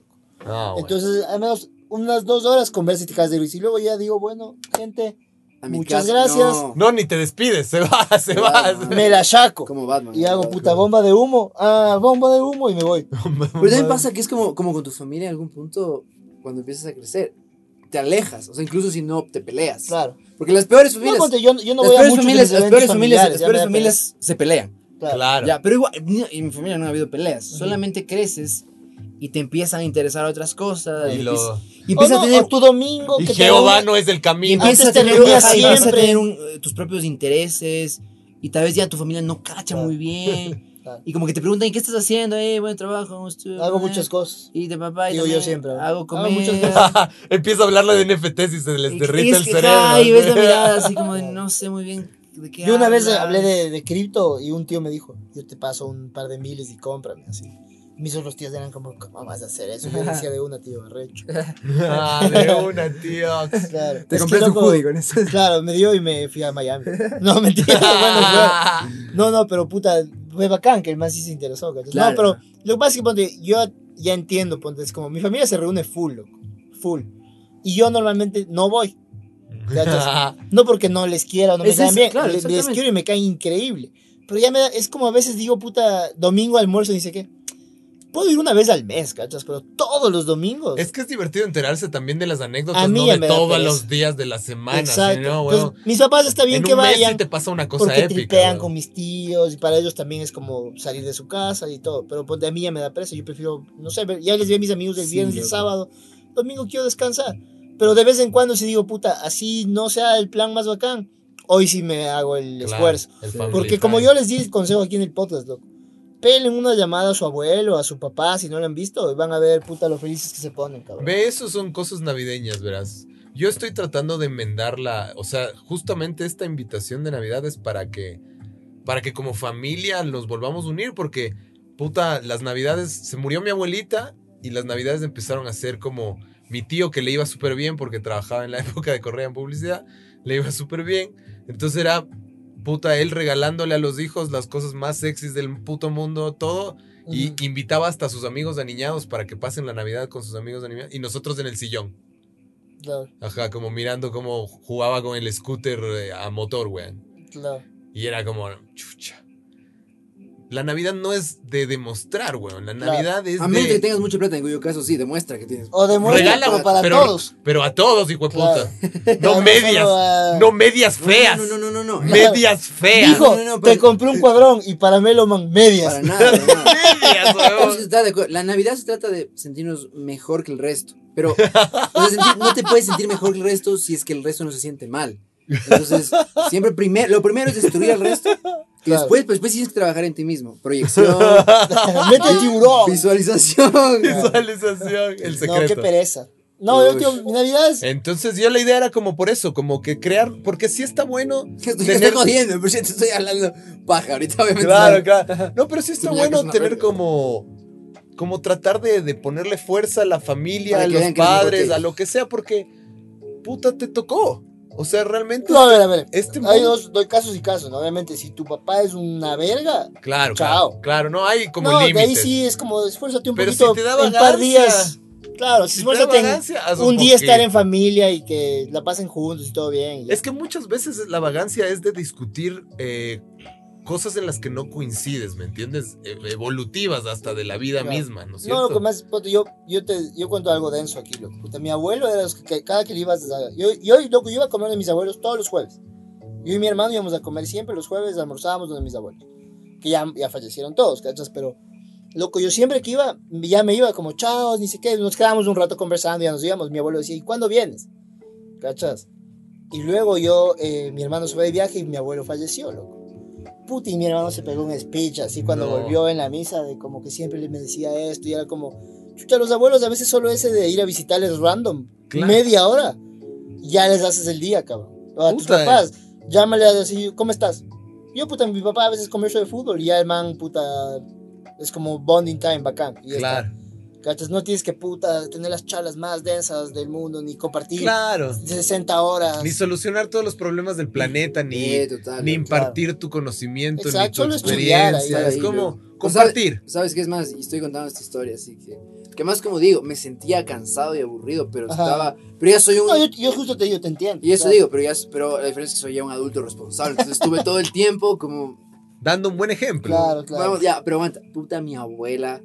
[SPEAKER 3] Ah, bueno.
[SPEAKER 2] Entonces, al menos unas dos horas conversas y te cagas de risa. Y luego ya digo, bueno, gente,
[SPEAKER 1] a mi
[SPEAKER 2] muchas
[SPEAKER 1] casa,
[SPEAKER 2] gracias.
[SPEAKER 1] no.
[SPEAKER 3] No, ni te despides, se va, [laughs] se va.
[SPEAKER 1] Claro,
[SPEAKER 3] se-
[SPEAKER 2] me la saco.
[SPEAKER 1] como Batman.
[SPEAKER 2] Y hago
[SPEAKER 1] Batman.
[SPEAKER 2] puta bomba de humo, ah, bomba de humo y me voy.
[SPEAKER 1] Pero también pasa que es como, como con tu familia en algún punto, cuando empiezas a crecer, te alejas. O sea, incluso si no te peleas.
[SPEAKER 2] Claro.
[SPEAKER 1] Porque las peores
[SPEAKER 2] No,
[SPEAKER 1] familias...
[SPEAKER 2] ponte, yo, yo no
[SPEAKER 1] las
[SPEAKER 2] voy a
[SPEAKER 1] peores
[SPEAKER 2] muchos de
[SPEAKER 1] familias,
[SPEAKER 2] mis
[SPEAKER 1] las
[SPEAKER 2] eventos
[SPEAKER 1] peores familias,
[SPEAKER 2] familiares,
[SPEAKER 1] las
[SPEAKER 2] ya
[SPEAKER 1] peores
[SPEAKER 2] me da pereza.
[SPEAKER 1] familias se pelean.
[SPEAKER 2] Claro.
[SPEAKER 3] Claro.
[SPEAKER 1] Ya, pero igual, no, en mi familia no ha habido peleas, solamente creces y te empiezan a interesar otras cosas.
[SPEAKER 3] Y,
[SPEAKER 1] Y,
[SPEAKER 3] lo-
[SPEAKER 1] empiezas- y
[SPEAKER 2] O
[SPEAKER 1] empiezas
[SPEAKER 2] no,
[SPEAKER 1] a tener,
[SPEAKER 2] o tu domingo.
[SPEAKER 3] y
[SPEAKER 2] que te
[SPEAKER 3] Jehová
[SPEAKER 2] reúnes-
[SPEAKER 3] no es el
[SPEAKER 1] "Oh, y
[SPEAKER 3] camino.
[SPEAKER 1] empiezas a
[SPEAKER 2] antes te
[SPEAKER 1] tener,
[SPEAKER 2] reunías
[SPEAKER 1] ajá, y empiezas a
[SPEAKER 2] siempre.
[SPEAKER 1] tener un, eh, tus propios intereses y tal vez ya tu familia no cacha
[SPEAKER 2] Claro.
[SPEAKER 1] muy bien.
[SPEAKER 2] Claro.
[SPEAKER 1] Y como que te preguntan, "¿Y ¿qué estás haciendo? Eh, buen trabajo, estudio,
[SPEAKER 2] Hago
[SPEAKER 1] eh,
[SPEAKER 2] muchas cosas.
[SPEAKER 1] Y de papá, y
[SPEAKER 2] Digo
[SPEAKER 1] también
[SPEAKER 2] yo siempre, ¿no?
[SPEAKER 1] Hago
[SPEAKER 2] Hago
[SPEAKER 1] comer. [laughs]
[SPEAKER 2] muchas
[SPEAKER 3] [laughs] Empieza a hablarle de NFTs y se les
[SPEAKER 1] Y-
[SPEAKER 3] derrite
[SPEAKER 1] y es
[SPEAKER 3] el
[SPEAKER 1] que,
[SPEAKER 3] cerebro.
[SPEAKER 1] ajá, y ves la
[SPEAKER 3] ¿sí?
[SPEAKER 1] mirada así como de, no sé muy bien de qué
[SPEAKER 2] Yo una vez
[SPEAKER 1] hablas".
[SPEAKER 2] hablé de, de cripto y un tío me dijo, yo te paso un par de miles y cómprame así. Mis otros tíos eran como, ¿cómo vas a hacer eso? Yo decía de una, tío, arrecho.
[SPEAKER 3] [laughs] Ah, de una,
[SPEAKER 1] [laughs]
[SPEAKER 3] tío.
[SPEAKER 2] Claro.
[SPEAKER 1] Te
[SPEAKER 2] Es
[SPEAKER 1] compré
[SPEAKER 2] que,
[SPEAKER 1] tu
[SPEAKER 2] loco,
[SPEAKER 1] hoodie con eso.
[SPEAKER 2] Claro, me dio y me fui a Miami. No, [laughs]
[SPEAKER 3] [laughs]
[SPEAKER 2] mentira, bueno, fue- No, no, pero puta, fue bacán que el más sí se interesó, ¿cachas?
[SPEAKER 1] Claro.
[SPEAKER 2] No, pero lo que pasa es que, ponte, yo ya entiendo, ponte, es como, mi familia se reúne full, loco, full. Y yo normalmente no voy, ¿cachas? No porque no les quiera o no me
[SPEAKER 1] Es
[SPEAKER 2] caen
[SPEAKER 1] eso,
[SPEAKER 2] bien.
[SPEAKER 1] claro,
[SPEAKER 2] le- les,
[SPEAKER 1] exactamente.
[SPEAKER 2] quiero y me caen increíble. Pero ya me da- es como a veces digo, puta, domingo almuerzo, dice que. Puedo ir una vez al mes, cachas, pero todos los domingos.
[SPEAKER 3] Es que es divertido enterarse también de las
[SPEAKER 2] A
[SPEAKER 3] anécdotas,
[SPEAKER 2] mí
[SPEAKER 3] no
[SPEAKER 2] ya
[SPEAKER 3] de
[SPEAKER 2] me da
[SPEAKER 3] todos
[SPEAKER 2] pereza.
[SPEAKER 3] los días de la semana.
[SPEAKER 2] Exacto.
[SPEAKER 3] ¿sí, no,
[SPEAKER 2] Entonces,
[SPEAKER 3] huevón?
[SPEAKER 2] mis papás está bien
[SPEAKER 3] en
[SPEAKER 2] que
[SPEAKER 3] un mes
[SPEAKER 2] vayan.
[SPEAKER 3] sí te pasa una cosa
[SPEAKER 2] Porque
[SPEAKER 3] épica.
[SPEAKER 2] tripean
[SPEAKER 3] huevón.
[SPEAKER 2] con mis tíos y para ellos también es como salir de su casa y todo. Pero ponte a mí ya me da presa. Yo prefiero, no sé, ver- ya les vi a mis amigos el
[SPEAKER 1] Sí,
[SPEAKER 2] viernes y el
[SPEAKER 1] loco.
[SPEAKER 2] sábado. Domingo quiero descansar. Pero de vez en cuando si digo, puta, así no sea el plan más bacán. Hoy sí me hago el
[SPEAKER 3] Claro,
[SPEAKER 2] esfuerzo.
[SPEAKER 3] el
[SPEAKER 1] Sí.
[SPEAKER 3] family
[SPEAKER 2] Porque como
[SPEAKER 3] time.
[SPEAKER 2] yo les di el consejo aquí en el podcast, loco, pelen una llamada a su abuelo, a su papá, si no lo han visto, y van a ver, puta, lo felices que se ponen, cabrón.
[SPEAKER 3] Ve, eso son cosas navideñas, verás. Yo estoy tratando de enmendar la, o sea, justamente esta invitación de Navidad es para que, para que como familia nos volvamos a unir, porque, puta, las Navidades, se murió mi abuelita y las Navidades empezaron a ser como mi tío que le iba súper bien porque trabajaba en la [laughs] época de Correa en publicidad, le iba súper bien. Entonces era, puta, él regalándole a los hijos las cosas más sexys del puto mundo, todo. Y
[SPEAKER 2] Ujú.
[SPEAKER 3] invitaba hasta a sus amigos aniñados para que pasen la Navidad con sus amigos aniñados. Y nosotros en el sillón.
[SPEAKER 2] Claro,
[SPEAKER 3] Ajá, como mirando cómo jugaba con el scooter eh, a motor, weón.
[SPEAKER 2] claro.
[SPEAKER 3] Y era como, chucha. La Navidad no es de demostrar, weón. La Navidad es
[SPEAKER 1] A menos que
[SPEAKER 3] de...
[SPEAKER 1] tengas mucho plata, en cuyo caso sí, demuestra que tienes.
[SPEAKER 2] O de
[SPEAKER 3] Regala,
[SPEAKER 2] como para
[SPEAKER 3] pero,
[SPEAKER 2] todos.
[SPEAKER 3] Pero a todos, hijo de puta.
[SPEAKER 2] Pero
[SPEAKER 3] No medias.
[SPEAKER 2] solo a-
[SPEAKER 3] No medias
[SPEAKER 1] No, no,
[SPEAKER 3] feas.
[SPEAKER 1] No, no, no, no. no.
[SPEAKER 3] Medias feas.
[SPEAKER 2] Dijo,
[SPEAKER 1] no, no, no, pero-
[SPEAKER 2] te compré un cuadrón y para Meloman medias.
[SPEAKER 1] Para nada, para nada.
[SPEAKER 3] [laughs] Medias,
[SPEAKER 1] Vamos a
[SPEAKER 3] weón.
[SPEAKER 1] estar de acuerdo. La Navidad se trata de sentirnos mejor que el resto. Pero o sea, sentir- no te puedes sentir mejor que el resto si es que el resto no se siente mal. Entonces, siempre primero, lo primero es destruir al resto. Y
[SPEAKER 2] Claro.
[SPEAKER 1] después, pues, después tienes que trabajar en ti mismo.
[SPEAKER 3] [laughs]
[SPEAKER 1] Proyección,
[SPEAKER 2] [laughs] Mete el tiburón.
[SPEAKER 1] visualización.
[SPEAKER 3] Visualización. El
[SPEAKER 2] No, qué
[SPEAKER 3] secreto.
[SPEAKER 2] pereza. No, yo
[SPEAKER 1] Uy.
[SPEAKER 2] quiero mi Navidad es
[SPEAKER 3] Entonces yo la idea era como por eso, como que crear, porque sí está bueno.
[SPEAKER 1] [laughs] Estoy,
[SPEAKER 3] tener-
[SPEAKER 1] estoy jodiendo, pero yo te estoy hablando paja ahorita, obviamente.
[SPEAKER 3] Claro, claro. No, pero sí está
[SPEAKER 1] Tú ya que es
[SPEAKER 3] bueno
[SPEAKER 1] una
[SPEAKER 3] tener
[SPEAKER 1] verga.
[SPEAKER 3] como. Como tratar de, de ponerle fuerza a la familia,
[SPEAKER 1] Para
[SPEAKER 3] a
[SPEAKER 1] que
[SPEAKER 3] los
[SPEAKER 1] vean que es
[SPEAKER 3] padres,
[SPEAKER 1] divertido.
[SPEAKER 3] a lo que sea, porque puta te tocó. O sea, realmente.
[SPEAKER 2] No, a ver, a ver.
[SPEAKER 3] Este
[SPEAKER 2] Hay
[SPEAKER 3] mundo-
[SPEAKER 2] dos, doy casos y casos. ¿no? Obviamente, si tu papá es una verga,
[SPEAKER 3] Claro,
[SPEAKER 2] Chao.
[SPEAKER 3] claro. Claro, no hay como
[SPEAKER 2] no, de
[SPEAKER 3] límites.
[SPEAKER 2] ahí sí es como esfuérzate un
[SPEAKER 3] Pero
[SPEAKER 2] poquito.
[SPEAKER 3] si te da
[SPEAKER 2] en par
[SPEAKER 3] vagancia.
[SPEAKER 2] días. Claro, si
[SPEAKER 3] Si te da
[SPEAKER 2] esfuérzate en
[SPEAKER 3] vagancia, haz
[SPEAKER 2] un, día estar
[SPEAKER 3] poquito.
[SPEAKER 2] en familia y que la pasen juntos y todo bien. y ya.
[SPEAKER 3] Es que muchas veces la vagancia es de discutir eh, cosas en las que no coincides, ¿me entiendes? E- evolutivas hasta de la vida
[SPEAKER 2] Claro.
[SPEAKER 3] misma, ¿no es
[SPEAKER 2] No,
[SPEAKER 3] cierto?
[SPEAKER 2] lo que más, puta, yo, yo, te, yo cuento algo denso aquí, loco. Puta, mi abuelo era los que, que cada que le ibas a... Yo, yo, loco, yo iba a comer de mis abuelos todos los jueves. Yo y mi hermano íbamos a comer siempre los jueves, almorzábamos donde mis abuelos. Que ya, ya fallecieron todos, ¿cachas? Pero, loco, yo siempre que iba, ya me iba como, chao, ni sé qué, nos quedábamos un rato conversando, ya nos íbamos. Mi abuelo decía, ¿y cuándo vienes? ¿Cachas? Y luego yo, eh, mi hermano se fue de viaje y mi abuelo falleció, loco. Puta, y mi hermano se pegó un speech así cuando
[SPEAKER 3] No.
[SPEAKER 2] volvió en la misa, de como que siempre le me decía esto, y era como, chucha, los abuelos a veces solo ese de ir a visitarles random,
[SPEAKER 3] Claro.
[SPEAKER 2] media hora, ya les haces el día, cabrón. O a tus
[SPEAKER 3] Puta, eh.
[SPEAKER 2] papás, llámale a decir, ¿cómo estás? Yo, puta, mi papá a veces converso de fútbol y ya el man, puta, es como bonding time, bacán. Y ya está.
[SPEAKER 3] Claro,
[SPEAKER 2] ¿Cachas? No tienes que puta tener las charlas más densas del mundo, ni compartir
[SPEAKER 3] claro.
[SPEAKER 2] 60 horas.
[SPEAKER 3] Ni solucionar todos los problemas del planeta,
[SPEAKER 2] Eh,
[SPEAKER 3] ni,
[SPEAKER 1] Sí, Eh, total.
[SPEAKER 3] ni impartir tu conocimiento,
[SPEAKER 2] Exacto,
[SPEAKER 3] ni
[SPEAKER 2] solo
[SPEAKER 3] tu
[SPEAKER 2] estudiar ahí,
[SPEAKER 3] experiencia.
[SPEAKER 1] ahí,
[SPEAKER 3] Es como
[SPEAKER 1] O sea,
[SPEAKER 3] compartir.
[SPEAKER 1] ¿Sabes qué es más? Y estoy contando esta historia, así que. Que más como digo, me sentía cansado y aburrido, pero
[SPEAKER 2] Ajá.
[SPEAKER 1] estaba. Pero ya soy un.
[SPEAKER 2] No, yo, yo justo te digo, te entiendo.
[SPEAKER 1] Y eso
[SPEAKER 2] Claro.
[SPEAKER 1] digo, pero, ya, pero la diferencia es que soy ya un adulto responsable. Entonces estuve todo el tiempo como.
[SPEAKER 3] Dando un buen ejemplo.
[SPEAKER 2] Claro, claro.
[SPEAKER 1] Vamos, ya, pero aguanta. Puta, mi abuela.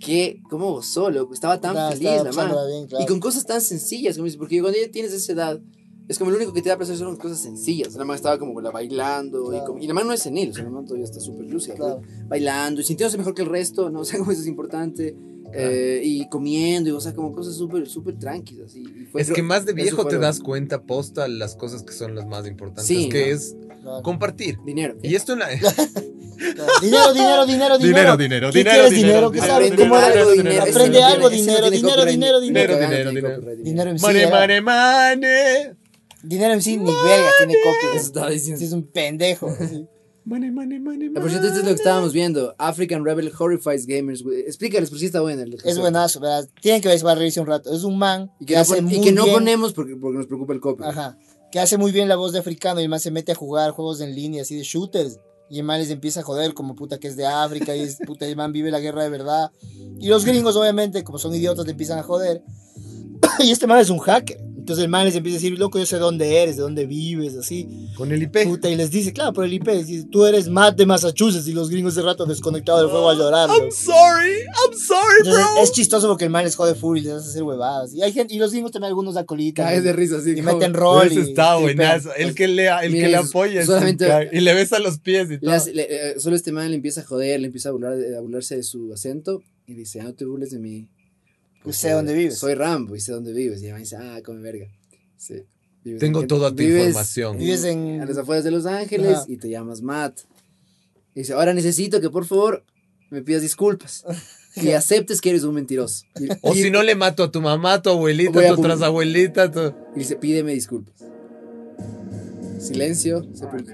[SPEAKER 1] Que, ¿Cómo gozó, loco? Estaba tan
[SPEAKER 2] Nada,
[SPEAKER 1] feliz
[SPEAKER 2] estaba
[SPEAKER 1] la
[SPEAKER 2] pasándola
[SPEAKER 1] man.
[SPEAKER 2] bien, claro.
[SPEAKER 1] Y con cosas tan sencillas, como dices, porque cuando ya tienes esa edad, es como lo único que te da placer son las cosas sencillas. La man estaba como la bailando. Y,
[SPEAKER 2] Claro.
[SPEAKER 1] como- y la man no es senil, o sea, la man todavía está súper lúcida. pero
[SPEAKER 2] Claro.
[SPEAKER 1] bailando y sintiéndose mejor que el resto, ¿no? [laughs] O sea, como eso es importante. eh, y comiendo, y, o sea, como cosas súper, súper tranquilas. Y, y
[SPEAKER 2] pues
[SPEAKER 1] fue-
[SPEAKER 3] Es que más de
[SPEAKER 1] eso
[SPEAKER 3] viejo
[SPEAKER 1] fue
[SPEAKER 3] te
[SPEAKER 1] lo-
[SPEAKER 3] das cuenta, posta, las cosas que son las más importantes,
[SPEAKER 1] Sí,
[SPEAKER 3] que
[SPEAKER 1] ¿no?
[SPEAKER 3] es
[SPEAKER 2] Claro,
[SPEAKER 3] compartir.
[SPEAKER 1] Dinero.
[SPEAKER 3] Y esto en la...
[SPEAKER 2] claro. Dinero, dinero, dinero, [laughs] dinero.
[SPEAKER 3] Dinero, dinero,
[SPEAKER 2] ¿Qué
[SPEAKER 3] dinero,
[SPEAKER 2] quieres, dinero? ¿Qué
[SPEAKER 3] dinero,
[SPEAKER 2] sabes?
[SPEAKER 3] dinero,
[SPEAKER 2] ¿Cómo
[SPEAKER 3] dinero,
[SPEAKER 2] algo?
[SPEAKER 3] dinero,
[SPEAKER 2] dinero?
[SPEAKER 1] Eso
[SPEAKER 3] dinero,
[SPEAKER 2] Aprende
[SPEAKER 1] no tiene-
[SPEAKER 2] algo,
[SPEAKER 1] eso no tiene
[SPEAKER 2] dinero, dinero,
[SPEAKER 1] copyright,
[SPEAKER 2] dinero,
[SPEAKER 1] ni-
[SPEAKER 2] dinero.
[SPEAKER 1] eso no tiene
[SPEAKER 3] Dinero, dinero,
[SPEAKER 1] copyright,
[SPEAKER 2] Dinero en sí.
[SPEAKER 3] Money,
[SPEAKER 2] era-
[SPEAKER 3] money, money.
[SPEAKER 2] Dinero en sí, ni verga tiene
[SPEAKER 1] Eso
[SPEAKER 2] copia.
[SPEAKER 1] estaba diciendo.
[SPEAKER 2] Es un pendejo. así.
[SPEAKER 3] Money, money, money,
[SPEAKER 1] Ah, Por cierto, esto es lo que estábamos viendo. African Rebel Horrifies Gamers. güey. Explícales, porque sí está buena.
[SPEAKER 2] Es buenazo, ¿verdad? Tienen que ver, va a reírse un rato. Es un man
[SPEAKER 1] Y que, no,
[SPEAKER 2] hace
[SPEAKER 1] pon- y
[SPEAKER 2] muy
[SPEAKER 1] que no
[SPEAKER 2] bien-
[SPEAKER 1] ponemos porque, porque nos preocupa el copy.
[SPEAKER 2] Ajá. Que hace muy bien la voz de africano y el man se mete a jugar juegos en línea así de shooters. Y el man les empieza a joder como puta que es de África y es
[SPEAKER 3] [laughs]
[SPEAKER 2] puta, el man vive la guerra de verdad. Y los gringos obviamente, como son idiotas, le empiezan a joder. [clears throat] y este man es un hacker. Entonces el man les empieza a decir, loco, yo sé dónde eres, de dónde vives, así.
[SPEAKER 3] Con el IP.
[SPEAKER 2] Puta, y les dice, claro, por el IP, les dice, tú eres Matt de Massachusetts y los gringos de rato desconectados del juego a llorar. loco.
[SPEAKER 3] I'm sorry, I'm sorry,
[SPEAKER 2] Entonces, [laughs]
[SPEAKER 3] bro.
[SPEAKER 2] es chistoso porque el man les jode full y les hace hacer huevadas. Y, hay gente, y los gringos también algunos da colita.
[SPEAKER 1] Caes de risa, así.
[SPEAKER 2] Y
[SPEAKER 1] como-
[SPEAKER 2] meten rol.
[SPEAKER 3] Ese
[SPEAKER 2] y-
[SPEAKER 3] está
[SPEAKER 2] y
[SPEAKER 3] buenazo.
[SPEAKER 2] pegan.
[SPEAKER 3] El que le, el
[SPEAKER 1] Mira,
[SPEAKER 3] que le
[SPEAKER 1] es-
[SPEAKER 3] apoya es
[SPEAKER 1] solamente-
[SPEAKER 3] un crack. y le besa los pies y todo.
[SPEAKER 1] Le hace- le- eh, solo este man le empieza a joder, le empieza a, burlar, de- a burlarse de su acento y dice, ah, no te burles de mí.
[SPEAKER 2] Yo Pues sé dónde vives.
[SPEAKER 1] Soy Rambo y sé dónde vives. Y el man dice, ah, come verga. Sí, vives
[SPEAKER 3] Tengo
[SPEAKER 1] en-
[SPEAKER 3] toda tu
[SPEAKER 1] vives
[SPEAKER 3] información.
[SPEAKER 2] Vives en-
[SPEAKER 1] A las afueras de Los Ángeles
[SPEAKER 2] Ajá.
[SPEAKER 1] y te llamas Matt. Y dice, ahora necesito que por favor me pidas
[SPEAKER 2] [laughs]
[SPEAKER 1] disculpas. Que aceptes que eres un mentiroso. Y,
[SPEAKER 3] O
[SPEAKER 1] y-
[SPEAKER 3] si no le mato a tu mamá, a tu abuelita,
[SPEAKER 1] Voy a
[SPEAKER 3] a tu
[SPEAKER 1] publicar. [laughs]
[SPEAKER 3] trasabuelita, a tu...
[SPEAKER 1] y dice, pídeme disculpas. Silencio. sepul-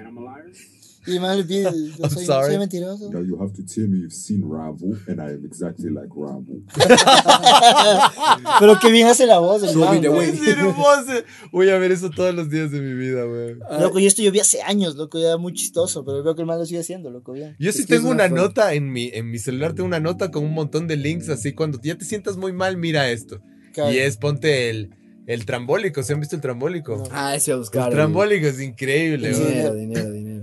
[SPEAKER 2] Y más
[SPEAKER 1] [laughs]
[SPEAKER 2] le pide, yo
[SPEAKER 3] I'm
[SPEAKER 2] soy,
[SPEAKER 3] sorry.
[SPEAKER 2] soy mentiroso.
[SPEAKER 8] Now you have to tell me you've seen Rambo, and I am exactly like Rambo.
[SPEAKER 2] Pero qué bien hace la voz del
[SPEAKER 1] Subí
[SPEAKER 2] man,
[SPEAKER 1] de
[SPEAKER 2] ¿no?
[SPEAKER 1] güey.
[SPEAKER 3] Es hermoso. Voy a ver eso todos los días de mi vida, güey.
[SPEAKER 2] Loco, yo esto yo vi hace años, loco, ya era muy chistoso, pero veo que el man lo sigue haciendo, loco, bien.
[SPEAKER 3] Yo sí
[SPEAKER 1] Es que es
[SPEAKER 3] tengo
[SPEAKER 1] una
[SPEAKER 3] una
[SPEAKER 1] forma.
[SPEAKER 3] nota en mi, en mi celular, tengo una nota con un montón de links así. Cuando ya te sientas muy mal, mira esto.
[SPEAKER 2] Claro.
[SPEAKER 3] Y es, ponte el, el trambólico. ¿Se han visto el trambólico?
[SPEAKER 2] No.
[SPEAKER 1] Ah, ese voy a buscar.
[SPEAKER 3] El
[SPEAKER 1] güey.
[SPEAKER 3] trambólico es increíble,
[SPEAKER 1] Dinero,
[SPEAKER 2] [laughs]
[SPEAKER 3] güey.
[SPEAKER 1] dinero, dinero.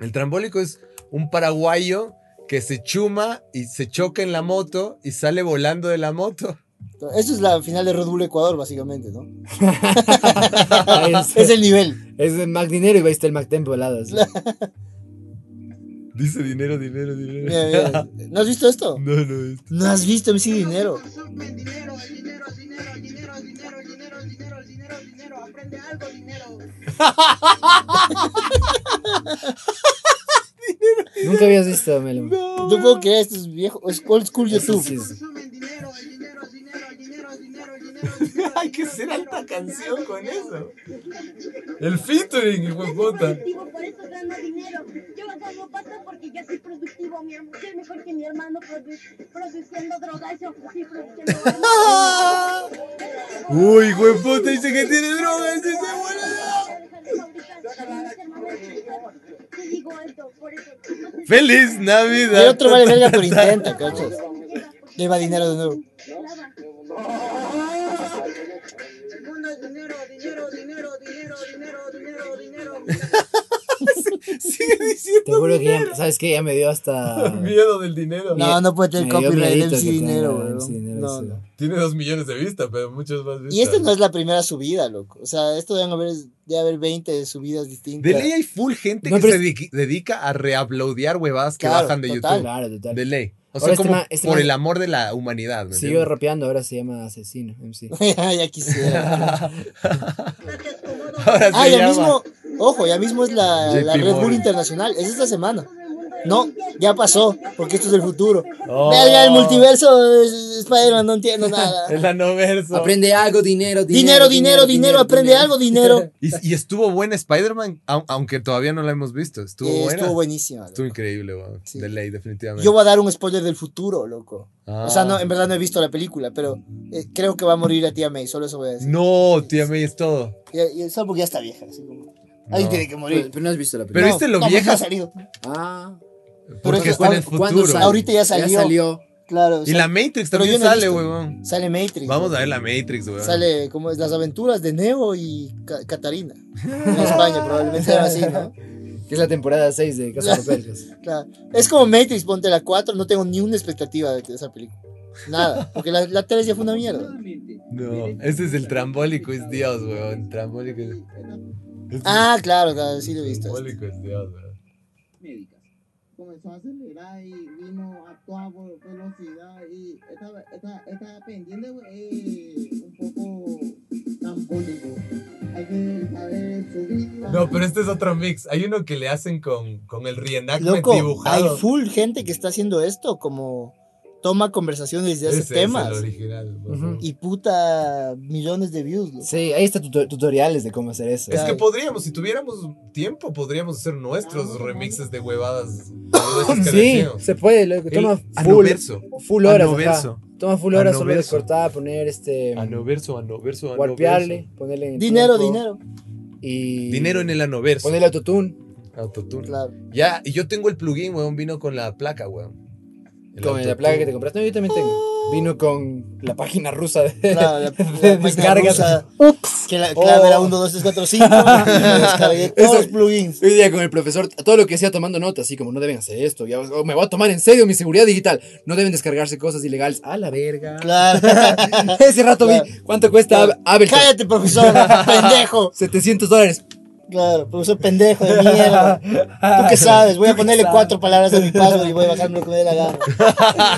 [SPEAKER 3] El trambólico es un paraguayo que se chuma y se choca en la moto y sale volando de la moto. [laughs]
[SPEAKER 2] Eso es la final de Red Bull Ecuador, básicamente, ¿no?
[SPEAKER 1] es,
[SPEAKER 2] es el nivel.
[SPEAKER 1] es el Mac Dinero y va a estar el Mac Tempo al lado,
[SPEAKER 2] [laughs]
[SPEAKER 1] así.
[SPEAKER 3] Dice dinero, dinero, dinero.
[SPEAKER 2] Mira, mira.
[SPEAKER 1] [laughs]
[SPEAKER 2] ¿No has visto esto?
[SPEAKER 3] [laughs] No, no, es-
[SPEAKER 2] No has visto MC Dinero.
[SPEAKER 1] Nunca habías visto, Melo.
[SPEAKER 2] Yo puedo creer, esto es viejo, es old school
[SPEAKER 1] Eso
[SPEAKER 2] YouTube.
[SPEAKER 1] sí es-
[SPEAKER 3] [laughs] Hay que ser alta canción con eso. El featuring, hijo de puta.
[SPEAKER 9] productivo, por eso gano dinero. Yo gano pasta porque yo soy productivo. Mi hermano soy mejor que mi hermano produ- produciendo drogas. Yo sí produciendo drogas.
[SPEAKER 3] [laughs] Uy, hijo de puta, dice que tiene drogas y se vuelve.
[SPEAKER 9] Te digo esto, por eso. no te-
[SPEAKER 3] ¡Feliz Navidad!
[SPEAKER 2] Y otro vale verga
[SPEAKER 3] [laughs]
[SPEAKER 2] por intento, cachas. Lleva dinero de nuevo.
[SPEAKER 3] Sigue diciendo
[SPEAKER 1] Te juro que ya, ¿sabes qué? Ya me dio hasta.
[SPEAKER 3] miedo del dinero.
[SPEAKER 2] No, no puede
[SPEAKER 1] Me
[SPEAKER 2] tener
[SPEAKER 1] dio
[SPEAKER 2] copyright
[SPEAKER 1] miedito
[SPEAKER 2] de MC
[SPEAKER 1] que tenga
[SPEAKER 2] Dinero,
[SPEAKER 1] MC
[SPEAKER 2] weón.
[SPEAKER 1] Dinero,
[SPEAKER 2] No,
[SPEAKER 1] sí.
[SPEAKER 2] no.
[SPEAKER 3] Tiene dos millones de vistas, pero muchos más vistas.
[SPEAKER 2] Y esta no es la primera subida, loco. O sea, esto deben haber, debe haber 20 de subidas distintas.
[SPEAKER 3] De ley hay full gente
[SPEAKER 1] No,
[SPEAKER 3] que
[SPEAKER 1] pero
[SPEAKER 3] se dediqui- dedica a reaplaudear huevadas que
[SPEAKER 2] Claro,
[SPEAKER 3] bajan de
[SPEAKER 2] total.
[SPEAKER 3] YouTube.
[SPEAKER 1] Claro, total.
[SPEAKER 3] De ley. O sea,
[SPEAKER 1] Ahora este
[SPEAKER 3] como
[SPEAKER 1] ma- este
[SPEAKER 3] por
[SPEAKER 1] ma-
[SPEAKER 3] el amor de la humanidad. ¿me
[SPEAKER 1] Siguió
[SPEAKER 3] entiendes?
[SPEAKER 1] rapeando, ahora se llama Asesino, MC.
[SPEAKER 2] [laughs] ya ya quisiera.
[SPEAKER 3] [laughs] [laughs] Ahora
[SPEAKER 2] Ah,
[SPEAKER 3] se
[SPEAKER 2] ya
[SPEAKER 3] llama.
[SPEAKER 2] mismo, ojo, ya mismo es la,
[SPEAKER 3] JP
[SPEAKER 2] la Red Bull
[SPEAKER 3] Morgan.
[SPEAKER 2] Internacional. Es esta semana. No, ya pasó, porque esto es el futuro.
[SPEAKER 3] Oh.
[SPEAKER 2] Verga, el multiverso, es- es Spider-Man, no
[SPEAKER 3] [laughs]
[SPEAKER 2] entiendo nada.
[SPEAKER 3] El anoverso.
[SPEAKER 10] Aprende algo, dinero,
[SPEAKER 2] Dinero, dinero, dinero, aprende algo,
[SPEAKER 3] [laughs]
[SPEAKER 2] dinero.
[SPEAKER 3] Y, y estuvo buena Spider-Man, au- aunque todavía no la hemos visto. Estuvo
[SPEAKER 2] Eh,
[SPEAKER 3] buena.
[SPEAKER 2] Estuvo buenísima. loco.
[SPEAKER 3] Estuvo increíble, weón.
[SPEAKER 2] Sí.
[SPEAKER 3] De ley, definitivamente.
[SPEAKER 2] Yo voy a dar un spoiler del futuro, loco. O sea,
[SPEAKER 3] Ah.
[SPEAKER 2] no, em- en verdad no he visto la película, pero eh, creo que va a morir la tía May, solo eso voy a decir.
[SPEAKER 3] No, tía May, es todo.
[SPEAKER 2] Y- y- solo porque ya está vieja, así como. Alguien
[SPEAKER 3] No.
[SPEAKER 2] tiene que morir.
[SPEAKER 10] Pero no has visto la película.
[SPEAKER 3] Pero
[SPEAKER 2] No,
[SPEAKER 3] viste lo
[SPEAKER 2] no, pues
[SPEAKER 3] vieja.
[SPEAKER 2] no ha salido.
[SPEAKER 10] Ah,
[SPEAKER 3] Porque
[SPEAKER 2] eso-
[SPEAKER 3] está en el
[SPEAKER 10] ¿cuándo
[SPEAKER 3] futuro.
[SPEAKER 10] sale?
[SPEAKER 2] Ahorita ya
[SPEAKER 10] ya
[SPEAKER 2] salió.
[SPEAKER 10] salió.
[SPEAKER 2] Claro.
[SPEAKER 3] Y
[SPEAKER 2] sal-
[SPEAKER 3] la Matrix
[SPEAKER 2] Pero
[SPEAKER 3] también
[SPEAKER 2] yo no he
[SPEAKER 3] sale,
[SPEAKER 2] visto.
[SPEAKER 3] weón.
[SPEAKER 2] Sale Matrix.
[SPEAKER 3] Vamos a ver la Matrix, weón.
[SPEAKER 2] Sale como es las aventuras de Neo y Ca- Catarina.
[SPEAKER 3] [laughs]
[SPEAKER 2] En España, probablemente era así, ¿no?
[SPEAKER 1] Que es la temporada 6 de Casa
[SPEAKER 2] [laughs]
[SPEAKER 1] de Papel. pues.
[SPEAKER 2] Claro. Es como Matrix, ponte la 4, no tengo ni una expectativa de esa película. Nada, porque la, la 3 ya fue una mierda.
[SPEAKER 3] No, ese es el trambólico, es Dios, weón. Trambólico es. Este
[SPEAKER 2] Ah, claro, claro, sí lo he
[SPEAKER 3] es
[SPEAKER 2] visto.
[SPEAKER 3] Trambólico es Dios, weón.
[SPEAKER 11] médicas. Comenzó a acelerar y vino a toda vo- velocidad y estaba, estaba, estaba pendiente eh, un poco tambólico. Hay que saber subirla.
[SPEAKER 3] No, pero este es otro mix. Hay uno que le hacen con, con el reenactment
[SPEAKER 2] Loco, hay
[SPEAKER 3] dibujado.
[SPEAKER 2] full gente que está haciendo esto, como toma conversaciones de
[SPEAKER 3] Ese
[SPEAKER 2] hace
[SPEAKER 3] es el
[SPEAKER 2] temas
[SPEAKER 3] original, por
[SPEAKER 1] Ujú.
[SPEAKER 3] favor.
[SPEAKER 2] y puta millones de views. loco.
[SPEAKER 1] Sí, ahí está tuto- tutoriales de cómo hacer eso.
[SPEAKER 3] Es que
[SPEAKER 2] Claro.
[SPEAKER 3] podríamos, si tuviéramos tiempo, podríamos hacer nuestros remixes
[SPEAKER 2] [laughs]
[SPEAKER 3] de huevadas.
[SPEAKER 1] Sí, se puede, loco. Toma
[SPEAKER 3] Eh,
[SPEAKER 1] full,
[SPEAKER 3] Anoverso.
[SPEAKER 1] full horas.
[SPEAKER 3] Anoverso.
[SPEAKER 1] ajá. Toma full horas solo de
[SPEAKER 3] Anoverso.
[SPEAKER 1] cortar, poner este.
[SPEAKER 3] Anoverso, anoverso, anoverso.
[SPEAKER 1] Warpearle, ponerle. en
[SPEAKER 2] Dinero,
[SPEAKER 1] tiempo
[SPEAKER 2] dinero.
[SPEAKER 1] Y.
[SPEAKER 3] Dinero en el anoverso.
[SPEAKER 1] Ponerle autotune.
[SPEAKER 3] Autotune.
[SPEAKER 2] Claro.
[SPEAKER 3] Ya, y yo tengo el plugin, weón, vino con la placa, weón. El
[SPEAKER 1] Con la
[SPEAKER 3] autotune.
[SPEAKER 1] placa que te compraste. No, yo también tengo. Vino con la página rusa de. [laughs]
[SPEAKER 2] [laughs] Claro, la, la máquina
[SPEAKER 1] Descargas.
[SPEAKER 2] rusa, Que la clave era 1, 2, 3, 4, [laughs] 5. Descargué todos los plugins.
[SPEAKER 1] Hoy día con el profesor, todo lo que hacía tomando notas, así como no deben hacer esto, ya, o me voy a tomar en serio mi seguridad digital, no deben descargarse cosas ilegales, a la verga.
[SPEAKER 2] [laughs] Claro.
[SPEAKER 1] [laughs] Ese rato vi,
[SPEAKER 2] Claro.
[SPEAKER 1] ¿cuánto cuesta Ab- Ableton?
[SPEAKER 2] Cállate, profesor, pendejo.
[SPEAKER 1] 700 dólares.
[SPEAKER 2] Claro, profesor pendejo de mierda. Tú
[SPEAKER 1] [laughs]
[SPEAKER 2] qué sabes, voy a ponerle cuatro palabras a mi password y voy a bajarme lo que me dé la gana.
[SPEAKER 3] [laughs]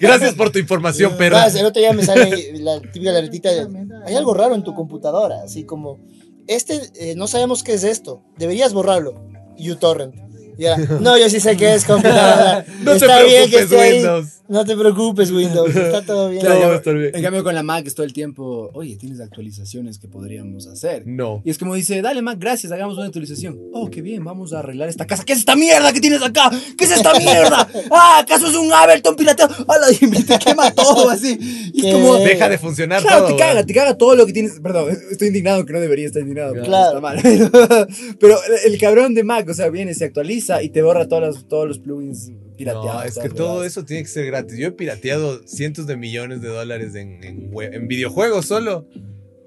[SPEAKER 3] Gracias por
[SPEAKER 1] [laughs]
[SPEAKER 3] tu información, perro.
[SPEAKER 2] Vas, el otro día me sale la típica alertita de, hay algo raro en tu computadora, así como, este, eh, no sabemos qué es esto, deberías borrarlo, uTorrent. Y era, no, yo sí sé qué es [laughs] computadora.
[SPEAKER 3] No te preocupes,
[SPEAKER 2] esté ahí.
[SPEAKER 3] Windows.
[SPEAKER 2] No te preocupes, Windows, está todo bien.
[SPEAKER 3] Todo va a estar bien.
[SPEAKER 1] En cambio con la Mac es todo el tiempo, oye, tienes actualizaciones que podríamos hacer.
[SPEAKER 3] No.
[SPEAKER 1] Y es como dice, dale Mac, gracias, hagamos una actualización. Oh, qué bien, vamos a arreglar esta casa. ¿Qué es esta mierda que tienes acá? ¿Qué es esta [laughs] mierda? Ah, ¿acaso es un Ableton pirateado? A la y te quema todo así. Y
[SPEAKER 2] Qué
[SPEAKER 1] es como,
[SPEAKER 3] Deja de funcionar
[SPEAKER 1] Claro,
[SPEAKER 3] todo.
[SPEAKER 1] Eh, te caga,
[SPEAKER 3] weón.
[SPEAKER 1] te caga todo lo que tienes. Perdón, estoy indignado que no debería estar indignado. porque
[SPEAKER 2] Claro.
[SPEAKER 1] Está mal. [laughs] Pero, el el cabrón de Mac, o sea, viene, se actualiza y te borra todas las- todos los plugins pirateados.
[SPEAKER 3] No, es
[SPEAKER 1] todas
[SPEAKER 3] que
[SPEAKER 1] las
[SPEAKER 3] todo
[SPEAKER 1] huevadas.
[SPEAKER 3] eso tiene que ser gratis. Yo he pirateado cientos de millones de dólares en, en, hue- en videojuegos solo.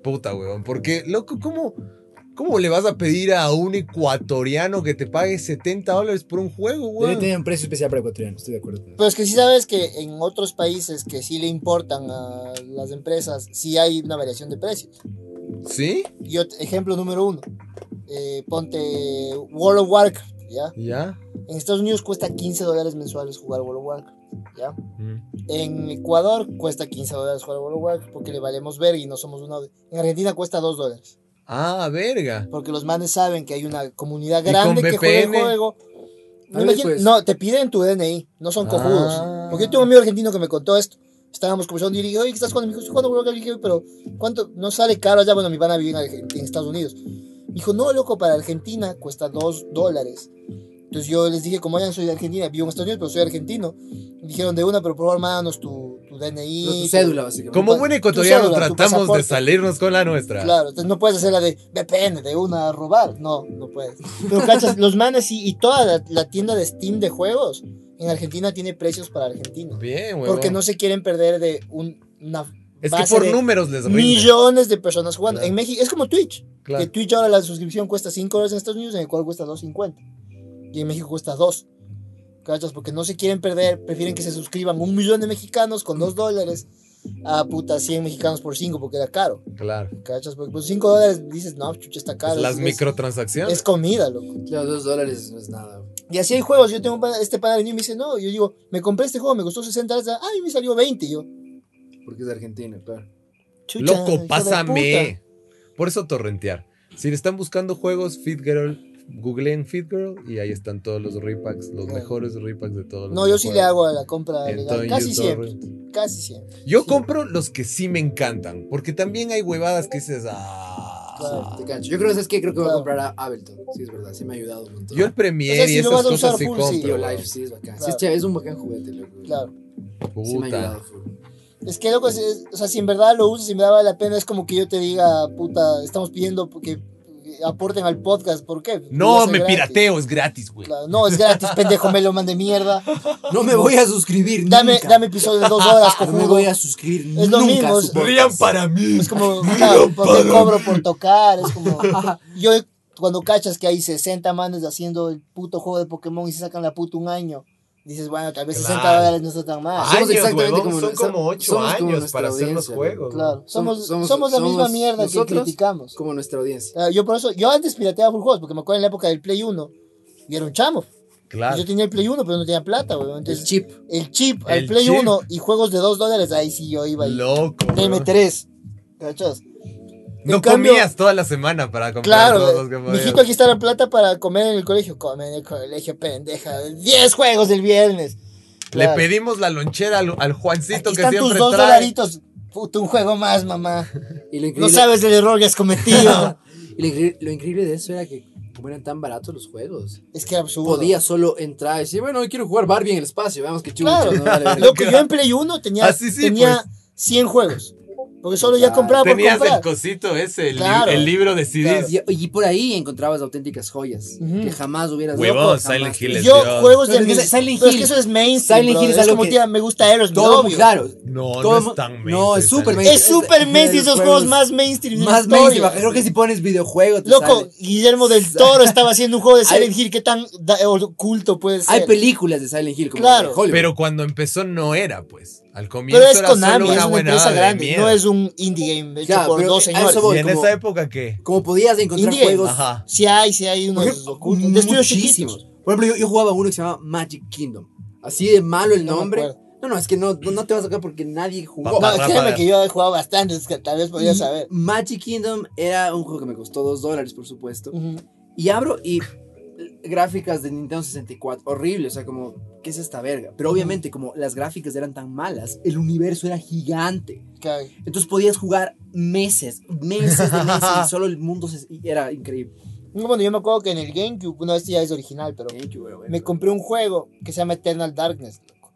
[SPEAKER 3] Puta, weón. Porque, loco, ¿cómo, ¿Cómo le vas a pedir a un ecuatoriano que te pague 70 dólares por un juego,
[SPEAKER 5] Debe
[SPEAKER 3] weón?
[SPEAKER 5] tener un precio especial para ecuatorianos, estoy de acuerdo con eso.
[SPEAKER 2] Pero es que sí sabes que en otros países que sí le importan a las empresas, sí hay una variación de precios.
[SPEAKER 3] ¿Sí?
[SPEAKER 2] Yo, ejemplo número uno, eh, ponte World of Warcraft, ¿ya?
[SPEAKER 3] ¿Ya?
[SPEAKER 2] En Estados Unidos cuesta 15 dólares mensuales jugar World of Warcraft, ¿ya?
[SPEAKER 3] Mm.
[SPEAKER 2] En Ecuador cuesta 15 dólares jugar World of Warcraft porque le valemos verga y no somos uno. de- En Argentina cuesta 2 dólares.
[SPEAKER 3] Ah, verga.
[SPEAKER 2] Porque los manes saben que hay una comunidad
[SPEAKER 3] ¿Y con
[SPEAKER 2] grande que juega el
[SPEAKER 3] VPN?
[SPEAKER 2] juego. No,
[SPEAKER 5] A ver,
[SPEAKER 2] imagino-
[SPEAKER 5] pues.
[SPEAKER 2] no, te piden tu DNI, no son cojudos.
[SPEAKER 3] Ah.
[SPEAKER 2] Porque yo tengo un amigo argentino que me contó esto. Estábamos conversando y le dije, oye, ¿qué estás jugando? Me dijo, estoy jugando World of Warcraft. Le dije, pero ¿cuánto? No sale caro allá. Bueno, mi van a vivir en, Argen- en Estados Unidos. Me dijo, no, loco, para Argentina cuesta 2 dólares. Entonces yo les dije, como ya soy de Argentina, vivo en Estados Unidos, pero soy argentino. Me dijeron, de una, pero por favor, mándanos tu, tu DNI.
[SPEAKER 1] Tu
[SPEAKER 2] tu-
[SPEAKER 1] cédula, básicamente.
[SPEAKER 3] Como
[SPEAKER 2] pa-
[SPEAKER 3] buen
[SPEAKER 2] tu
[SPEAKER 3] ecuatoriano
[SPEAKER 2] cédula, tu
[SPEAKER 3] tratamos de
[SPEAKER 2] pasaporte.
[SPEAKER 3] salirnos con la nuestra.
[SPEAKER 2] Claro, entonces no puedes hacer la de VPN de una a robar. No, no puedes. Pero
[SPEAKER 3] [laughs]
[SPEAKER 2] cachas, los manes y, y toda la, la tienda de Steam de juegos en Argentina tiene precios para Argentina.
[SPEAKER 3] Bien, weón.
[SPEAKER 2] Porque no se quieren perder de un- una
[SPEAKER 3] es que
[SPEAKER 2] base
[SPEAKER 3] por
[SPEAKER 2] de
[SPEAKER 3] números les rinden.
[SPEAKER 2] millones de personas jugando.
[SPEAKER 3] Claro.
[SPEAKER 2] En México es como Twitch. Que
[SPEAKER 3] Claro.
[SPEAKER 2] Twitch ahora la suscripción cuesta 5 dólares en Estados Unidos, en Ecuador cuesta 2.50. Y en México cuesta 2. ¿Cachas? Porque no se quieren perder, prefieren que se suscriban un millón de mexicanos con 2 dólares a puta 100 mexicanos por 5 porque era caro.
[SPEAKER 3] claro.
[SPEAKER 2] ¿Cachas? Porque pues 5 dólares dices, no, chucha, está caro.
[SPEAKER 3] Las
[SPEAKER 2] es-
[SPEAKER 3] microtransacciones.
[SPEAKER 2] Es comida, loco.
[SPEAKER 1] Claro, dos dólares no es nada.
[SPEAKER 2] Y así hay juegos. Yo tengo un pana- este pana de mí me dice, no, yo digo, me compré este juego, me costó 60 dólares. Ah, y me salió 20. Y yo,
[SPEAKER 1] Porque es de Argentina, claro.
[SPEAKER 2] chucha. hijo
[SPEAKER 3] Loco,
[SPEAKER 2] de
[SPEAKER 3] pásame. Por eso torrentear. Si le están buscando juegos, FitGirl, googleen FitGirl y ahí están todos los repacks, los
[SPEAKER 2] Claro.
[SPEAKER 3] mejores repacks de todos
[SPEAKER 2] puta.
[SPEAKER 3] los
[SPEAKER 2] No, yo sí le
[SPEAKER 3] videojuegos.
[SPEAKER 2] hago a la compra
[SPEAKER 3] Entonces,
[SPEAKER 2] legal. Casi
[SPEAKER 3] yo
[SPEAKER 2] siempre.
[SPEAKER 3] torrent.
[SPEAKER 2] Casi siempre.
[SPEAKER 3] Yo
[SPEAKER 2] Sí.
[SPEAKER 3] compro los que sí me encantan, porque también hay huevadas que dices, ah.
[SPEAKER 2] Claro.
[SPEAKER 1] Te cancho. Yo creo que es que creo que voy a
[SPEAKER 2] Claro.
[SPEAKER 1] comprar a Ableton. Sí, es verdad. Sí me ha ayudado un montón.
[SPEAKER 3] Yo el Premier
[SPEAKER 2] O sea, si
[SPEAKER 3] y
[SPEAKER 2] lo
[SPEAKER 3] esas
[SPEAKER 2] vas a
[SPEAKER 3] cosas
[SPEAKER 2] usar
[SPEAKER 3] sí
[SPEAKER 2] full, sí.
[SPEAKER 3] compro.
[SPEAKER 1] Yo
[SPEAKER 3] weón.
[SPEAKER 1] Life, sí, es bacán. Sí,
[SPEAKER 2] Claro.
[SPEAKER 1] es chévere, es un bacán juguete, loco.
[SPEAKER 2] Claro.
[SPEAKER 1] Sí me ha
[SPEAKER 3] Puta.
[SPEAKER 1] ayudado. full.
[SPEAKER 2] Es que, loco, es- es- o sea, si en verdad lo usas y me daba la pena, es como que yo te diga, puta, estamos pidiendo que que aporten al podcast. ¿Por qué? Ya
[SPEAKER 3] No,
[SPEAKER 2] sea
[SPEAKER 3] me
[SPEAKER 2] gratis.
[SPEAKER 3] pirateo, es gratis, güey.
[SPEAKER 2] Claro, No, es gratis, pendejo, meloman de
[SPEAKER 3] [laughs]
[SPEAKER 2] mierda.
[SPEAKER 1] No me voy a suscribir
[SPEAKER 2] Dame,
[SPEAKER 1] nunca. Ah,
[SPEAKER 2] dame episodio de dos
[SPEAKER 3] [laughs]
[SPEAKER 2] horas,
[SPEAKER 1] no me
[SPEAKER 2] cojudo.
[SPEAKER 1] voy a suscribir nunca.
[SPEAKER 2] Es lo
[SPEAKER 1] a su
[SPEAKER 2] mismo, es-
[SPEAKER 1] podcast.
[SPEAKER 3] Podrían para mí.
[SPEAKER 2] Es como, claro, porque cobro por tocar, es como... Yo cuando cachas que hay 60 manes haciendo el puto juego de Pokémon y se sacan la puta un año, dices, bueno, tal vez 60
[SPEAKER 3] Claro.
[SPEAKER 2] dólares no está tan mal.
[SPEAKER 1] Ah, Somos exactamente
[SPEAKER 3] huevón,
[SPEAKER 1] como
[SPEAKER 3] son
[SPEAKER 1] nuestra-
[SPEAKER 3] como 8
[SPEAKER 1] somos como
[SPEAKER 3] años
[SPEAKER 1] nuestra
[SPEAKER 3] para hacer los
[SPEAKER 1] audiencia,
[SPEAKER 3] juegos.
[SPEAKER 2] claro, somos,
[SPEAKER 1] somos-
[SPEAKER 2] somos, la
[SPEAKER 1] somos
[SPEAKER 2] misma mierda que
[SPEAKER 1] nosotros.
[SPEAKER 2] criticamos.
[SPEAKER 1] Como nuestra audiencia.
[SPEAKER 2] Ah, Yo por eso, yo antes pirateaba full juegos, porque me acuerdo en la época del Play 1, y era un chamo.
[SPEAKER 3] Claro.
[SPEAKER 2] Yo tenía el Play 1, pero no tenía plata, weón.
[SPEAKER 1] Es
[SPEAKER 2] Entonces,
[SPEAKER 1] chip.
[SPEAKER 2] el chip al
[SPEAKER 3] El
[SPEAKER 2] Play
[SPEAKER 3] chip.
[SPEAKER 2] 1 y juegos de 2 dólares, ahí sí yo iba. Y
[SPEAKER 3] Loco. weón.
[SPEAKER 2] M3, ¿cachas?
[SPEAKER 3] No
[SPEAKER 2] En cambio-
[SPEAKER 3] comías toda la semana para comprar todos
[SPEAKER 2] Claro,
[SPEAKER 3] los que podías.
[SPEAKER 2] mijito, aquí está la plata para comer en el colegio. Come en el colegio, pendeja. 10 juegos el viernes.
[SPEAKER 3] Le
[SPEAKER 2] Claro.
[SPEAKER 3] pedimos la lonchera al, al Juancito
[SPEAKER 2] Aquí
[SPEAKER 3] que
[SPEAKER 2] están tus
[SPEAKER 3] siempre
[SPEAKER 2] dos
[SPEAKER 3] trae.
[SPEAKER 2] dolaritos. Puto, un juego más, mamá.
[SPEAKER 1] Y lo
[SPEAKER 2] No
[SPEAKER 1] increíble, [laughs]
[SPEAKER 2] sabes el error que has cometido.
[SPEAKER 1] y lo increíble- lo increíble de eso era que como eran tan baratos los juegos,
[SPEAKER 2] es que era absurdo.
[SPEAKER 1] podía solo entrar y decir, bueno, hoy quiero jugar Barbie en el espacio, veamos qué chulo. [laughs]
[SPEAKER 2] Claro.
[SPEAKER 1] no vale verga.
[SPEAKER 3] [laughs]
[SPEAKER 2] Loco, yo en Play 1 tenía,
[SPEAKER 3] Así Ah, sí, pues.
[SPEAKER 2] tenía 100 juegos. Porque solo
[SPEAKER 1] Ah,
[SPEAKER 2] ya compraba por
[SPEAKER 3] Tenías el
[SPEAKER 2] comprar.
[SPEAKER 3] cosito ese, el, li-
[SPEAKER 2] Claro.
[SPEAKER 3] el libro de CDs.
[SPEAKER 2] Claro.
[SPEAKER 1] Y, y por ahí encontrabas auténticas joyas
[SPEAKER 2] Ujú.
[SPEAKER 1] que jamás hubieras
[SPEAKER 3] Huevón,
[SPEAKER 1] loco,
[SPEAKER 3] Silent
[SPEAKER 1] jamás.
[SPEAKER 3] Hill
[SPEAKER 2] Y
[SPEAKER 3] Les
[SPEAKER 2] Yo,
[SPEAKER 3] dio.
[SPEAKER 2] juegos de
[SPEAKER 1] Pero es que
[SPEAKER 2] mis-
[SPEAKER 1] Silent
[SPEAKER 2] pero es
[SPEAKER 1] Hill-
[SPEAKER 2] que eso es mainstream.
[SPEAKER 1] Silent Hill
[SPEAKER 2] brother.
[SPEAKER 1] es
[SPEAKER 2] es
[SPEAKER 1] algo
[SPEAKER 2] como,
[SPEAKER 1] que-
[SPEAKER 2] tía, me gusta Eros, mi
[SPEAKER 1] Todo muy
[SPEAKER 2] novio.
[SPEAKER 1] pues, claro.
[SPEAKER 3] No,
[SPEAKER 1] Todo
[SPEAKER 3] no
[SPEAKER 1] mu-
[SPEAKER 3] es tan
[SPEAKER 1] no, es
[SPEAKER 3] mainstream,
[SPEAKER 1] súper
[SPEAKER 3] Silent Hill.
[SPEAKER 2] Es super mainstream esos juegos más mainstream. de la
[SPEAKER 1] Más
[SPEAKER 2] historia.
[SPEAKER 1] mainstream. Creo que si pones videojuego, te
[SPEAKER 2] Loco,
[SPEAKER 1] sale. [laughs]
[SPEAKER 2] Guillermo del Toro estaba haciendo un juego de
[SPEAKER 1] Hay-
[SPEAKER 2] Silent Hill. ¿Qué tan da- oculto puede ser?
[SPEAKER 1] Hay películas de Silent Hill como
[SPEAKER 2] Claro.
[SPEAKER 1] de Hollywood.
[SPEAKER 3] Pero cuando empezó no era, pues. Al comienzo
[SPEAKER 2] Pero es
[SPEAKER 3] era
[SPEAKER 2] Konami,
[SPEAKER 3] solo
[SPEAKER 2] es
[SPEAKER 3] una
[SPEAKER 2] una
[SPEAKER 3] buena
[SPEAKER 2] empresa
[SPEAKER 3] de
[SPEAKER 2] grande.
[SPEAKER 3] mierda.
[SPEAKER 2] No es un indie game hecho
[SPEAKER 1] Ya,
[SPEAKER 2] por
[SPEAKER 1] pero
[SPEAKER 2] dos
[SPEAKER 1] a eso
[SPEAKER 2] señores.
[SPEAKER 1] voy.
[SPEAKER 3] ¿Y en
[SPEAKER 1] como-
[SPEAKER 3] esa época qué?
[SPEAKER 1] como podías encontrar
[SPEAKER 2] Indie.
[SPEAKER 1] juegos
[SPEAKER 3] Ajá.
[SPEAKER 2] Si hay, si hay
[SPEAKER 1] Por
[SPEAKER 2] unos
[SPEAKER 1] ejemplo,
[SPEAKER 2] ocultos. De estudios
[SPEAKER 1] muchísimos.
[SPEAKER 2] chiquitos.
[SPEAKER 1] Por ejemplo, yo, yo jugaba uno que se llamaba Magic Kingdom. Así de malo el
[SPEAKER 2] No me
[SPEAKER 1] nombre.
[SPEAKER 2] acuerdo.
[SPEAKER 1] No, no, es que no, no te vas a sacar porque nadie jugó.
[SPEAKER 3] Va,
[SPEAKER 2] No,
[SPEAKER 3] va, va,
[SPEAKER 2] créeme
[SPEAKER 3] va.
[SPEAKER 2] que yo he jugado bastante, es que tal vez podría
[SPEAKER 1] Y
[SPEAKER 2] saber.
[SPEAKER 1] Magic Kingdom era un juego que me costó 2 dólares, por supuesto.
[SPEAKER 2] Ujú.
[SPEAKER 1] Y abro y gráficas de Nintendo 64, horrible, o sea, como, ¿qué es esta verga? Pero obviamente, como las gráficas eran tan malas, el universo era gigante.
[SPEAKER 2] Claro.
[SPEAKER 1] Entonces podías jugar meses, meses de meses,
[SPEAKER 2] [laughs]
[SPEAKER 1] y solo el mundo se- y era increíble.
[SPEAKER 2] No, Bueno, yo me acuerdo que en el GameCube, bueno, este ya es original, pero
[SPEAKER 1] Thank you, güey, güey.
[SPEAKER 2] me compré un juego que se llama Eternal Darkness, loco.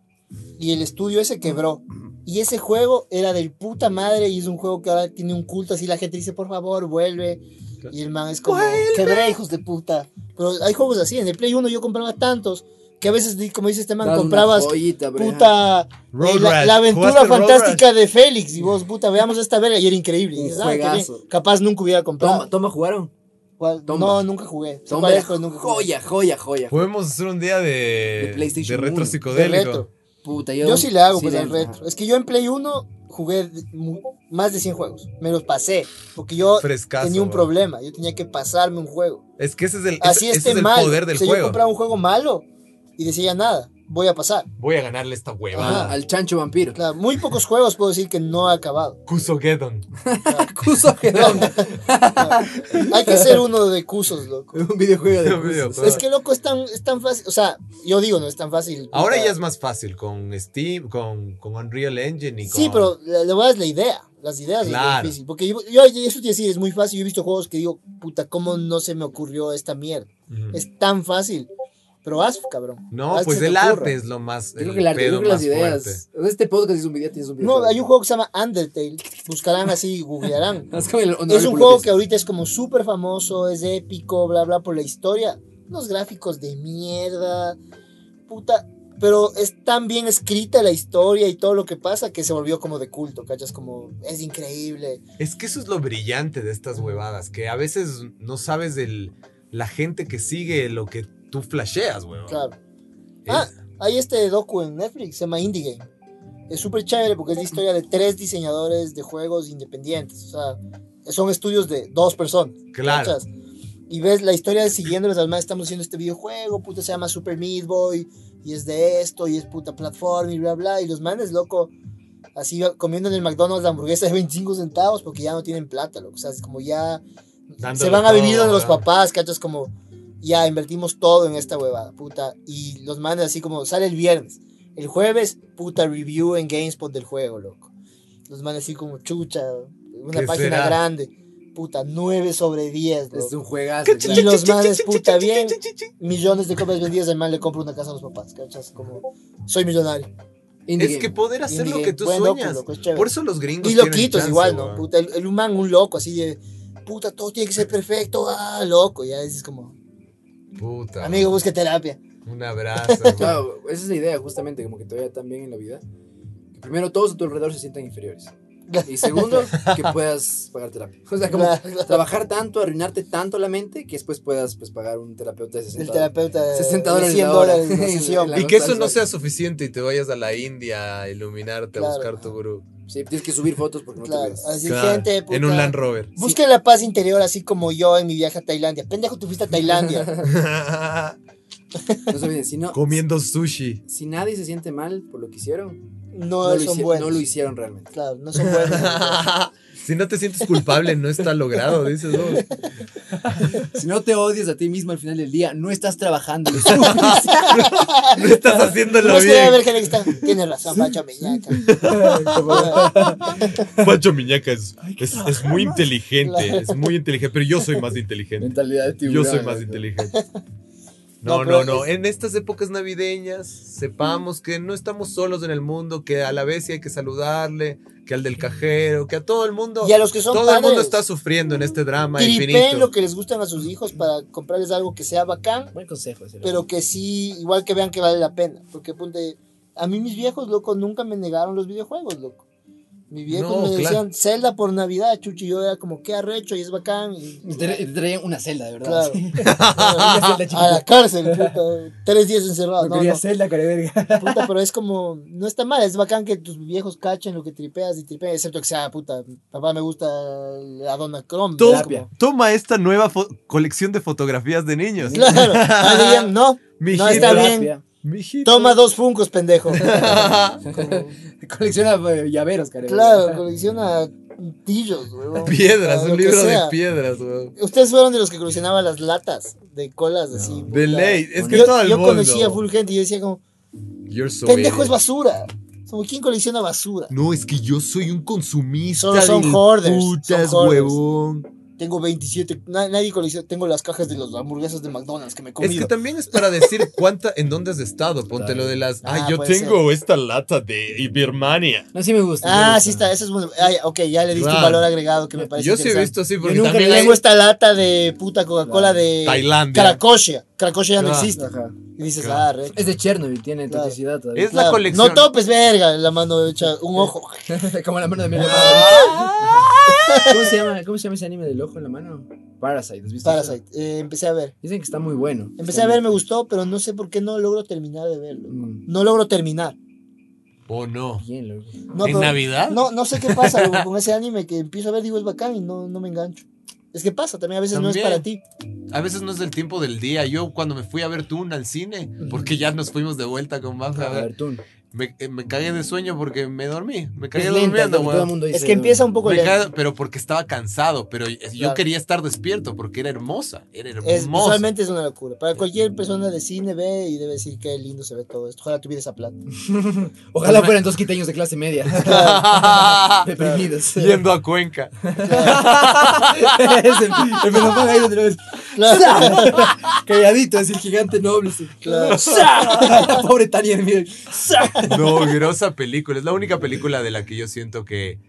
[SPEAKER 2] Y el estudio ese quebró. Y ese juego era del puta madre y es un juego que ahora tiene un culto así. La gente dice, por favor, vuelve. Y el man es como, quebré, hijos de puta. Pero hay juegos así. En el Play 1 yo compraba tantos que a veces, di- como dice este man,
[SPEAKER 1] Dabas una
[SPEAKER 2] comprabas
[SPEAKER 1] joyita, pero-
[SPEAKER 2] puta eh, la,
[SPEAKER 3] Rugrats.
[SPEAKER 2] la aventura
[SPEAKER 3] ¿Jugaste
[SPEAKER 2] fantástica de Félix. Y vos, puta, veamos esta verga. Y era increíble. Y
[SPEAKER 1] Un
[SPEAKER 2] dices, "Ah, qué bien".
[SPEAKER 1] juegazo.
[SPEAKER 2] Capaz nunca hubiera comprado.
[SPEAKER 1] Toma, toma, jugaron.
[SPEAKER 2] ¿Cuál?
[SPEAKER 1] Tomba.
[SPEAKER 2] No, nunca jugué. Sé
[SPEAKER 1] Tomba
[SPEAKER 2] cuál
[SPEAKER 1] era
[SPEAKER 2] es, pero nunca jugué.
[SPEAKER 1] joya, joya, joya.
[SPEAKER 3] Podemos hacer un día de,
[SPEAKER 1] De PlayStation
[SPEAKER 3] de retro
[SPEAKER 1] uno.
[SPEAKER 2] De
[SPEAKER 3] psicodélico.
[SPEAKER 2] retro.
[SPEAKER 1] Puta, yo,
[SPEAKER 2] Yo sí le hago pues
[SPEAKER 1] le
[SPEAKER 2] al
[SPEAKER 1] entro.
[SPEAKER 2] retro. Es que yo en Play 1 jugué de- mu- más de 100 juegos. Me los pasé. Porque yo
[SPEAKER 3] Frescazo.
[SPEAKER 2] tenía un
[SPEAKER 3] bro.
[SPEAKER 2] problema. Yo tenía que pasarme un juego.
[SPEAKER 3] Es que ese es el,
[SPEAKER 2] Así
[SPEAKER 3] ese-
[SPEAKER 2] esté
[SPEAKER 3] ese es el
[SPEAKER 2] mal.
[SPEAKER 3] poder del
[SPEAKER 2] o sea, yo
[SPEAKER 3] juego.
[SPEAKER 2] compraba un juego malo y decía nada. Voy a pasar.
[SPEAKER 3] Voy a ganarle esta
[SPEAKER 1] Ah,
[SPEAKER 3] huevada.
[SPEAKER 1] al chancho vampiro. [laughs]
[SPEAKER 2] Claro, muy pocos juegos puedo decir que no ha acabado.
[SPEAKER 3] Kusogeddon.
[SPEAKER 2] [laughs]
[SPEAKER 1] Cuso Gedón.
[SPEAKER 2] Hay que ser uno de cuzos, loco.
[SPEAKER 1] un videojuego de
[SPEAKER 3] [laughs] Un
[SPEAKER 1] Cuso.
[SPEAKER 3] videojuego.
[SPEAKER 2] Es que, loco, es tan, es tan fácil. O sea, yo digo, no es tan fácil.
[SPEAKER 3] Ahora ya es más fácil con Steam, con, con Unreal Engine y con...
[SPEAKER 2] Sí, pero la, la verdad es la idea. Las ideas es lo
[SPEAKER 3] Claro.
[SPEAKER 2] difícil. Porque yo, yo- eso te decir, es muy fácil. Yo he visto juegos que digo, puta, ¿cómo no se me ocurrió esta mierda?
[SPEAKER 3] Ujú.
[SPEAKER 2] Es tan fácil. Pero haz, cabrón.
[SPEAKER 3] No,
[SPEAKER 2] Haz que
[SPEAKER 3] pues
[SPEAKER 2] se te
[SPEAKER 3] el
[SPEAKER 2] ocurra.
[SPEAKER 3] arte es lo más...
[SPEAKER 1] Yo creo
[SPEAKER 3] el
[SPEAKER 1] que el arte, yo
[SPEAKER 3] pedo
[SPEAKER 1] creo que las
[SPEAKER 3] más
[SPEAKER 1] ideas.
[SPEAKER 3] fuerte.
[SPEAKER 1] Este podcast es un video, tienes un video.
[SPEAKER 2] No, hay un juego que se llama Undertale. Buscarán así,
[SPEAKER 3] [laughs]
[SPEAKER 2] googlearán.
[SPEAKER 1] Es como el honorable
[SPEAKER 2] Es un
[SPEAKER 1] Pulpis.
[SPEAKER 2] juego que ahorita es como súper famoso, es épico, bla, bla, por la historia. Unos gráficos de mierda, puta. Pero es tan bien escrita la historia y todo lo que pasa que se volvió como de culto, ¿cachas? Como, es increíble.
[SPEAKER 3] Es que eso es lo brillante de estas huevadas, que a veces no sabes del, la gente que sigue lo que tú flasheas, huevón.
[SPEAKER 2] Claro.
[SPEAKER 3] Es-
[SPEAKER 2] Ah, Hay este docu en Netflix, se llama Indie Game. Es súper chévere porque es la historia de tres diseñadores de juegos independientes. O sea, son estudios de dos personas.
[SPEAKER 3] claro.
[SPEAKER 2] ¿cachas? Y ves la historia siguiéndoles, además estamos haciendo este videojuego, puta, se llama Super Meat Boy, y es de esto, y es puta plataforma, y bla, bla, y los manes, loco, así comiendo en el McDonald's la hamburguesa de 25 centavos porque ya no tienen plata, loco, o sea, es como ya se
[SPEAKER 3] Dándolo
[SPEAKER 2] van a vivir
[SPEAKER 3] todo,
[SPEAKER 2] donde los
[SPEAKER 3] ¿verdad?
[SPEAKER 2] papás, cachas, como ya invertimos todo en esta huevada, puta, y los manes así como sale el viernes, el jueves, puta, review en GameSpot del juego, loco, los manes así como chucha, una
[SPEAKER 3] ¿Qué
[SPEAKER 2] página
[SPEAKER 3] será?
[SPEAKER 2] grande. Puta, 9 sobre 10. loco.
[SPEAKER 1] Es un juegazo.
[SPEAKER 2] Y
[SPEAKER 1] claro.
[SPEAKER 2] los madres, puta, bien. Millones de copias vendidas, el man le compra una casa a los papás, ¿cachas? Como, soy millonario.
[SPEAKER 1] Indie
[SPEAKER 3] Es
[SPEAKER 1] game.
[SPEAKER 3] que poder hacer lo
[SPEAKER 2] Indie
[SPEAKER 3] que
[SPEAKER 2] game.
[SPEAKER 3] tú
[SPEAKER 2] Buen docu,
[SPEAKER 3] sueñas.
[SPEAKER 2] loco, es chévere.
[SPEAKER 3] Por eso los gringos.
[SPEAKER 2] Y
[SPEAKER 3] tienen
[SPEAKER 2] loquitos
[SPEAKER 3] chance,
[SPEAKER 2] igual, ¿no?
[SPEAKER 3] huevón.
[SPEAKER 2] Puta, el, el humano un loco, así de, puta, todo tiene que ser perfecto, ah, loco. Ya es como,
[SPEAKER 3] Puta.
[SPEAKER 2] amigo, busca terapia.
[SPEAKER 3] Un abrazo. huevón.
[SPEAKER 1] Claro, esa es la idea, justamente, como que todavía también en la vida. Que primero, todos a tu alrededor se sientan inferiores. Y segundo, que puedas pagar terapia. O sea, [laughs] como
[SPEAKER 2] Claro, claro.
[SPEAKER 1] trabajar tanto, arruinarte tanto la mente, que después puedas pues, pagar un terapeuta de 60
[SPEAKER 2] El terapeuta de
[SPEAKER 1] 60 dólares
[SPEAKER 2] 100
[SPEAKER 1] la hora.
[SPEAKER 2] dólares la sesión.
[SPEAKER 1] La-
[SPEAKER 3] Y que eso
[SPEAKER 1] nostalgia.
[SPEAKER 3] no sea suficiente y te vayas a la India a iluminarte,
[SPEAKER 2] Claro.
[SPEAKER 3] a buscar tu gurú.
[SPEAKER 1] Sí, tienes que subir fotos porque no te
[SPEAKER 2] Claro,
[SPEAKER 1] ves.
[SPEAKER 2] así,
[SPEAKER 3] Claro,
[SPEAKER 2] gente, puta.
[SPEAKER 3] en un
[SPEAKER 2] [laughs]
[SPEAKER 3] Land Rover.
[SPEAKER 2] Busquen la paz interior, así como yo en mi viaje a Tailandia. Pendejo, tú fuiste a
[SPEAKER 3] [laughs]
[SPEAKER 2] Tailandia.
[SPEAKER 1] No se olviden, si, no,
[SPEAKER 3] Comiendo sushi. [laughs]
[SPEAKER 1] si nadie se siente mal por lo que hicieron,
[SPEAKER 2] No,
[SPEAKER 1] no, lo,
[SPEAKER 2] son
[SPEAKER 1] hici-
[SPEAKER 2] buenos.
[SPEAKER 1] no lo hicieron realmente.
[SPEAKER 2] Claro, no son
[SPEAKER 3] [laughs]
[SPEAKER 2] buenos.
[SPEAKER 3] si no te sientes culpable, no está logrado, dices vos.
[SPEAKER 1] Si no te odias a ti mismo al final del día, no estás trabajando. lo sufres.
[SPEAKER 3] No estás haciéndolo
[SPEAKER 2] No sé, a ver,
[SPEAKER 3] bien.
[SPEAKER 2] Jerez, está- Tienes razón, Pacho Miñaca.
[SPEAKER 3] Pancho Miñaca es, es- es muy inteligente,
[SPEAKER 2] Claro.
[SPEAKER 3] es muy inteligente, pero yo soy más inteligente.
[SPEAKER 1] [laughs] Mentalidad de
[SPEAKER 3] Yo
[SPEAKER 1] tiburón,
[SPEAKER 3] soy más
[SPEAKER 1] ¿no?
[SPEAKER 3] inteligente. [laughs]
[SPEAKER 2] No,
[SPEAKER 3] No,
[SPEAKER 2] pero
[SPEAKER 3] no, no. En estas épocas navideñas, sepamos que no estamos solos en el mundo, que a la vez sí hay que saludarle, que al del cajero, que a todo el mundo.
[SPEAKER 2] Y a los que son
[SPEAKER 3] todo el
[SPEAKER 2] padres,
[SPEAKER 3] mundo está sufriendo en este drama
[SPEAKER 2] tripeen
[SPEAKER 3] infinito.
[SPEAKER 2] lo que les gustan a sus hijos para comprarles algo que sea bacán,
[SPEAKER 1] Buen consejo. ese,
[SPEAKER 2] pero que sí, igual que vean que vale la pena. Porque, ponte, a mí mis viejos, loco, nunca me negaron los videojuegos, loco. Mis viejos
[SPEAKER 3] No,
[SPEAKER 2] me
[SPEAKER 3] claro.
[SPEAKER 2] decían Zelda por Navidad, chuchi, yo era como, qué arrecho, y es bacán. y-
[SPEAKER 1] Y Te, y te traían una celda, de verdad.
[SPEAKER 2] [laughs] claro. a la cárcel, puta, tres días encerrado. No, no.
[SPEAKER 1] celda, careverga.
[SPEAKER 2] Puta, pero es como, no está mal, es bacán que tus viejos cachen lo que tripeas y tripeas, excepto que sea, puta, papá me gusta la Donald Crumb.
[SPEAKER 3] Tú-
[SPEAKER 2] ¿verdad? Como-
[SPEAKER 3] Toma esta nueva fo- colección de fotografías de
[SPEAKER 2] [laughs]
[SPEAKER 3] niños.
[SPEAKER 2] Claro, ahora dirían, no, no Ah, está
[SPEAKER 3] Mijito,
[SPEAKER 2] bien,
[SPEAKER 3] mijito.
[SPEAKER 2] toma dos funcos, pendejo.
[SPEAKER 1] Colecciona eh, llaveros, careverga.
[SPEAKER 2] Claro, colecciona tillos, huevón.
[SPEAKER 3] [laughs] Piedras,
[SPEAKER 2] Lo
[SPEAKER 3] un
[SPEAKER 2] que
[SPEAKER 3] libro de
[SPEAKER 2] sea.
[SPEAKER 3] piedras, weón.
[SPEAKER 2] Ustedes fueron de los que coleccionaban las latas de colas así. puta.
[SPEAKER 3] De ley, es que
[SPEAKER 2] yo,
[SPEAKER 3] todo el
[SPEAKER 2] yo
[SPEAKER 3] mundo.
[SPEAKER 2] conocía full gente y yo decía como,
[SPEAKER 3] You're so
[SPEAKER 2] pendejo es
[SPEAKER 3] idiot.
[SPEAKER 2] basura. Como, ¿quién colecciona basura?
[SPEAKER 3] No, es que yo soy un consumista.
[SPEAKER 2] Solo son
[SPEAKER 3] de
[SPEAKER 2] hoarders,
[SPEAKER 3] Putas,
[SPEAKER 2] son hoarders.
[SPEAKER 3] huevón.
[SPEAKER 2] Tengo 27, na- nadie colecciona, tengo las cajas de las hamburguesas de McDonald's que me he comido.
[SPEAKER 3] Es que también es para decir cuánta, en dónde has estado. Ponte lo de las.
[SPEAKER 2] Ah,
[SPEAKER 3] Ah, yo
[SPEAKER 2] puede
[SPEAKER 3] tengo esta lata de Birmania.
[SPEAKER 1] No, sí me gusta. me
[SPEAKER 2] Ah,
[SPEAKER 1] gusta.
[SPEAKER 2] sí está, eso es bueno. Ay, ok, ya le diste un
[SPEAKER 3] Claro.
[SPEAKER 2] valor agregado que me parece
[SPEAKER 3] Yo sí he
[SPEAKER 2] interesante.
[SPEAKER 3] visto así, porque
[SPEAKER 1] nunca
[SPEAKER 3] también
[SPEAKER 1] le
[SPEAKER 3] hay
[SPEAKER 2] Tengo esta lata de puta Coca-Cola de
[SPEAKER 3] Tailandia.
[SPEAKER 2] Caracosia. Caracosia ya no
[SPEAKER 3] Claro.
[SPEAKER 2] existe.
[SPEAKER 1] Ajá.
[SPEAKER 2] Y dices,
[SPEAKER 3] Claro.
[SPEAKER 2] ah, re.
[SPEAKER 1] Es de Chernobyl, tiene
[SPEAKER 2] Claro.
[SPEAKER 1] toxicidad todavía. [laughs]
[SPEAKER 3] Es la
[SPEAKER 2] Claro.
[SPEAKER 3] colección.
[SPEAKER 2] No topes, verga, la mano hecha un ojo.
[SPEAKER 1] Como la mano de mi hermano.
[SPEAKER 2] Ah.
[SPEAKER 1] ¿Cómo se llama, cómo se llama ese anime del ojo en la mano? Parasite, ¿has visto?
[SPEAKER 2] Parasite. Eh, empecé a ver.
[SPEAKER 1] Dicen que está muy bueno.
[SPEAKER 2] Empecé a ver, me gustó, pero no sé por qué no logro terminar de verlo.
[SPEAKER 1] Mm,
[SPEAKER 2] No logro terminar.
[SPEAKER 3] Oh, no.
[SPEAKER 1] bien, loco.
[SPEAKER 2] No,
[SPEAKER 3] ¿En
[SPEAKER 2] pero-
[SPEAKER 3] Navidad?
[SPEAKER 2] No, no sé qué pasa
[SPEAKER 3] [laughs]
[SPEAKER 2] loco, con ese anime que empiezo a ver, digo es bacán y no, no me engancho. Es que pasa, también a veces no es
[SPEAKER 3] También.
[SPEAKER 2] para ti.
[SPEAKER 3] A veces no es el tiempo del día. Yo cuando me fui a ver Toon al cine, porque ya nos fuimos de vuelta con Baja,
[SPEAKER 1] A ver, tú.
[SPEAKER 3] me, eh, me cagué de sueño porque me dormí. Me cagué
[SPEAKER 1] Es lenta,
[SPEAKER 3] durmiendo,
[SPEAKER 1] loco, todo el
[SPEAKER 3] weón.
[SPEAKER 1] mundo dice.
[SPEAKER 2] Es que empieza un poco
[SPEAKER 3] Me
[SPEAKER 2] lento.
[SPEAKER 3] cagué- pero porque estaba cansado, pero yo
[SPEAKER 2] Claro.
[SPEAKER 3] quería estar despierto porque era hermosa, era
[SPEAKER 2] Es,
[SPEAKER 3] hermosa.
[SPEAKER 2] visualmente [laughs] es una locura. Para
[SPEAKER 3] Mm.
[SPEAKER 2] cualquier persona de cine ve y debe decir qué lindo se ve todo esto. Ojalá tuviera esa plata.
[SPEAKER 1] Ojalá fueran dos quiteños de clase media. [laughs]
[SPEAKER 2] Ah,
[SPEAKER 1] Deprimidos.
[SPEAKER 3] [laughs] Yendo a Cuenca.
[SPEAKER 1] [laughs] Es el, el melofón ahí otra vez.
[SPEAKER 3] [laughs]
[SPEAKER 2] Claro,
[SPEAKER 1] Calladito, es el gigante noble. sí. [laughs]
[SPEAKER 2] claro.
[SPEAKER 1] Pobre Tania, miren.
[SPEAKER 3] [laughs] No, grosa película. Es la única película de la que yo siento que,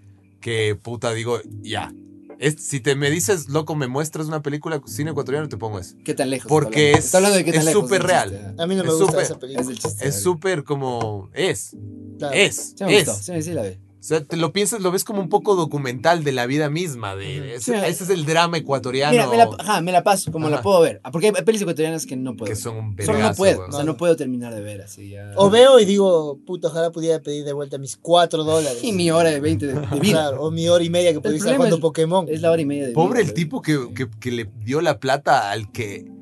[SPEAKER 3] que puta, digo, ya. Es- si te me dices, loco, me muestras una película cine ecuatoriano, te pongo eso.
[SPEAKER 12] ¿Qué tan lejos?
[SPEAKER 3] Porque
[SPEAKER 12] está hablando? Está hablando
[SPEAKER 3] es-
[SPEAKER 12] de qué tan
[SPEAKER 3] es
[SPEAKER 12] lejos,
[SPEAKER 3] súper
[SPEAKER 12] es
[SPEAKER 3] real.
[SPEAKER 12] el chiste,
[SPEAKER 2] A mí no me
[SPEAKER 3] Es
[SPEAKER 2] gusta
[SPEAKER 3] súper-
[SPEAKER 2] esa
[SPEAKER 12] Es
[SPEAKER 2] película.
[SPEAKER 12] el chiste.
[SPEAKER 3] Es súper como... Es,
[SPEAKER 2] Claro.
[SPEAKER 3] es,
[SPEAKER 12] Sí, me
[SPEAKER 3] es.
[SPEAKER 12] gustó, sí, me- sí la ve.
[SPEAKER 3] O sea, te lo piensas, lo ves como un poco documental de la vida misma. De, ese,
[SPEAKER 1] Sí.
[SPEAKER 3] ese es el drama ecuatoriano
[SPEAKER 1] Mira, me la, ajá, me la paso como
[SPEAKER 3] Ajá.
[SPEAKER 1] la puedo ver. Ah, Porque hay, hay pelis ecuatorianas que no puedo.
[SPEAKER 3] que son un
[SPEAKER 1] Solo no
[SPEAKER 3] vergazo,
[SPEAKER 1] puedo.
[SPEAKER 3] weón.
[SPEAKER 1] O sea, no puedo terminar de ver así ya.
[SPEAKER 2] O veo y digo, puta, ojalá pudiera pedir de vuelta mis 4 dólares.
[SPEAKER 1] Y mi hora de 20 de, de vida.
[SPEAKER 2] Claro, o mi hora y media que podía estar
[SPEAKER 1] problema
[SPEAKER 2] jugando
[SPEAKER 1] es-
[SPEAKER 2] Pokémon.
[SPEAKER 1] Es la hora y media de
[SPEAKER 3] Pobre
[SPEAKER 1] vida,
[SPEAKER 3] el tipo que, que- que le dio la plata al que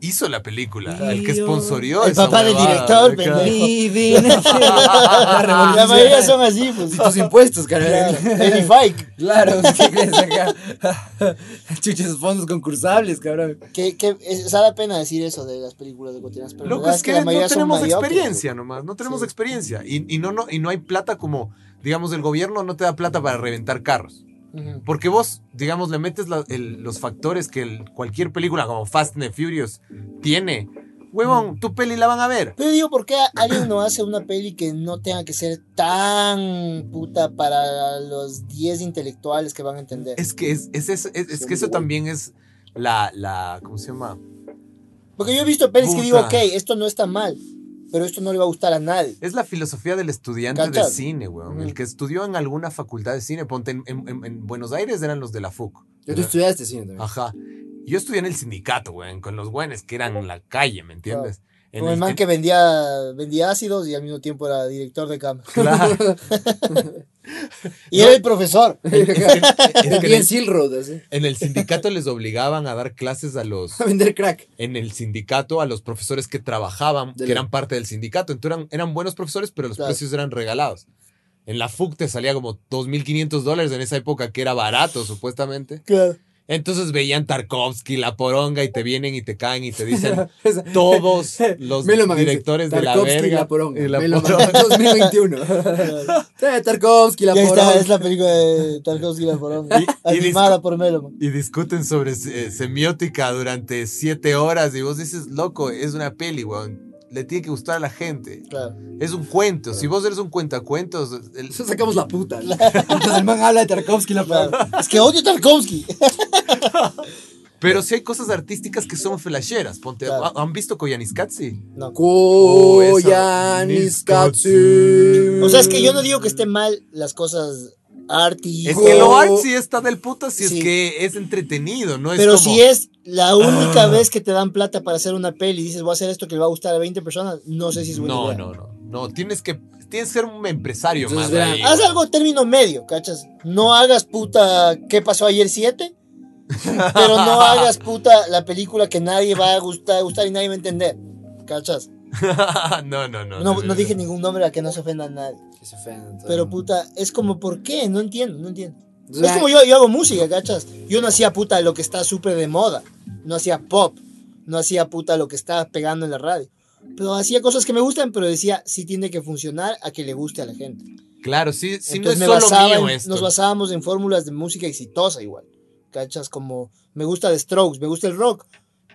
[SPEAKER 3] hizo la película, al que
[SPEAKER 1] Tío.
[SPEAKER 3] sponsorió.
[SPEAKER 2] El
[SPEAKER 3] esa
[SPEAKER 2] papá del
[SPEAKER 3] huevada,
[SPEAKER 2] director,
[SPEAKER 3] claro.
[SPEAKER 1] güey.
[SPEAKER 2] pendejo.
[SPEAKER 1] Living in a- la revolución.
[SPEAKER 2] La mayoría son así,
[SPEAKER 1] [laughs]
[SPEAKER 2] pues.
[SPEAKER 1] tus impuestos,
[SPEAKER 2] Claro.
[SPEAKER 1] cabrón.
[SPEAKER 2] [laughs] Edify,
[SPEAKER 1] Claro, [laughs] ¿qué crees acá? Chuches fondos concursables, cabrón.
[SPEAKER 2] que, que es, o sea, da pena decir eso de las películas de cotidianas, pero la
[SPEAKER 3] Loco,
[SPEAKER 2] verdad
[SPEAKER 3] es que, no
[SPEAKER 2] mayoría son
[SPEAKER 3] tenemos
[SPEAKER 2] mediocres.
[SPEAKER 3] experiencia nomás, no tenemos
[SPEAKER 2] Sí.
[SPEAKER 3] experiencia. Y, y no, no, y no hay plata como, digamos, el gobierno no te da plata para reventar carros.
[SPEAKER 2] Ujú.
[SPEAKER 3] Porque vos, digamos, le metes la- el- los factores que el- cualquier película como Fast and the Furious tiene. Huevón, tu peli la van a ver.
[SPEAKER 2] Pero digo, ¿por qué alguien no hace una peli que no tenga que ser tan puta para los 10 intelectuales que van a entender?
[SPEAKER 3] Es que, es, es, eso- es- es que eso también es la, la, ¿cómo se llama?
[SPEAKER 2] Porque yo he visto pelis que digo, ok,
[SPEAKER 3] Puta.
[SPEAKER 2] esto no está mal, pero esto no le va a gustar a nadie.
[SPEAKER 3] Es la filosofía del estudiante de
[SPEAKER 2] ¿Cachai?
[SPEAKER 3] cine, weón.
[SPEAKER 2] Mm.
[SPEAKER 3] El que estudió en alguna facultad de cine. Ponte, en, en- en- en Buenos Aires eran los de la FUC.
[SPEAKER 12] Yo tú
[SPEAKER 1] este
[SPEAKER 12] estudiaste cine también.
[SPEAKER 3] Ajá. Yo estudié en el sindicato, weón, con los güenes que eran en la calle, ¿me entiendes? En
[SPEAKER 2] Como el man
[SPEAKER 3] en-
[SPEAKER 2] que vendía, vendía ácidos y al mismo tiempo era director de cámara.
[SPEAKER 3] [laughs]
[SPEAKER 12] [laughs]
[SPEAKER 3] Claro.
[SPEAKER 2] Y era el profesor.
[SPEAKER 3] Es que en,
[SPEAKER 12] Bien
[SPEAKER 3] el,
[SPEAKER 12] Silk Road, así.
[SPEAKER 3] en el sindicato les obligaban a dar clases a los.
[SPEAKER 12] A vender
[SPEAKER 1] [laughs]
[SPEAKER 12] crack.
[SPEAKER 3] En el sindicato, a los profesores que trabajaban,
[SPEAKER 12] Del-
[SPEAKER 3] que eran parte del sindicato. Entonces eran, eran buenos profesores, pero los
[SPEAKER 2] Claro.
[SPEAKER 3] precios eran regalados. En la FUC te salía como 2.500 dólares en esa época, que era barato, supuestamente.
[SPEAKER 2] Claro.
[SPEAKER 3] Entonces veían Tarkovsky, la poronga, y te vienen y te caen y te
[SPEAKER 12] [laughs]
[SPEAKER 3] dicen todos los
[SPEAKER 12] Meloman,
[SPEAKER 3] directores de la
[SPEAKER 12] Tarkovsky y
[SPEAKER 3] verga.
[SPEAKER 12] la poronga.
[SPEAKER 3] y la
[SPEAKER 12] Meloman,
[SPEAKER 3] poronga.
[SPEAKER 12] 2021. Eh, Tarkovsky, la
[SPEAKER 2] Y ahí está,
[SPEAKER 12] poronga.
[SPEAKER 2] es la película de Tarkovsky la poronga,
[SPEAKER 3] Y- y
[SPEAKER 2] animada por Meloman.
[SPEAKER 3] Y discuten sobre eh, semiótica durante siete horas y vos dices, loco, es una peli, weón. Le tiene que gustar a la gente.
[SPEAKER 2] Claro.
[SPEAKER 3] Es un cuento. Si vos eres un cuentacuentos, el-
[SPEAKER 12] Eso sacamos la puta. Entonces el man habla de Tarkovsky, la
[SPEAKER 3] [laughs]
[SPEAKER 2] claro.
[SPEAKER 12] poronga.
[SPEAKER 2] Es que odio Tarkovsky.
[SPEAKER 3] pero si hay cosas artísticas que son flasheras. Ponte,
[SPEAKER 2] Claro.
[SPEAKER 3] ¿Han visto Koyaanisqatsi?
[SPEAKER 2] No.
[SPEAKER 3] Koyaanisqatsi.
[SPEAKER 2] O sea, es que yo no digo que esté mal las cosas arty.
[SPEAKER 3] Es que lo
[SPEAKER 2] o-
[SPEAKER 3] artsy está del puta si
[SPEAKER 2] Sí.
[SPEAKER 3] es que es entretenido, no es
[SPEAKER 2] Pero
[SPEAKER 3] como... Ah.
[SPEAKER 2] si es la única vez que te dan plata para hacer una peli y dices voy a hacer esto que le va a gustar a 20 personas, no sé si es buena
[SPEAKER 3] No,
[SPEAKER 2] idea.
[SPEAKER 3] no, no. No, tienes que, tienes que ser un empresario
[SPEAKER 12] Entonces,
[SPEAKER 3] más.
[SPEAKER 12] verán,
[SPEAKER 3] ahí.
[SPEAKER 2] Haz algo término medio, ¿cachas? No hagas puta ¿Qué pasó ayer 7? Pero
[SPEAKER 3] [laughs]
[SPEAKER 2] no hagas puta la película que nadie va a gustar, gustar y nadie va a entender. ¿Cachas?
[SPEAKER 3] [laughs] no, no, no.
[SPEAKER 2] No, no dije ningún nombre a que no se ofenda a nadie.
[SPEAKER 12] Que se ofenda, todo.
[SPEAKER 3] Mm.
[SPEAKER 2] Pero puta, es como, ¿por qué? No entiendo, no entiendo.
[SPEAKER 12] Entonces,
[SPEAKER 2] es como yo, yo hago música, ¿cachas? Yo no hacía puta lo que está súper de moda. No hacía pop. No hacía puta lo que está pegando en la radio. Pero hacía cosas que me gustan, pero decía, sí tiene que funcionar a que le guste a la gente.
[SPEAKER 3] Claro, sí, sí no
[SPEAKER 2] Entonces
[SPEAKER 3] es solo
[SPEAKER 2] me basaba
[SPEAKER 3] mío
[SPEAKER 2] en-
[SPEAKER 3] esto.
[SPEAKER 2] nos basábamos en fórmulas de música exitosa igual. ¿Cachas? Como, me gusta The Strokes, me gusta el rock,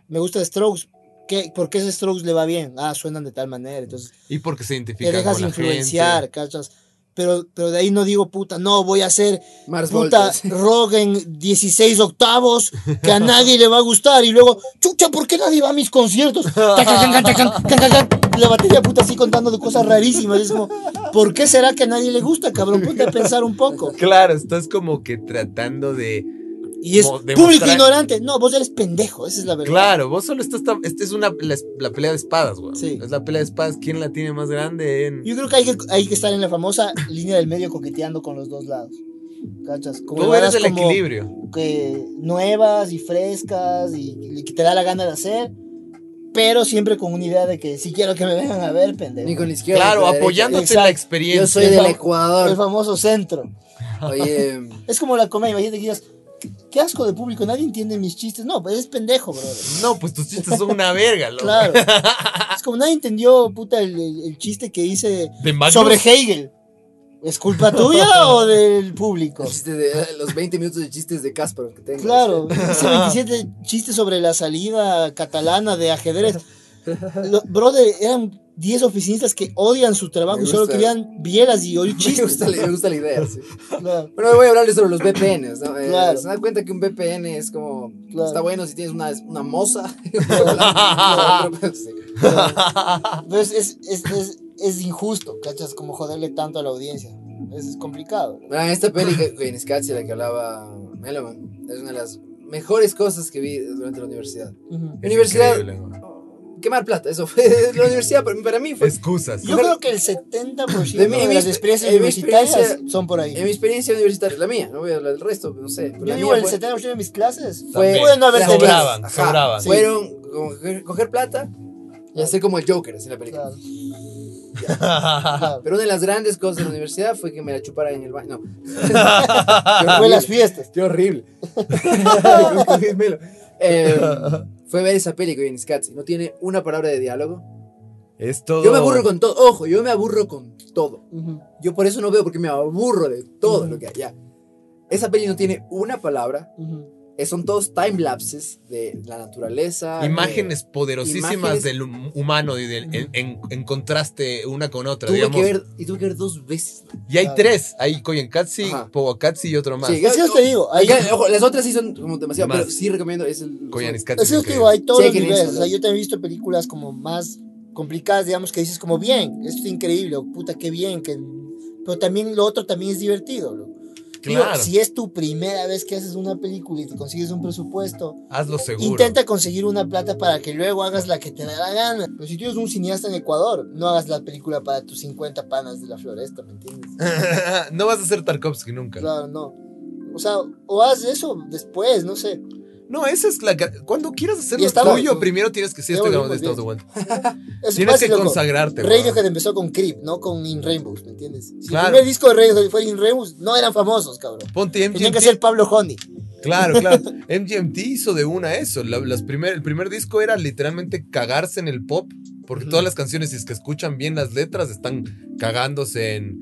[SPEAKER 2] me gusta The Strokes. ¿Qué, ¿Por qué The Strokes le va bien? Ah, suenan de tal manera. Entonces
[SPEAKER 3] Y porque se
[SPEAKER 2] te
[SPEAKER 3] identifican
[SPEAKER 2] dejas
[SPEAKER 3] con la
[SPEAKER 2] influenciar,
[SPEAKER 3] gente.
[SPEAKER 2] ¿cachas? Pero, pero de ahí no digo, puta, no, voy a hacer
[SPEAKER 1] Mars
[SPEAKER 2] puta
[SPEAKER 1] Voltas.
[SPEAKER 3] [laughs]
[SPEAKER 2] rock en 16 octavos que a nadie le va a gustar. Y luego, chucha, ¿por qué nadie va a mis conciertos? Tacan, can, can, can, can, can, can. La batería puta así contando de cosas rarísimas. Es como, ¿por qué será que a nadie le gusta, cabrón? Ponte a pensar un poco.
[SPEAKER 3] Claro, estás como que tratando de.
[SPEAKER 2] Y es
[SPEAKER 3] Mo-
[SPEAKER 2] público
[SPEAKER 3] demostrar-
[SPEAKER 2] ignorante. No, vos eres pendejo, esa es la verdad.
[SPEAKER 3] Claro, vos solo estás. tam- Esta es una, la, es- la pelea de espadas, güey.
[SPEAKER 2] Sí.
[SPEAKER 3] Es la pelea de espadas. ¿Quién la tiene más grande en.?
[SPEAKER 2] Yo creo que hay, que hay que estar en la famosa línea del medio coqueteando con los dos lados. ¿Cachas? Como
[SPEAKER 3] Tú eres
[SPEAKER 2] bandas
[SPEAKER 3] el
[SPEAKER 2] como
[SPEAKER 3] equilibrio.
[SPEAKER 2] que nuevas y frescas y, y que te da la gana de hacer, pero siempre con una idea de que si quiero que me vengan a ver,
[SPEAKER 1] Ni
[SPEAKER 2] pendejo.
[SPEAKER 1] con la izquierda.
[SPEAKER 3] Claro,
[SPEAKER 1] ni con la
[SPEAKER 3] apoyándote en
[SPEAKER 2] Exacto.
[SPEAKER 3] la
[SPEAKER 1] derecha. Yo
[SPEAKER 3] experiencia.
[SPEAKER 1] soy del
[SPEAKER 2] Exacto. El
[SPEAKER 1] Ecuador.
[SPEAKER 2] [laughs] famoso centro.
[SPEAKER 1] Oye,
[SPEAKER 2] Es como la comedia, imagínate que digas, qué asco de público, nadie entiende mis chistes. No, pues eres pendejo, brother.
[SPEAKER 3] No, pues tus chistes son una verga, loco.
[SPEAKER 2] Claro. es como nadie entendió, puta, el, el- el chiste que hice
[SPEAKER 3] De Magnus.
[SPEAKER 2] sobre Hegel. ¿Es culpa tuya o del público?
[SPEAKER 1] el chiste de- los 20 minutos de chistes de Kasparov que tengo. [laughs]
[SPEAKER 2] Claro, hice 27 chistes sobre la salida catalana de ajedrez. Lo- brother, eran 10 oficinistas que odian su trabajo
[SPEAKER 1] Me
[SPEAKER 2] y solo
[SPEAKER 1] gusta.
[SPEAKER 2] querían bielas y oír
[SPEAKER 1] [laughs] Me
[SPEAKER 2] chistes.
[SPEAKER 1] gusta, la- me gusta la idea. sí.
[SPEAKER 2] Claro,
[SPEAKER 1] Bueno, hoy voy a hablarles sobre los VPNs. ¿no? Eh,
[SPEAKER 2] Claro.
[SPEAKER 1] Se dan cuenta que un VPN es como.
[SPEAKER 2] Claro.
[SPEAKER 1] Está bueno si tienes una, una
[SPEAKER 2] [laughs]
[SPEAKER 1] moza. [laughs] Sí.
[SPEAKER 2] pero es, es, es- es- es injusto, ¿cachas? Como joderle tanto a la audiencia. Es, es complicado.
[SPEAKER 1] Bueno, esta peli que, que en Scatch, de la que hablaba Meloman, es una de las mejores cosas que vi durante la universidad.
[SPEAKER 2] Ujú.
[SPEAKER 3] Es
[SPEAKER 1] Universidad-
[SPEAKER 3] increíble, güey.
[SPEAKER 1] Quemar plata, eso fue la universidad, para, para mí fue.
[SPEAKER 3] Excusas.
[SPEAKER 2] Yo creo que el 70%
[SPEAKER 1] De
[SPEAKER 2] de,
[SPEAKER 1] mi- mi
[SPEAKER 2] las
[SPEAKER 1] exper-
[SPEAKER 2] experiencias
[SPEAKER 1] de mi
[SPEAKER 2] universitarias
[SPEAKER 1] experiencia-
[SPEAKER 2] son por ahí.
[SPEAKER 1] En mi experiencia universitaria, la mía, no voy a hablar del resto, no sé. pero
[SPEAKER 2] Yo
[SPEAKER 1] la
[SPEAKER 2] digo,
[SPEAKER 1] mía
[SPEAKER 2] el
[SPEAKER 1] fue-
[SPEAKER 2] 70% de mis clases
[SPEAKER 1] fue-
[SPEAKER 2] pueden no haber
[SPEAKER 1] las
[SPEAKER 2] tenido.
[SPEAKER 3] sobraban,
[SPEAKER 1] Ajá,
[SPEAKER 3] sobraban.
[SPEAKER 2] Sí.
[SPEAKER 1] Fueron coger, coger plata y hacer como el Joker así en la película.
[SPEAKER 2] Claro, claro.
[SPEAKER 1] Pero una de las grandes cosas de la universidad fue que me la chuparan en el baño. No.
[SPEAKER 2] Pero fue las fiestas.
[SPEAKER 1] Qué horrible. Confírmelo. [laughs] Eh, fue ver esa peli que en Scatsi. No tiene una palabra de diálogo.
[SPEAKER 3] [laughs] Es todo.
[SPEAKER 1] Yo me aburro con todo. Ojo, yo me aburro con todo.
[SPEAKER 2] Ujú.
[SPEAKER 1] Yo por eso no veo, porque me aburro de todo lo que hay. Ya. Esa peli no tiene una palabra.
[SPEAKER 2] Ujú.
[SPEAKER 1] Eh, son todos time lapses de la naturaleza.
[SPEAKER 3] Imágenes poderosísimas
[SPEAKER 1] eh, imágenes-
[SPEAKER 3] del hum- humano y del- en, en- en contraste una con
[SPEAKER 1] eh,
[SPEAKER 3] otra,
[SPEAKER 1] tuve
[SPEAKER 3] digamos.
[SPEAKER 1] que ver, y tuve que ver dos veces.
[SPEAKER 3] Y hay
[SPEAKER 2] Claro.
[SPEAKER 3] tres, hay Koyankatsi,
[SPEAKER 1] Ajá.
[SPEAKER 3] Powakatsi y otro más.
[SPEAKER 1] Sí,
[SPEAKER 2] Es que yo te digo, ahí-
[SPEAKER 1] Acá, ojo, las otras sí son como demasiado,
[SPEAKER 3] Más.
[SPEAKER 1] pero sí recomiendo. Es el,
[SPEAKER 3] Koyaanisqatsi,
[SPEAKER 2] Es que yo te
[SPEAKER 3] ok.
[SPEAKER 2] digo, hay todos
[SPEAKER 1] Sí,
[SPEAKER 2] los
[SPEAKER 1] que
[SPEAKER 2] niveles.
[SPEAKER 1] listo,
[SPEAKER 2] O sea,
[SPEAKER 1] ¿no?
[SPEAKER 2] yo también he visto películas como más complicadas, digamos, que dices como, bien, esto es increíble, o puta, qué bien, que... pero también lo otro también es divertido. loco. Digo,
[SPEAKER 3] Claro,
[SPEAKER 2] si es tu primera vez que haces una película y te consigues un presupuesto,
[SPEAKER 3] hazlo seguro.
[SPEAKER 2] intenta conseguir una plata para que luego hagas la que te da la gana. Pero si tú eres un cineasta en Ecuador, no hagas la película para tus 50 panas de la floresta, ¿me entiendes?
[SPEAKER 3] [laughs] no vas a ser Tarkovsky nunca.
[SPEAKER 2] Claro, no. O sea, o haz eso después, no sé.
[SPEAKER 3] No, esa es la. gra- Cuando quieras hacer
[SPEAKER 2] Y
[SPEAKER 3] lo
[SPEAKER 2] estaba-
[SPEAKER 3] tuyo, primero tienes que ser
[SPEAKER 2] Ya
[SPEAKER 3] este
[SPEAKER 2] volvimos
[SPEAKER 3] grabando de Estados Unidos.
[SPEAKER 2] Es
[SPEAKER 3] Tienes
[SPEAKER 2] fácil,
[SPEAKER 3] que
[SPEAKER 2] loco.
[SPEAKER 3] consagrarte. güey.
[SPEAKER 2] Radiohead empezó con Creep, no con In Rainbows, ¿me entiendes? Si
[SPEAKER 3] Claro.
[SPEAKER 2] el primer disco de Radiohead fue In Rainbows, no eran famosos, cabrón.
[SPEAKER 3] Ponte
[SPEAKER 2] Tenían
[SPEAKER 3] MGMT.
[SPEAKER 2] que ser Pablo Honey.
[SPEAKER 3] Claro, claro. [laughs] MGMT hizo de una eso. La- las primer- el primer disco era literalmente cagarse en el pop. Porque todas las canciones, si es que escuchan bien las letras, están cagándose en,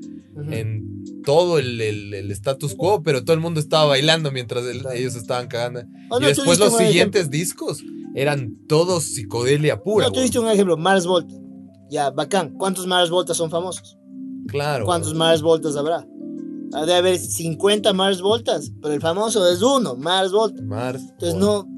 [SPEAKER 3] en todo el el- el status quo, pero todo el mundo estaba bailando mientras el- ellos estaban cagando.
[SPEAKER 2] Oh, no,
[SPEAKER 3] y
[SPEAKER 2] tú
[SPEAKER 3] después
[SPEAKER 2] diste
[SPEAKER 3] los
[SPEAKER 2] un buen
[SPEAKER 3] siguientes discos eran todos psicodelia
[SPEAKER 2] ejemplo.
[SPEAKER 3] pura.
[SPEAKER 2] No, tú
[SPEAKER 3] güey.
[SPEAKER 2] diste un ejemplo, Mars Volta. Ya, bacán. ¿Cuántos Mars Voltas son famosos?
[SPEAKER 3] Claro.
[SPEAKER 2] ¿Cuántos
[SPEAKER 3] güey.
[SPEAKER 2] Mars Voltas habrá? Ha de haber 50 Mars Voltas, pero el famoso es uno, Mars Volta.
[SPEAKER 3] Mars.
[SPEAKER 2] Entonces,
[SPEAKER 3] Joder.
[SPEAKER 2] no,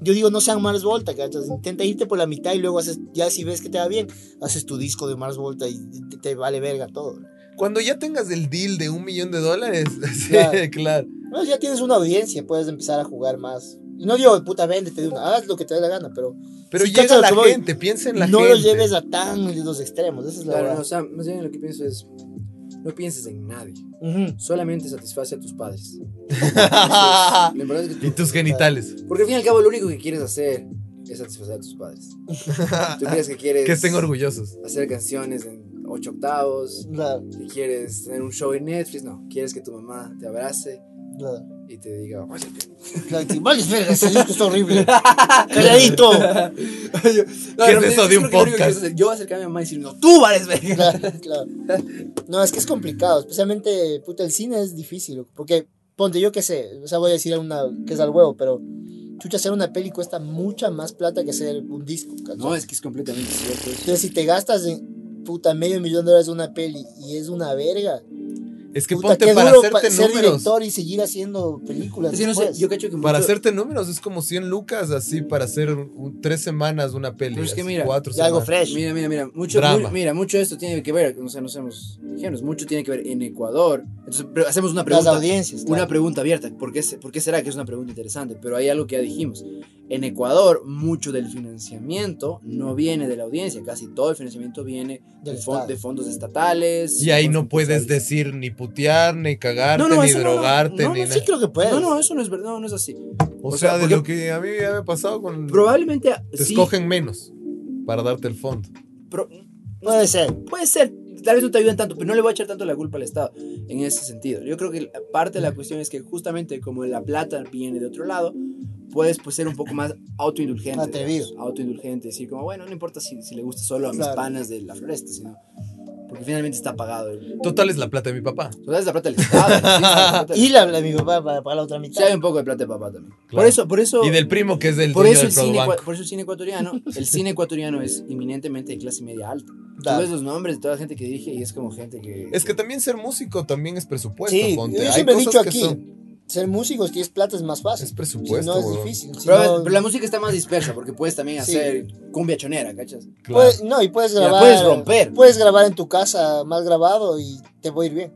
[SPEAKER 2] yo digo, no sean Mars Volta, ¿cachas? Intenta irte por la mitad y luego haces, ya si ves que te va bien, haces tu disco de Mars Volta y te, te vale verga todo.
[SPEAKER 3] Cuando ya tengas el deal de un millón de dólares, [laughs] sí,
[SPEAKER 2] Claro.
[SPEAKER 3] claro.
[SPEAKER 2] No, ya tienes una audiencia, puedes empezar a jugar más. Y no digo, puta, véndete de una, haz lo que te dé la gana, pero
[SPEAKER 3] Pero
[SPEAKER 2] Sí,
[SPEAKER 3] llega
[SPEAKER 2] cachas,
[SPEAKER 3] la
[SPEAKER 2] que voy.
[SPEAKER 3] gente, piensa en la
[SPEAKER 2] no
[SPEAKER 3] gente.
[SPEAKER 2] lo lleves a tan de los extremos, esa es la
[SPEAKER 1] Claro,
[SPEAKER 2] verdad.
[SPEAKER 1] no, o sea, más bien lo que pienso es: no pienses en nadie.
[SPEAKER 2] Ujú.
[SPEAKER 1] Solamente satisface a tus
[SPEAKER 3] [laughs]
[SPEAKER 1] padres. Lo importante es que
[SPEAKER 3] y
[SPEAKER 1] tú-
[SPEAKER 3] tus genitales.
[SPEAKER 1] Porque al fin y al cabo lo único que quieres hacer es satisfacer a tus padres. Tú crees que quieres
[SPEAKER 3] Que estén orgullosos.
[SPEAKER 1] hacer canciones en ocho octavos,
[SPEAKER 2] Claro,
[SPEAKER 1] que quieres tener un show en Netflix, no, quieres que tu mamá te abrace
[SPEAKER 2] claro.
[SPEAKER 1] y te diga, "Oye, qué-".
[SPEAKER 2] Claro, sí, vale, verga, ese disco
[SPEAKER 1] [laughs]
[SPEAKER 2] es horrible. Calladito.
[SPEAKER 1] No,
[SPEAKER 3] ¿Qué
[SPEAKER 1] no,
[SPEAKER 3] es
[SPEAKER 1] yo creo
[SPEAKER 3] eso de un
[SPEAKER 1] que lo único que
[SPEAKER 3] podcast?
[SPEAKER 1] quiero hacer- Yo acercarme a mi mamá y decir, no, tú vales verga.
[SPEAKER 2] Claro, claro. No, es que es complicado, especialmente, puta, el cine es difícil, loco, porque, ponte, yo qué sé, o sea, voy a decir una que es al huevo, pero chucha, hacer una peli cuesta mucha más plata que hacer un disco, ¿cachai?
[SPEAKER 1] No, es que es completamente cierto. eso.
[SPEAKER 2] Entonces, si te gastas en puta medio millón de dólares en una peli y es una verga,
[SPEAKER 3] Es que
[SPEAKER 2] Puta,
[SPEAKER 3] ponte
[SPEAKER 2] qué
[SPEAKER 3] para
[SPEAKER 2] duro pa-
[SPEAKER 3] hacerte
[SPEAKER 2] ser
[SPEAKER 3] números.
[SPEAKER 2] director y seguir haciendo películas.
[SPEAKER 1] Es que no sé,
[SPEAKER 2] después.
[SPEAKER 1] yo cacho que
[SPEAKER 3] Para
[SPEAKER 1] mucho-
[SPEAKER 3] hacerte números es como 100 lucas así para hacer un- tres semanas una peli.
[SPEAKER 1] Pero es que
[SPEAKER 3] así,
[SPEAKER 1] mira,
[SPEAKER 3] cuatro
[SPEAKER 2] Y algo
[SPEAKER 3] semanas.
[SPEAKER 2] fresh.
[SPEAKER 1] Mira, mira, mira, mucho,
[SPEAKER 3] Drama.
[SPEAKER 1] mu- mira, mucho esto tiene que ver, o sea, no seamos ingenuos, mucho tiene que ver en Ecuador. Entonces, pre- hacemos una
[SPEAKER 2] las
[SPEAKER 1] pregunta,
[SPEAKER 2] audiencias.
[SPEAKER 1] una
[SPEAKER 2] claro.
[SPEAKER 1] pregunta abierta, ¿por qué, se- por qué será que es una pregunta interesante? Pero hay algo que ya dijimos. En Ecuador, mucho del financiamiento no viene de la audiencia, casi todo el financiamiento viene
[SPEAKER 2] Mm. Del
[SPEAKER 1] de, fon-
[SPEAKER 2] Estado. Pues,
[SPEAKER 1] de fondos estatales.
[SPEAKER 3] Y ahí
[SPEAKER 1] fondos
[SPEAKER 3] no puedes
[SPEAKER 1] empresariales.
[SPEAKER 3] decir ni putear, ni cagarte,
[SPEAKER 1] No, no,
[SPEAKER 3] ni
[SPEAKER 1] eso no, no.
[SPEAKER 3] drogarte,
[SPEAKER 1] No,
[SPEAKER 3] ni
[SPEAKER 1] no,
[SPEAKER 3] nada.
[SPEAKER 2] Sí, creo que puedes.
[SPEAKER 1] No, no, eso no es verdad, no, no es así.
[SPEAKER 2] Mm.
[SPEAKER 3] O,
[SPEAKER 1] O
[SPEAKER 3] sea,
[SPEAKER 1] sea,
[SPEAKER 3] de
[SPEAKER 1] porque-
[SPEAKER 3] lo que a mí me había pasado con...
[SPEAKER 1] Probablemente
[SPEAKER 3] Te
[SPEAKER 1] sí,
[SPEAKER 3] escogen menos para darte el fondo.
[SPEAKER 1] pro- pues,
[SPEAKER 2] Puede ser.
[SPEAKER 1] Puede ser, tal vez no te ayudan tanto, pero no le voy a echar tanto la culpa al Estado en ese sentido. Yo creo que la- parte de la cuestión es que justamente como la plata viene de otro lado, puedes pues, ser un poco más autoindulgente.
[SPEAKER 2] Atrevido.
[SPEAKER 1] digamos, Autoindulgente, decir como, bueno, no importa si, si le gusta solo a mis
[SPEAKER 2] Claro.
[SPEAKER 1] panas de la floresta, sino... Porque finalmente está pagado. el-
[SPEAKER 3] Total es la plata de mi papá.
[SPEAKER 1] O sea, es la plata del Estado. sí, es la plata del-
[SPEAKER 2] [laughs] Y la, la de mi papá para pagar la otra mitad.
[SPEAKER 1] pues, Sí, hay un poco de plata de papá también. Por
[SPEAKER 3] Claro.
[SPEAKER 1] eso, por eso...
[SPEAKER 3] Y del primo que es del
[SPEAKER 1] Por
[SPEAKER 3] dueño
[SPEAKER 1] eso,
[SPEAKER 3] del
[SPEAKER 1] el cine, pues.
[SPEAKER 3] Prodobanco.
[SPEAKER 1] ecua- por eso el cine ecuatoriano, el cine ecuatoriano es inminentemente de clase media alta. Tú
[SPEAKER 2] Claro.
[SPEAKER 1] ves los nombres de toda la gente que dirige y es como gente que...
[SPEAKER 3] Es que también ser músico también es presupuesto.
[SPEAKER 2] Sí,
[SPEAKER 3] ponte.
[SPEAKER 2] yo
[SPEAKER 3] Hay
[SPEAKER 2] siempre he
[SPEAKER 3] cosas
[SPEAKER 2] dicho
[SPEAKER 3] que
[SPEAKER 2] aquí,
[SPEAKER 3] son-
[SPEAKER 2] ser músico si tienes plata es más fácil.
[SPEAKER 3] es presupuesto,
[SPEAKER 2] si no es
[SPEAKER 3] huevón.
[SPEAKER 2] difícil. si
[SPEAKER 1] Pero, eh,
[SPEAKER 2] no-
[SPEAKER 1] pero la música está más dispersa porque puedes también
[SPEAKER 2] Sí.
[SPEAKER 1] hacer cumbia chonera, ¿cachas?
[SPEAKER 3] Claro.
[SPEAKER 2] puedes- no, y puedes
[SPEAKER 1] la
[SPEAKER 2] grabar.
[SPEAKER 1] puedes romper.
[SPEAKER 2] Puedes grabar en tu casa más grabado y te va a ir bien.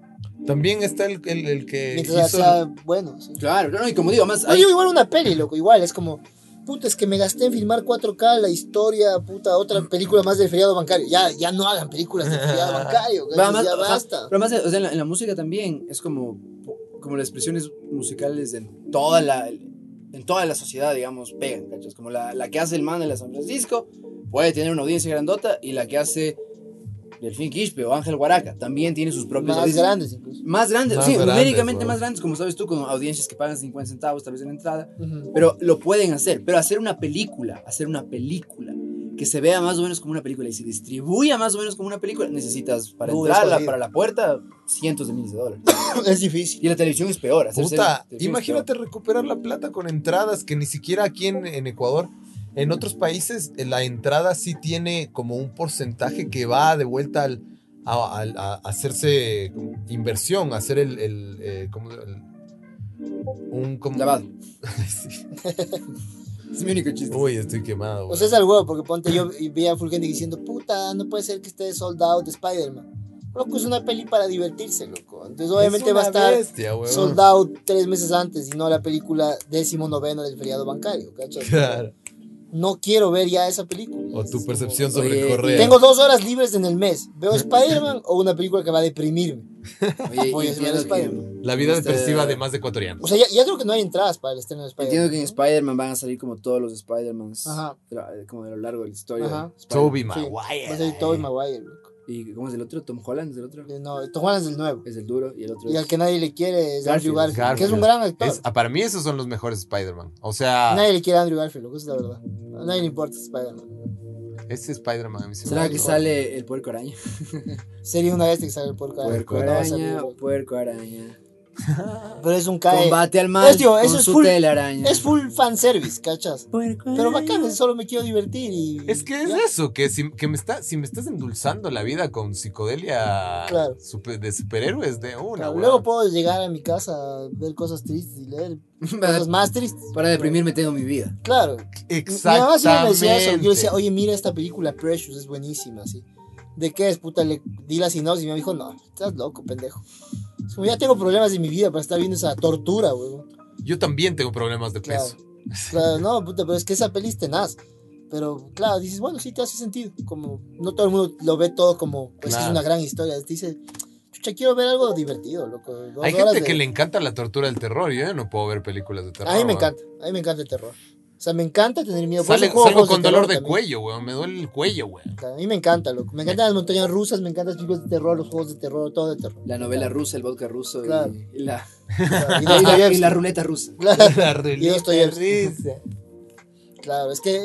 [SPEAKER 3] También está el, el- el
[SPEAKER 1] Eh,
[SPEAKER 3] que
[SPEAKER 2] Mientras
[SPEAKER 3] hizo-
[SPEAKER 2] sea bueno. sí.
[SPEAKER 1] Claro, claro, y como digo, más
[SPEAKER 2] No, yo igual una peli, loco, igual, es como, puta, es que me gasté en filmar 4K la historia, puta, otra película más del feriado bancario. Ya, ya no hagan películas del feriado bancario,
[SPEAKER 1] va
[SPEAKER 2] ¿cachai?
[SPEAKER 1] más-
[SPEAKER 2] ya
[SPEAKER 1] ajá,
[SPEAKER 2] basta.
[SPEAKER 1] Pero más, o sea, en la, en la música también es como, como las expresiones musicales en toda la, en toda la sociedad, digamos, pegan, ¿cachas? Como la, la que hace el man de la San Francisco puede tener una audiencia grandota y la que hace Delfín Quispe o Ángel Guaraca también tiene sus propios
[SPEAKER 2] Más grandes
[SPEAKER 1] [laughs]
[SPEAKER 2] incluso.
[SPEAKER 1] Más grandes,
[SPEAKER 3] Más
[SPEAKER 1] sí,
[SPEAKER 3] grandes,
[SPEAKER 1] numéricamente
[SPEAKER 3] weón.
[SPEAKER 1] más grandes, como sabes tú, con audiencias que pagan 50 centavos tal vez en la entrada.
[SPEAKER 2] Ujú.
[SPEAKER 1] Pero lo pueden hacer. Pero hacer una película, hacer una película que se vea más o menos como una película y se distribuya más o menos como una película, necesitas para
[SPEAKER 2] Uh, es
[SPEAKER 1] entrarla,
[SPEAKER 2] jodido.
[SPEAKER 1] para la puerta, cientos de miles de dólares.
[SPEAKER 2] Es difícil.
[SPEAKER 1] Y en la televisión es peor. hacer
[SPEAKER 3] Puta,
[SPEAKER 1] series de televisión es
[SPEAKER 3] imagínate recuperar la plata con entradas que ni siquiera aquí en, en Ecuador, en otros países, eh, la entrada sí tiene como un porcentaje que va de vuelta al, a, al- a hacerse como inversión, a hacer el. el, eh, ¿cómo se- el- un como-
[SPEAKER 1] peor. Lavado.
[SPEAKER 3] [laughs] Sí.
[SPEAKER 1] Es mi único chiste.
[SPEAKER 3] Uy, estoy quemado.
[SPEAKER 2] O
[SPEAKER 3] güey.
[SPEAKER 2] sea, es al huevo, porque ponte yo y vi a Fulgente diciendo, puta, no puede ser que esté sold out de Spider-Man. Loco, es una peli para divertirse, loco. Entonces, obviamente
[SPEAKER 3] Es
[SPEAKER 2] va a
[SPEAKER 3] una
[SPEAKER 2] estar
[SPEAKER 3] bestia, huevón.
[SPEAKER 2] sold out tres meses antes y no la película décimo noveno del feriado bancario, ¿cachai?
[SPEAKER 3] [laughs] Claro.
[SPEAKER 2] No quiero ver ya esa película.
[SPEAKER 3] O
[SPEAKER 2] Es
[SPEAKER 3] tu
[SPEAKER 2] como-
[SPEAKER 3] percepción sobre
[SPEAKER 1] Oye,
[SPEAKER 3] Correa.
[SPEAKER 2] Tengo dos horas libres en el mes. ¿Veo Spider-Man o una película que va a deprimirme?
[SPEAKER 1] Oye,
[SPEAKER 2] Voy
[SPEAKER 1] y
[SPEAKER 2] a enseñar
[SPEAKER 1] entiendo que-
[SPEAKER 2] Spider-Man.
[SPEAKER 3] La vida
[SPEAKER 1] Está-
[SPEAKER 3] depresiva de más de ecuatoriano.
[SPEAKER 2] O sea, ya, ya creo que no hay entradas para el estreno de
[SPEAKER 1] Entiendo
[SPEAKER 2] Spider-Man.
[SPEAKER 1] que en Spider-Man van a salir como todos los Spider-Mans,
[SPEAKER 2] Ajá.
[SPEAKER 1] de la- como a lo largo de la historia.
[SPEAKER 2] Ajá.
[SPEAKER 1] Spider-Man.
[SPEAKER 3] Toby
[SPEAKER 2] Sí,
[SPEAKER 3] Maguire.
[SPEAKER 2] Va a ser Tobey Maguire, loco.
[SPEAKER 1] ¿Y cómo es el otro? Tom Holland es el otro.
[SPEAKER 2] Eh, No, Tom Holland es el nuevo.
[SPEAKER 1] Es el duro y el otro
[SPEAKER 2] Y
[SPEAKER 1] es...
[SPEAKER 2] al que nadie le quiere es Andrew
[SPEAKER 1] Garfield.
[SPEAKER 2] Garfield, que es un
[SPEAKER 3] Garfield.
[SPEAKER 2] gran actor.
[SPEAKER 3] Es- ah, para mí esos son los mejores Spider-Man. O
[SPEAKER 1] ah.
[SPEAKER 3] sea,
[SPEAKER 2] Nadie le quiere a Andrew Garfield, loco, esa es la verdad. A nadie le importa Spider-Man.
[SPEAKER 3] este Spider-Man a mí se me
[SPEAKER 1] ¿Será
[SPEAKER 3] hace
[SPEAKER 1] que
[SPEAKER 3] loco.
[SPEAKER 1] sale el puerco araña?
[SPEAKER 2] Sería una vez que sale el puerco araña,
[SPEAKER 1] Puerco
[SPEAKER 2] pero no va a salir,
[SPEAKER 1] araña,
[SPEAKER 2] loco.
[SPEAKER 1] puerco araña.
[SPEAKER 2] Pero es un cae.
[SPEAKER 1] Combate al mal
[SPEAKER 2] Es, tío,
[SPEAKER 1] con
[SPEAKER 2] eso es
[SPEAKER 1] su
[SPEAKER 2] full-
[SPEAKER 1] telaraña.
[SPEAKER 2] Es full fanservice, ¿cachas? Pero bacán, es solo me quiero divertir y.
[SPEAKER 3] Es que es
[SPEAKER 2] ya.
[SPEAKER 3] eso, que si, que me está, si me estás endulzando la vida con psicodelia
[SPEAKER 2] Claro.
[SPEAKER 3] super- de superhéroes de una,
[SPEAKER 2] Claro,
[SPEAKER 3] weón.
[SPEAKER 2] Luego puedo llegar a mi casa, a ver cosas tristes y leer cosas más tristes.
[SPEAKER 1] [laughs] Para deprimirme tengo mi vida.
[SPEAKER 2] Claro. Mi mamá siempre pues, me decía eso.
[SPEAKER 3] Exactamente.
[SPEAKER 2] Yo decía, oye, mira esta película Precious, es buenísima, así. ¿De qué es, puta? Le di la sinopsis y me dijo, no, estás loco, pendejo. Es como, ya tengo problemas en mi vida para estar viendo esa tortura, weón.
[SPEAKER 3] Yo también tengo problemas de
[SPEAKER 2] Claro.
[SPEAKER 3] [laughs] peso.
[SPEAKER 2] Claro, no, puta, pero es que esa peli es tenaz. Pero claro, dices, bueno, sí te hace sentido. Como, no todo el mundo lo ve todo como, pues que es
[SPEAKER 3] Claro.
[SPEAKER 2] una gran historia. Dice, chucha, quiero ver algo divertido, loco. Dos
[SPEAKER 3] Hay
[SPEAKER 2] horas
[SPEAKER 3] gente
[SPEAKER 2] de-
[SPEAKER 3] que le encanta la tortura del terror. Yo ya no puedo ver películas de terror.
[SPEAKER 2] A mí me
[SPEAKER 3] weón.
[SPEAKER 2] encanta, a mí me encanta el terror. O sea, me encanta tener miedo. Por
[SPEAKER 3] Sale-
[SPEAKER 2] eso juego
[SPEAKER 3] salgo
[SPEAKER 2] juegos
[SPEAKER 3] con dolor de
[SPEAKER 2] terror
[SPEAKER 3] cuello, weón. Me duele el cuello, weón.
[SPEAKER 2] también. A mí me encanta, loco. Me encantan las montañas rusas, me encantan las películas de terror, los juegos de terror, todo de
[SPEAKER 13] [laughs]
[SPEAKER 2] terror.
[SPEAKER 1] La novela rusa, el vodka ruso y-
[SPEAKER 2] Claro.
[SPEAKER 1] y, la, y la- [laughs]
[SPEAKER 2] Claro, y
[SPEAKER 1] y la- y
[SPEAKER 2] Dostoyevsky.
[SPEAKER 1] la ruleta rusa.
[SPEAKER 2] [laughs]
[SPEAKER 3] [laughs]
[SPEAKER 2] Claro, y
[SPEAKER 3] Yo
[SPEAKER 2] Dostoyevsky.
[SPEAKER 13] [laughs]
[SPEAKER 2] Claro, es que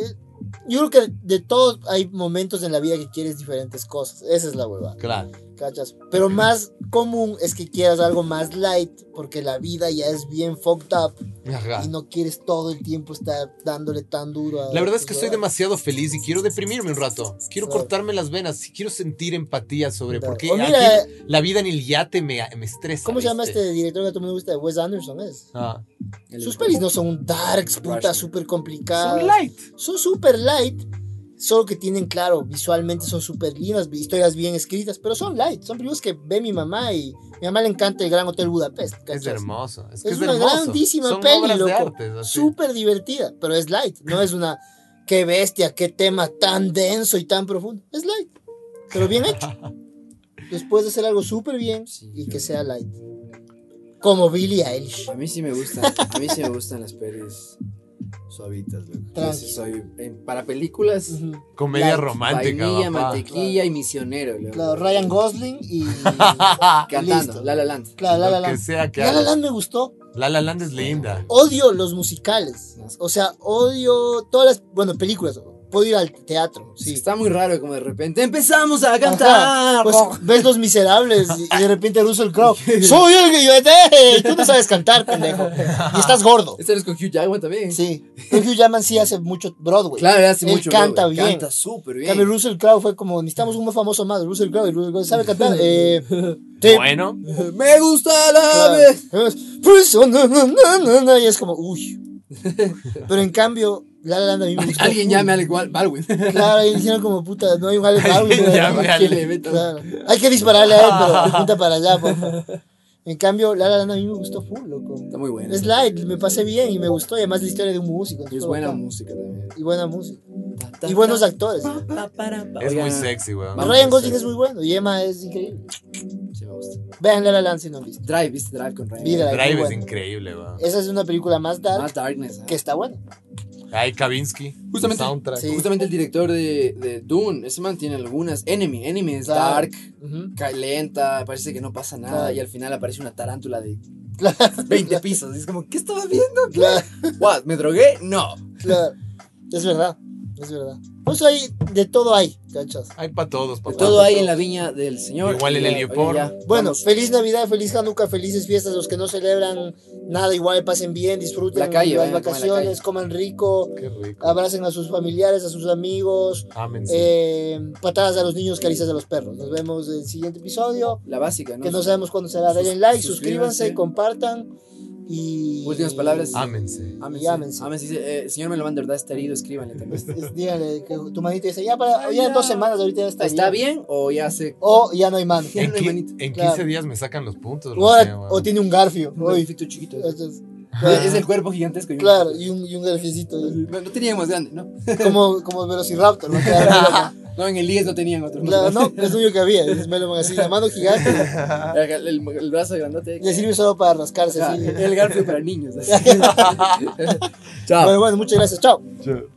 [SPEAKER 2] yo creo que de todos hay momentos en la vida que quieres diferentes cosas. Esa es la huevada.
[SPEAKER 3] Claro.
[SPEAKER 2] ¿cachas? Pero más común es que quieras algo más light, porque la vida ya es bien fucked up
[SPEAKER 13] Ajá.
[SPEAKER 2] y no quieres todo el tiempo estar dándole tan duro. a
[SPEAKER 13] La verdad es
[SPEAKER 2] tus
[SPEAKER 13] que soy
[SPEAKER 2] huevadas.
[SPEAKER 13] demasiado feliz y quiero deprimirme un rato. Quiero
[SPEAKER 2] Claro.
[SPEAKER 13] cortarme las venas. Quiero sentir empatía sobre
[SPEAKER 2] Claro.
[SPEAKER 13] por qué
[SPEAKER 2] O Pues mira,
[SPEAKER 13] aquí la vida en el yate me, me estresa.
[SPEAKER 2] ¿Cómo se llama
[SPEAKER 13] ¿viste?
[SPEAKER 2] este director que a todo el mundo gusta? Wes Anderson es.
[SPEAKER 13] Ah.
[SPEAKER 2] Sus pelis no son darks, puta, súper complicadas.
[SPEAKER 13] Son light.
[SPEAKER 2] Son súper light, solo que tienen, claro, visualmente son súper lindas, historias bien escritas, pero son light. Son películas que ve mi mamá y mi mamá le encanta el Gran Hotel Budapest.
[SPEAKER 13] Es
[SPEAKER 2] ¿cachas?
[SPEAKER 13] hermoso. Es, que
[SPEAKER 2] Es
[SPEAKER 13] es
[SPEAKER 2] una
[SPEAKER 13] hermoso.
[SPEAKER 2] grandísima
[SPEAKER 13] Son
[SPEAKER 2] peli,
[SPEAKER 13] obras de
[SPEAKER 2] loco.
[SPEAKER 13] arte. es así.
[SPEAKER 2] Súper divertida, pero es light. No es una, qué bestia, qué tema tan denso y tan profundo. Es light, pero
[SPEAKER 13] [laughs]
[SPEAKER 2] bien hecho. Después de hacer algo súper bien y que sea light. Como Billie Eilish.
[SPEAKER 1] A mí sí me gustan, a mí sí me gustan las pelis suavitas, loco. Yo sí soy, en- para películas,
[SPEAKER 2] Ujú.
[SPEAKER 13] Comedia
[SPEAKER 2] Light.
[SPEAKER 13] romántica.
[SPEAKER 1] vainilla,
[SPEAKER 13] papá.
[SPEAKER 1] mantequilla y misionero, loco.
[SPEAKER 2] Claro, Ryan Gosling
[SPEAKER 13] [laughs]
[SPEAKER 2] y.
[SPEAKER 1] Cantando,
[SPEAKER 2] Listo.
[SPEAKER 1] La La Land.
[SPEAKER 2] Claro, La La
[SPEAKER 13] Lo que
[SPEAKER 2] Land.
[SPEAKER 13] sea que
[SPEAKER 2] La La
[SPEAKER 13] haga.
[SPEAKER 2] Land me gustó.
[SPEAKER 13] La La Land es linda.
[SPEAKER 2] Odio los musicales. O sea, odio todas las. Bueno, películas. Puedo ir al teatro.
[SPEAKER 1] Sí,
[SPEAKER 2] Sí.
[SPEAKER 1] está muy raro como de repente empezamos a cantar.
[SPEAKER 2] Pues ves los miserables y y de repente Russell Crowe. Soy el guillete. Tú no sabes cantar, pendejo. Y estás gordo.
[SPEAKER 1] [laughs] Este eres con Hugh Jackman también.
[SPEAKER 2] Sí. Pero Hugh Jackman sí hace mucho Broadway.
[SPEAKER 1] Claro, hace
[SPEAKER 2] Él
[SPEAKER 1] mucho.
[SPEAKER 2] canta
[SPEAKER 1] güey.
[SPEAKER 2] bien.
[SPEAKER 1] Canta súper
[SPEAKER 2] En
[SPEAKER 1] bien.
[SPEAKER 2] cambio, Russell Crowe fue como, necesitamos un más famoso más. Russell Crowe, y Russell Crowe sabe cantar. Eh, te-
[SPEAKER 13] Bueno,
[SPEAKER 1] Me gusta la
[SPEAKER 2] Claro.
[SPEAKER 1] vez.
[SPEAKER 2] Es, pues, oh, no, no, no, no, no, y es como, uy. Pero en cambio, La La Land a mí me gustó.
[SPEAKER 1] Alguien
[SPEAKER 2] full.
[SPEAKER 1] llame a Alec Bal- Baldwin. [laughs]
[SPEAKER 2] Claro, ahí dijeron como, puta, no hay un Alec Baldwin.
[SPEAKER 13] Alguien
[SPEAKER 2] pero-
[SPEAKER 13] llame a
[SPEAKER 1] Que le meta-
[SPEAKER 2] Claro. Hay que dispararle a él, pero apunta para allá, por favor. En cambio, La La Land a mí me gustó full, loco.
[SPEAKER 1] Está muy buena.
[SPEAKER 2] Es light, me pasé bien y me gustó, y además la historia de un músico.
[SPEAKER 1] Y es
[SPEAKER 2] entonces,
[SPEAKER 1] buena
[SPEAKER 2] bacán.
[SPEAKER 1] música también.
[SPEAKER 2] Y buena música. Y buenos actores.
[SPEAKER 13] es muy
[SPEAKER 1] Oigan,
[SPEAKER 13] sexy, weón.
[SPEAKER 1] Vamos
[SPEAKER 2] Ryan
[SPEAKER 1] a
[SPEAKER 2] Gosling
[SPEAKER 1] hacer-
[SPEAKER 2] es muy bueno y Emma es increíble.
[SPEAKER 1] Sí, me gusta.
[SPEAKER 2] Vean La La Land si no han visto.
[SPEAKER 1] Drive, ¿viste? Drive con Ryan.
[SPEAKER 2] Vi Drive, muy
[SPEAKER 13] Drive es
[SPEAKER 2] bueno.
[SPEAKER 13] increíble, weón.
[SPEAKER 2] Esa es una película más dark
[SPEAKER 1] Más Darkness. ¿eh?
[SPEAKER 2] que está buena.
[SPEAKER 13] Ay, Kavinsky.
[SPEAKER 7] Justamente-
[SPEAKER 13] Soundtrack.
[SPEAKER 2] Sí.
[SPEAKER 1] Justamente el director de, de Dune, ese man tiene algunas. Enemy, Enemy es
[SPEAKER 2] Claro.
[SPEAKER 1] dark,
[SPEAKER 2] Ujú.
[SPEAKER 1] ca- lenta, parece que no pasa nada
[SPEAKER 2] Claro.
[SPEAKER 1] y al final aparece una tarántula de
[SPEAKER 2] Claro.
[SPEAKER 1] 20 pisos. Y es como, ¿qué estaba viendo?
[SPEAKER 2] Claro,
[SPEAKER 1] ¿What? ¿Me drogué? No.
[SPEAKER 2] claro. Es verdad, es verdad. Pues ahí, de todo hay, cachas.
[SPEAKER 13] Hay para todos, papá.
[SPEAKER 1] Todo ahí en la viña del señor.
[SPEAKER 13] Igual en el
[SPEAKER 1] Oye,
[SPEAKER 13] Liopor.
[SPEAKER 1] ya,
[SPEAKER 2] Bueno,
[SPEAKER 1] vamos.
[SPEAKER 2] feliz Navidad, feliz Hanukkah, felices fiestas. Los que no celebran nada, igual pasen bien, disfruten
[SPEAKER 1] La calle,
[SPEAKER 2] las
[SPEAKER 1] vayan a comer a la
[SPEAKER 2] vacaciones, coman rico,
[SPEAKER 13] Qué rico.
[SPEAKER 2] abracen a sus familiares, a sus amigos,
[SPEAKER 13] Ámense.
[SPEAKER 2] eh, patadas a los niños, caricias a los perros. Nos vemos en el siguiente episodio,
[SPEAKER 1] la básica, ¿no?
[SPEAKER 2] que no sabemos cuándo será. Denle
[SPEAKER 1] Sus-
[SPEAKER 2] like,
[SPEAKER 1] suscríbanse.
[SPEAKER 2] suscríbanse, compartan y... Ah,
[SPEAKER 1] Últimas palabras.
[SPEAKER 13] Ámense.
[SPEAKER 1] Ámense.
[SPEAKER 2] Y ámense.
[SPEAKER 1] Ámense. Dice, eh, señor Melomán, de verdad está herido, escríbanle también.
[SPEAKER 2] Es- Díganle que tu manito dice, ya para, ya en dos semanas ahorita ya está,
[SPEAKER 1] ¿Está bien o ya se...
[SPEAKER 2] O ya no hay mano.
[SPEAKER 1] Tiene
[SPEAKER 13] En,
[SPEAKER 1] una
[SPEAKER 13] qui-
[SPEAKER 1] manita.
[SPEAKER 13] en 15
[SPEAKER 2] Claro.
[SPEAKER 13] días me sacan los puntos.
[SPEAKER 2] O,
[SPEAKER 13] recién,
[SPEAKER 2] o
[SPEAKER 13] weón.
[SPEAKER 2] tiene un garfio.
[SPEAKER 1] Un
[SPEAKER 2] Uy,
[SPEAKER 1] grafito chiquito. Ah,
[SPEAKER 2] entonces,
[SPEAKER 1] Es [laughs] el cuerpo gigantesco. y un-
[SPEAKER 2] [laughs] claro, y un, y un garfiecito. y-
[SPEAKER 1] No, no tenían más grande, ¿no?
[SPEAKER 2] Como, como el Velociraptor. ¿no? Que era-
[SPEAKER 1] No, en el 10 no tenían otro.
[SPEAKER 2] Claro, no, es lo único que había. Es Meloman así, la mano gigante.
[SPEAKER 1] [laughs] El, el- el brazo grandote.
[SPEAKER 2] Le sirve solo para rascarse.
[SPEAKER 1] Ajá,
[SPEAKER 2] Así. [laughs]
[SPEAKER 1] el Garfield para niños. así. [laughs]
[SPEAKER 2] Bueno, bueno, muchas gracias. Chao.
[SPEAKER 13] Chao.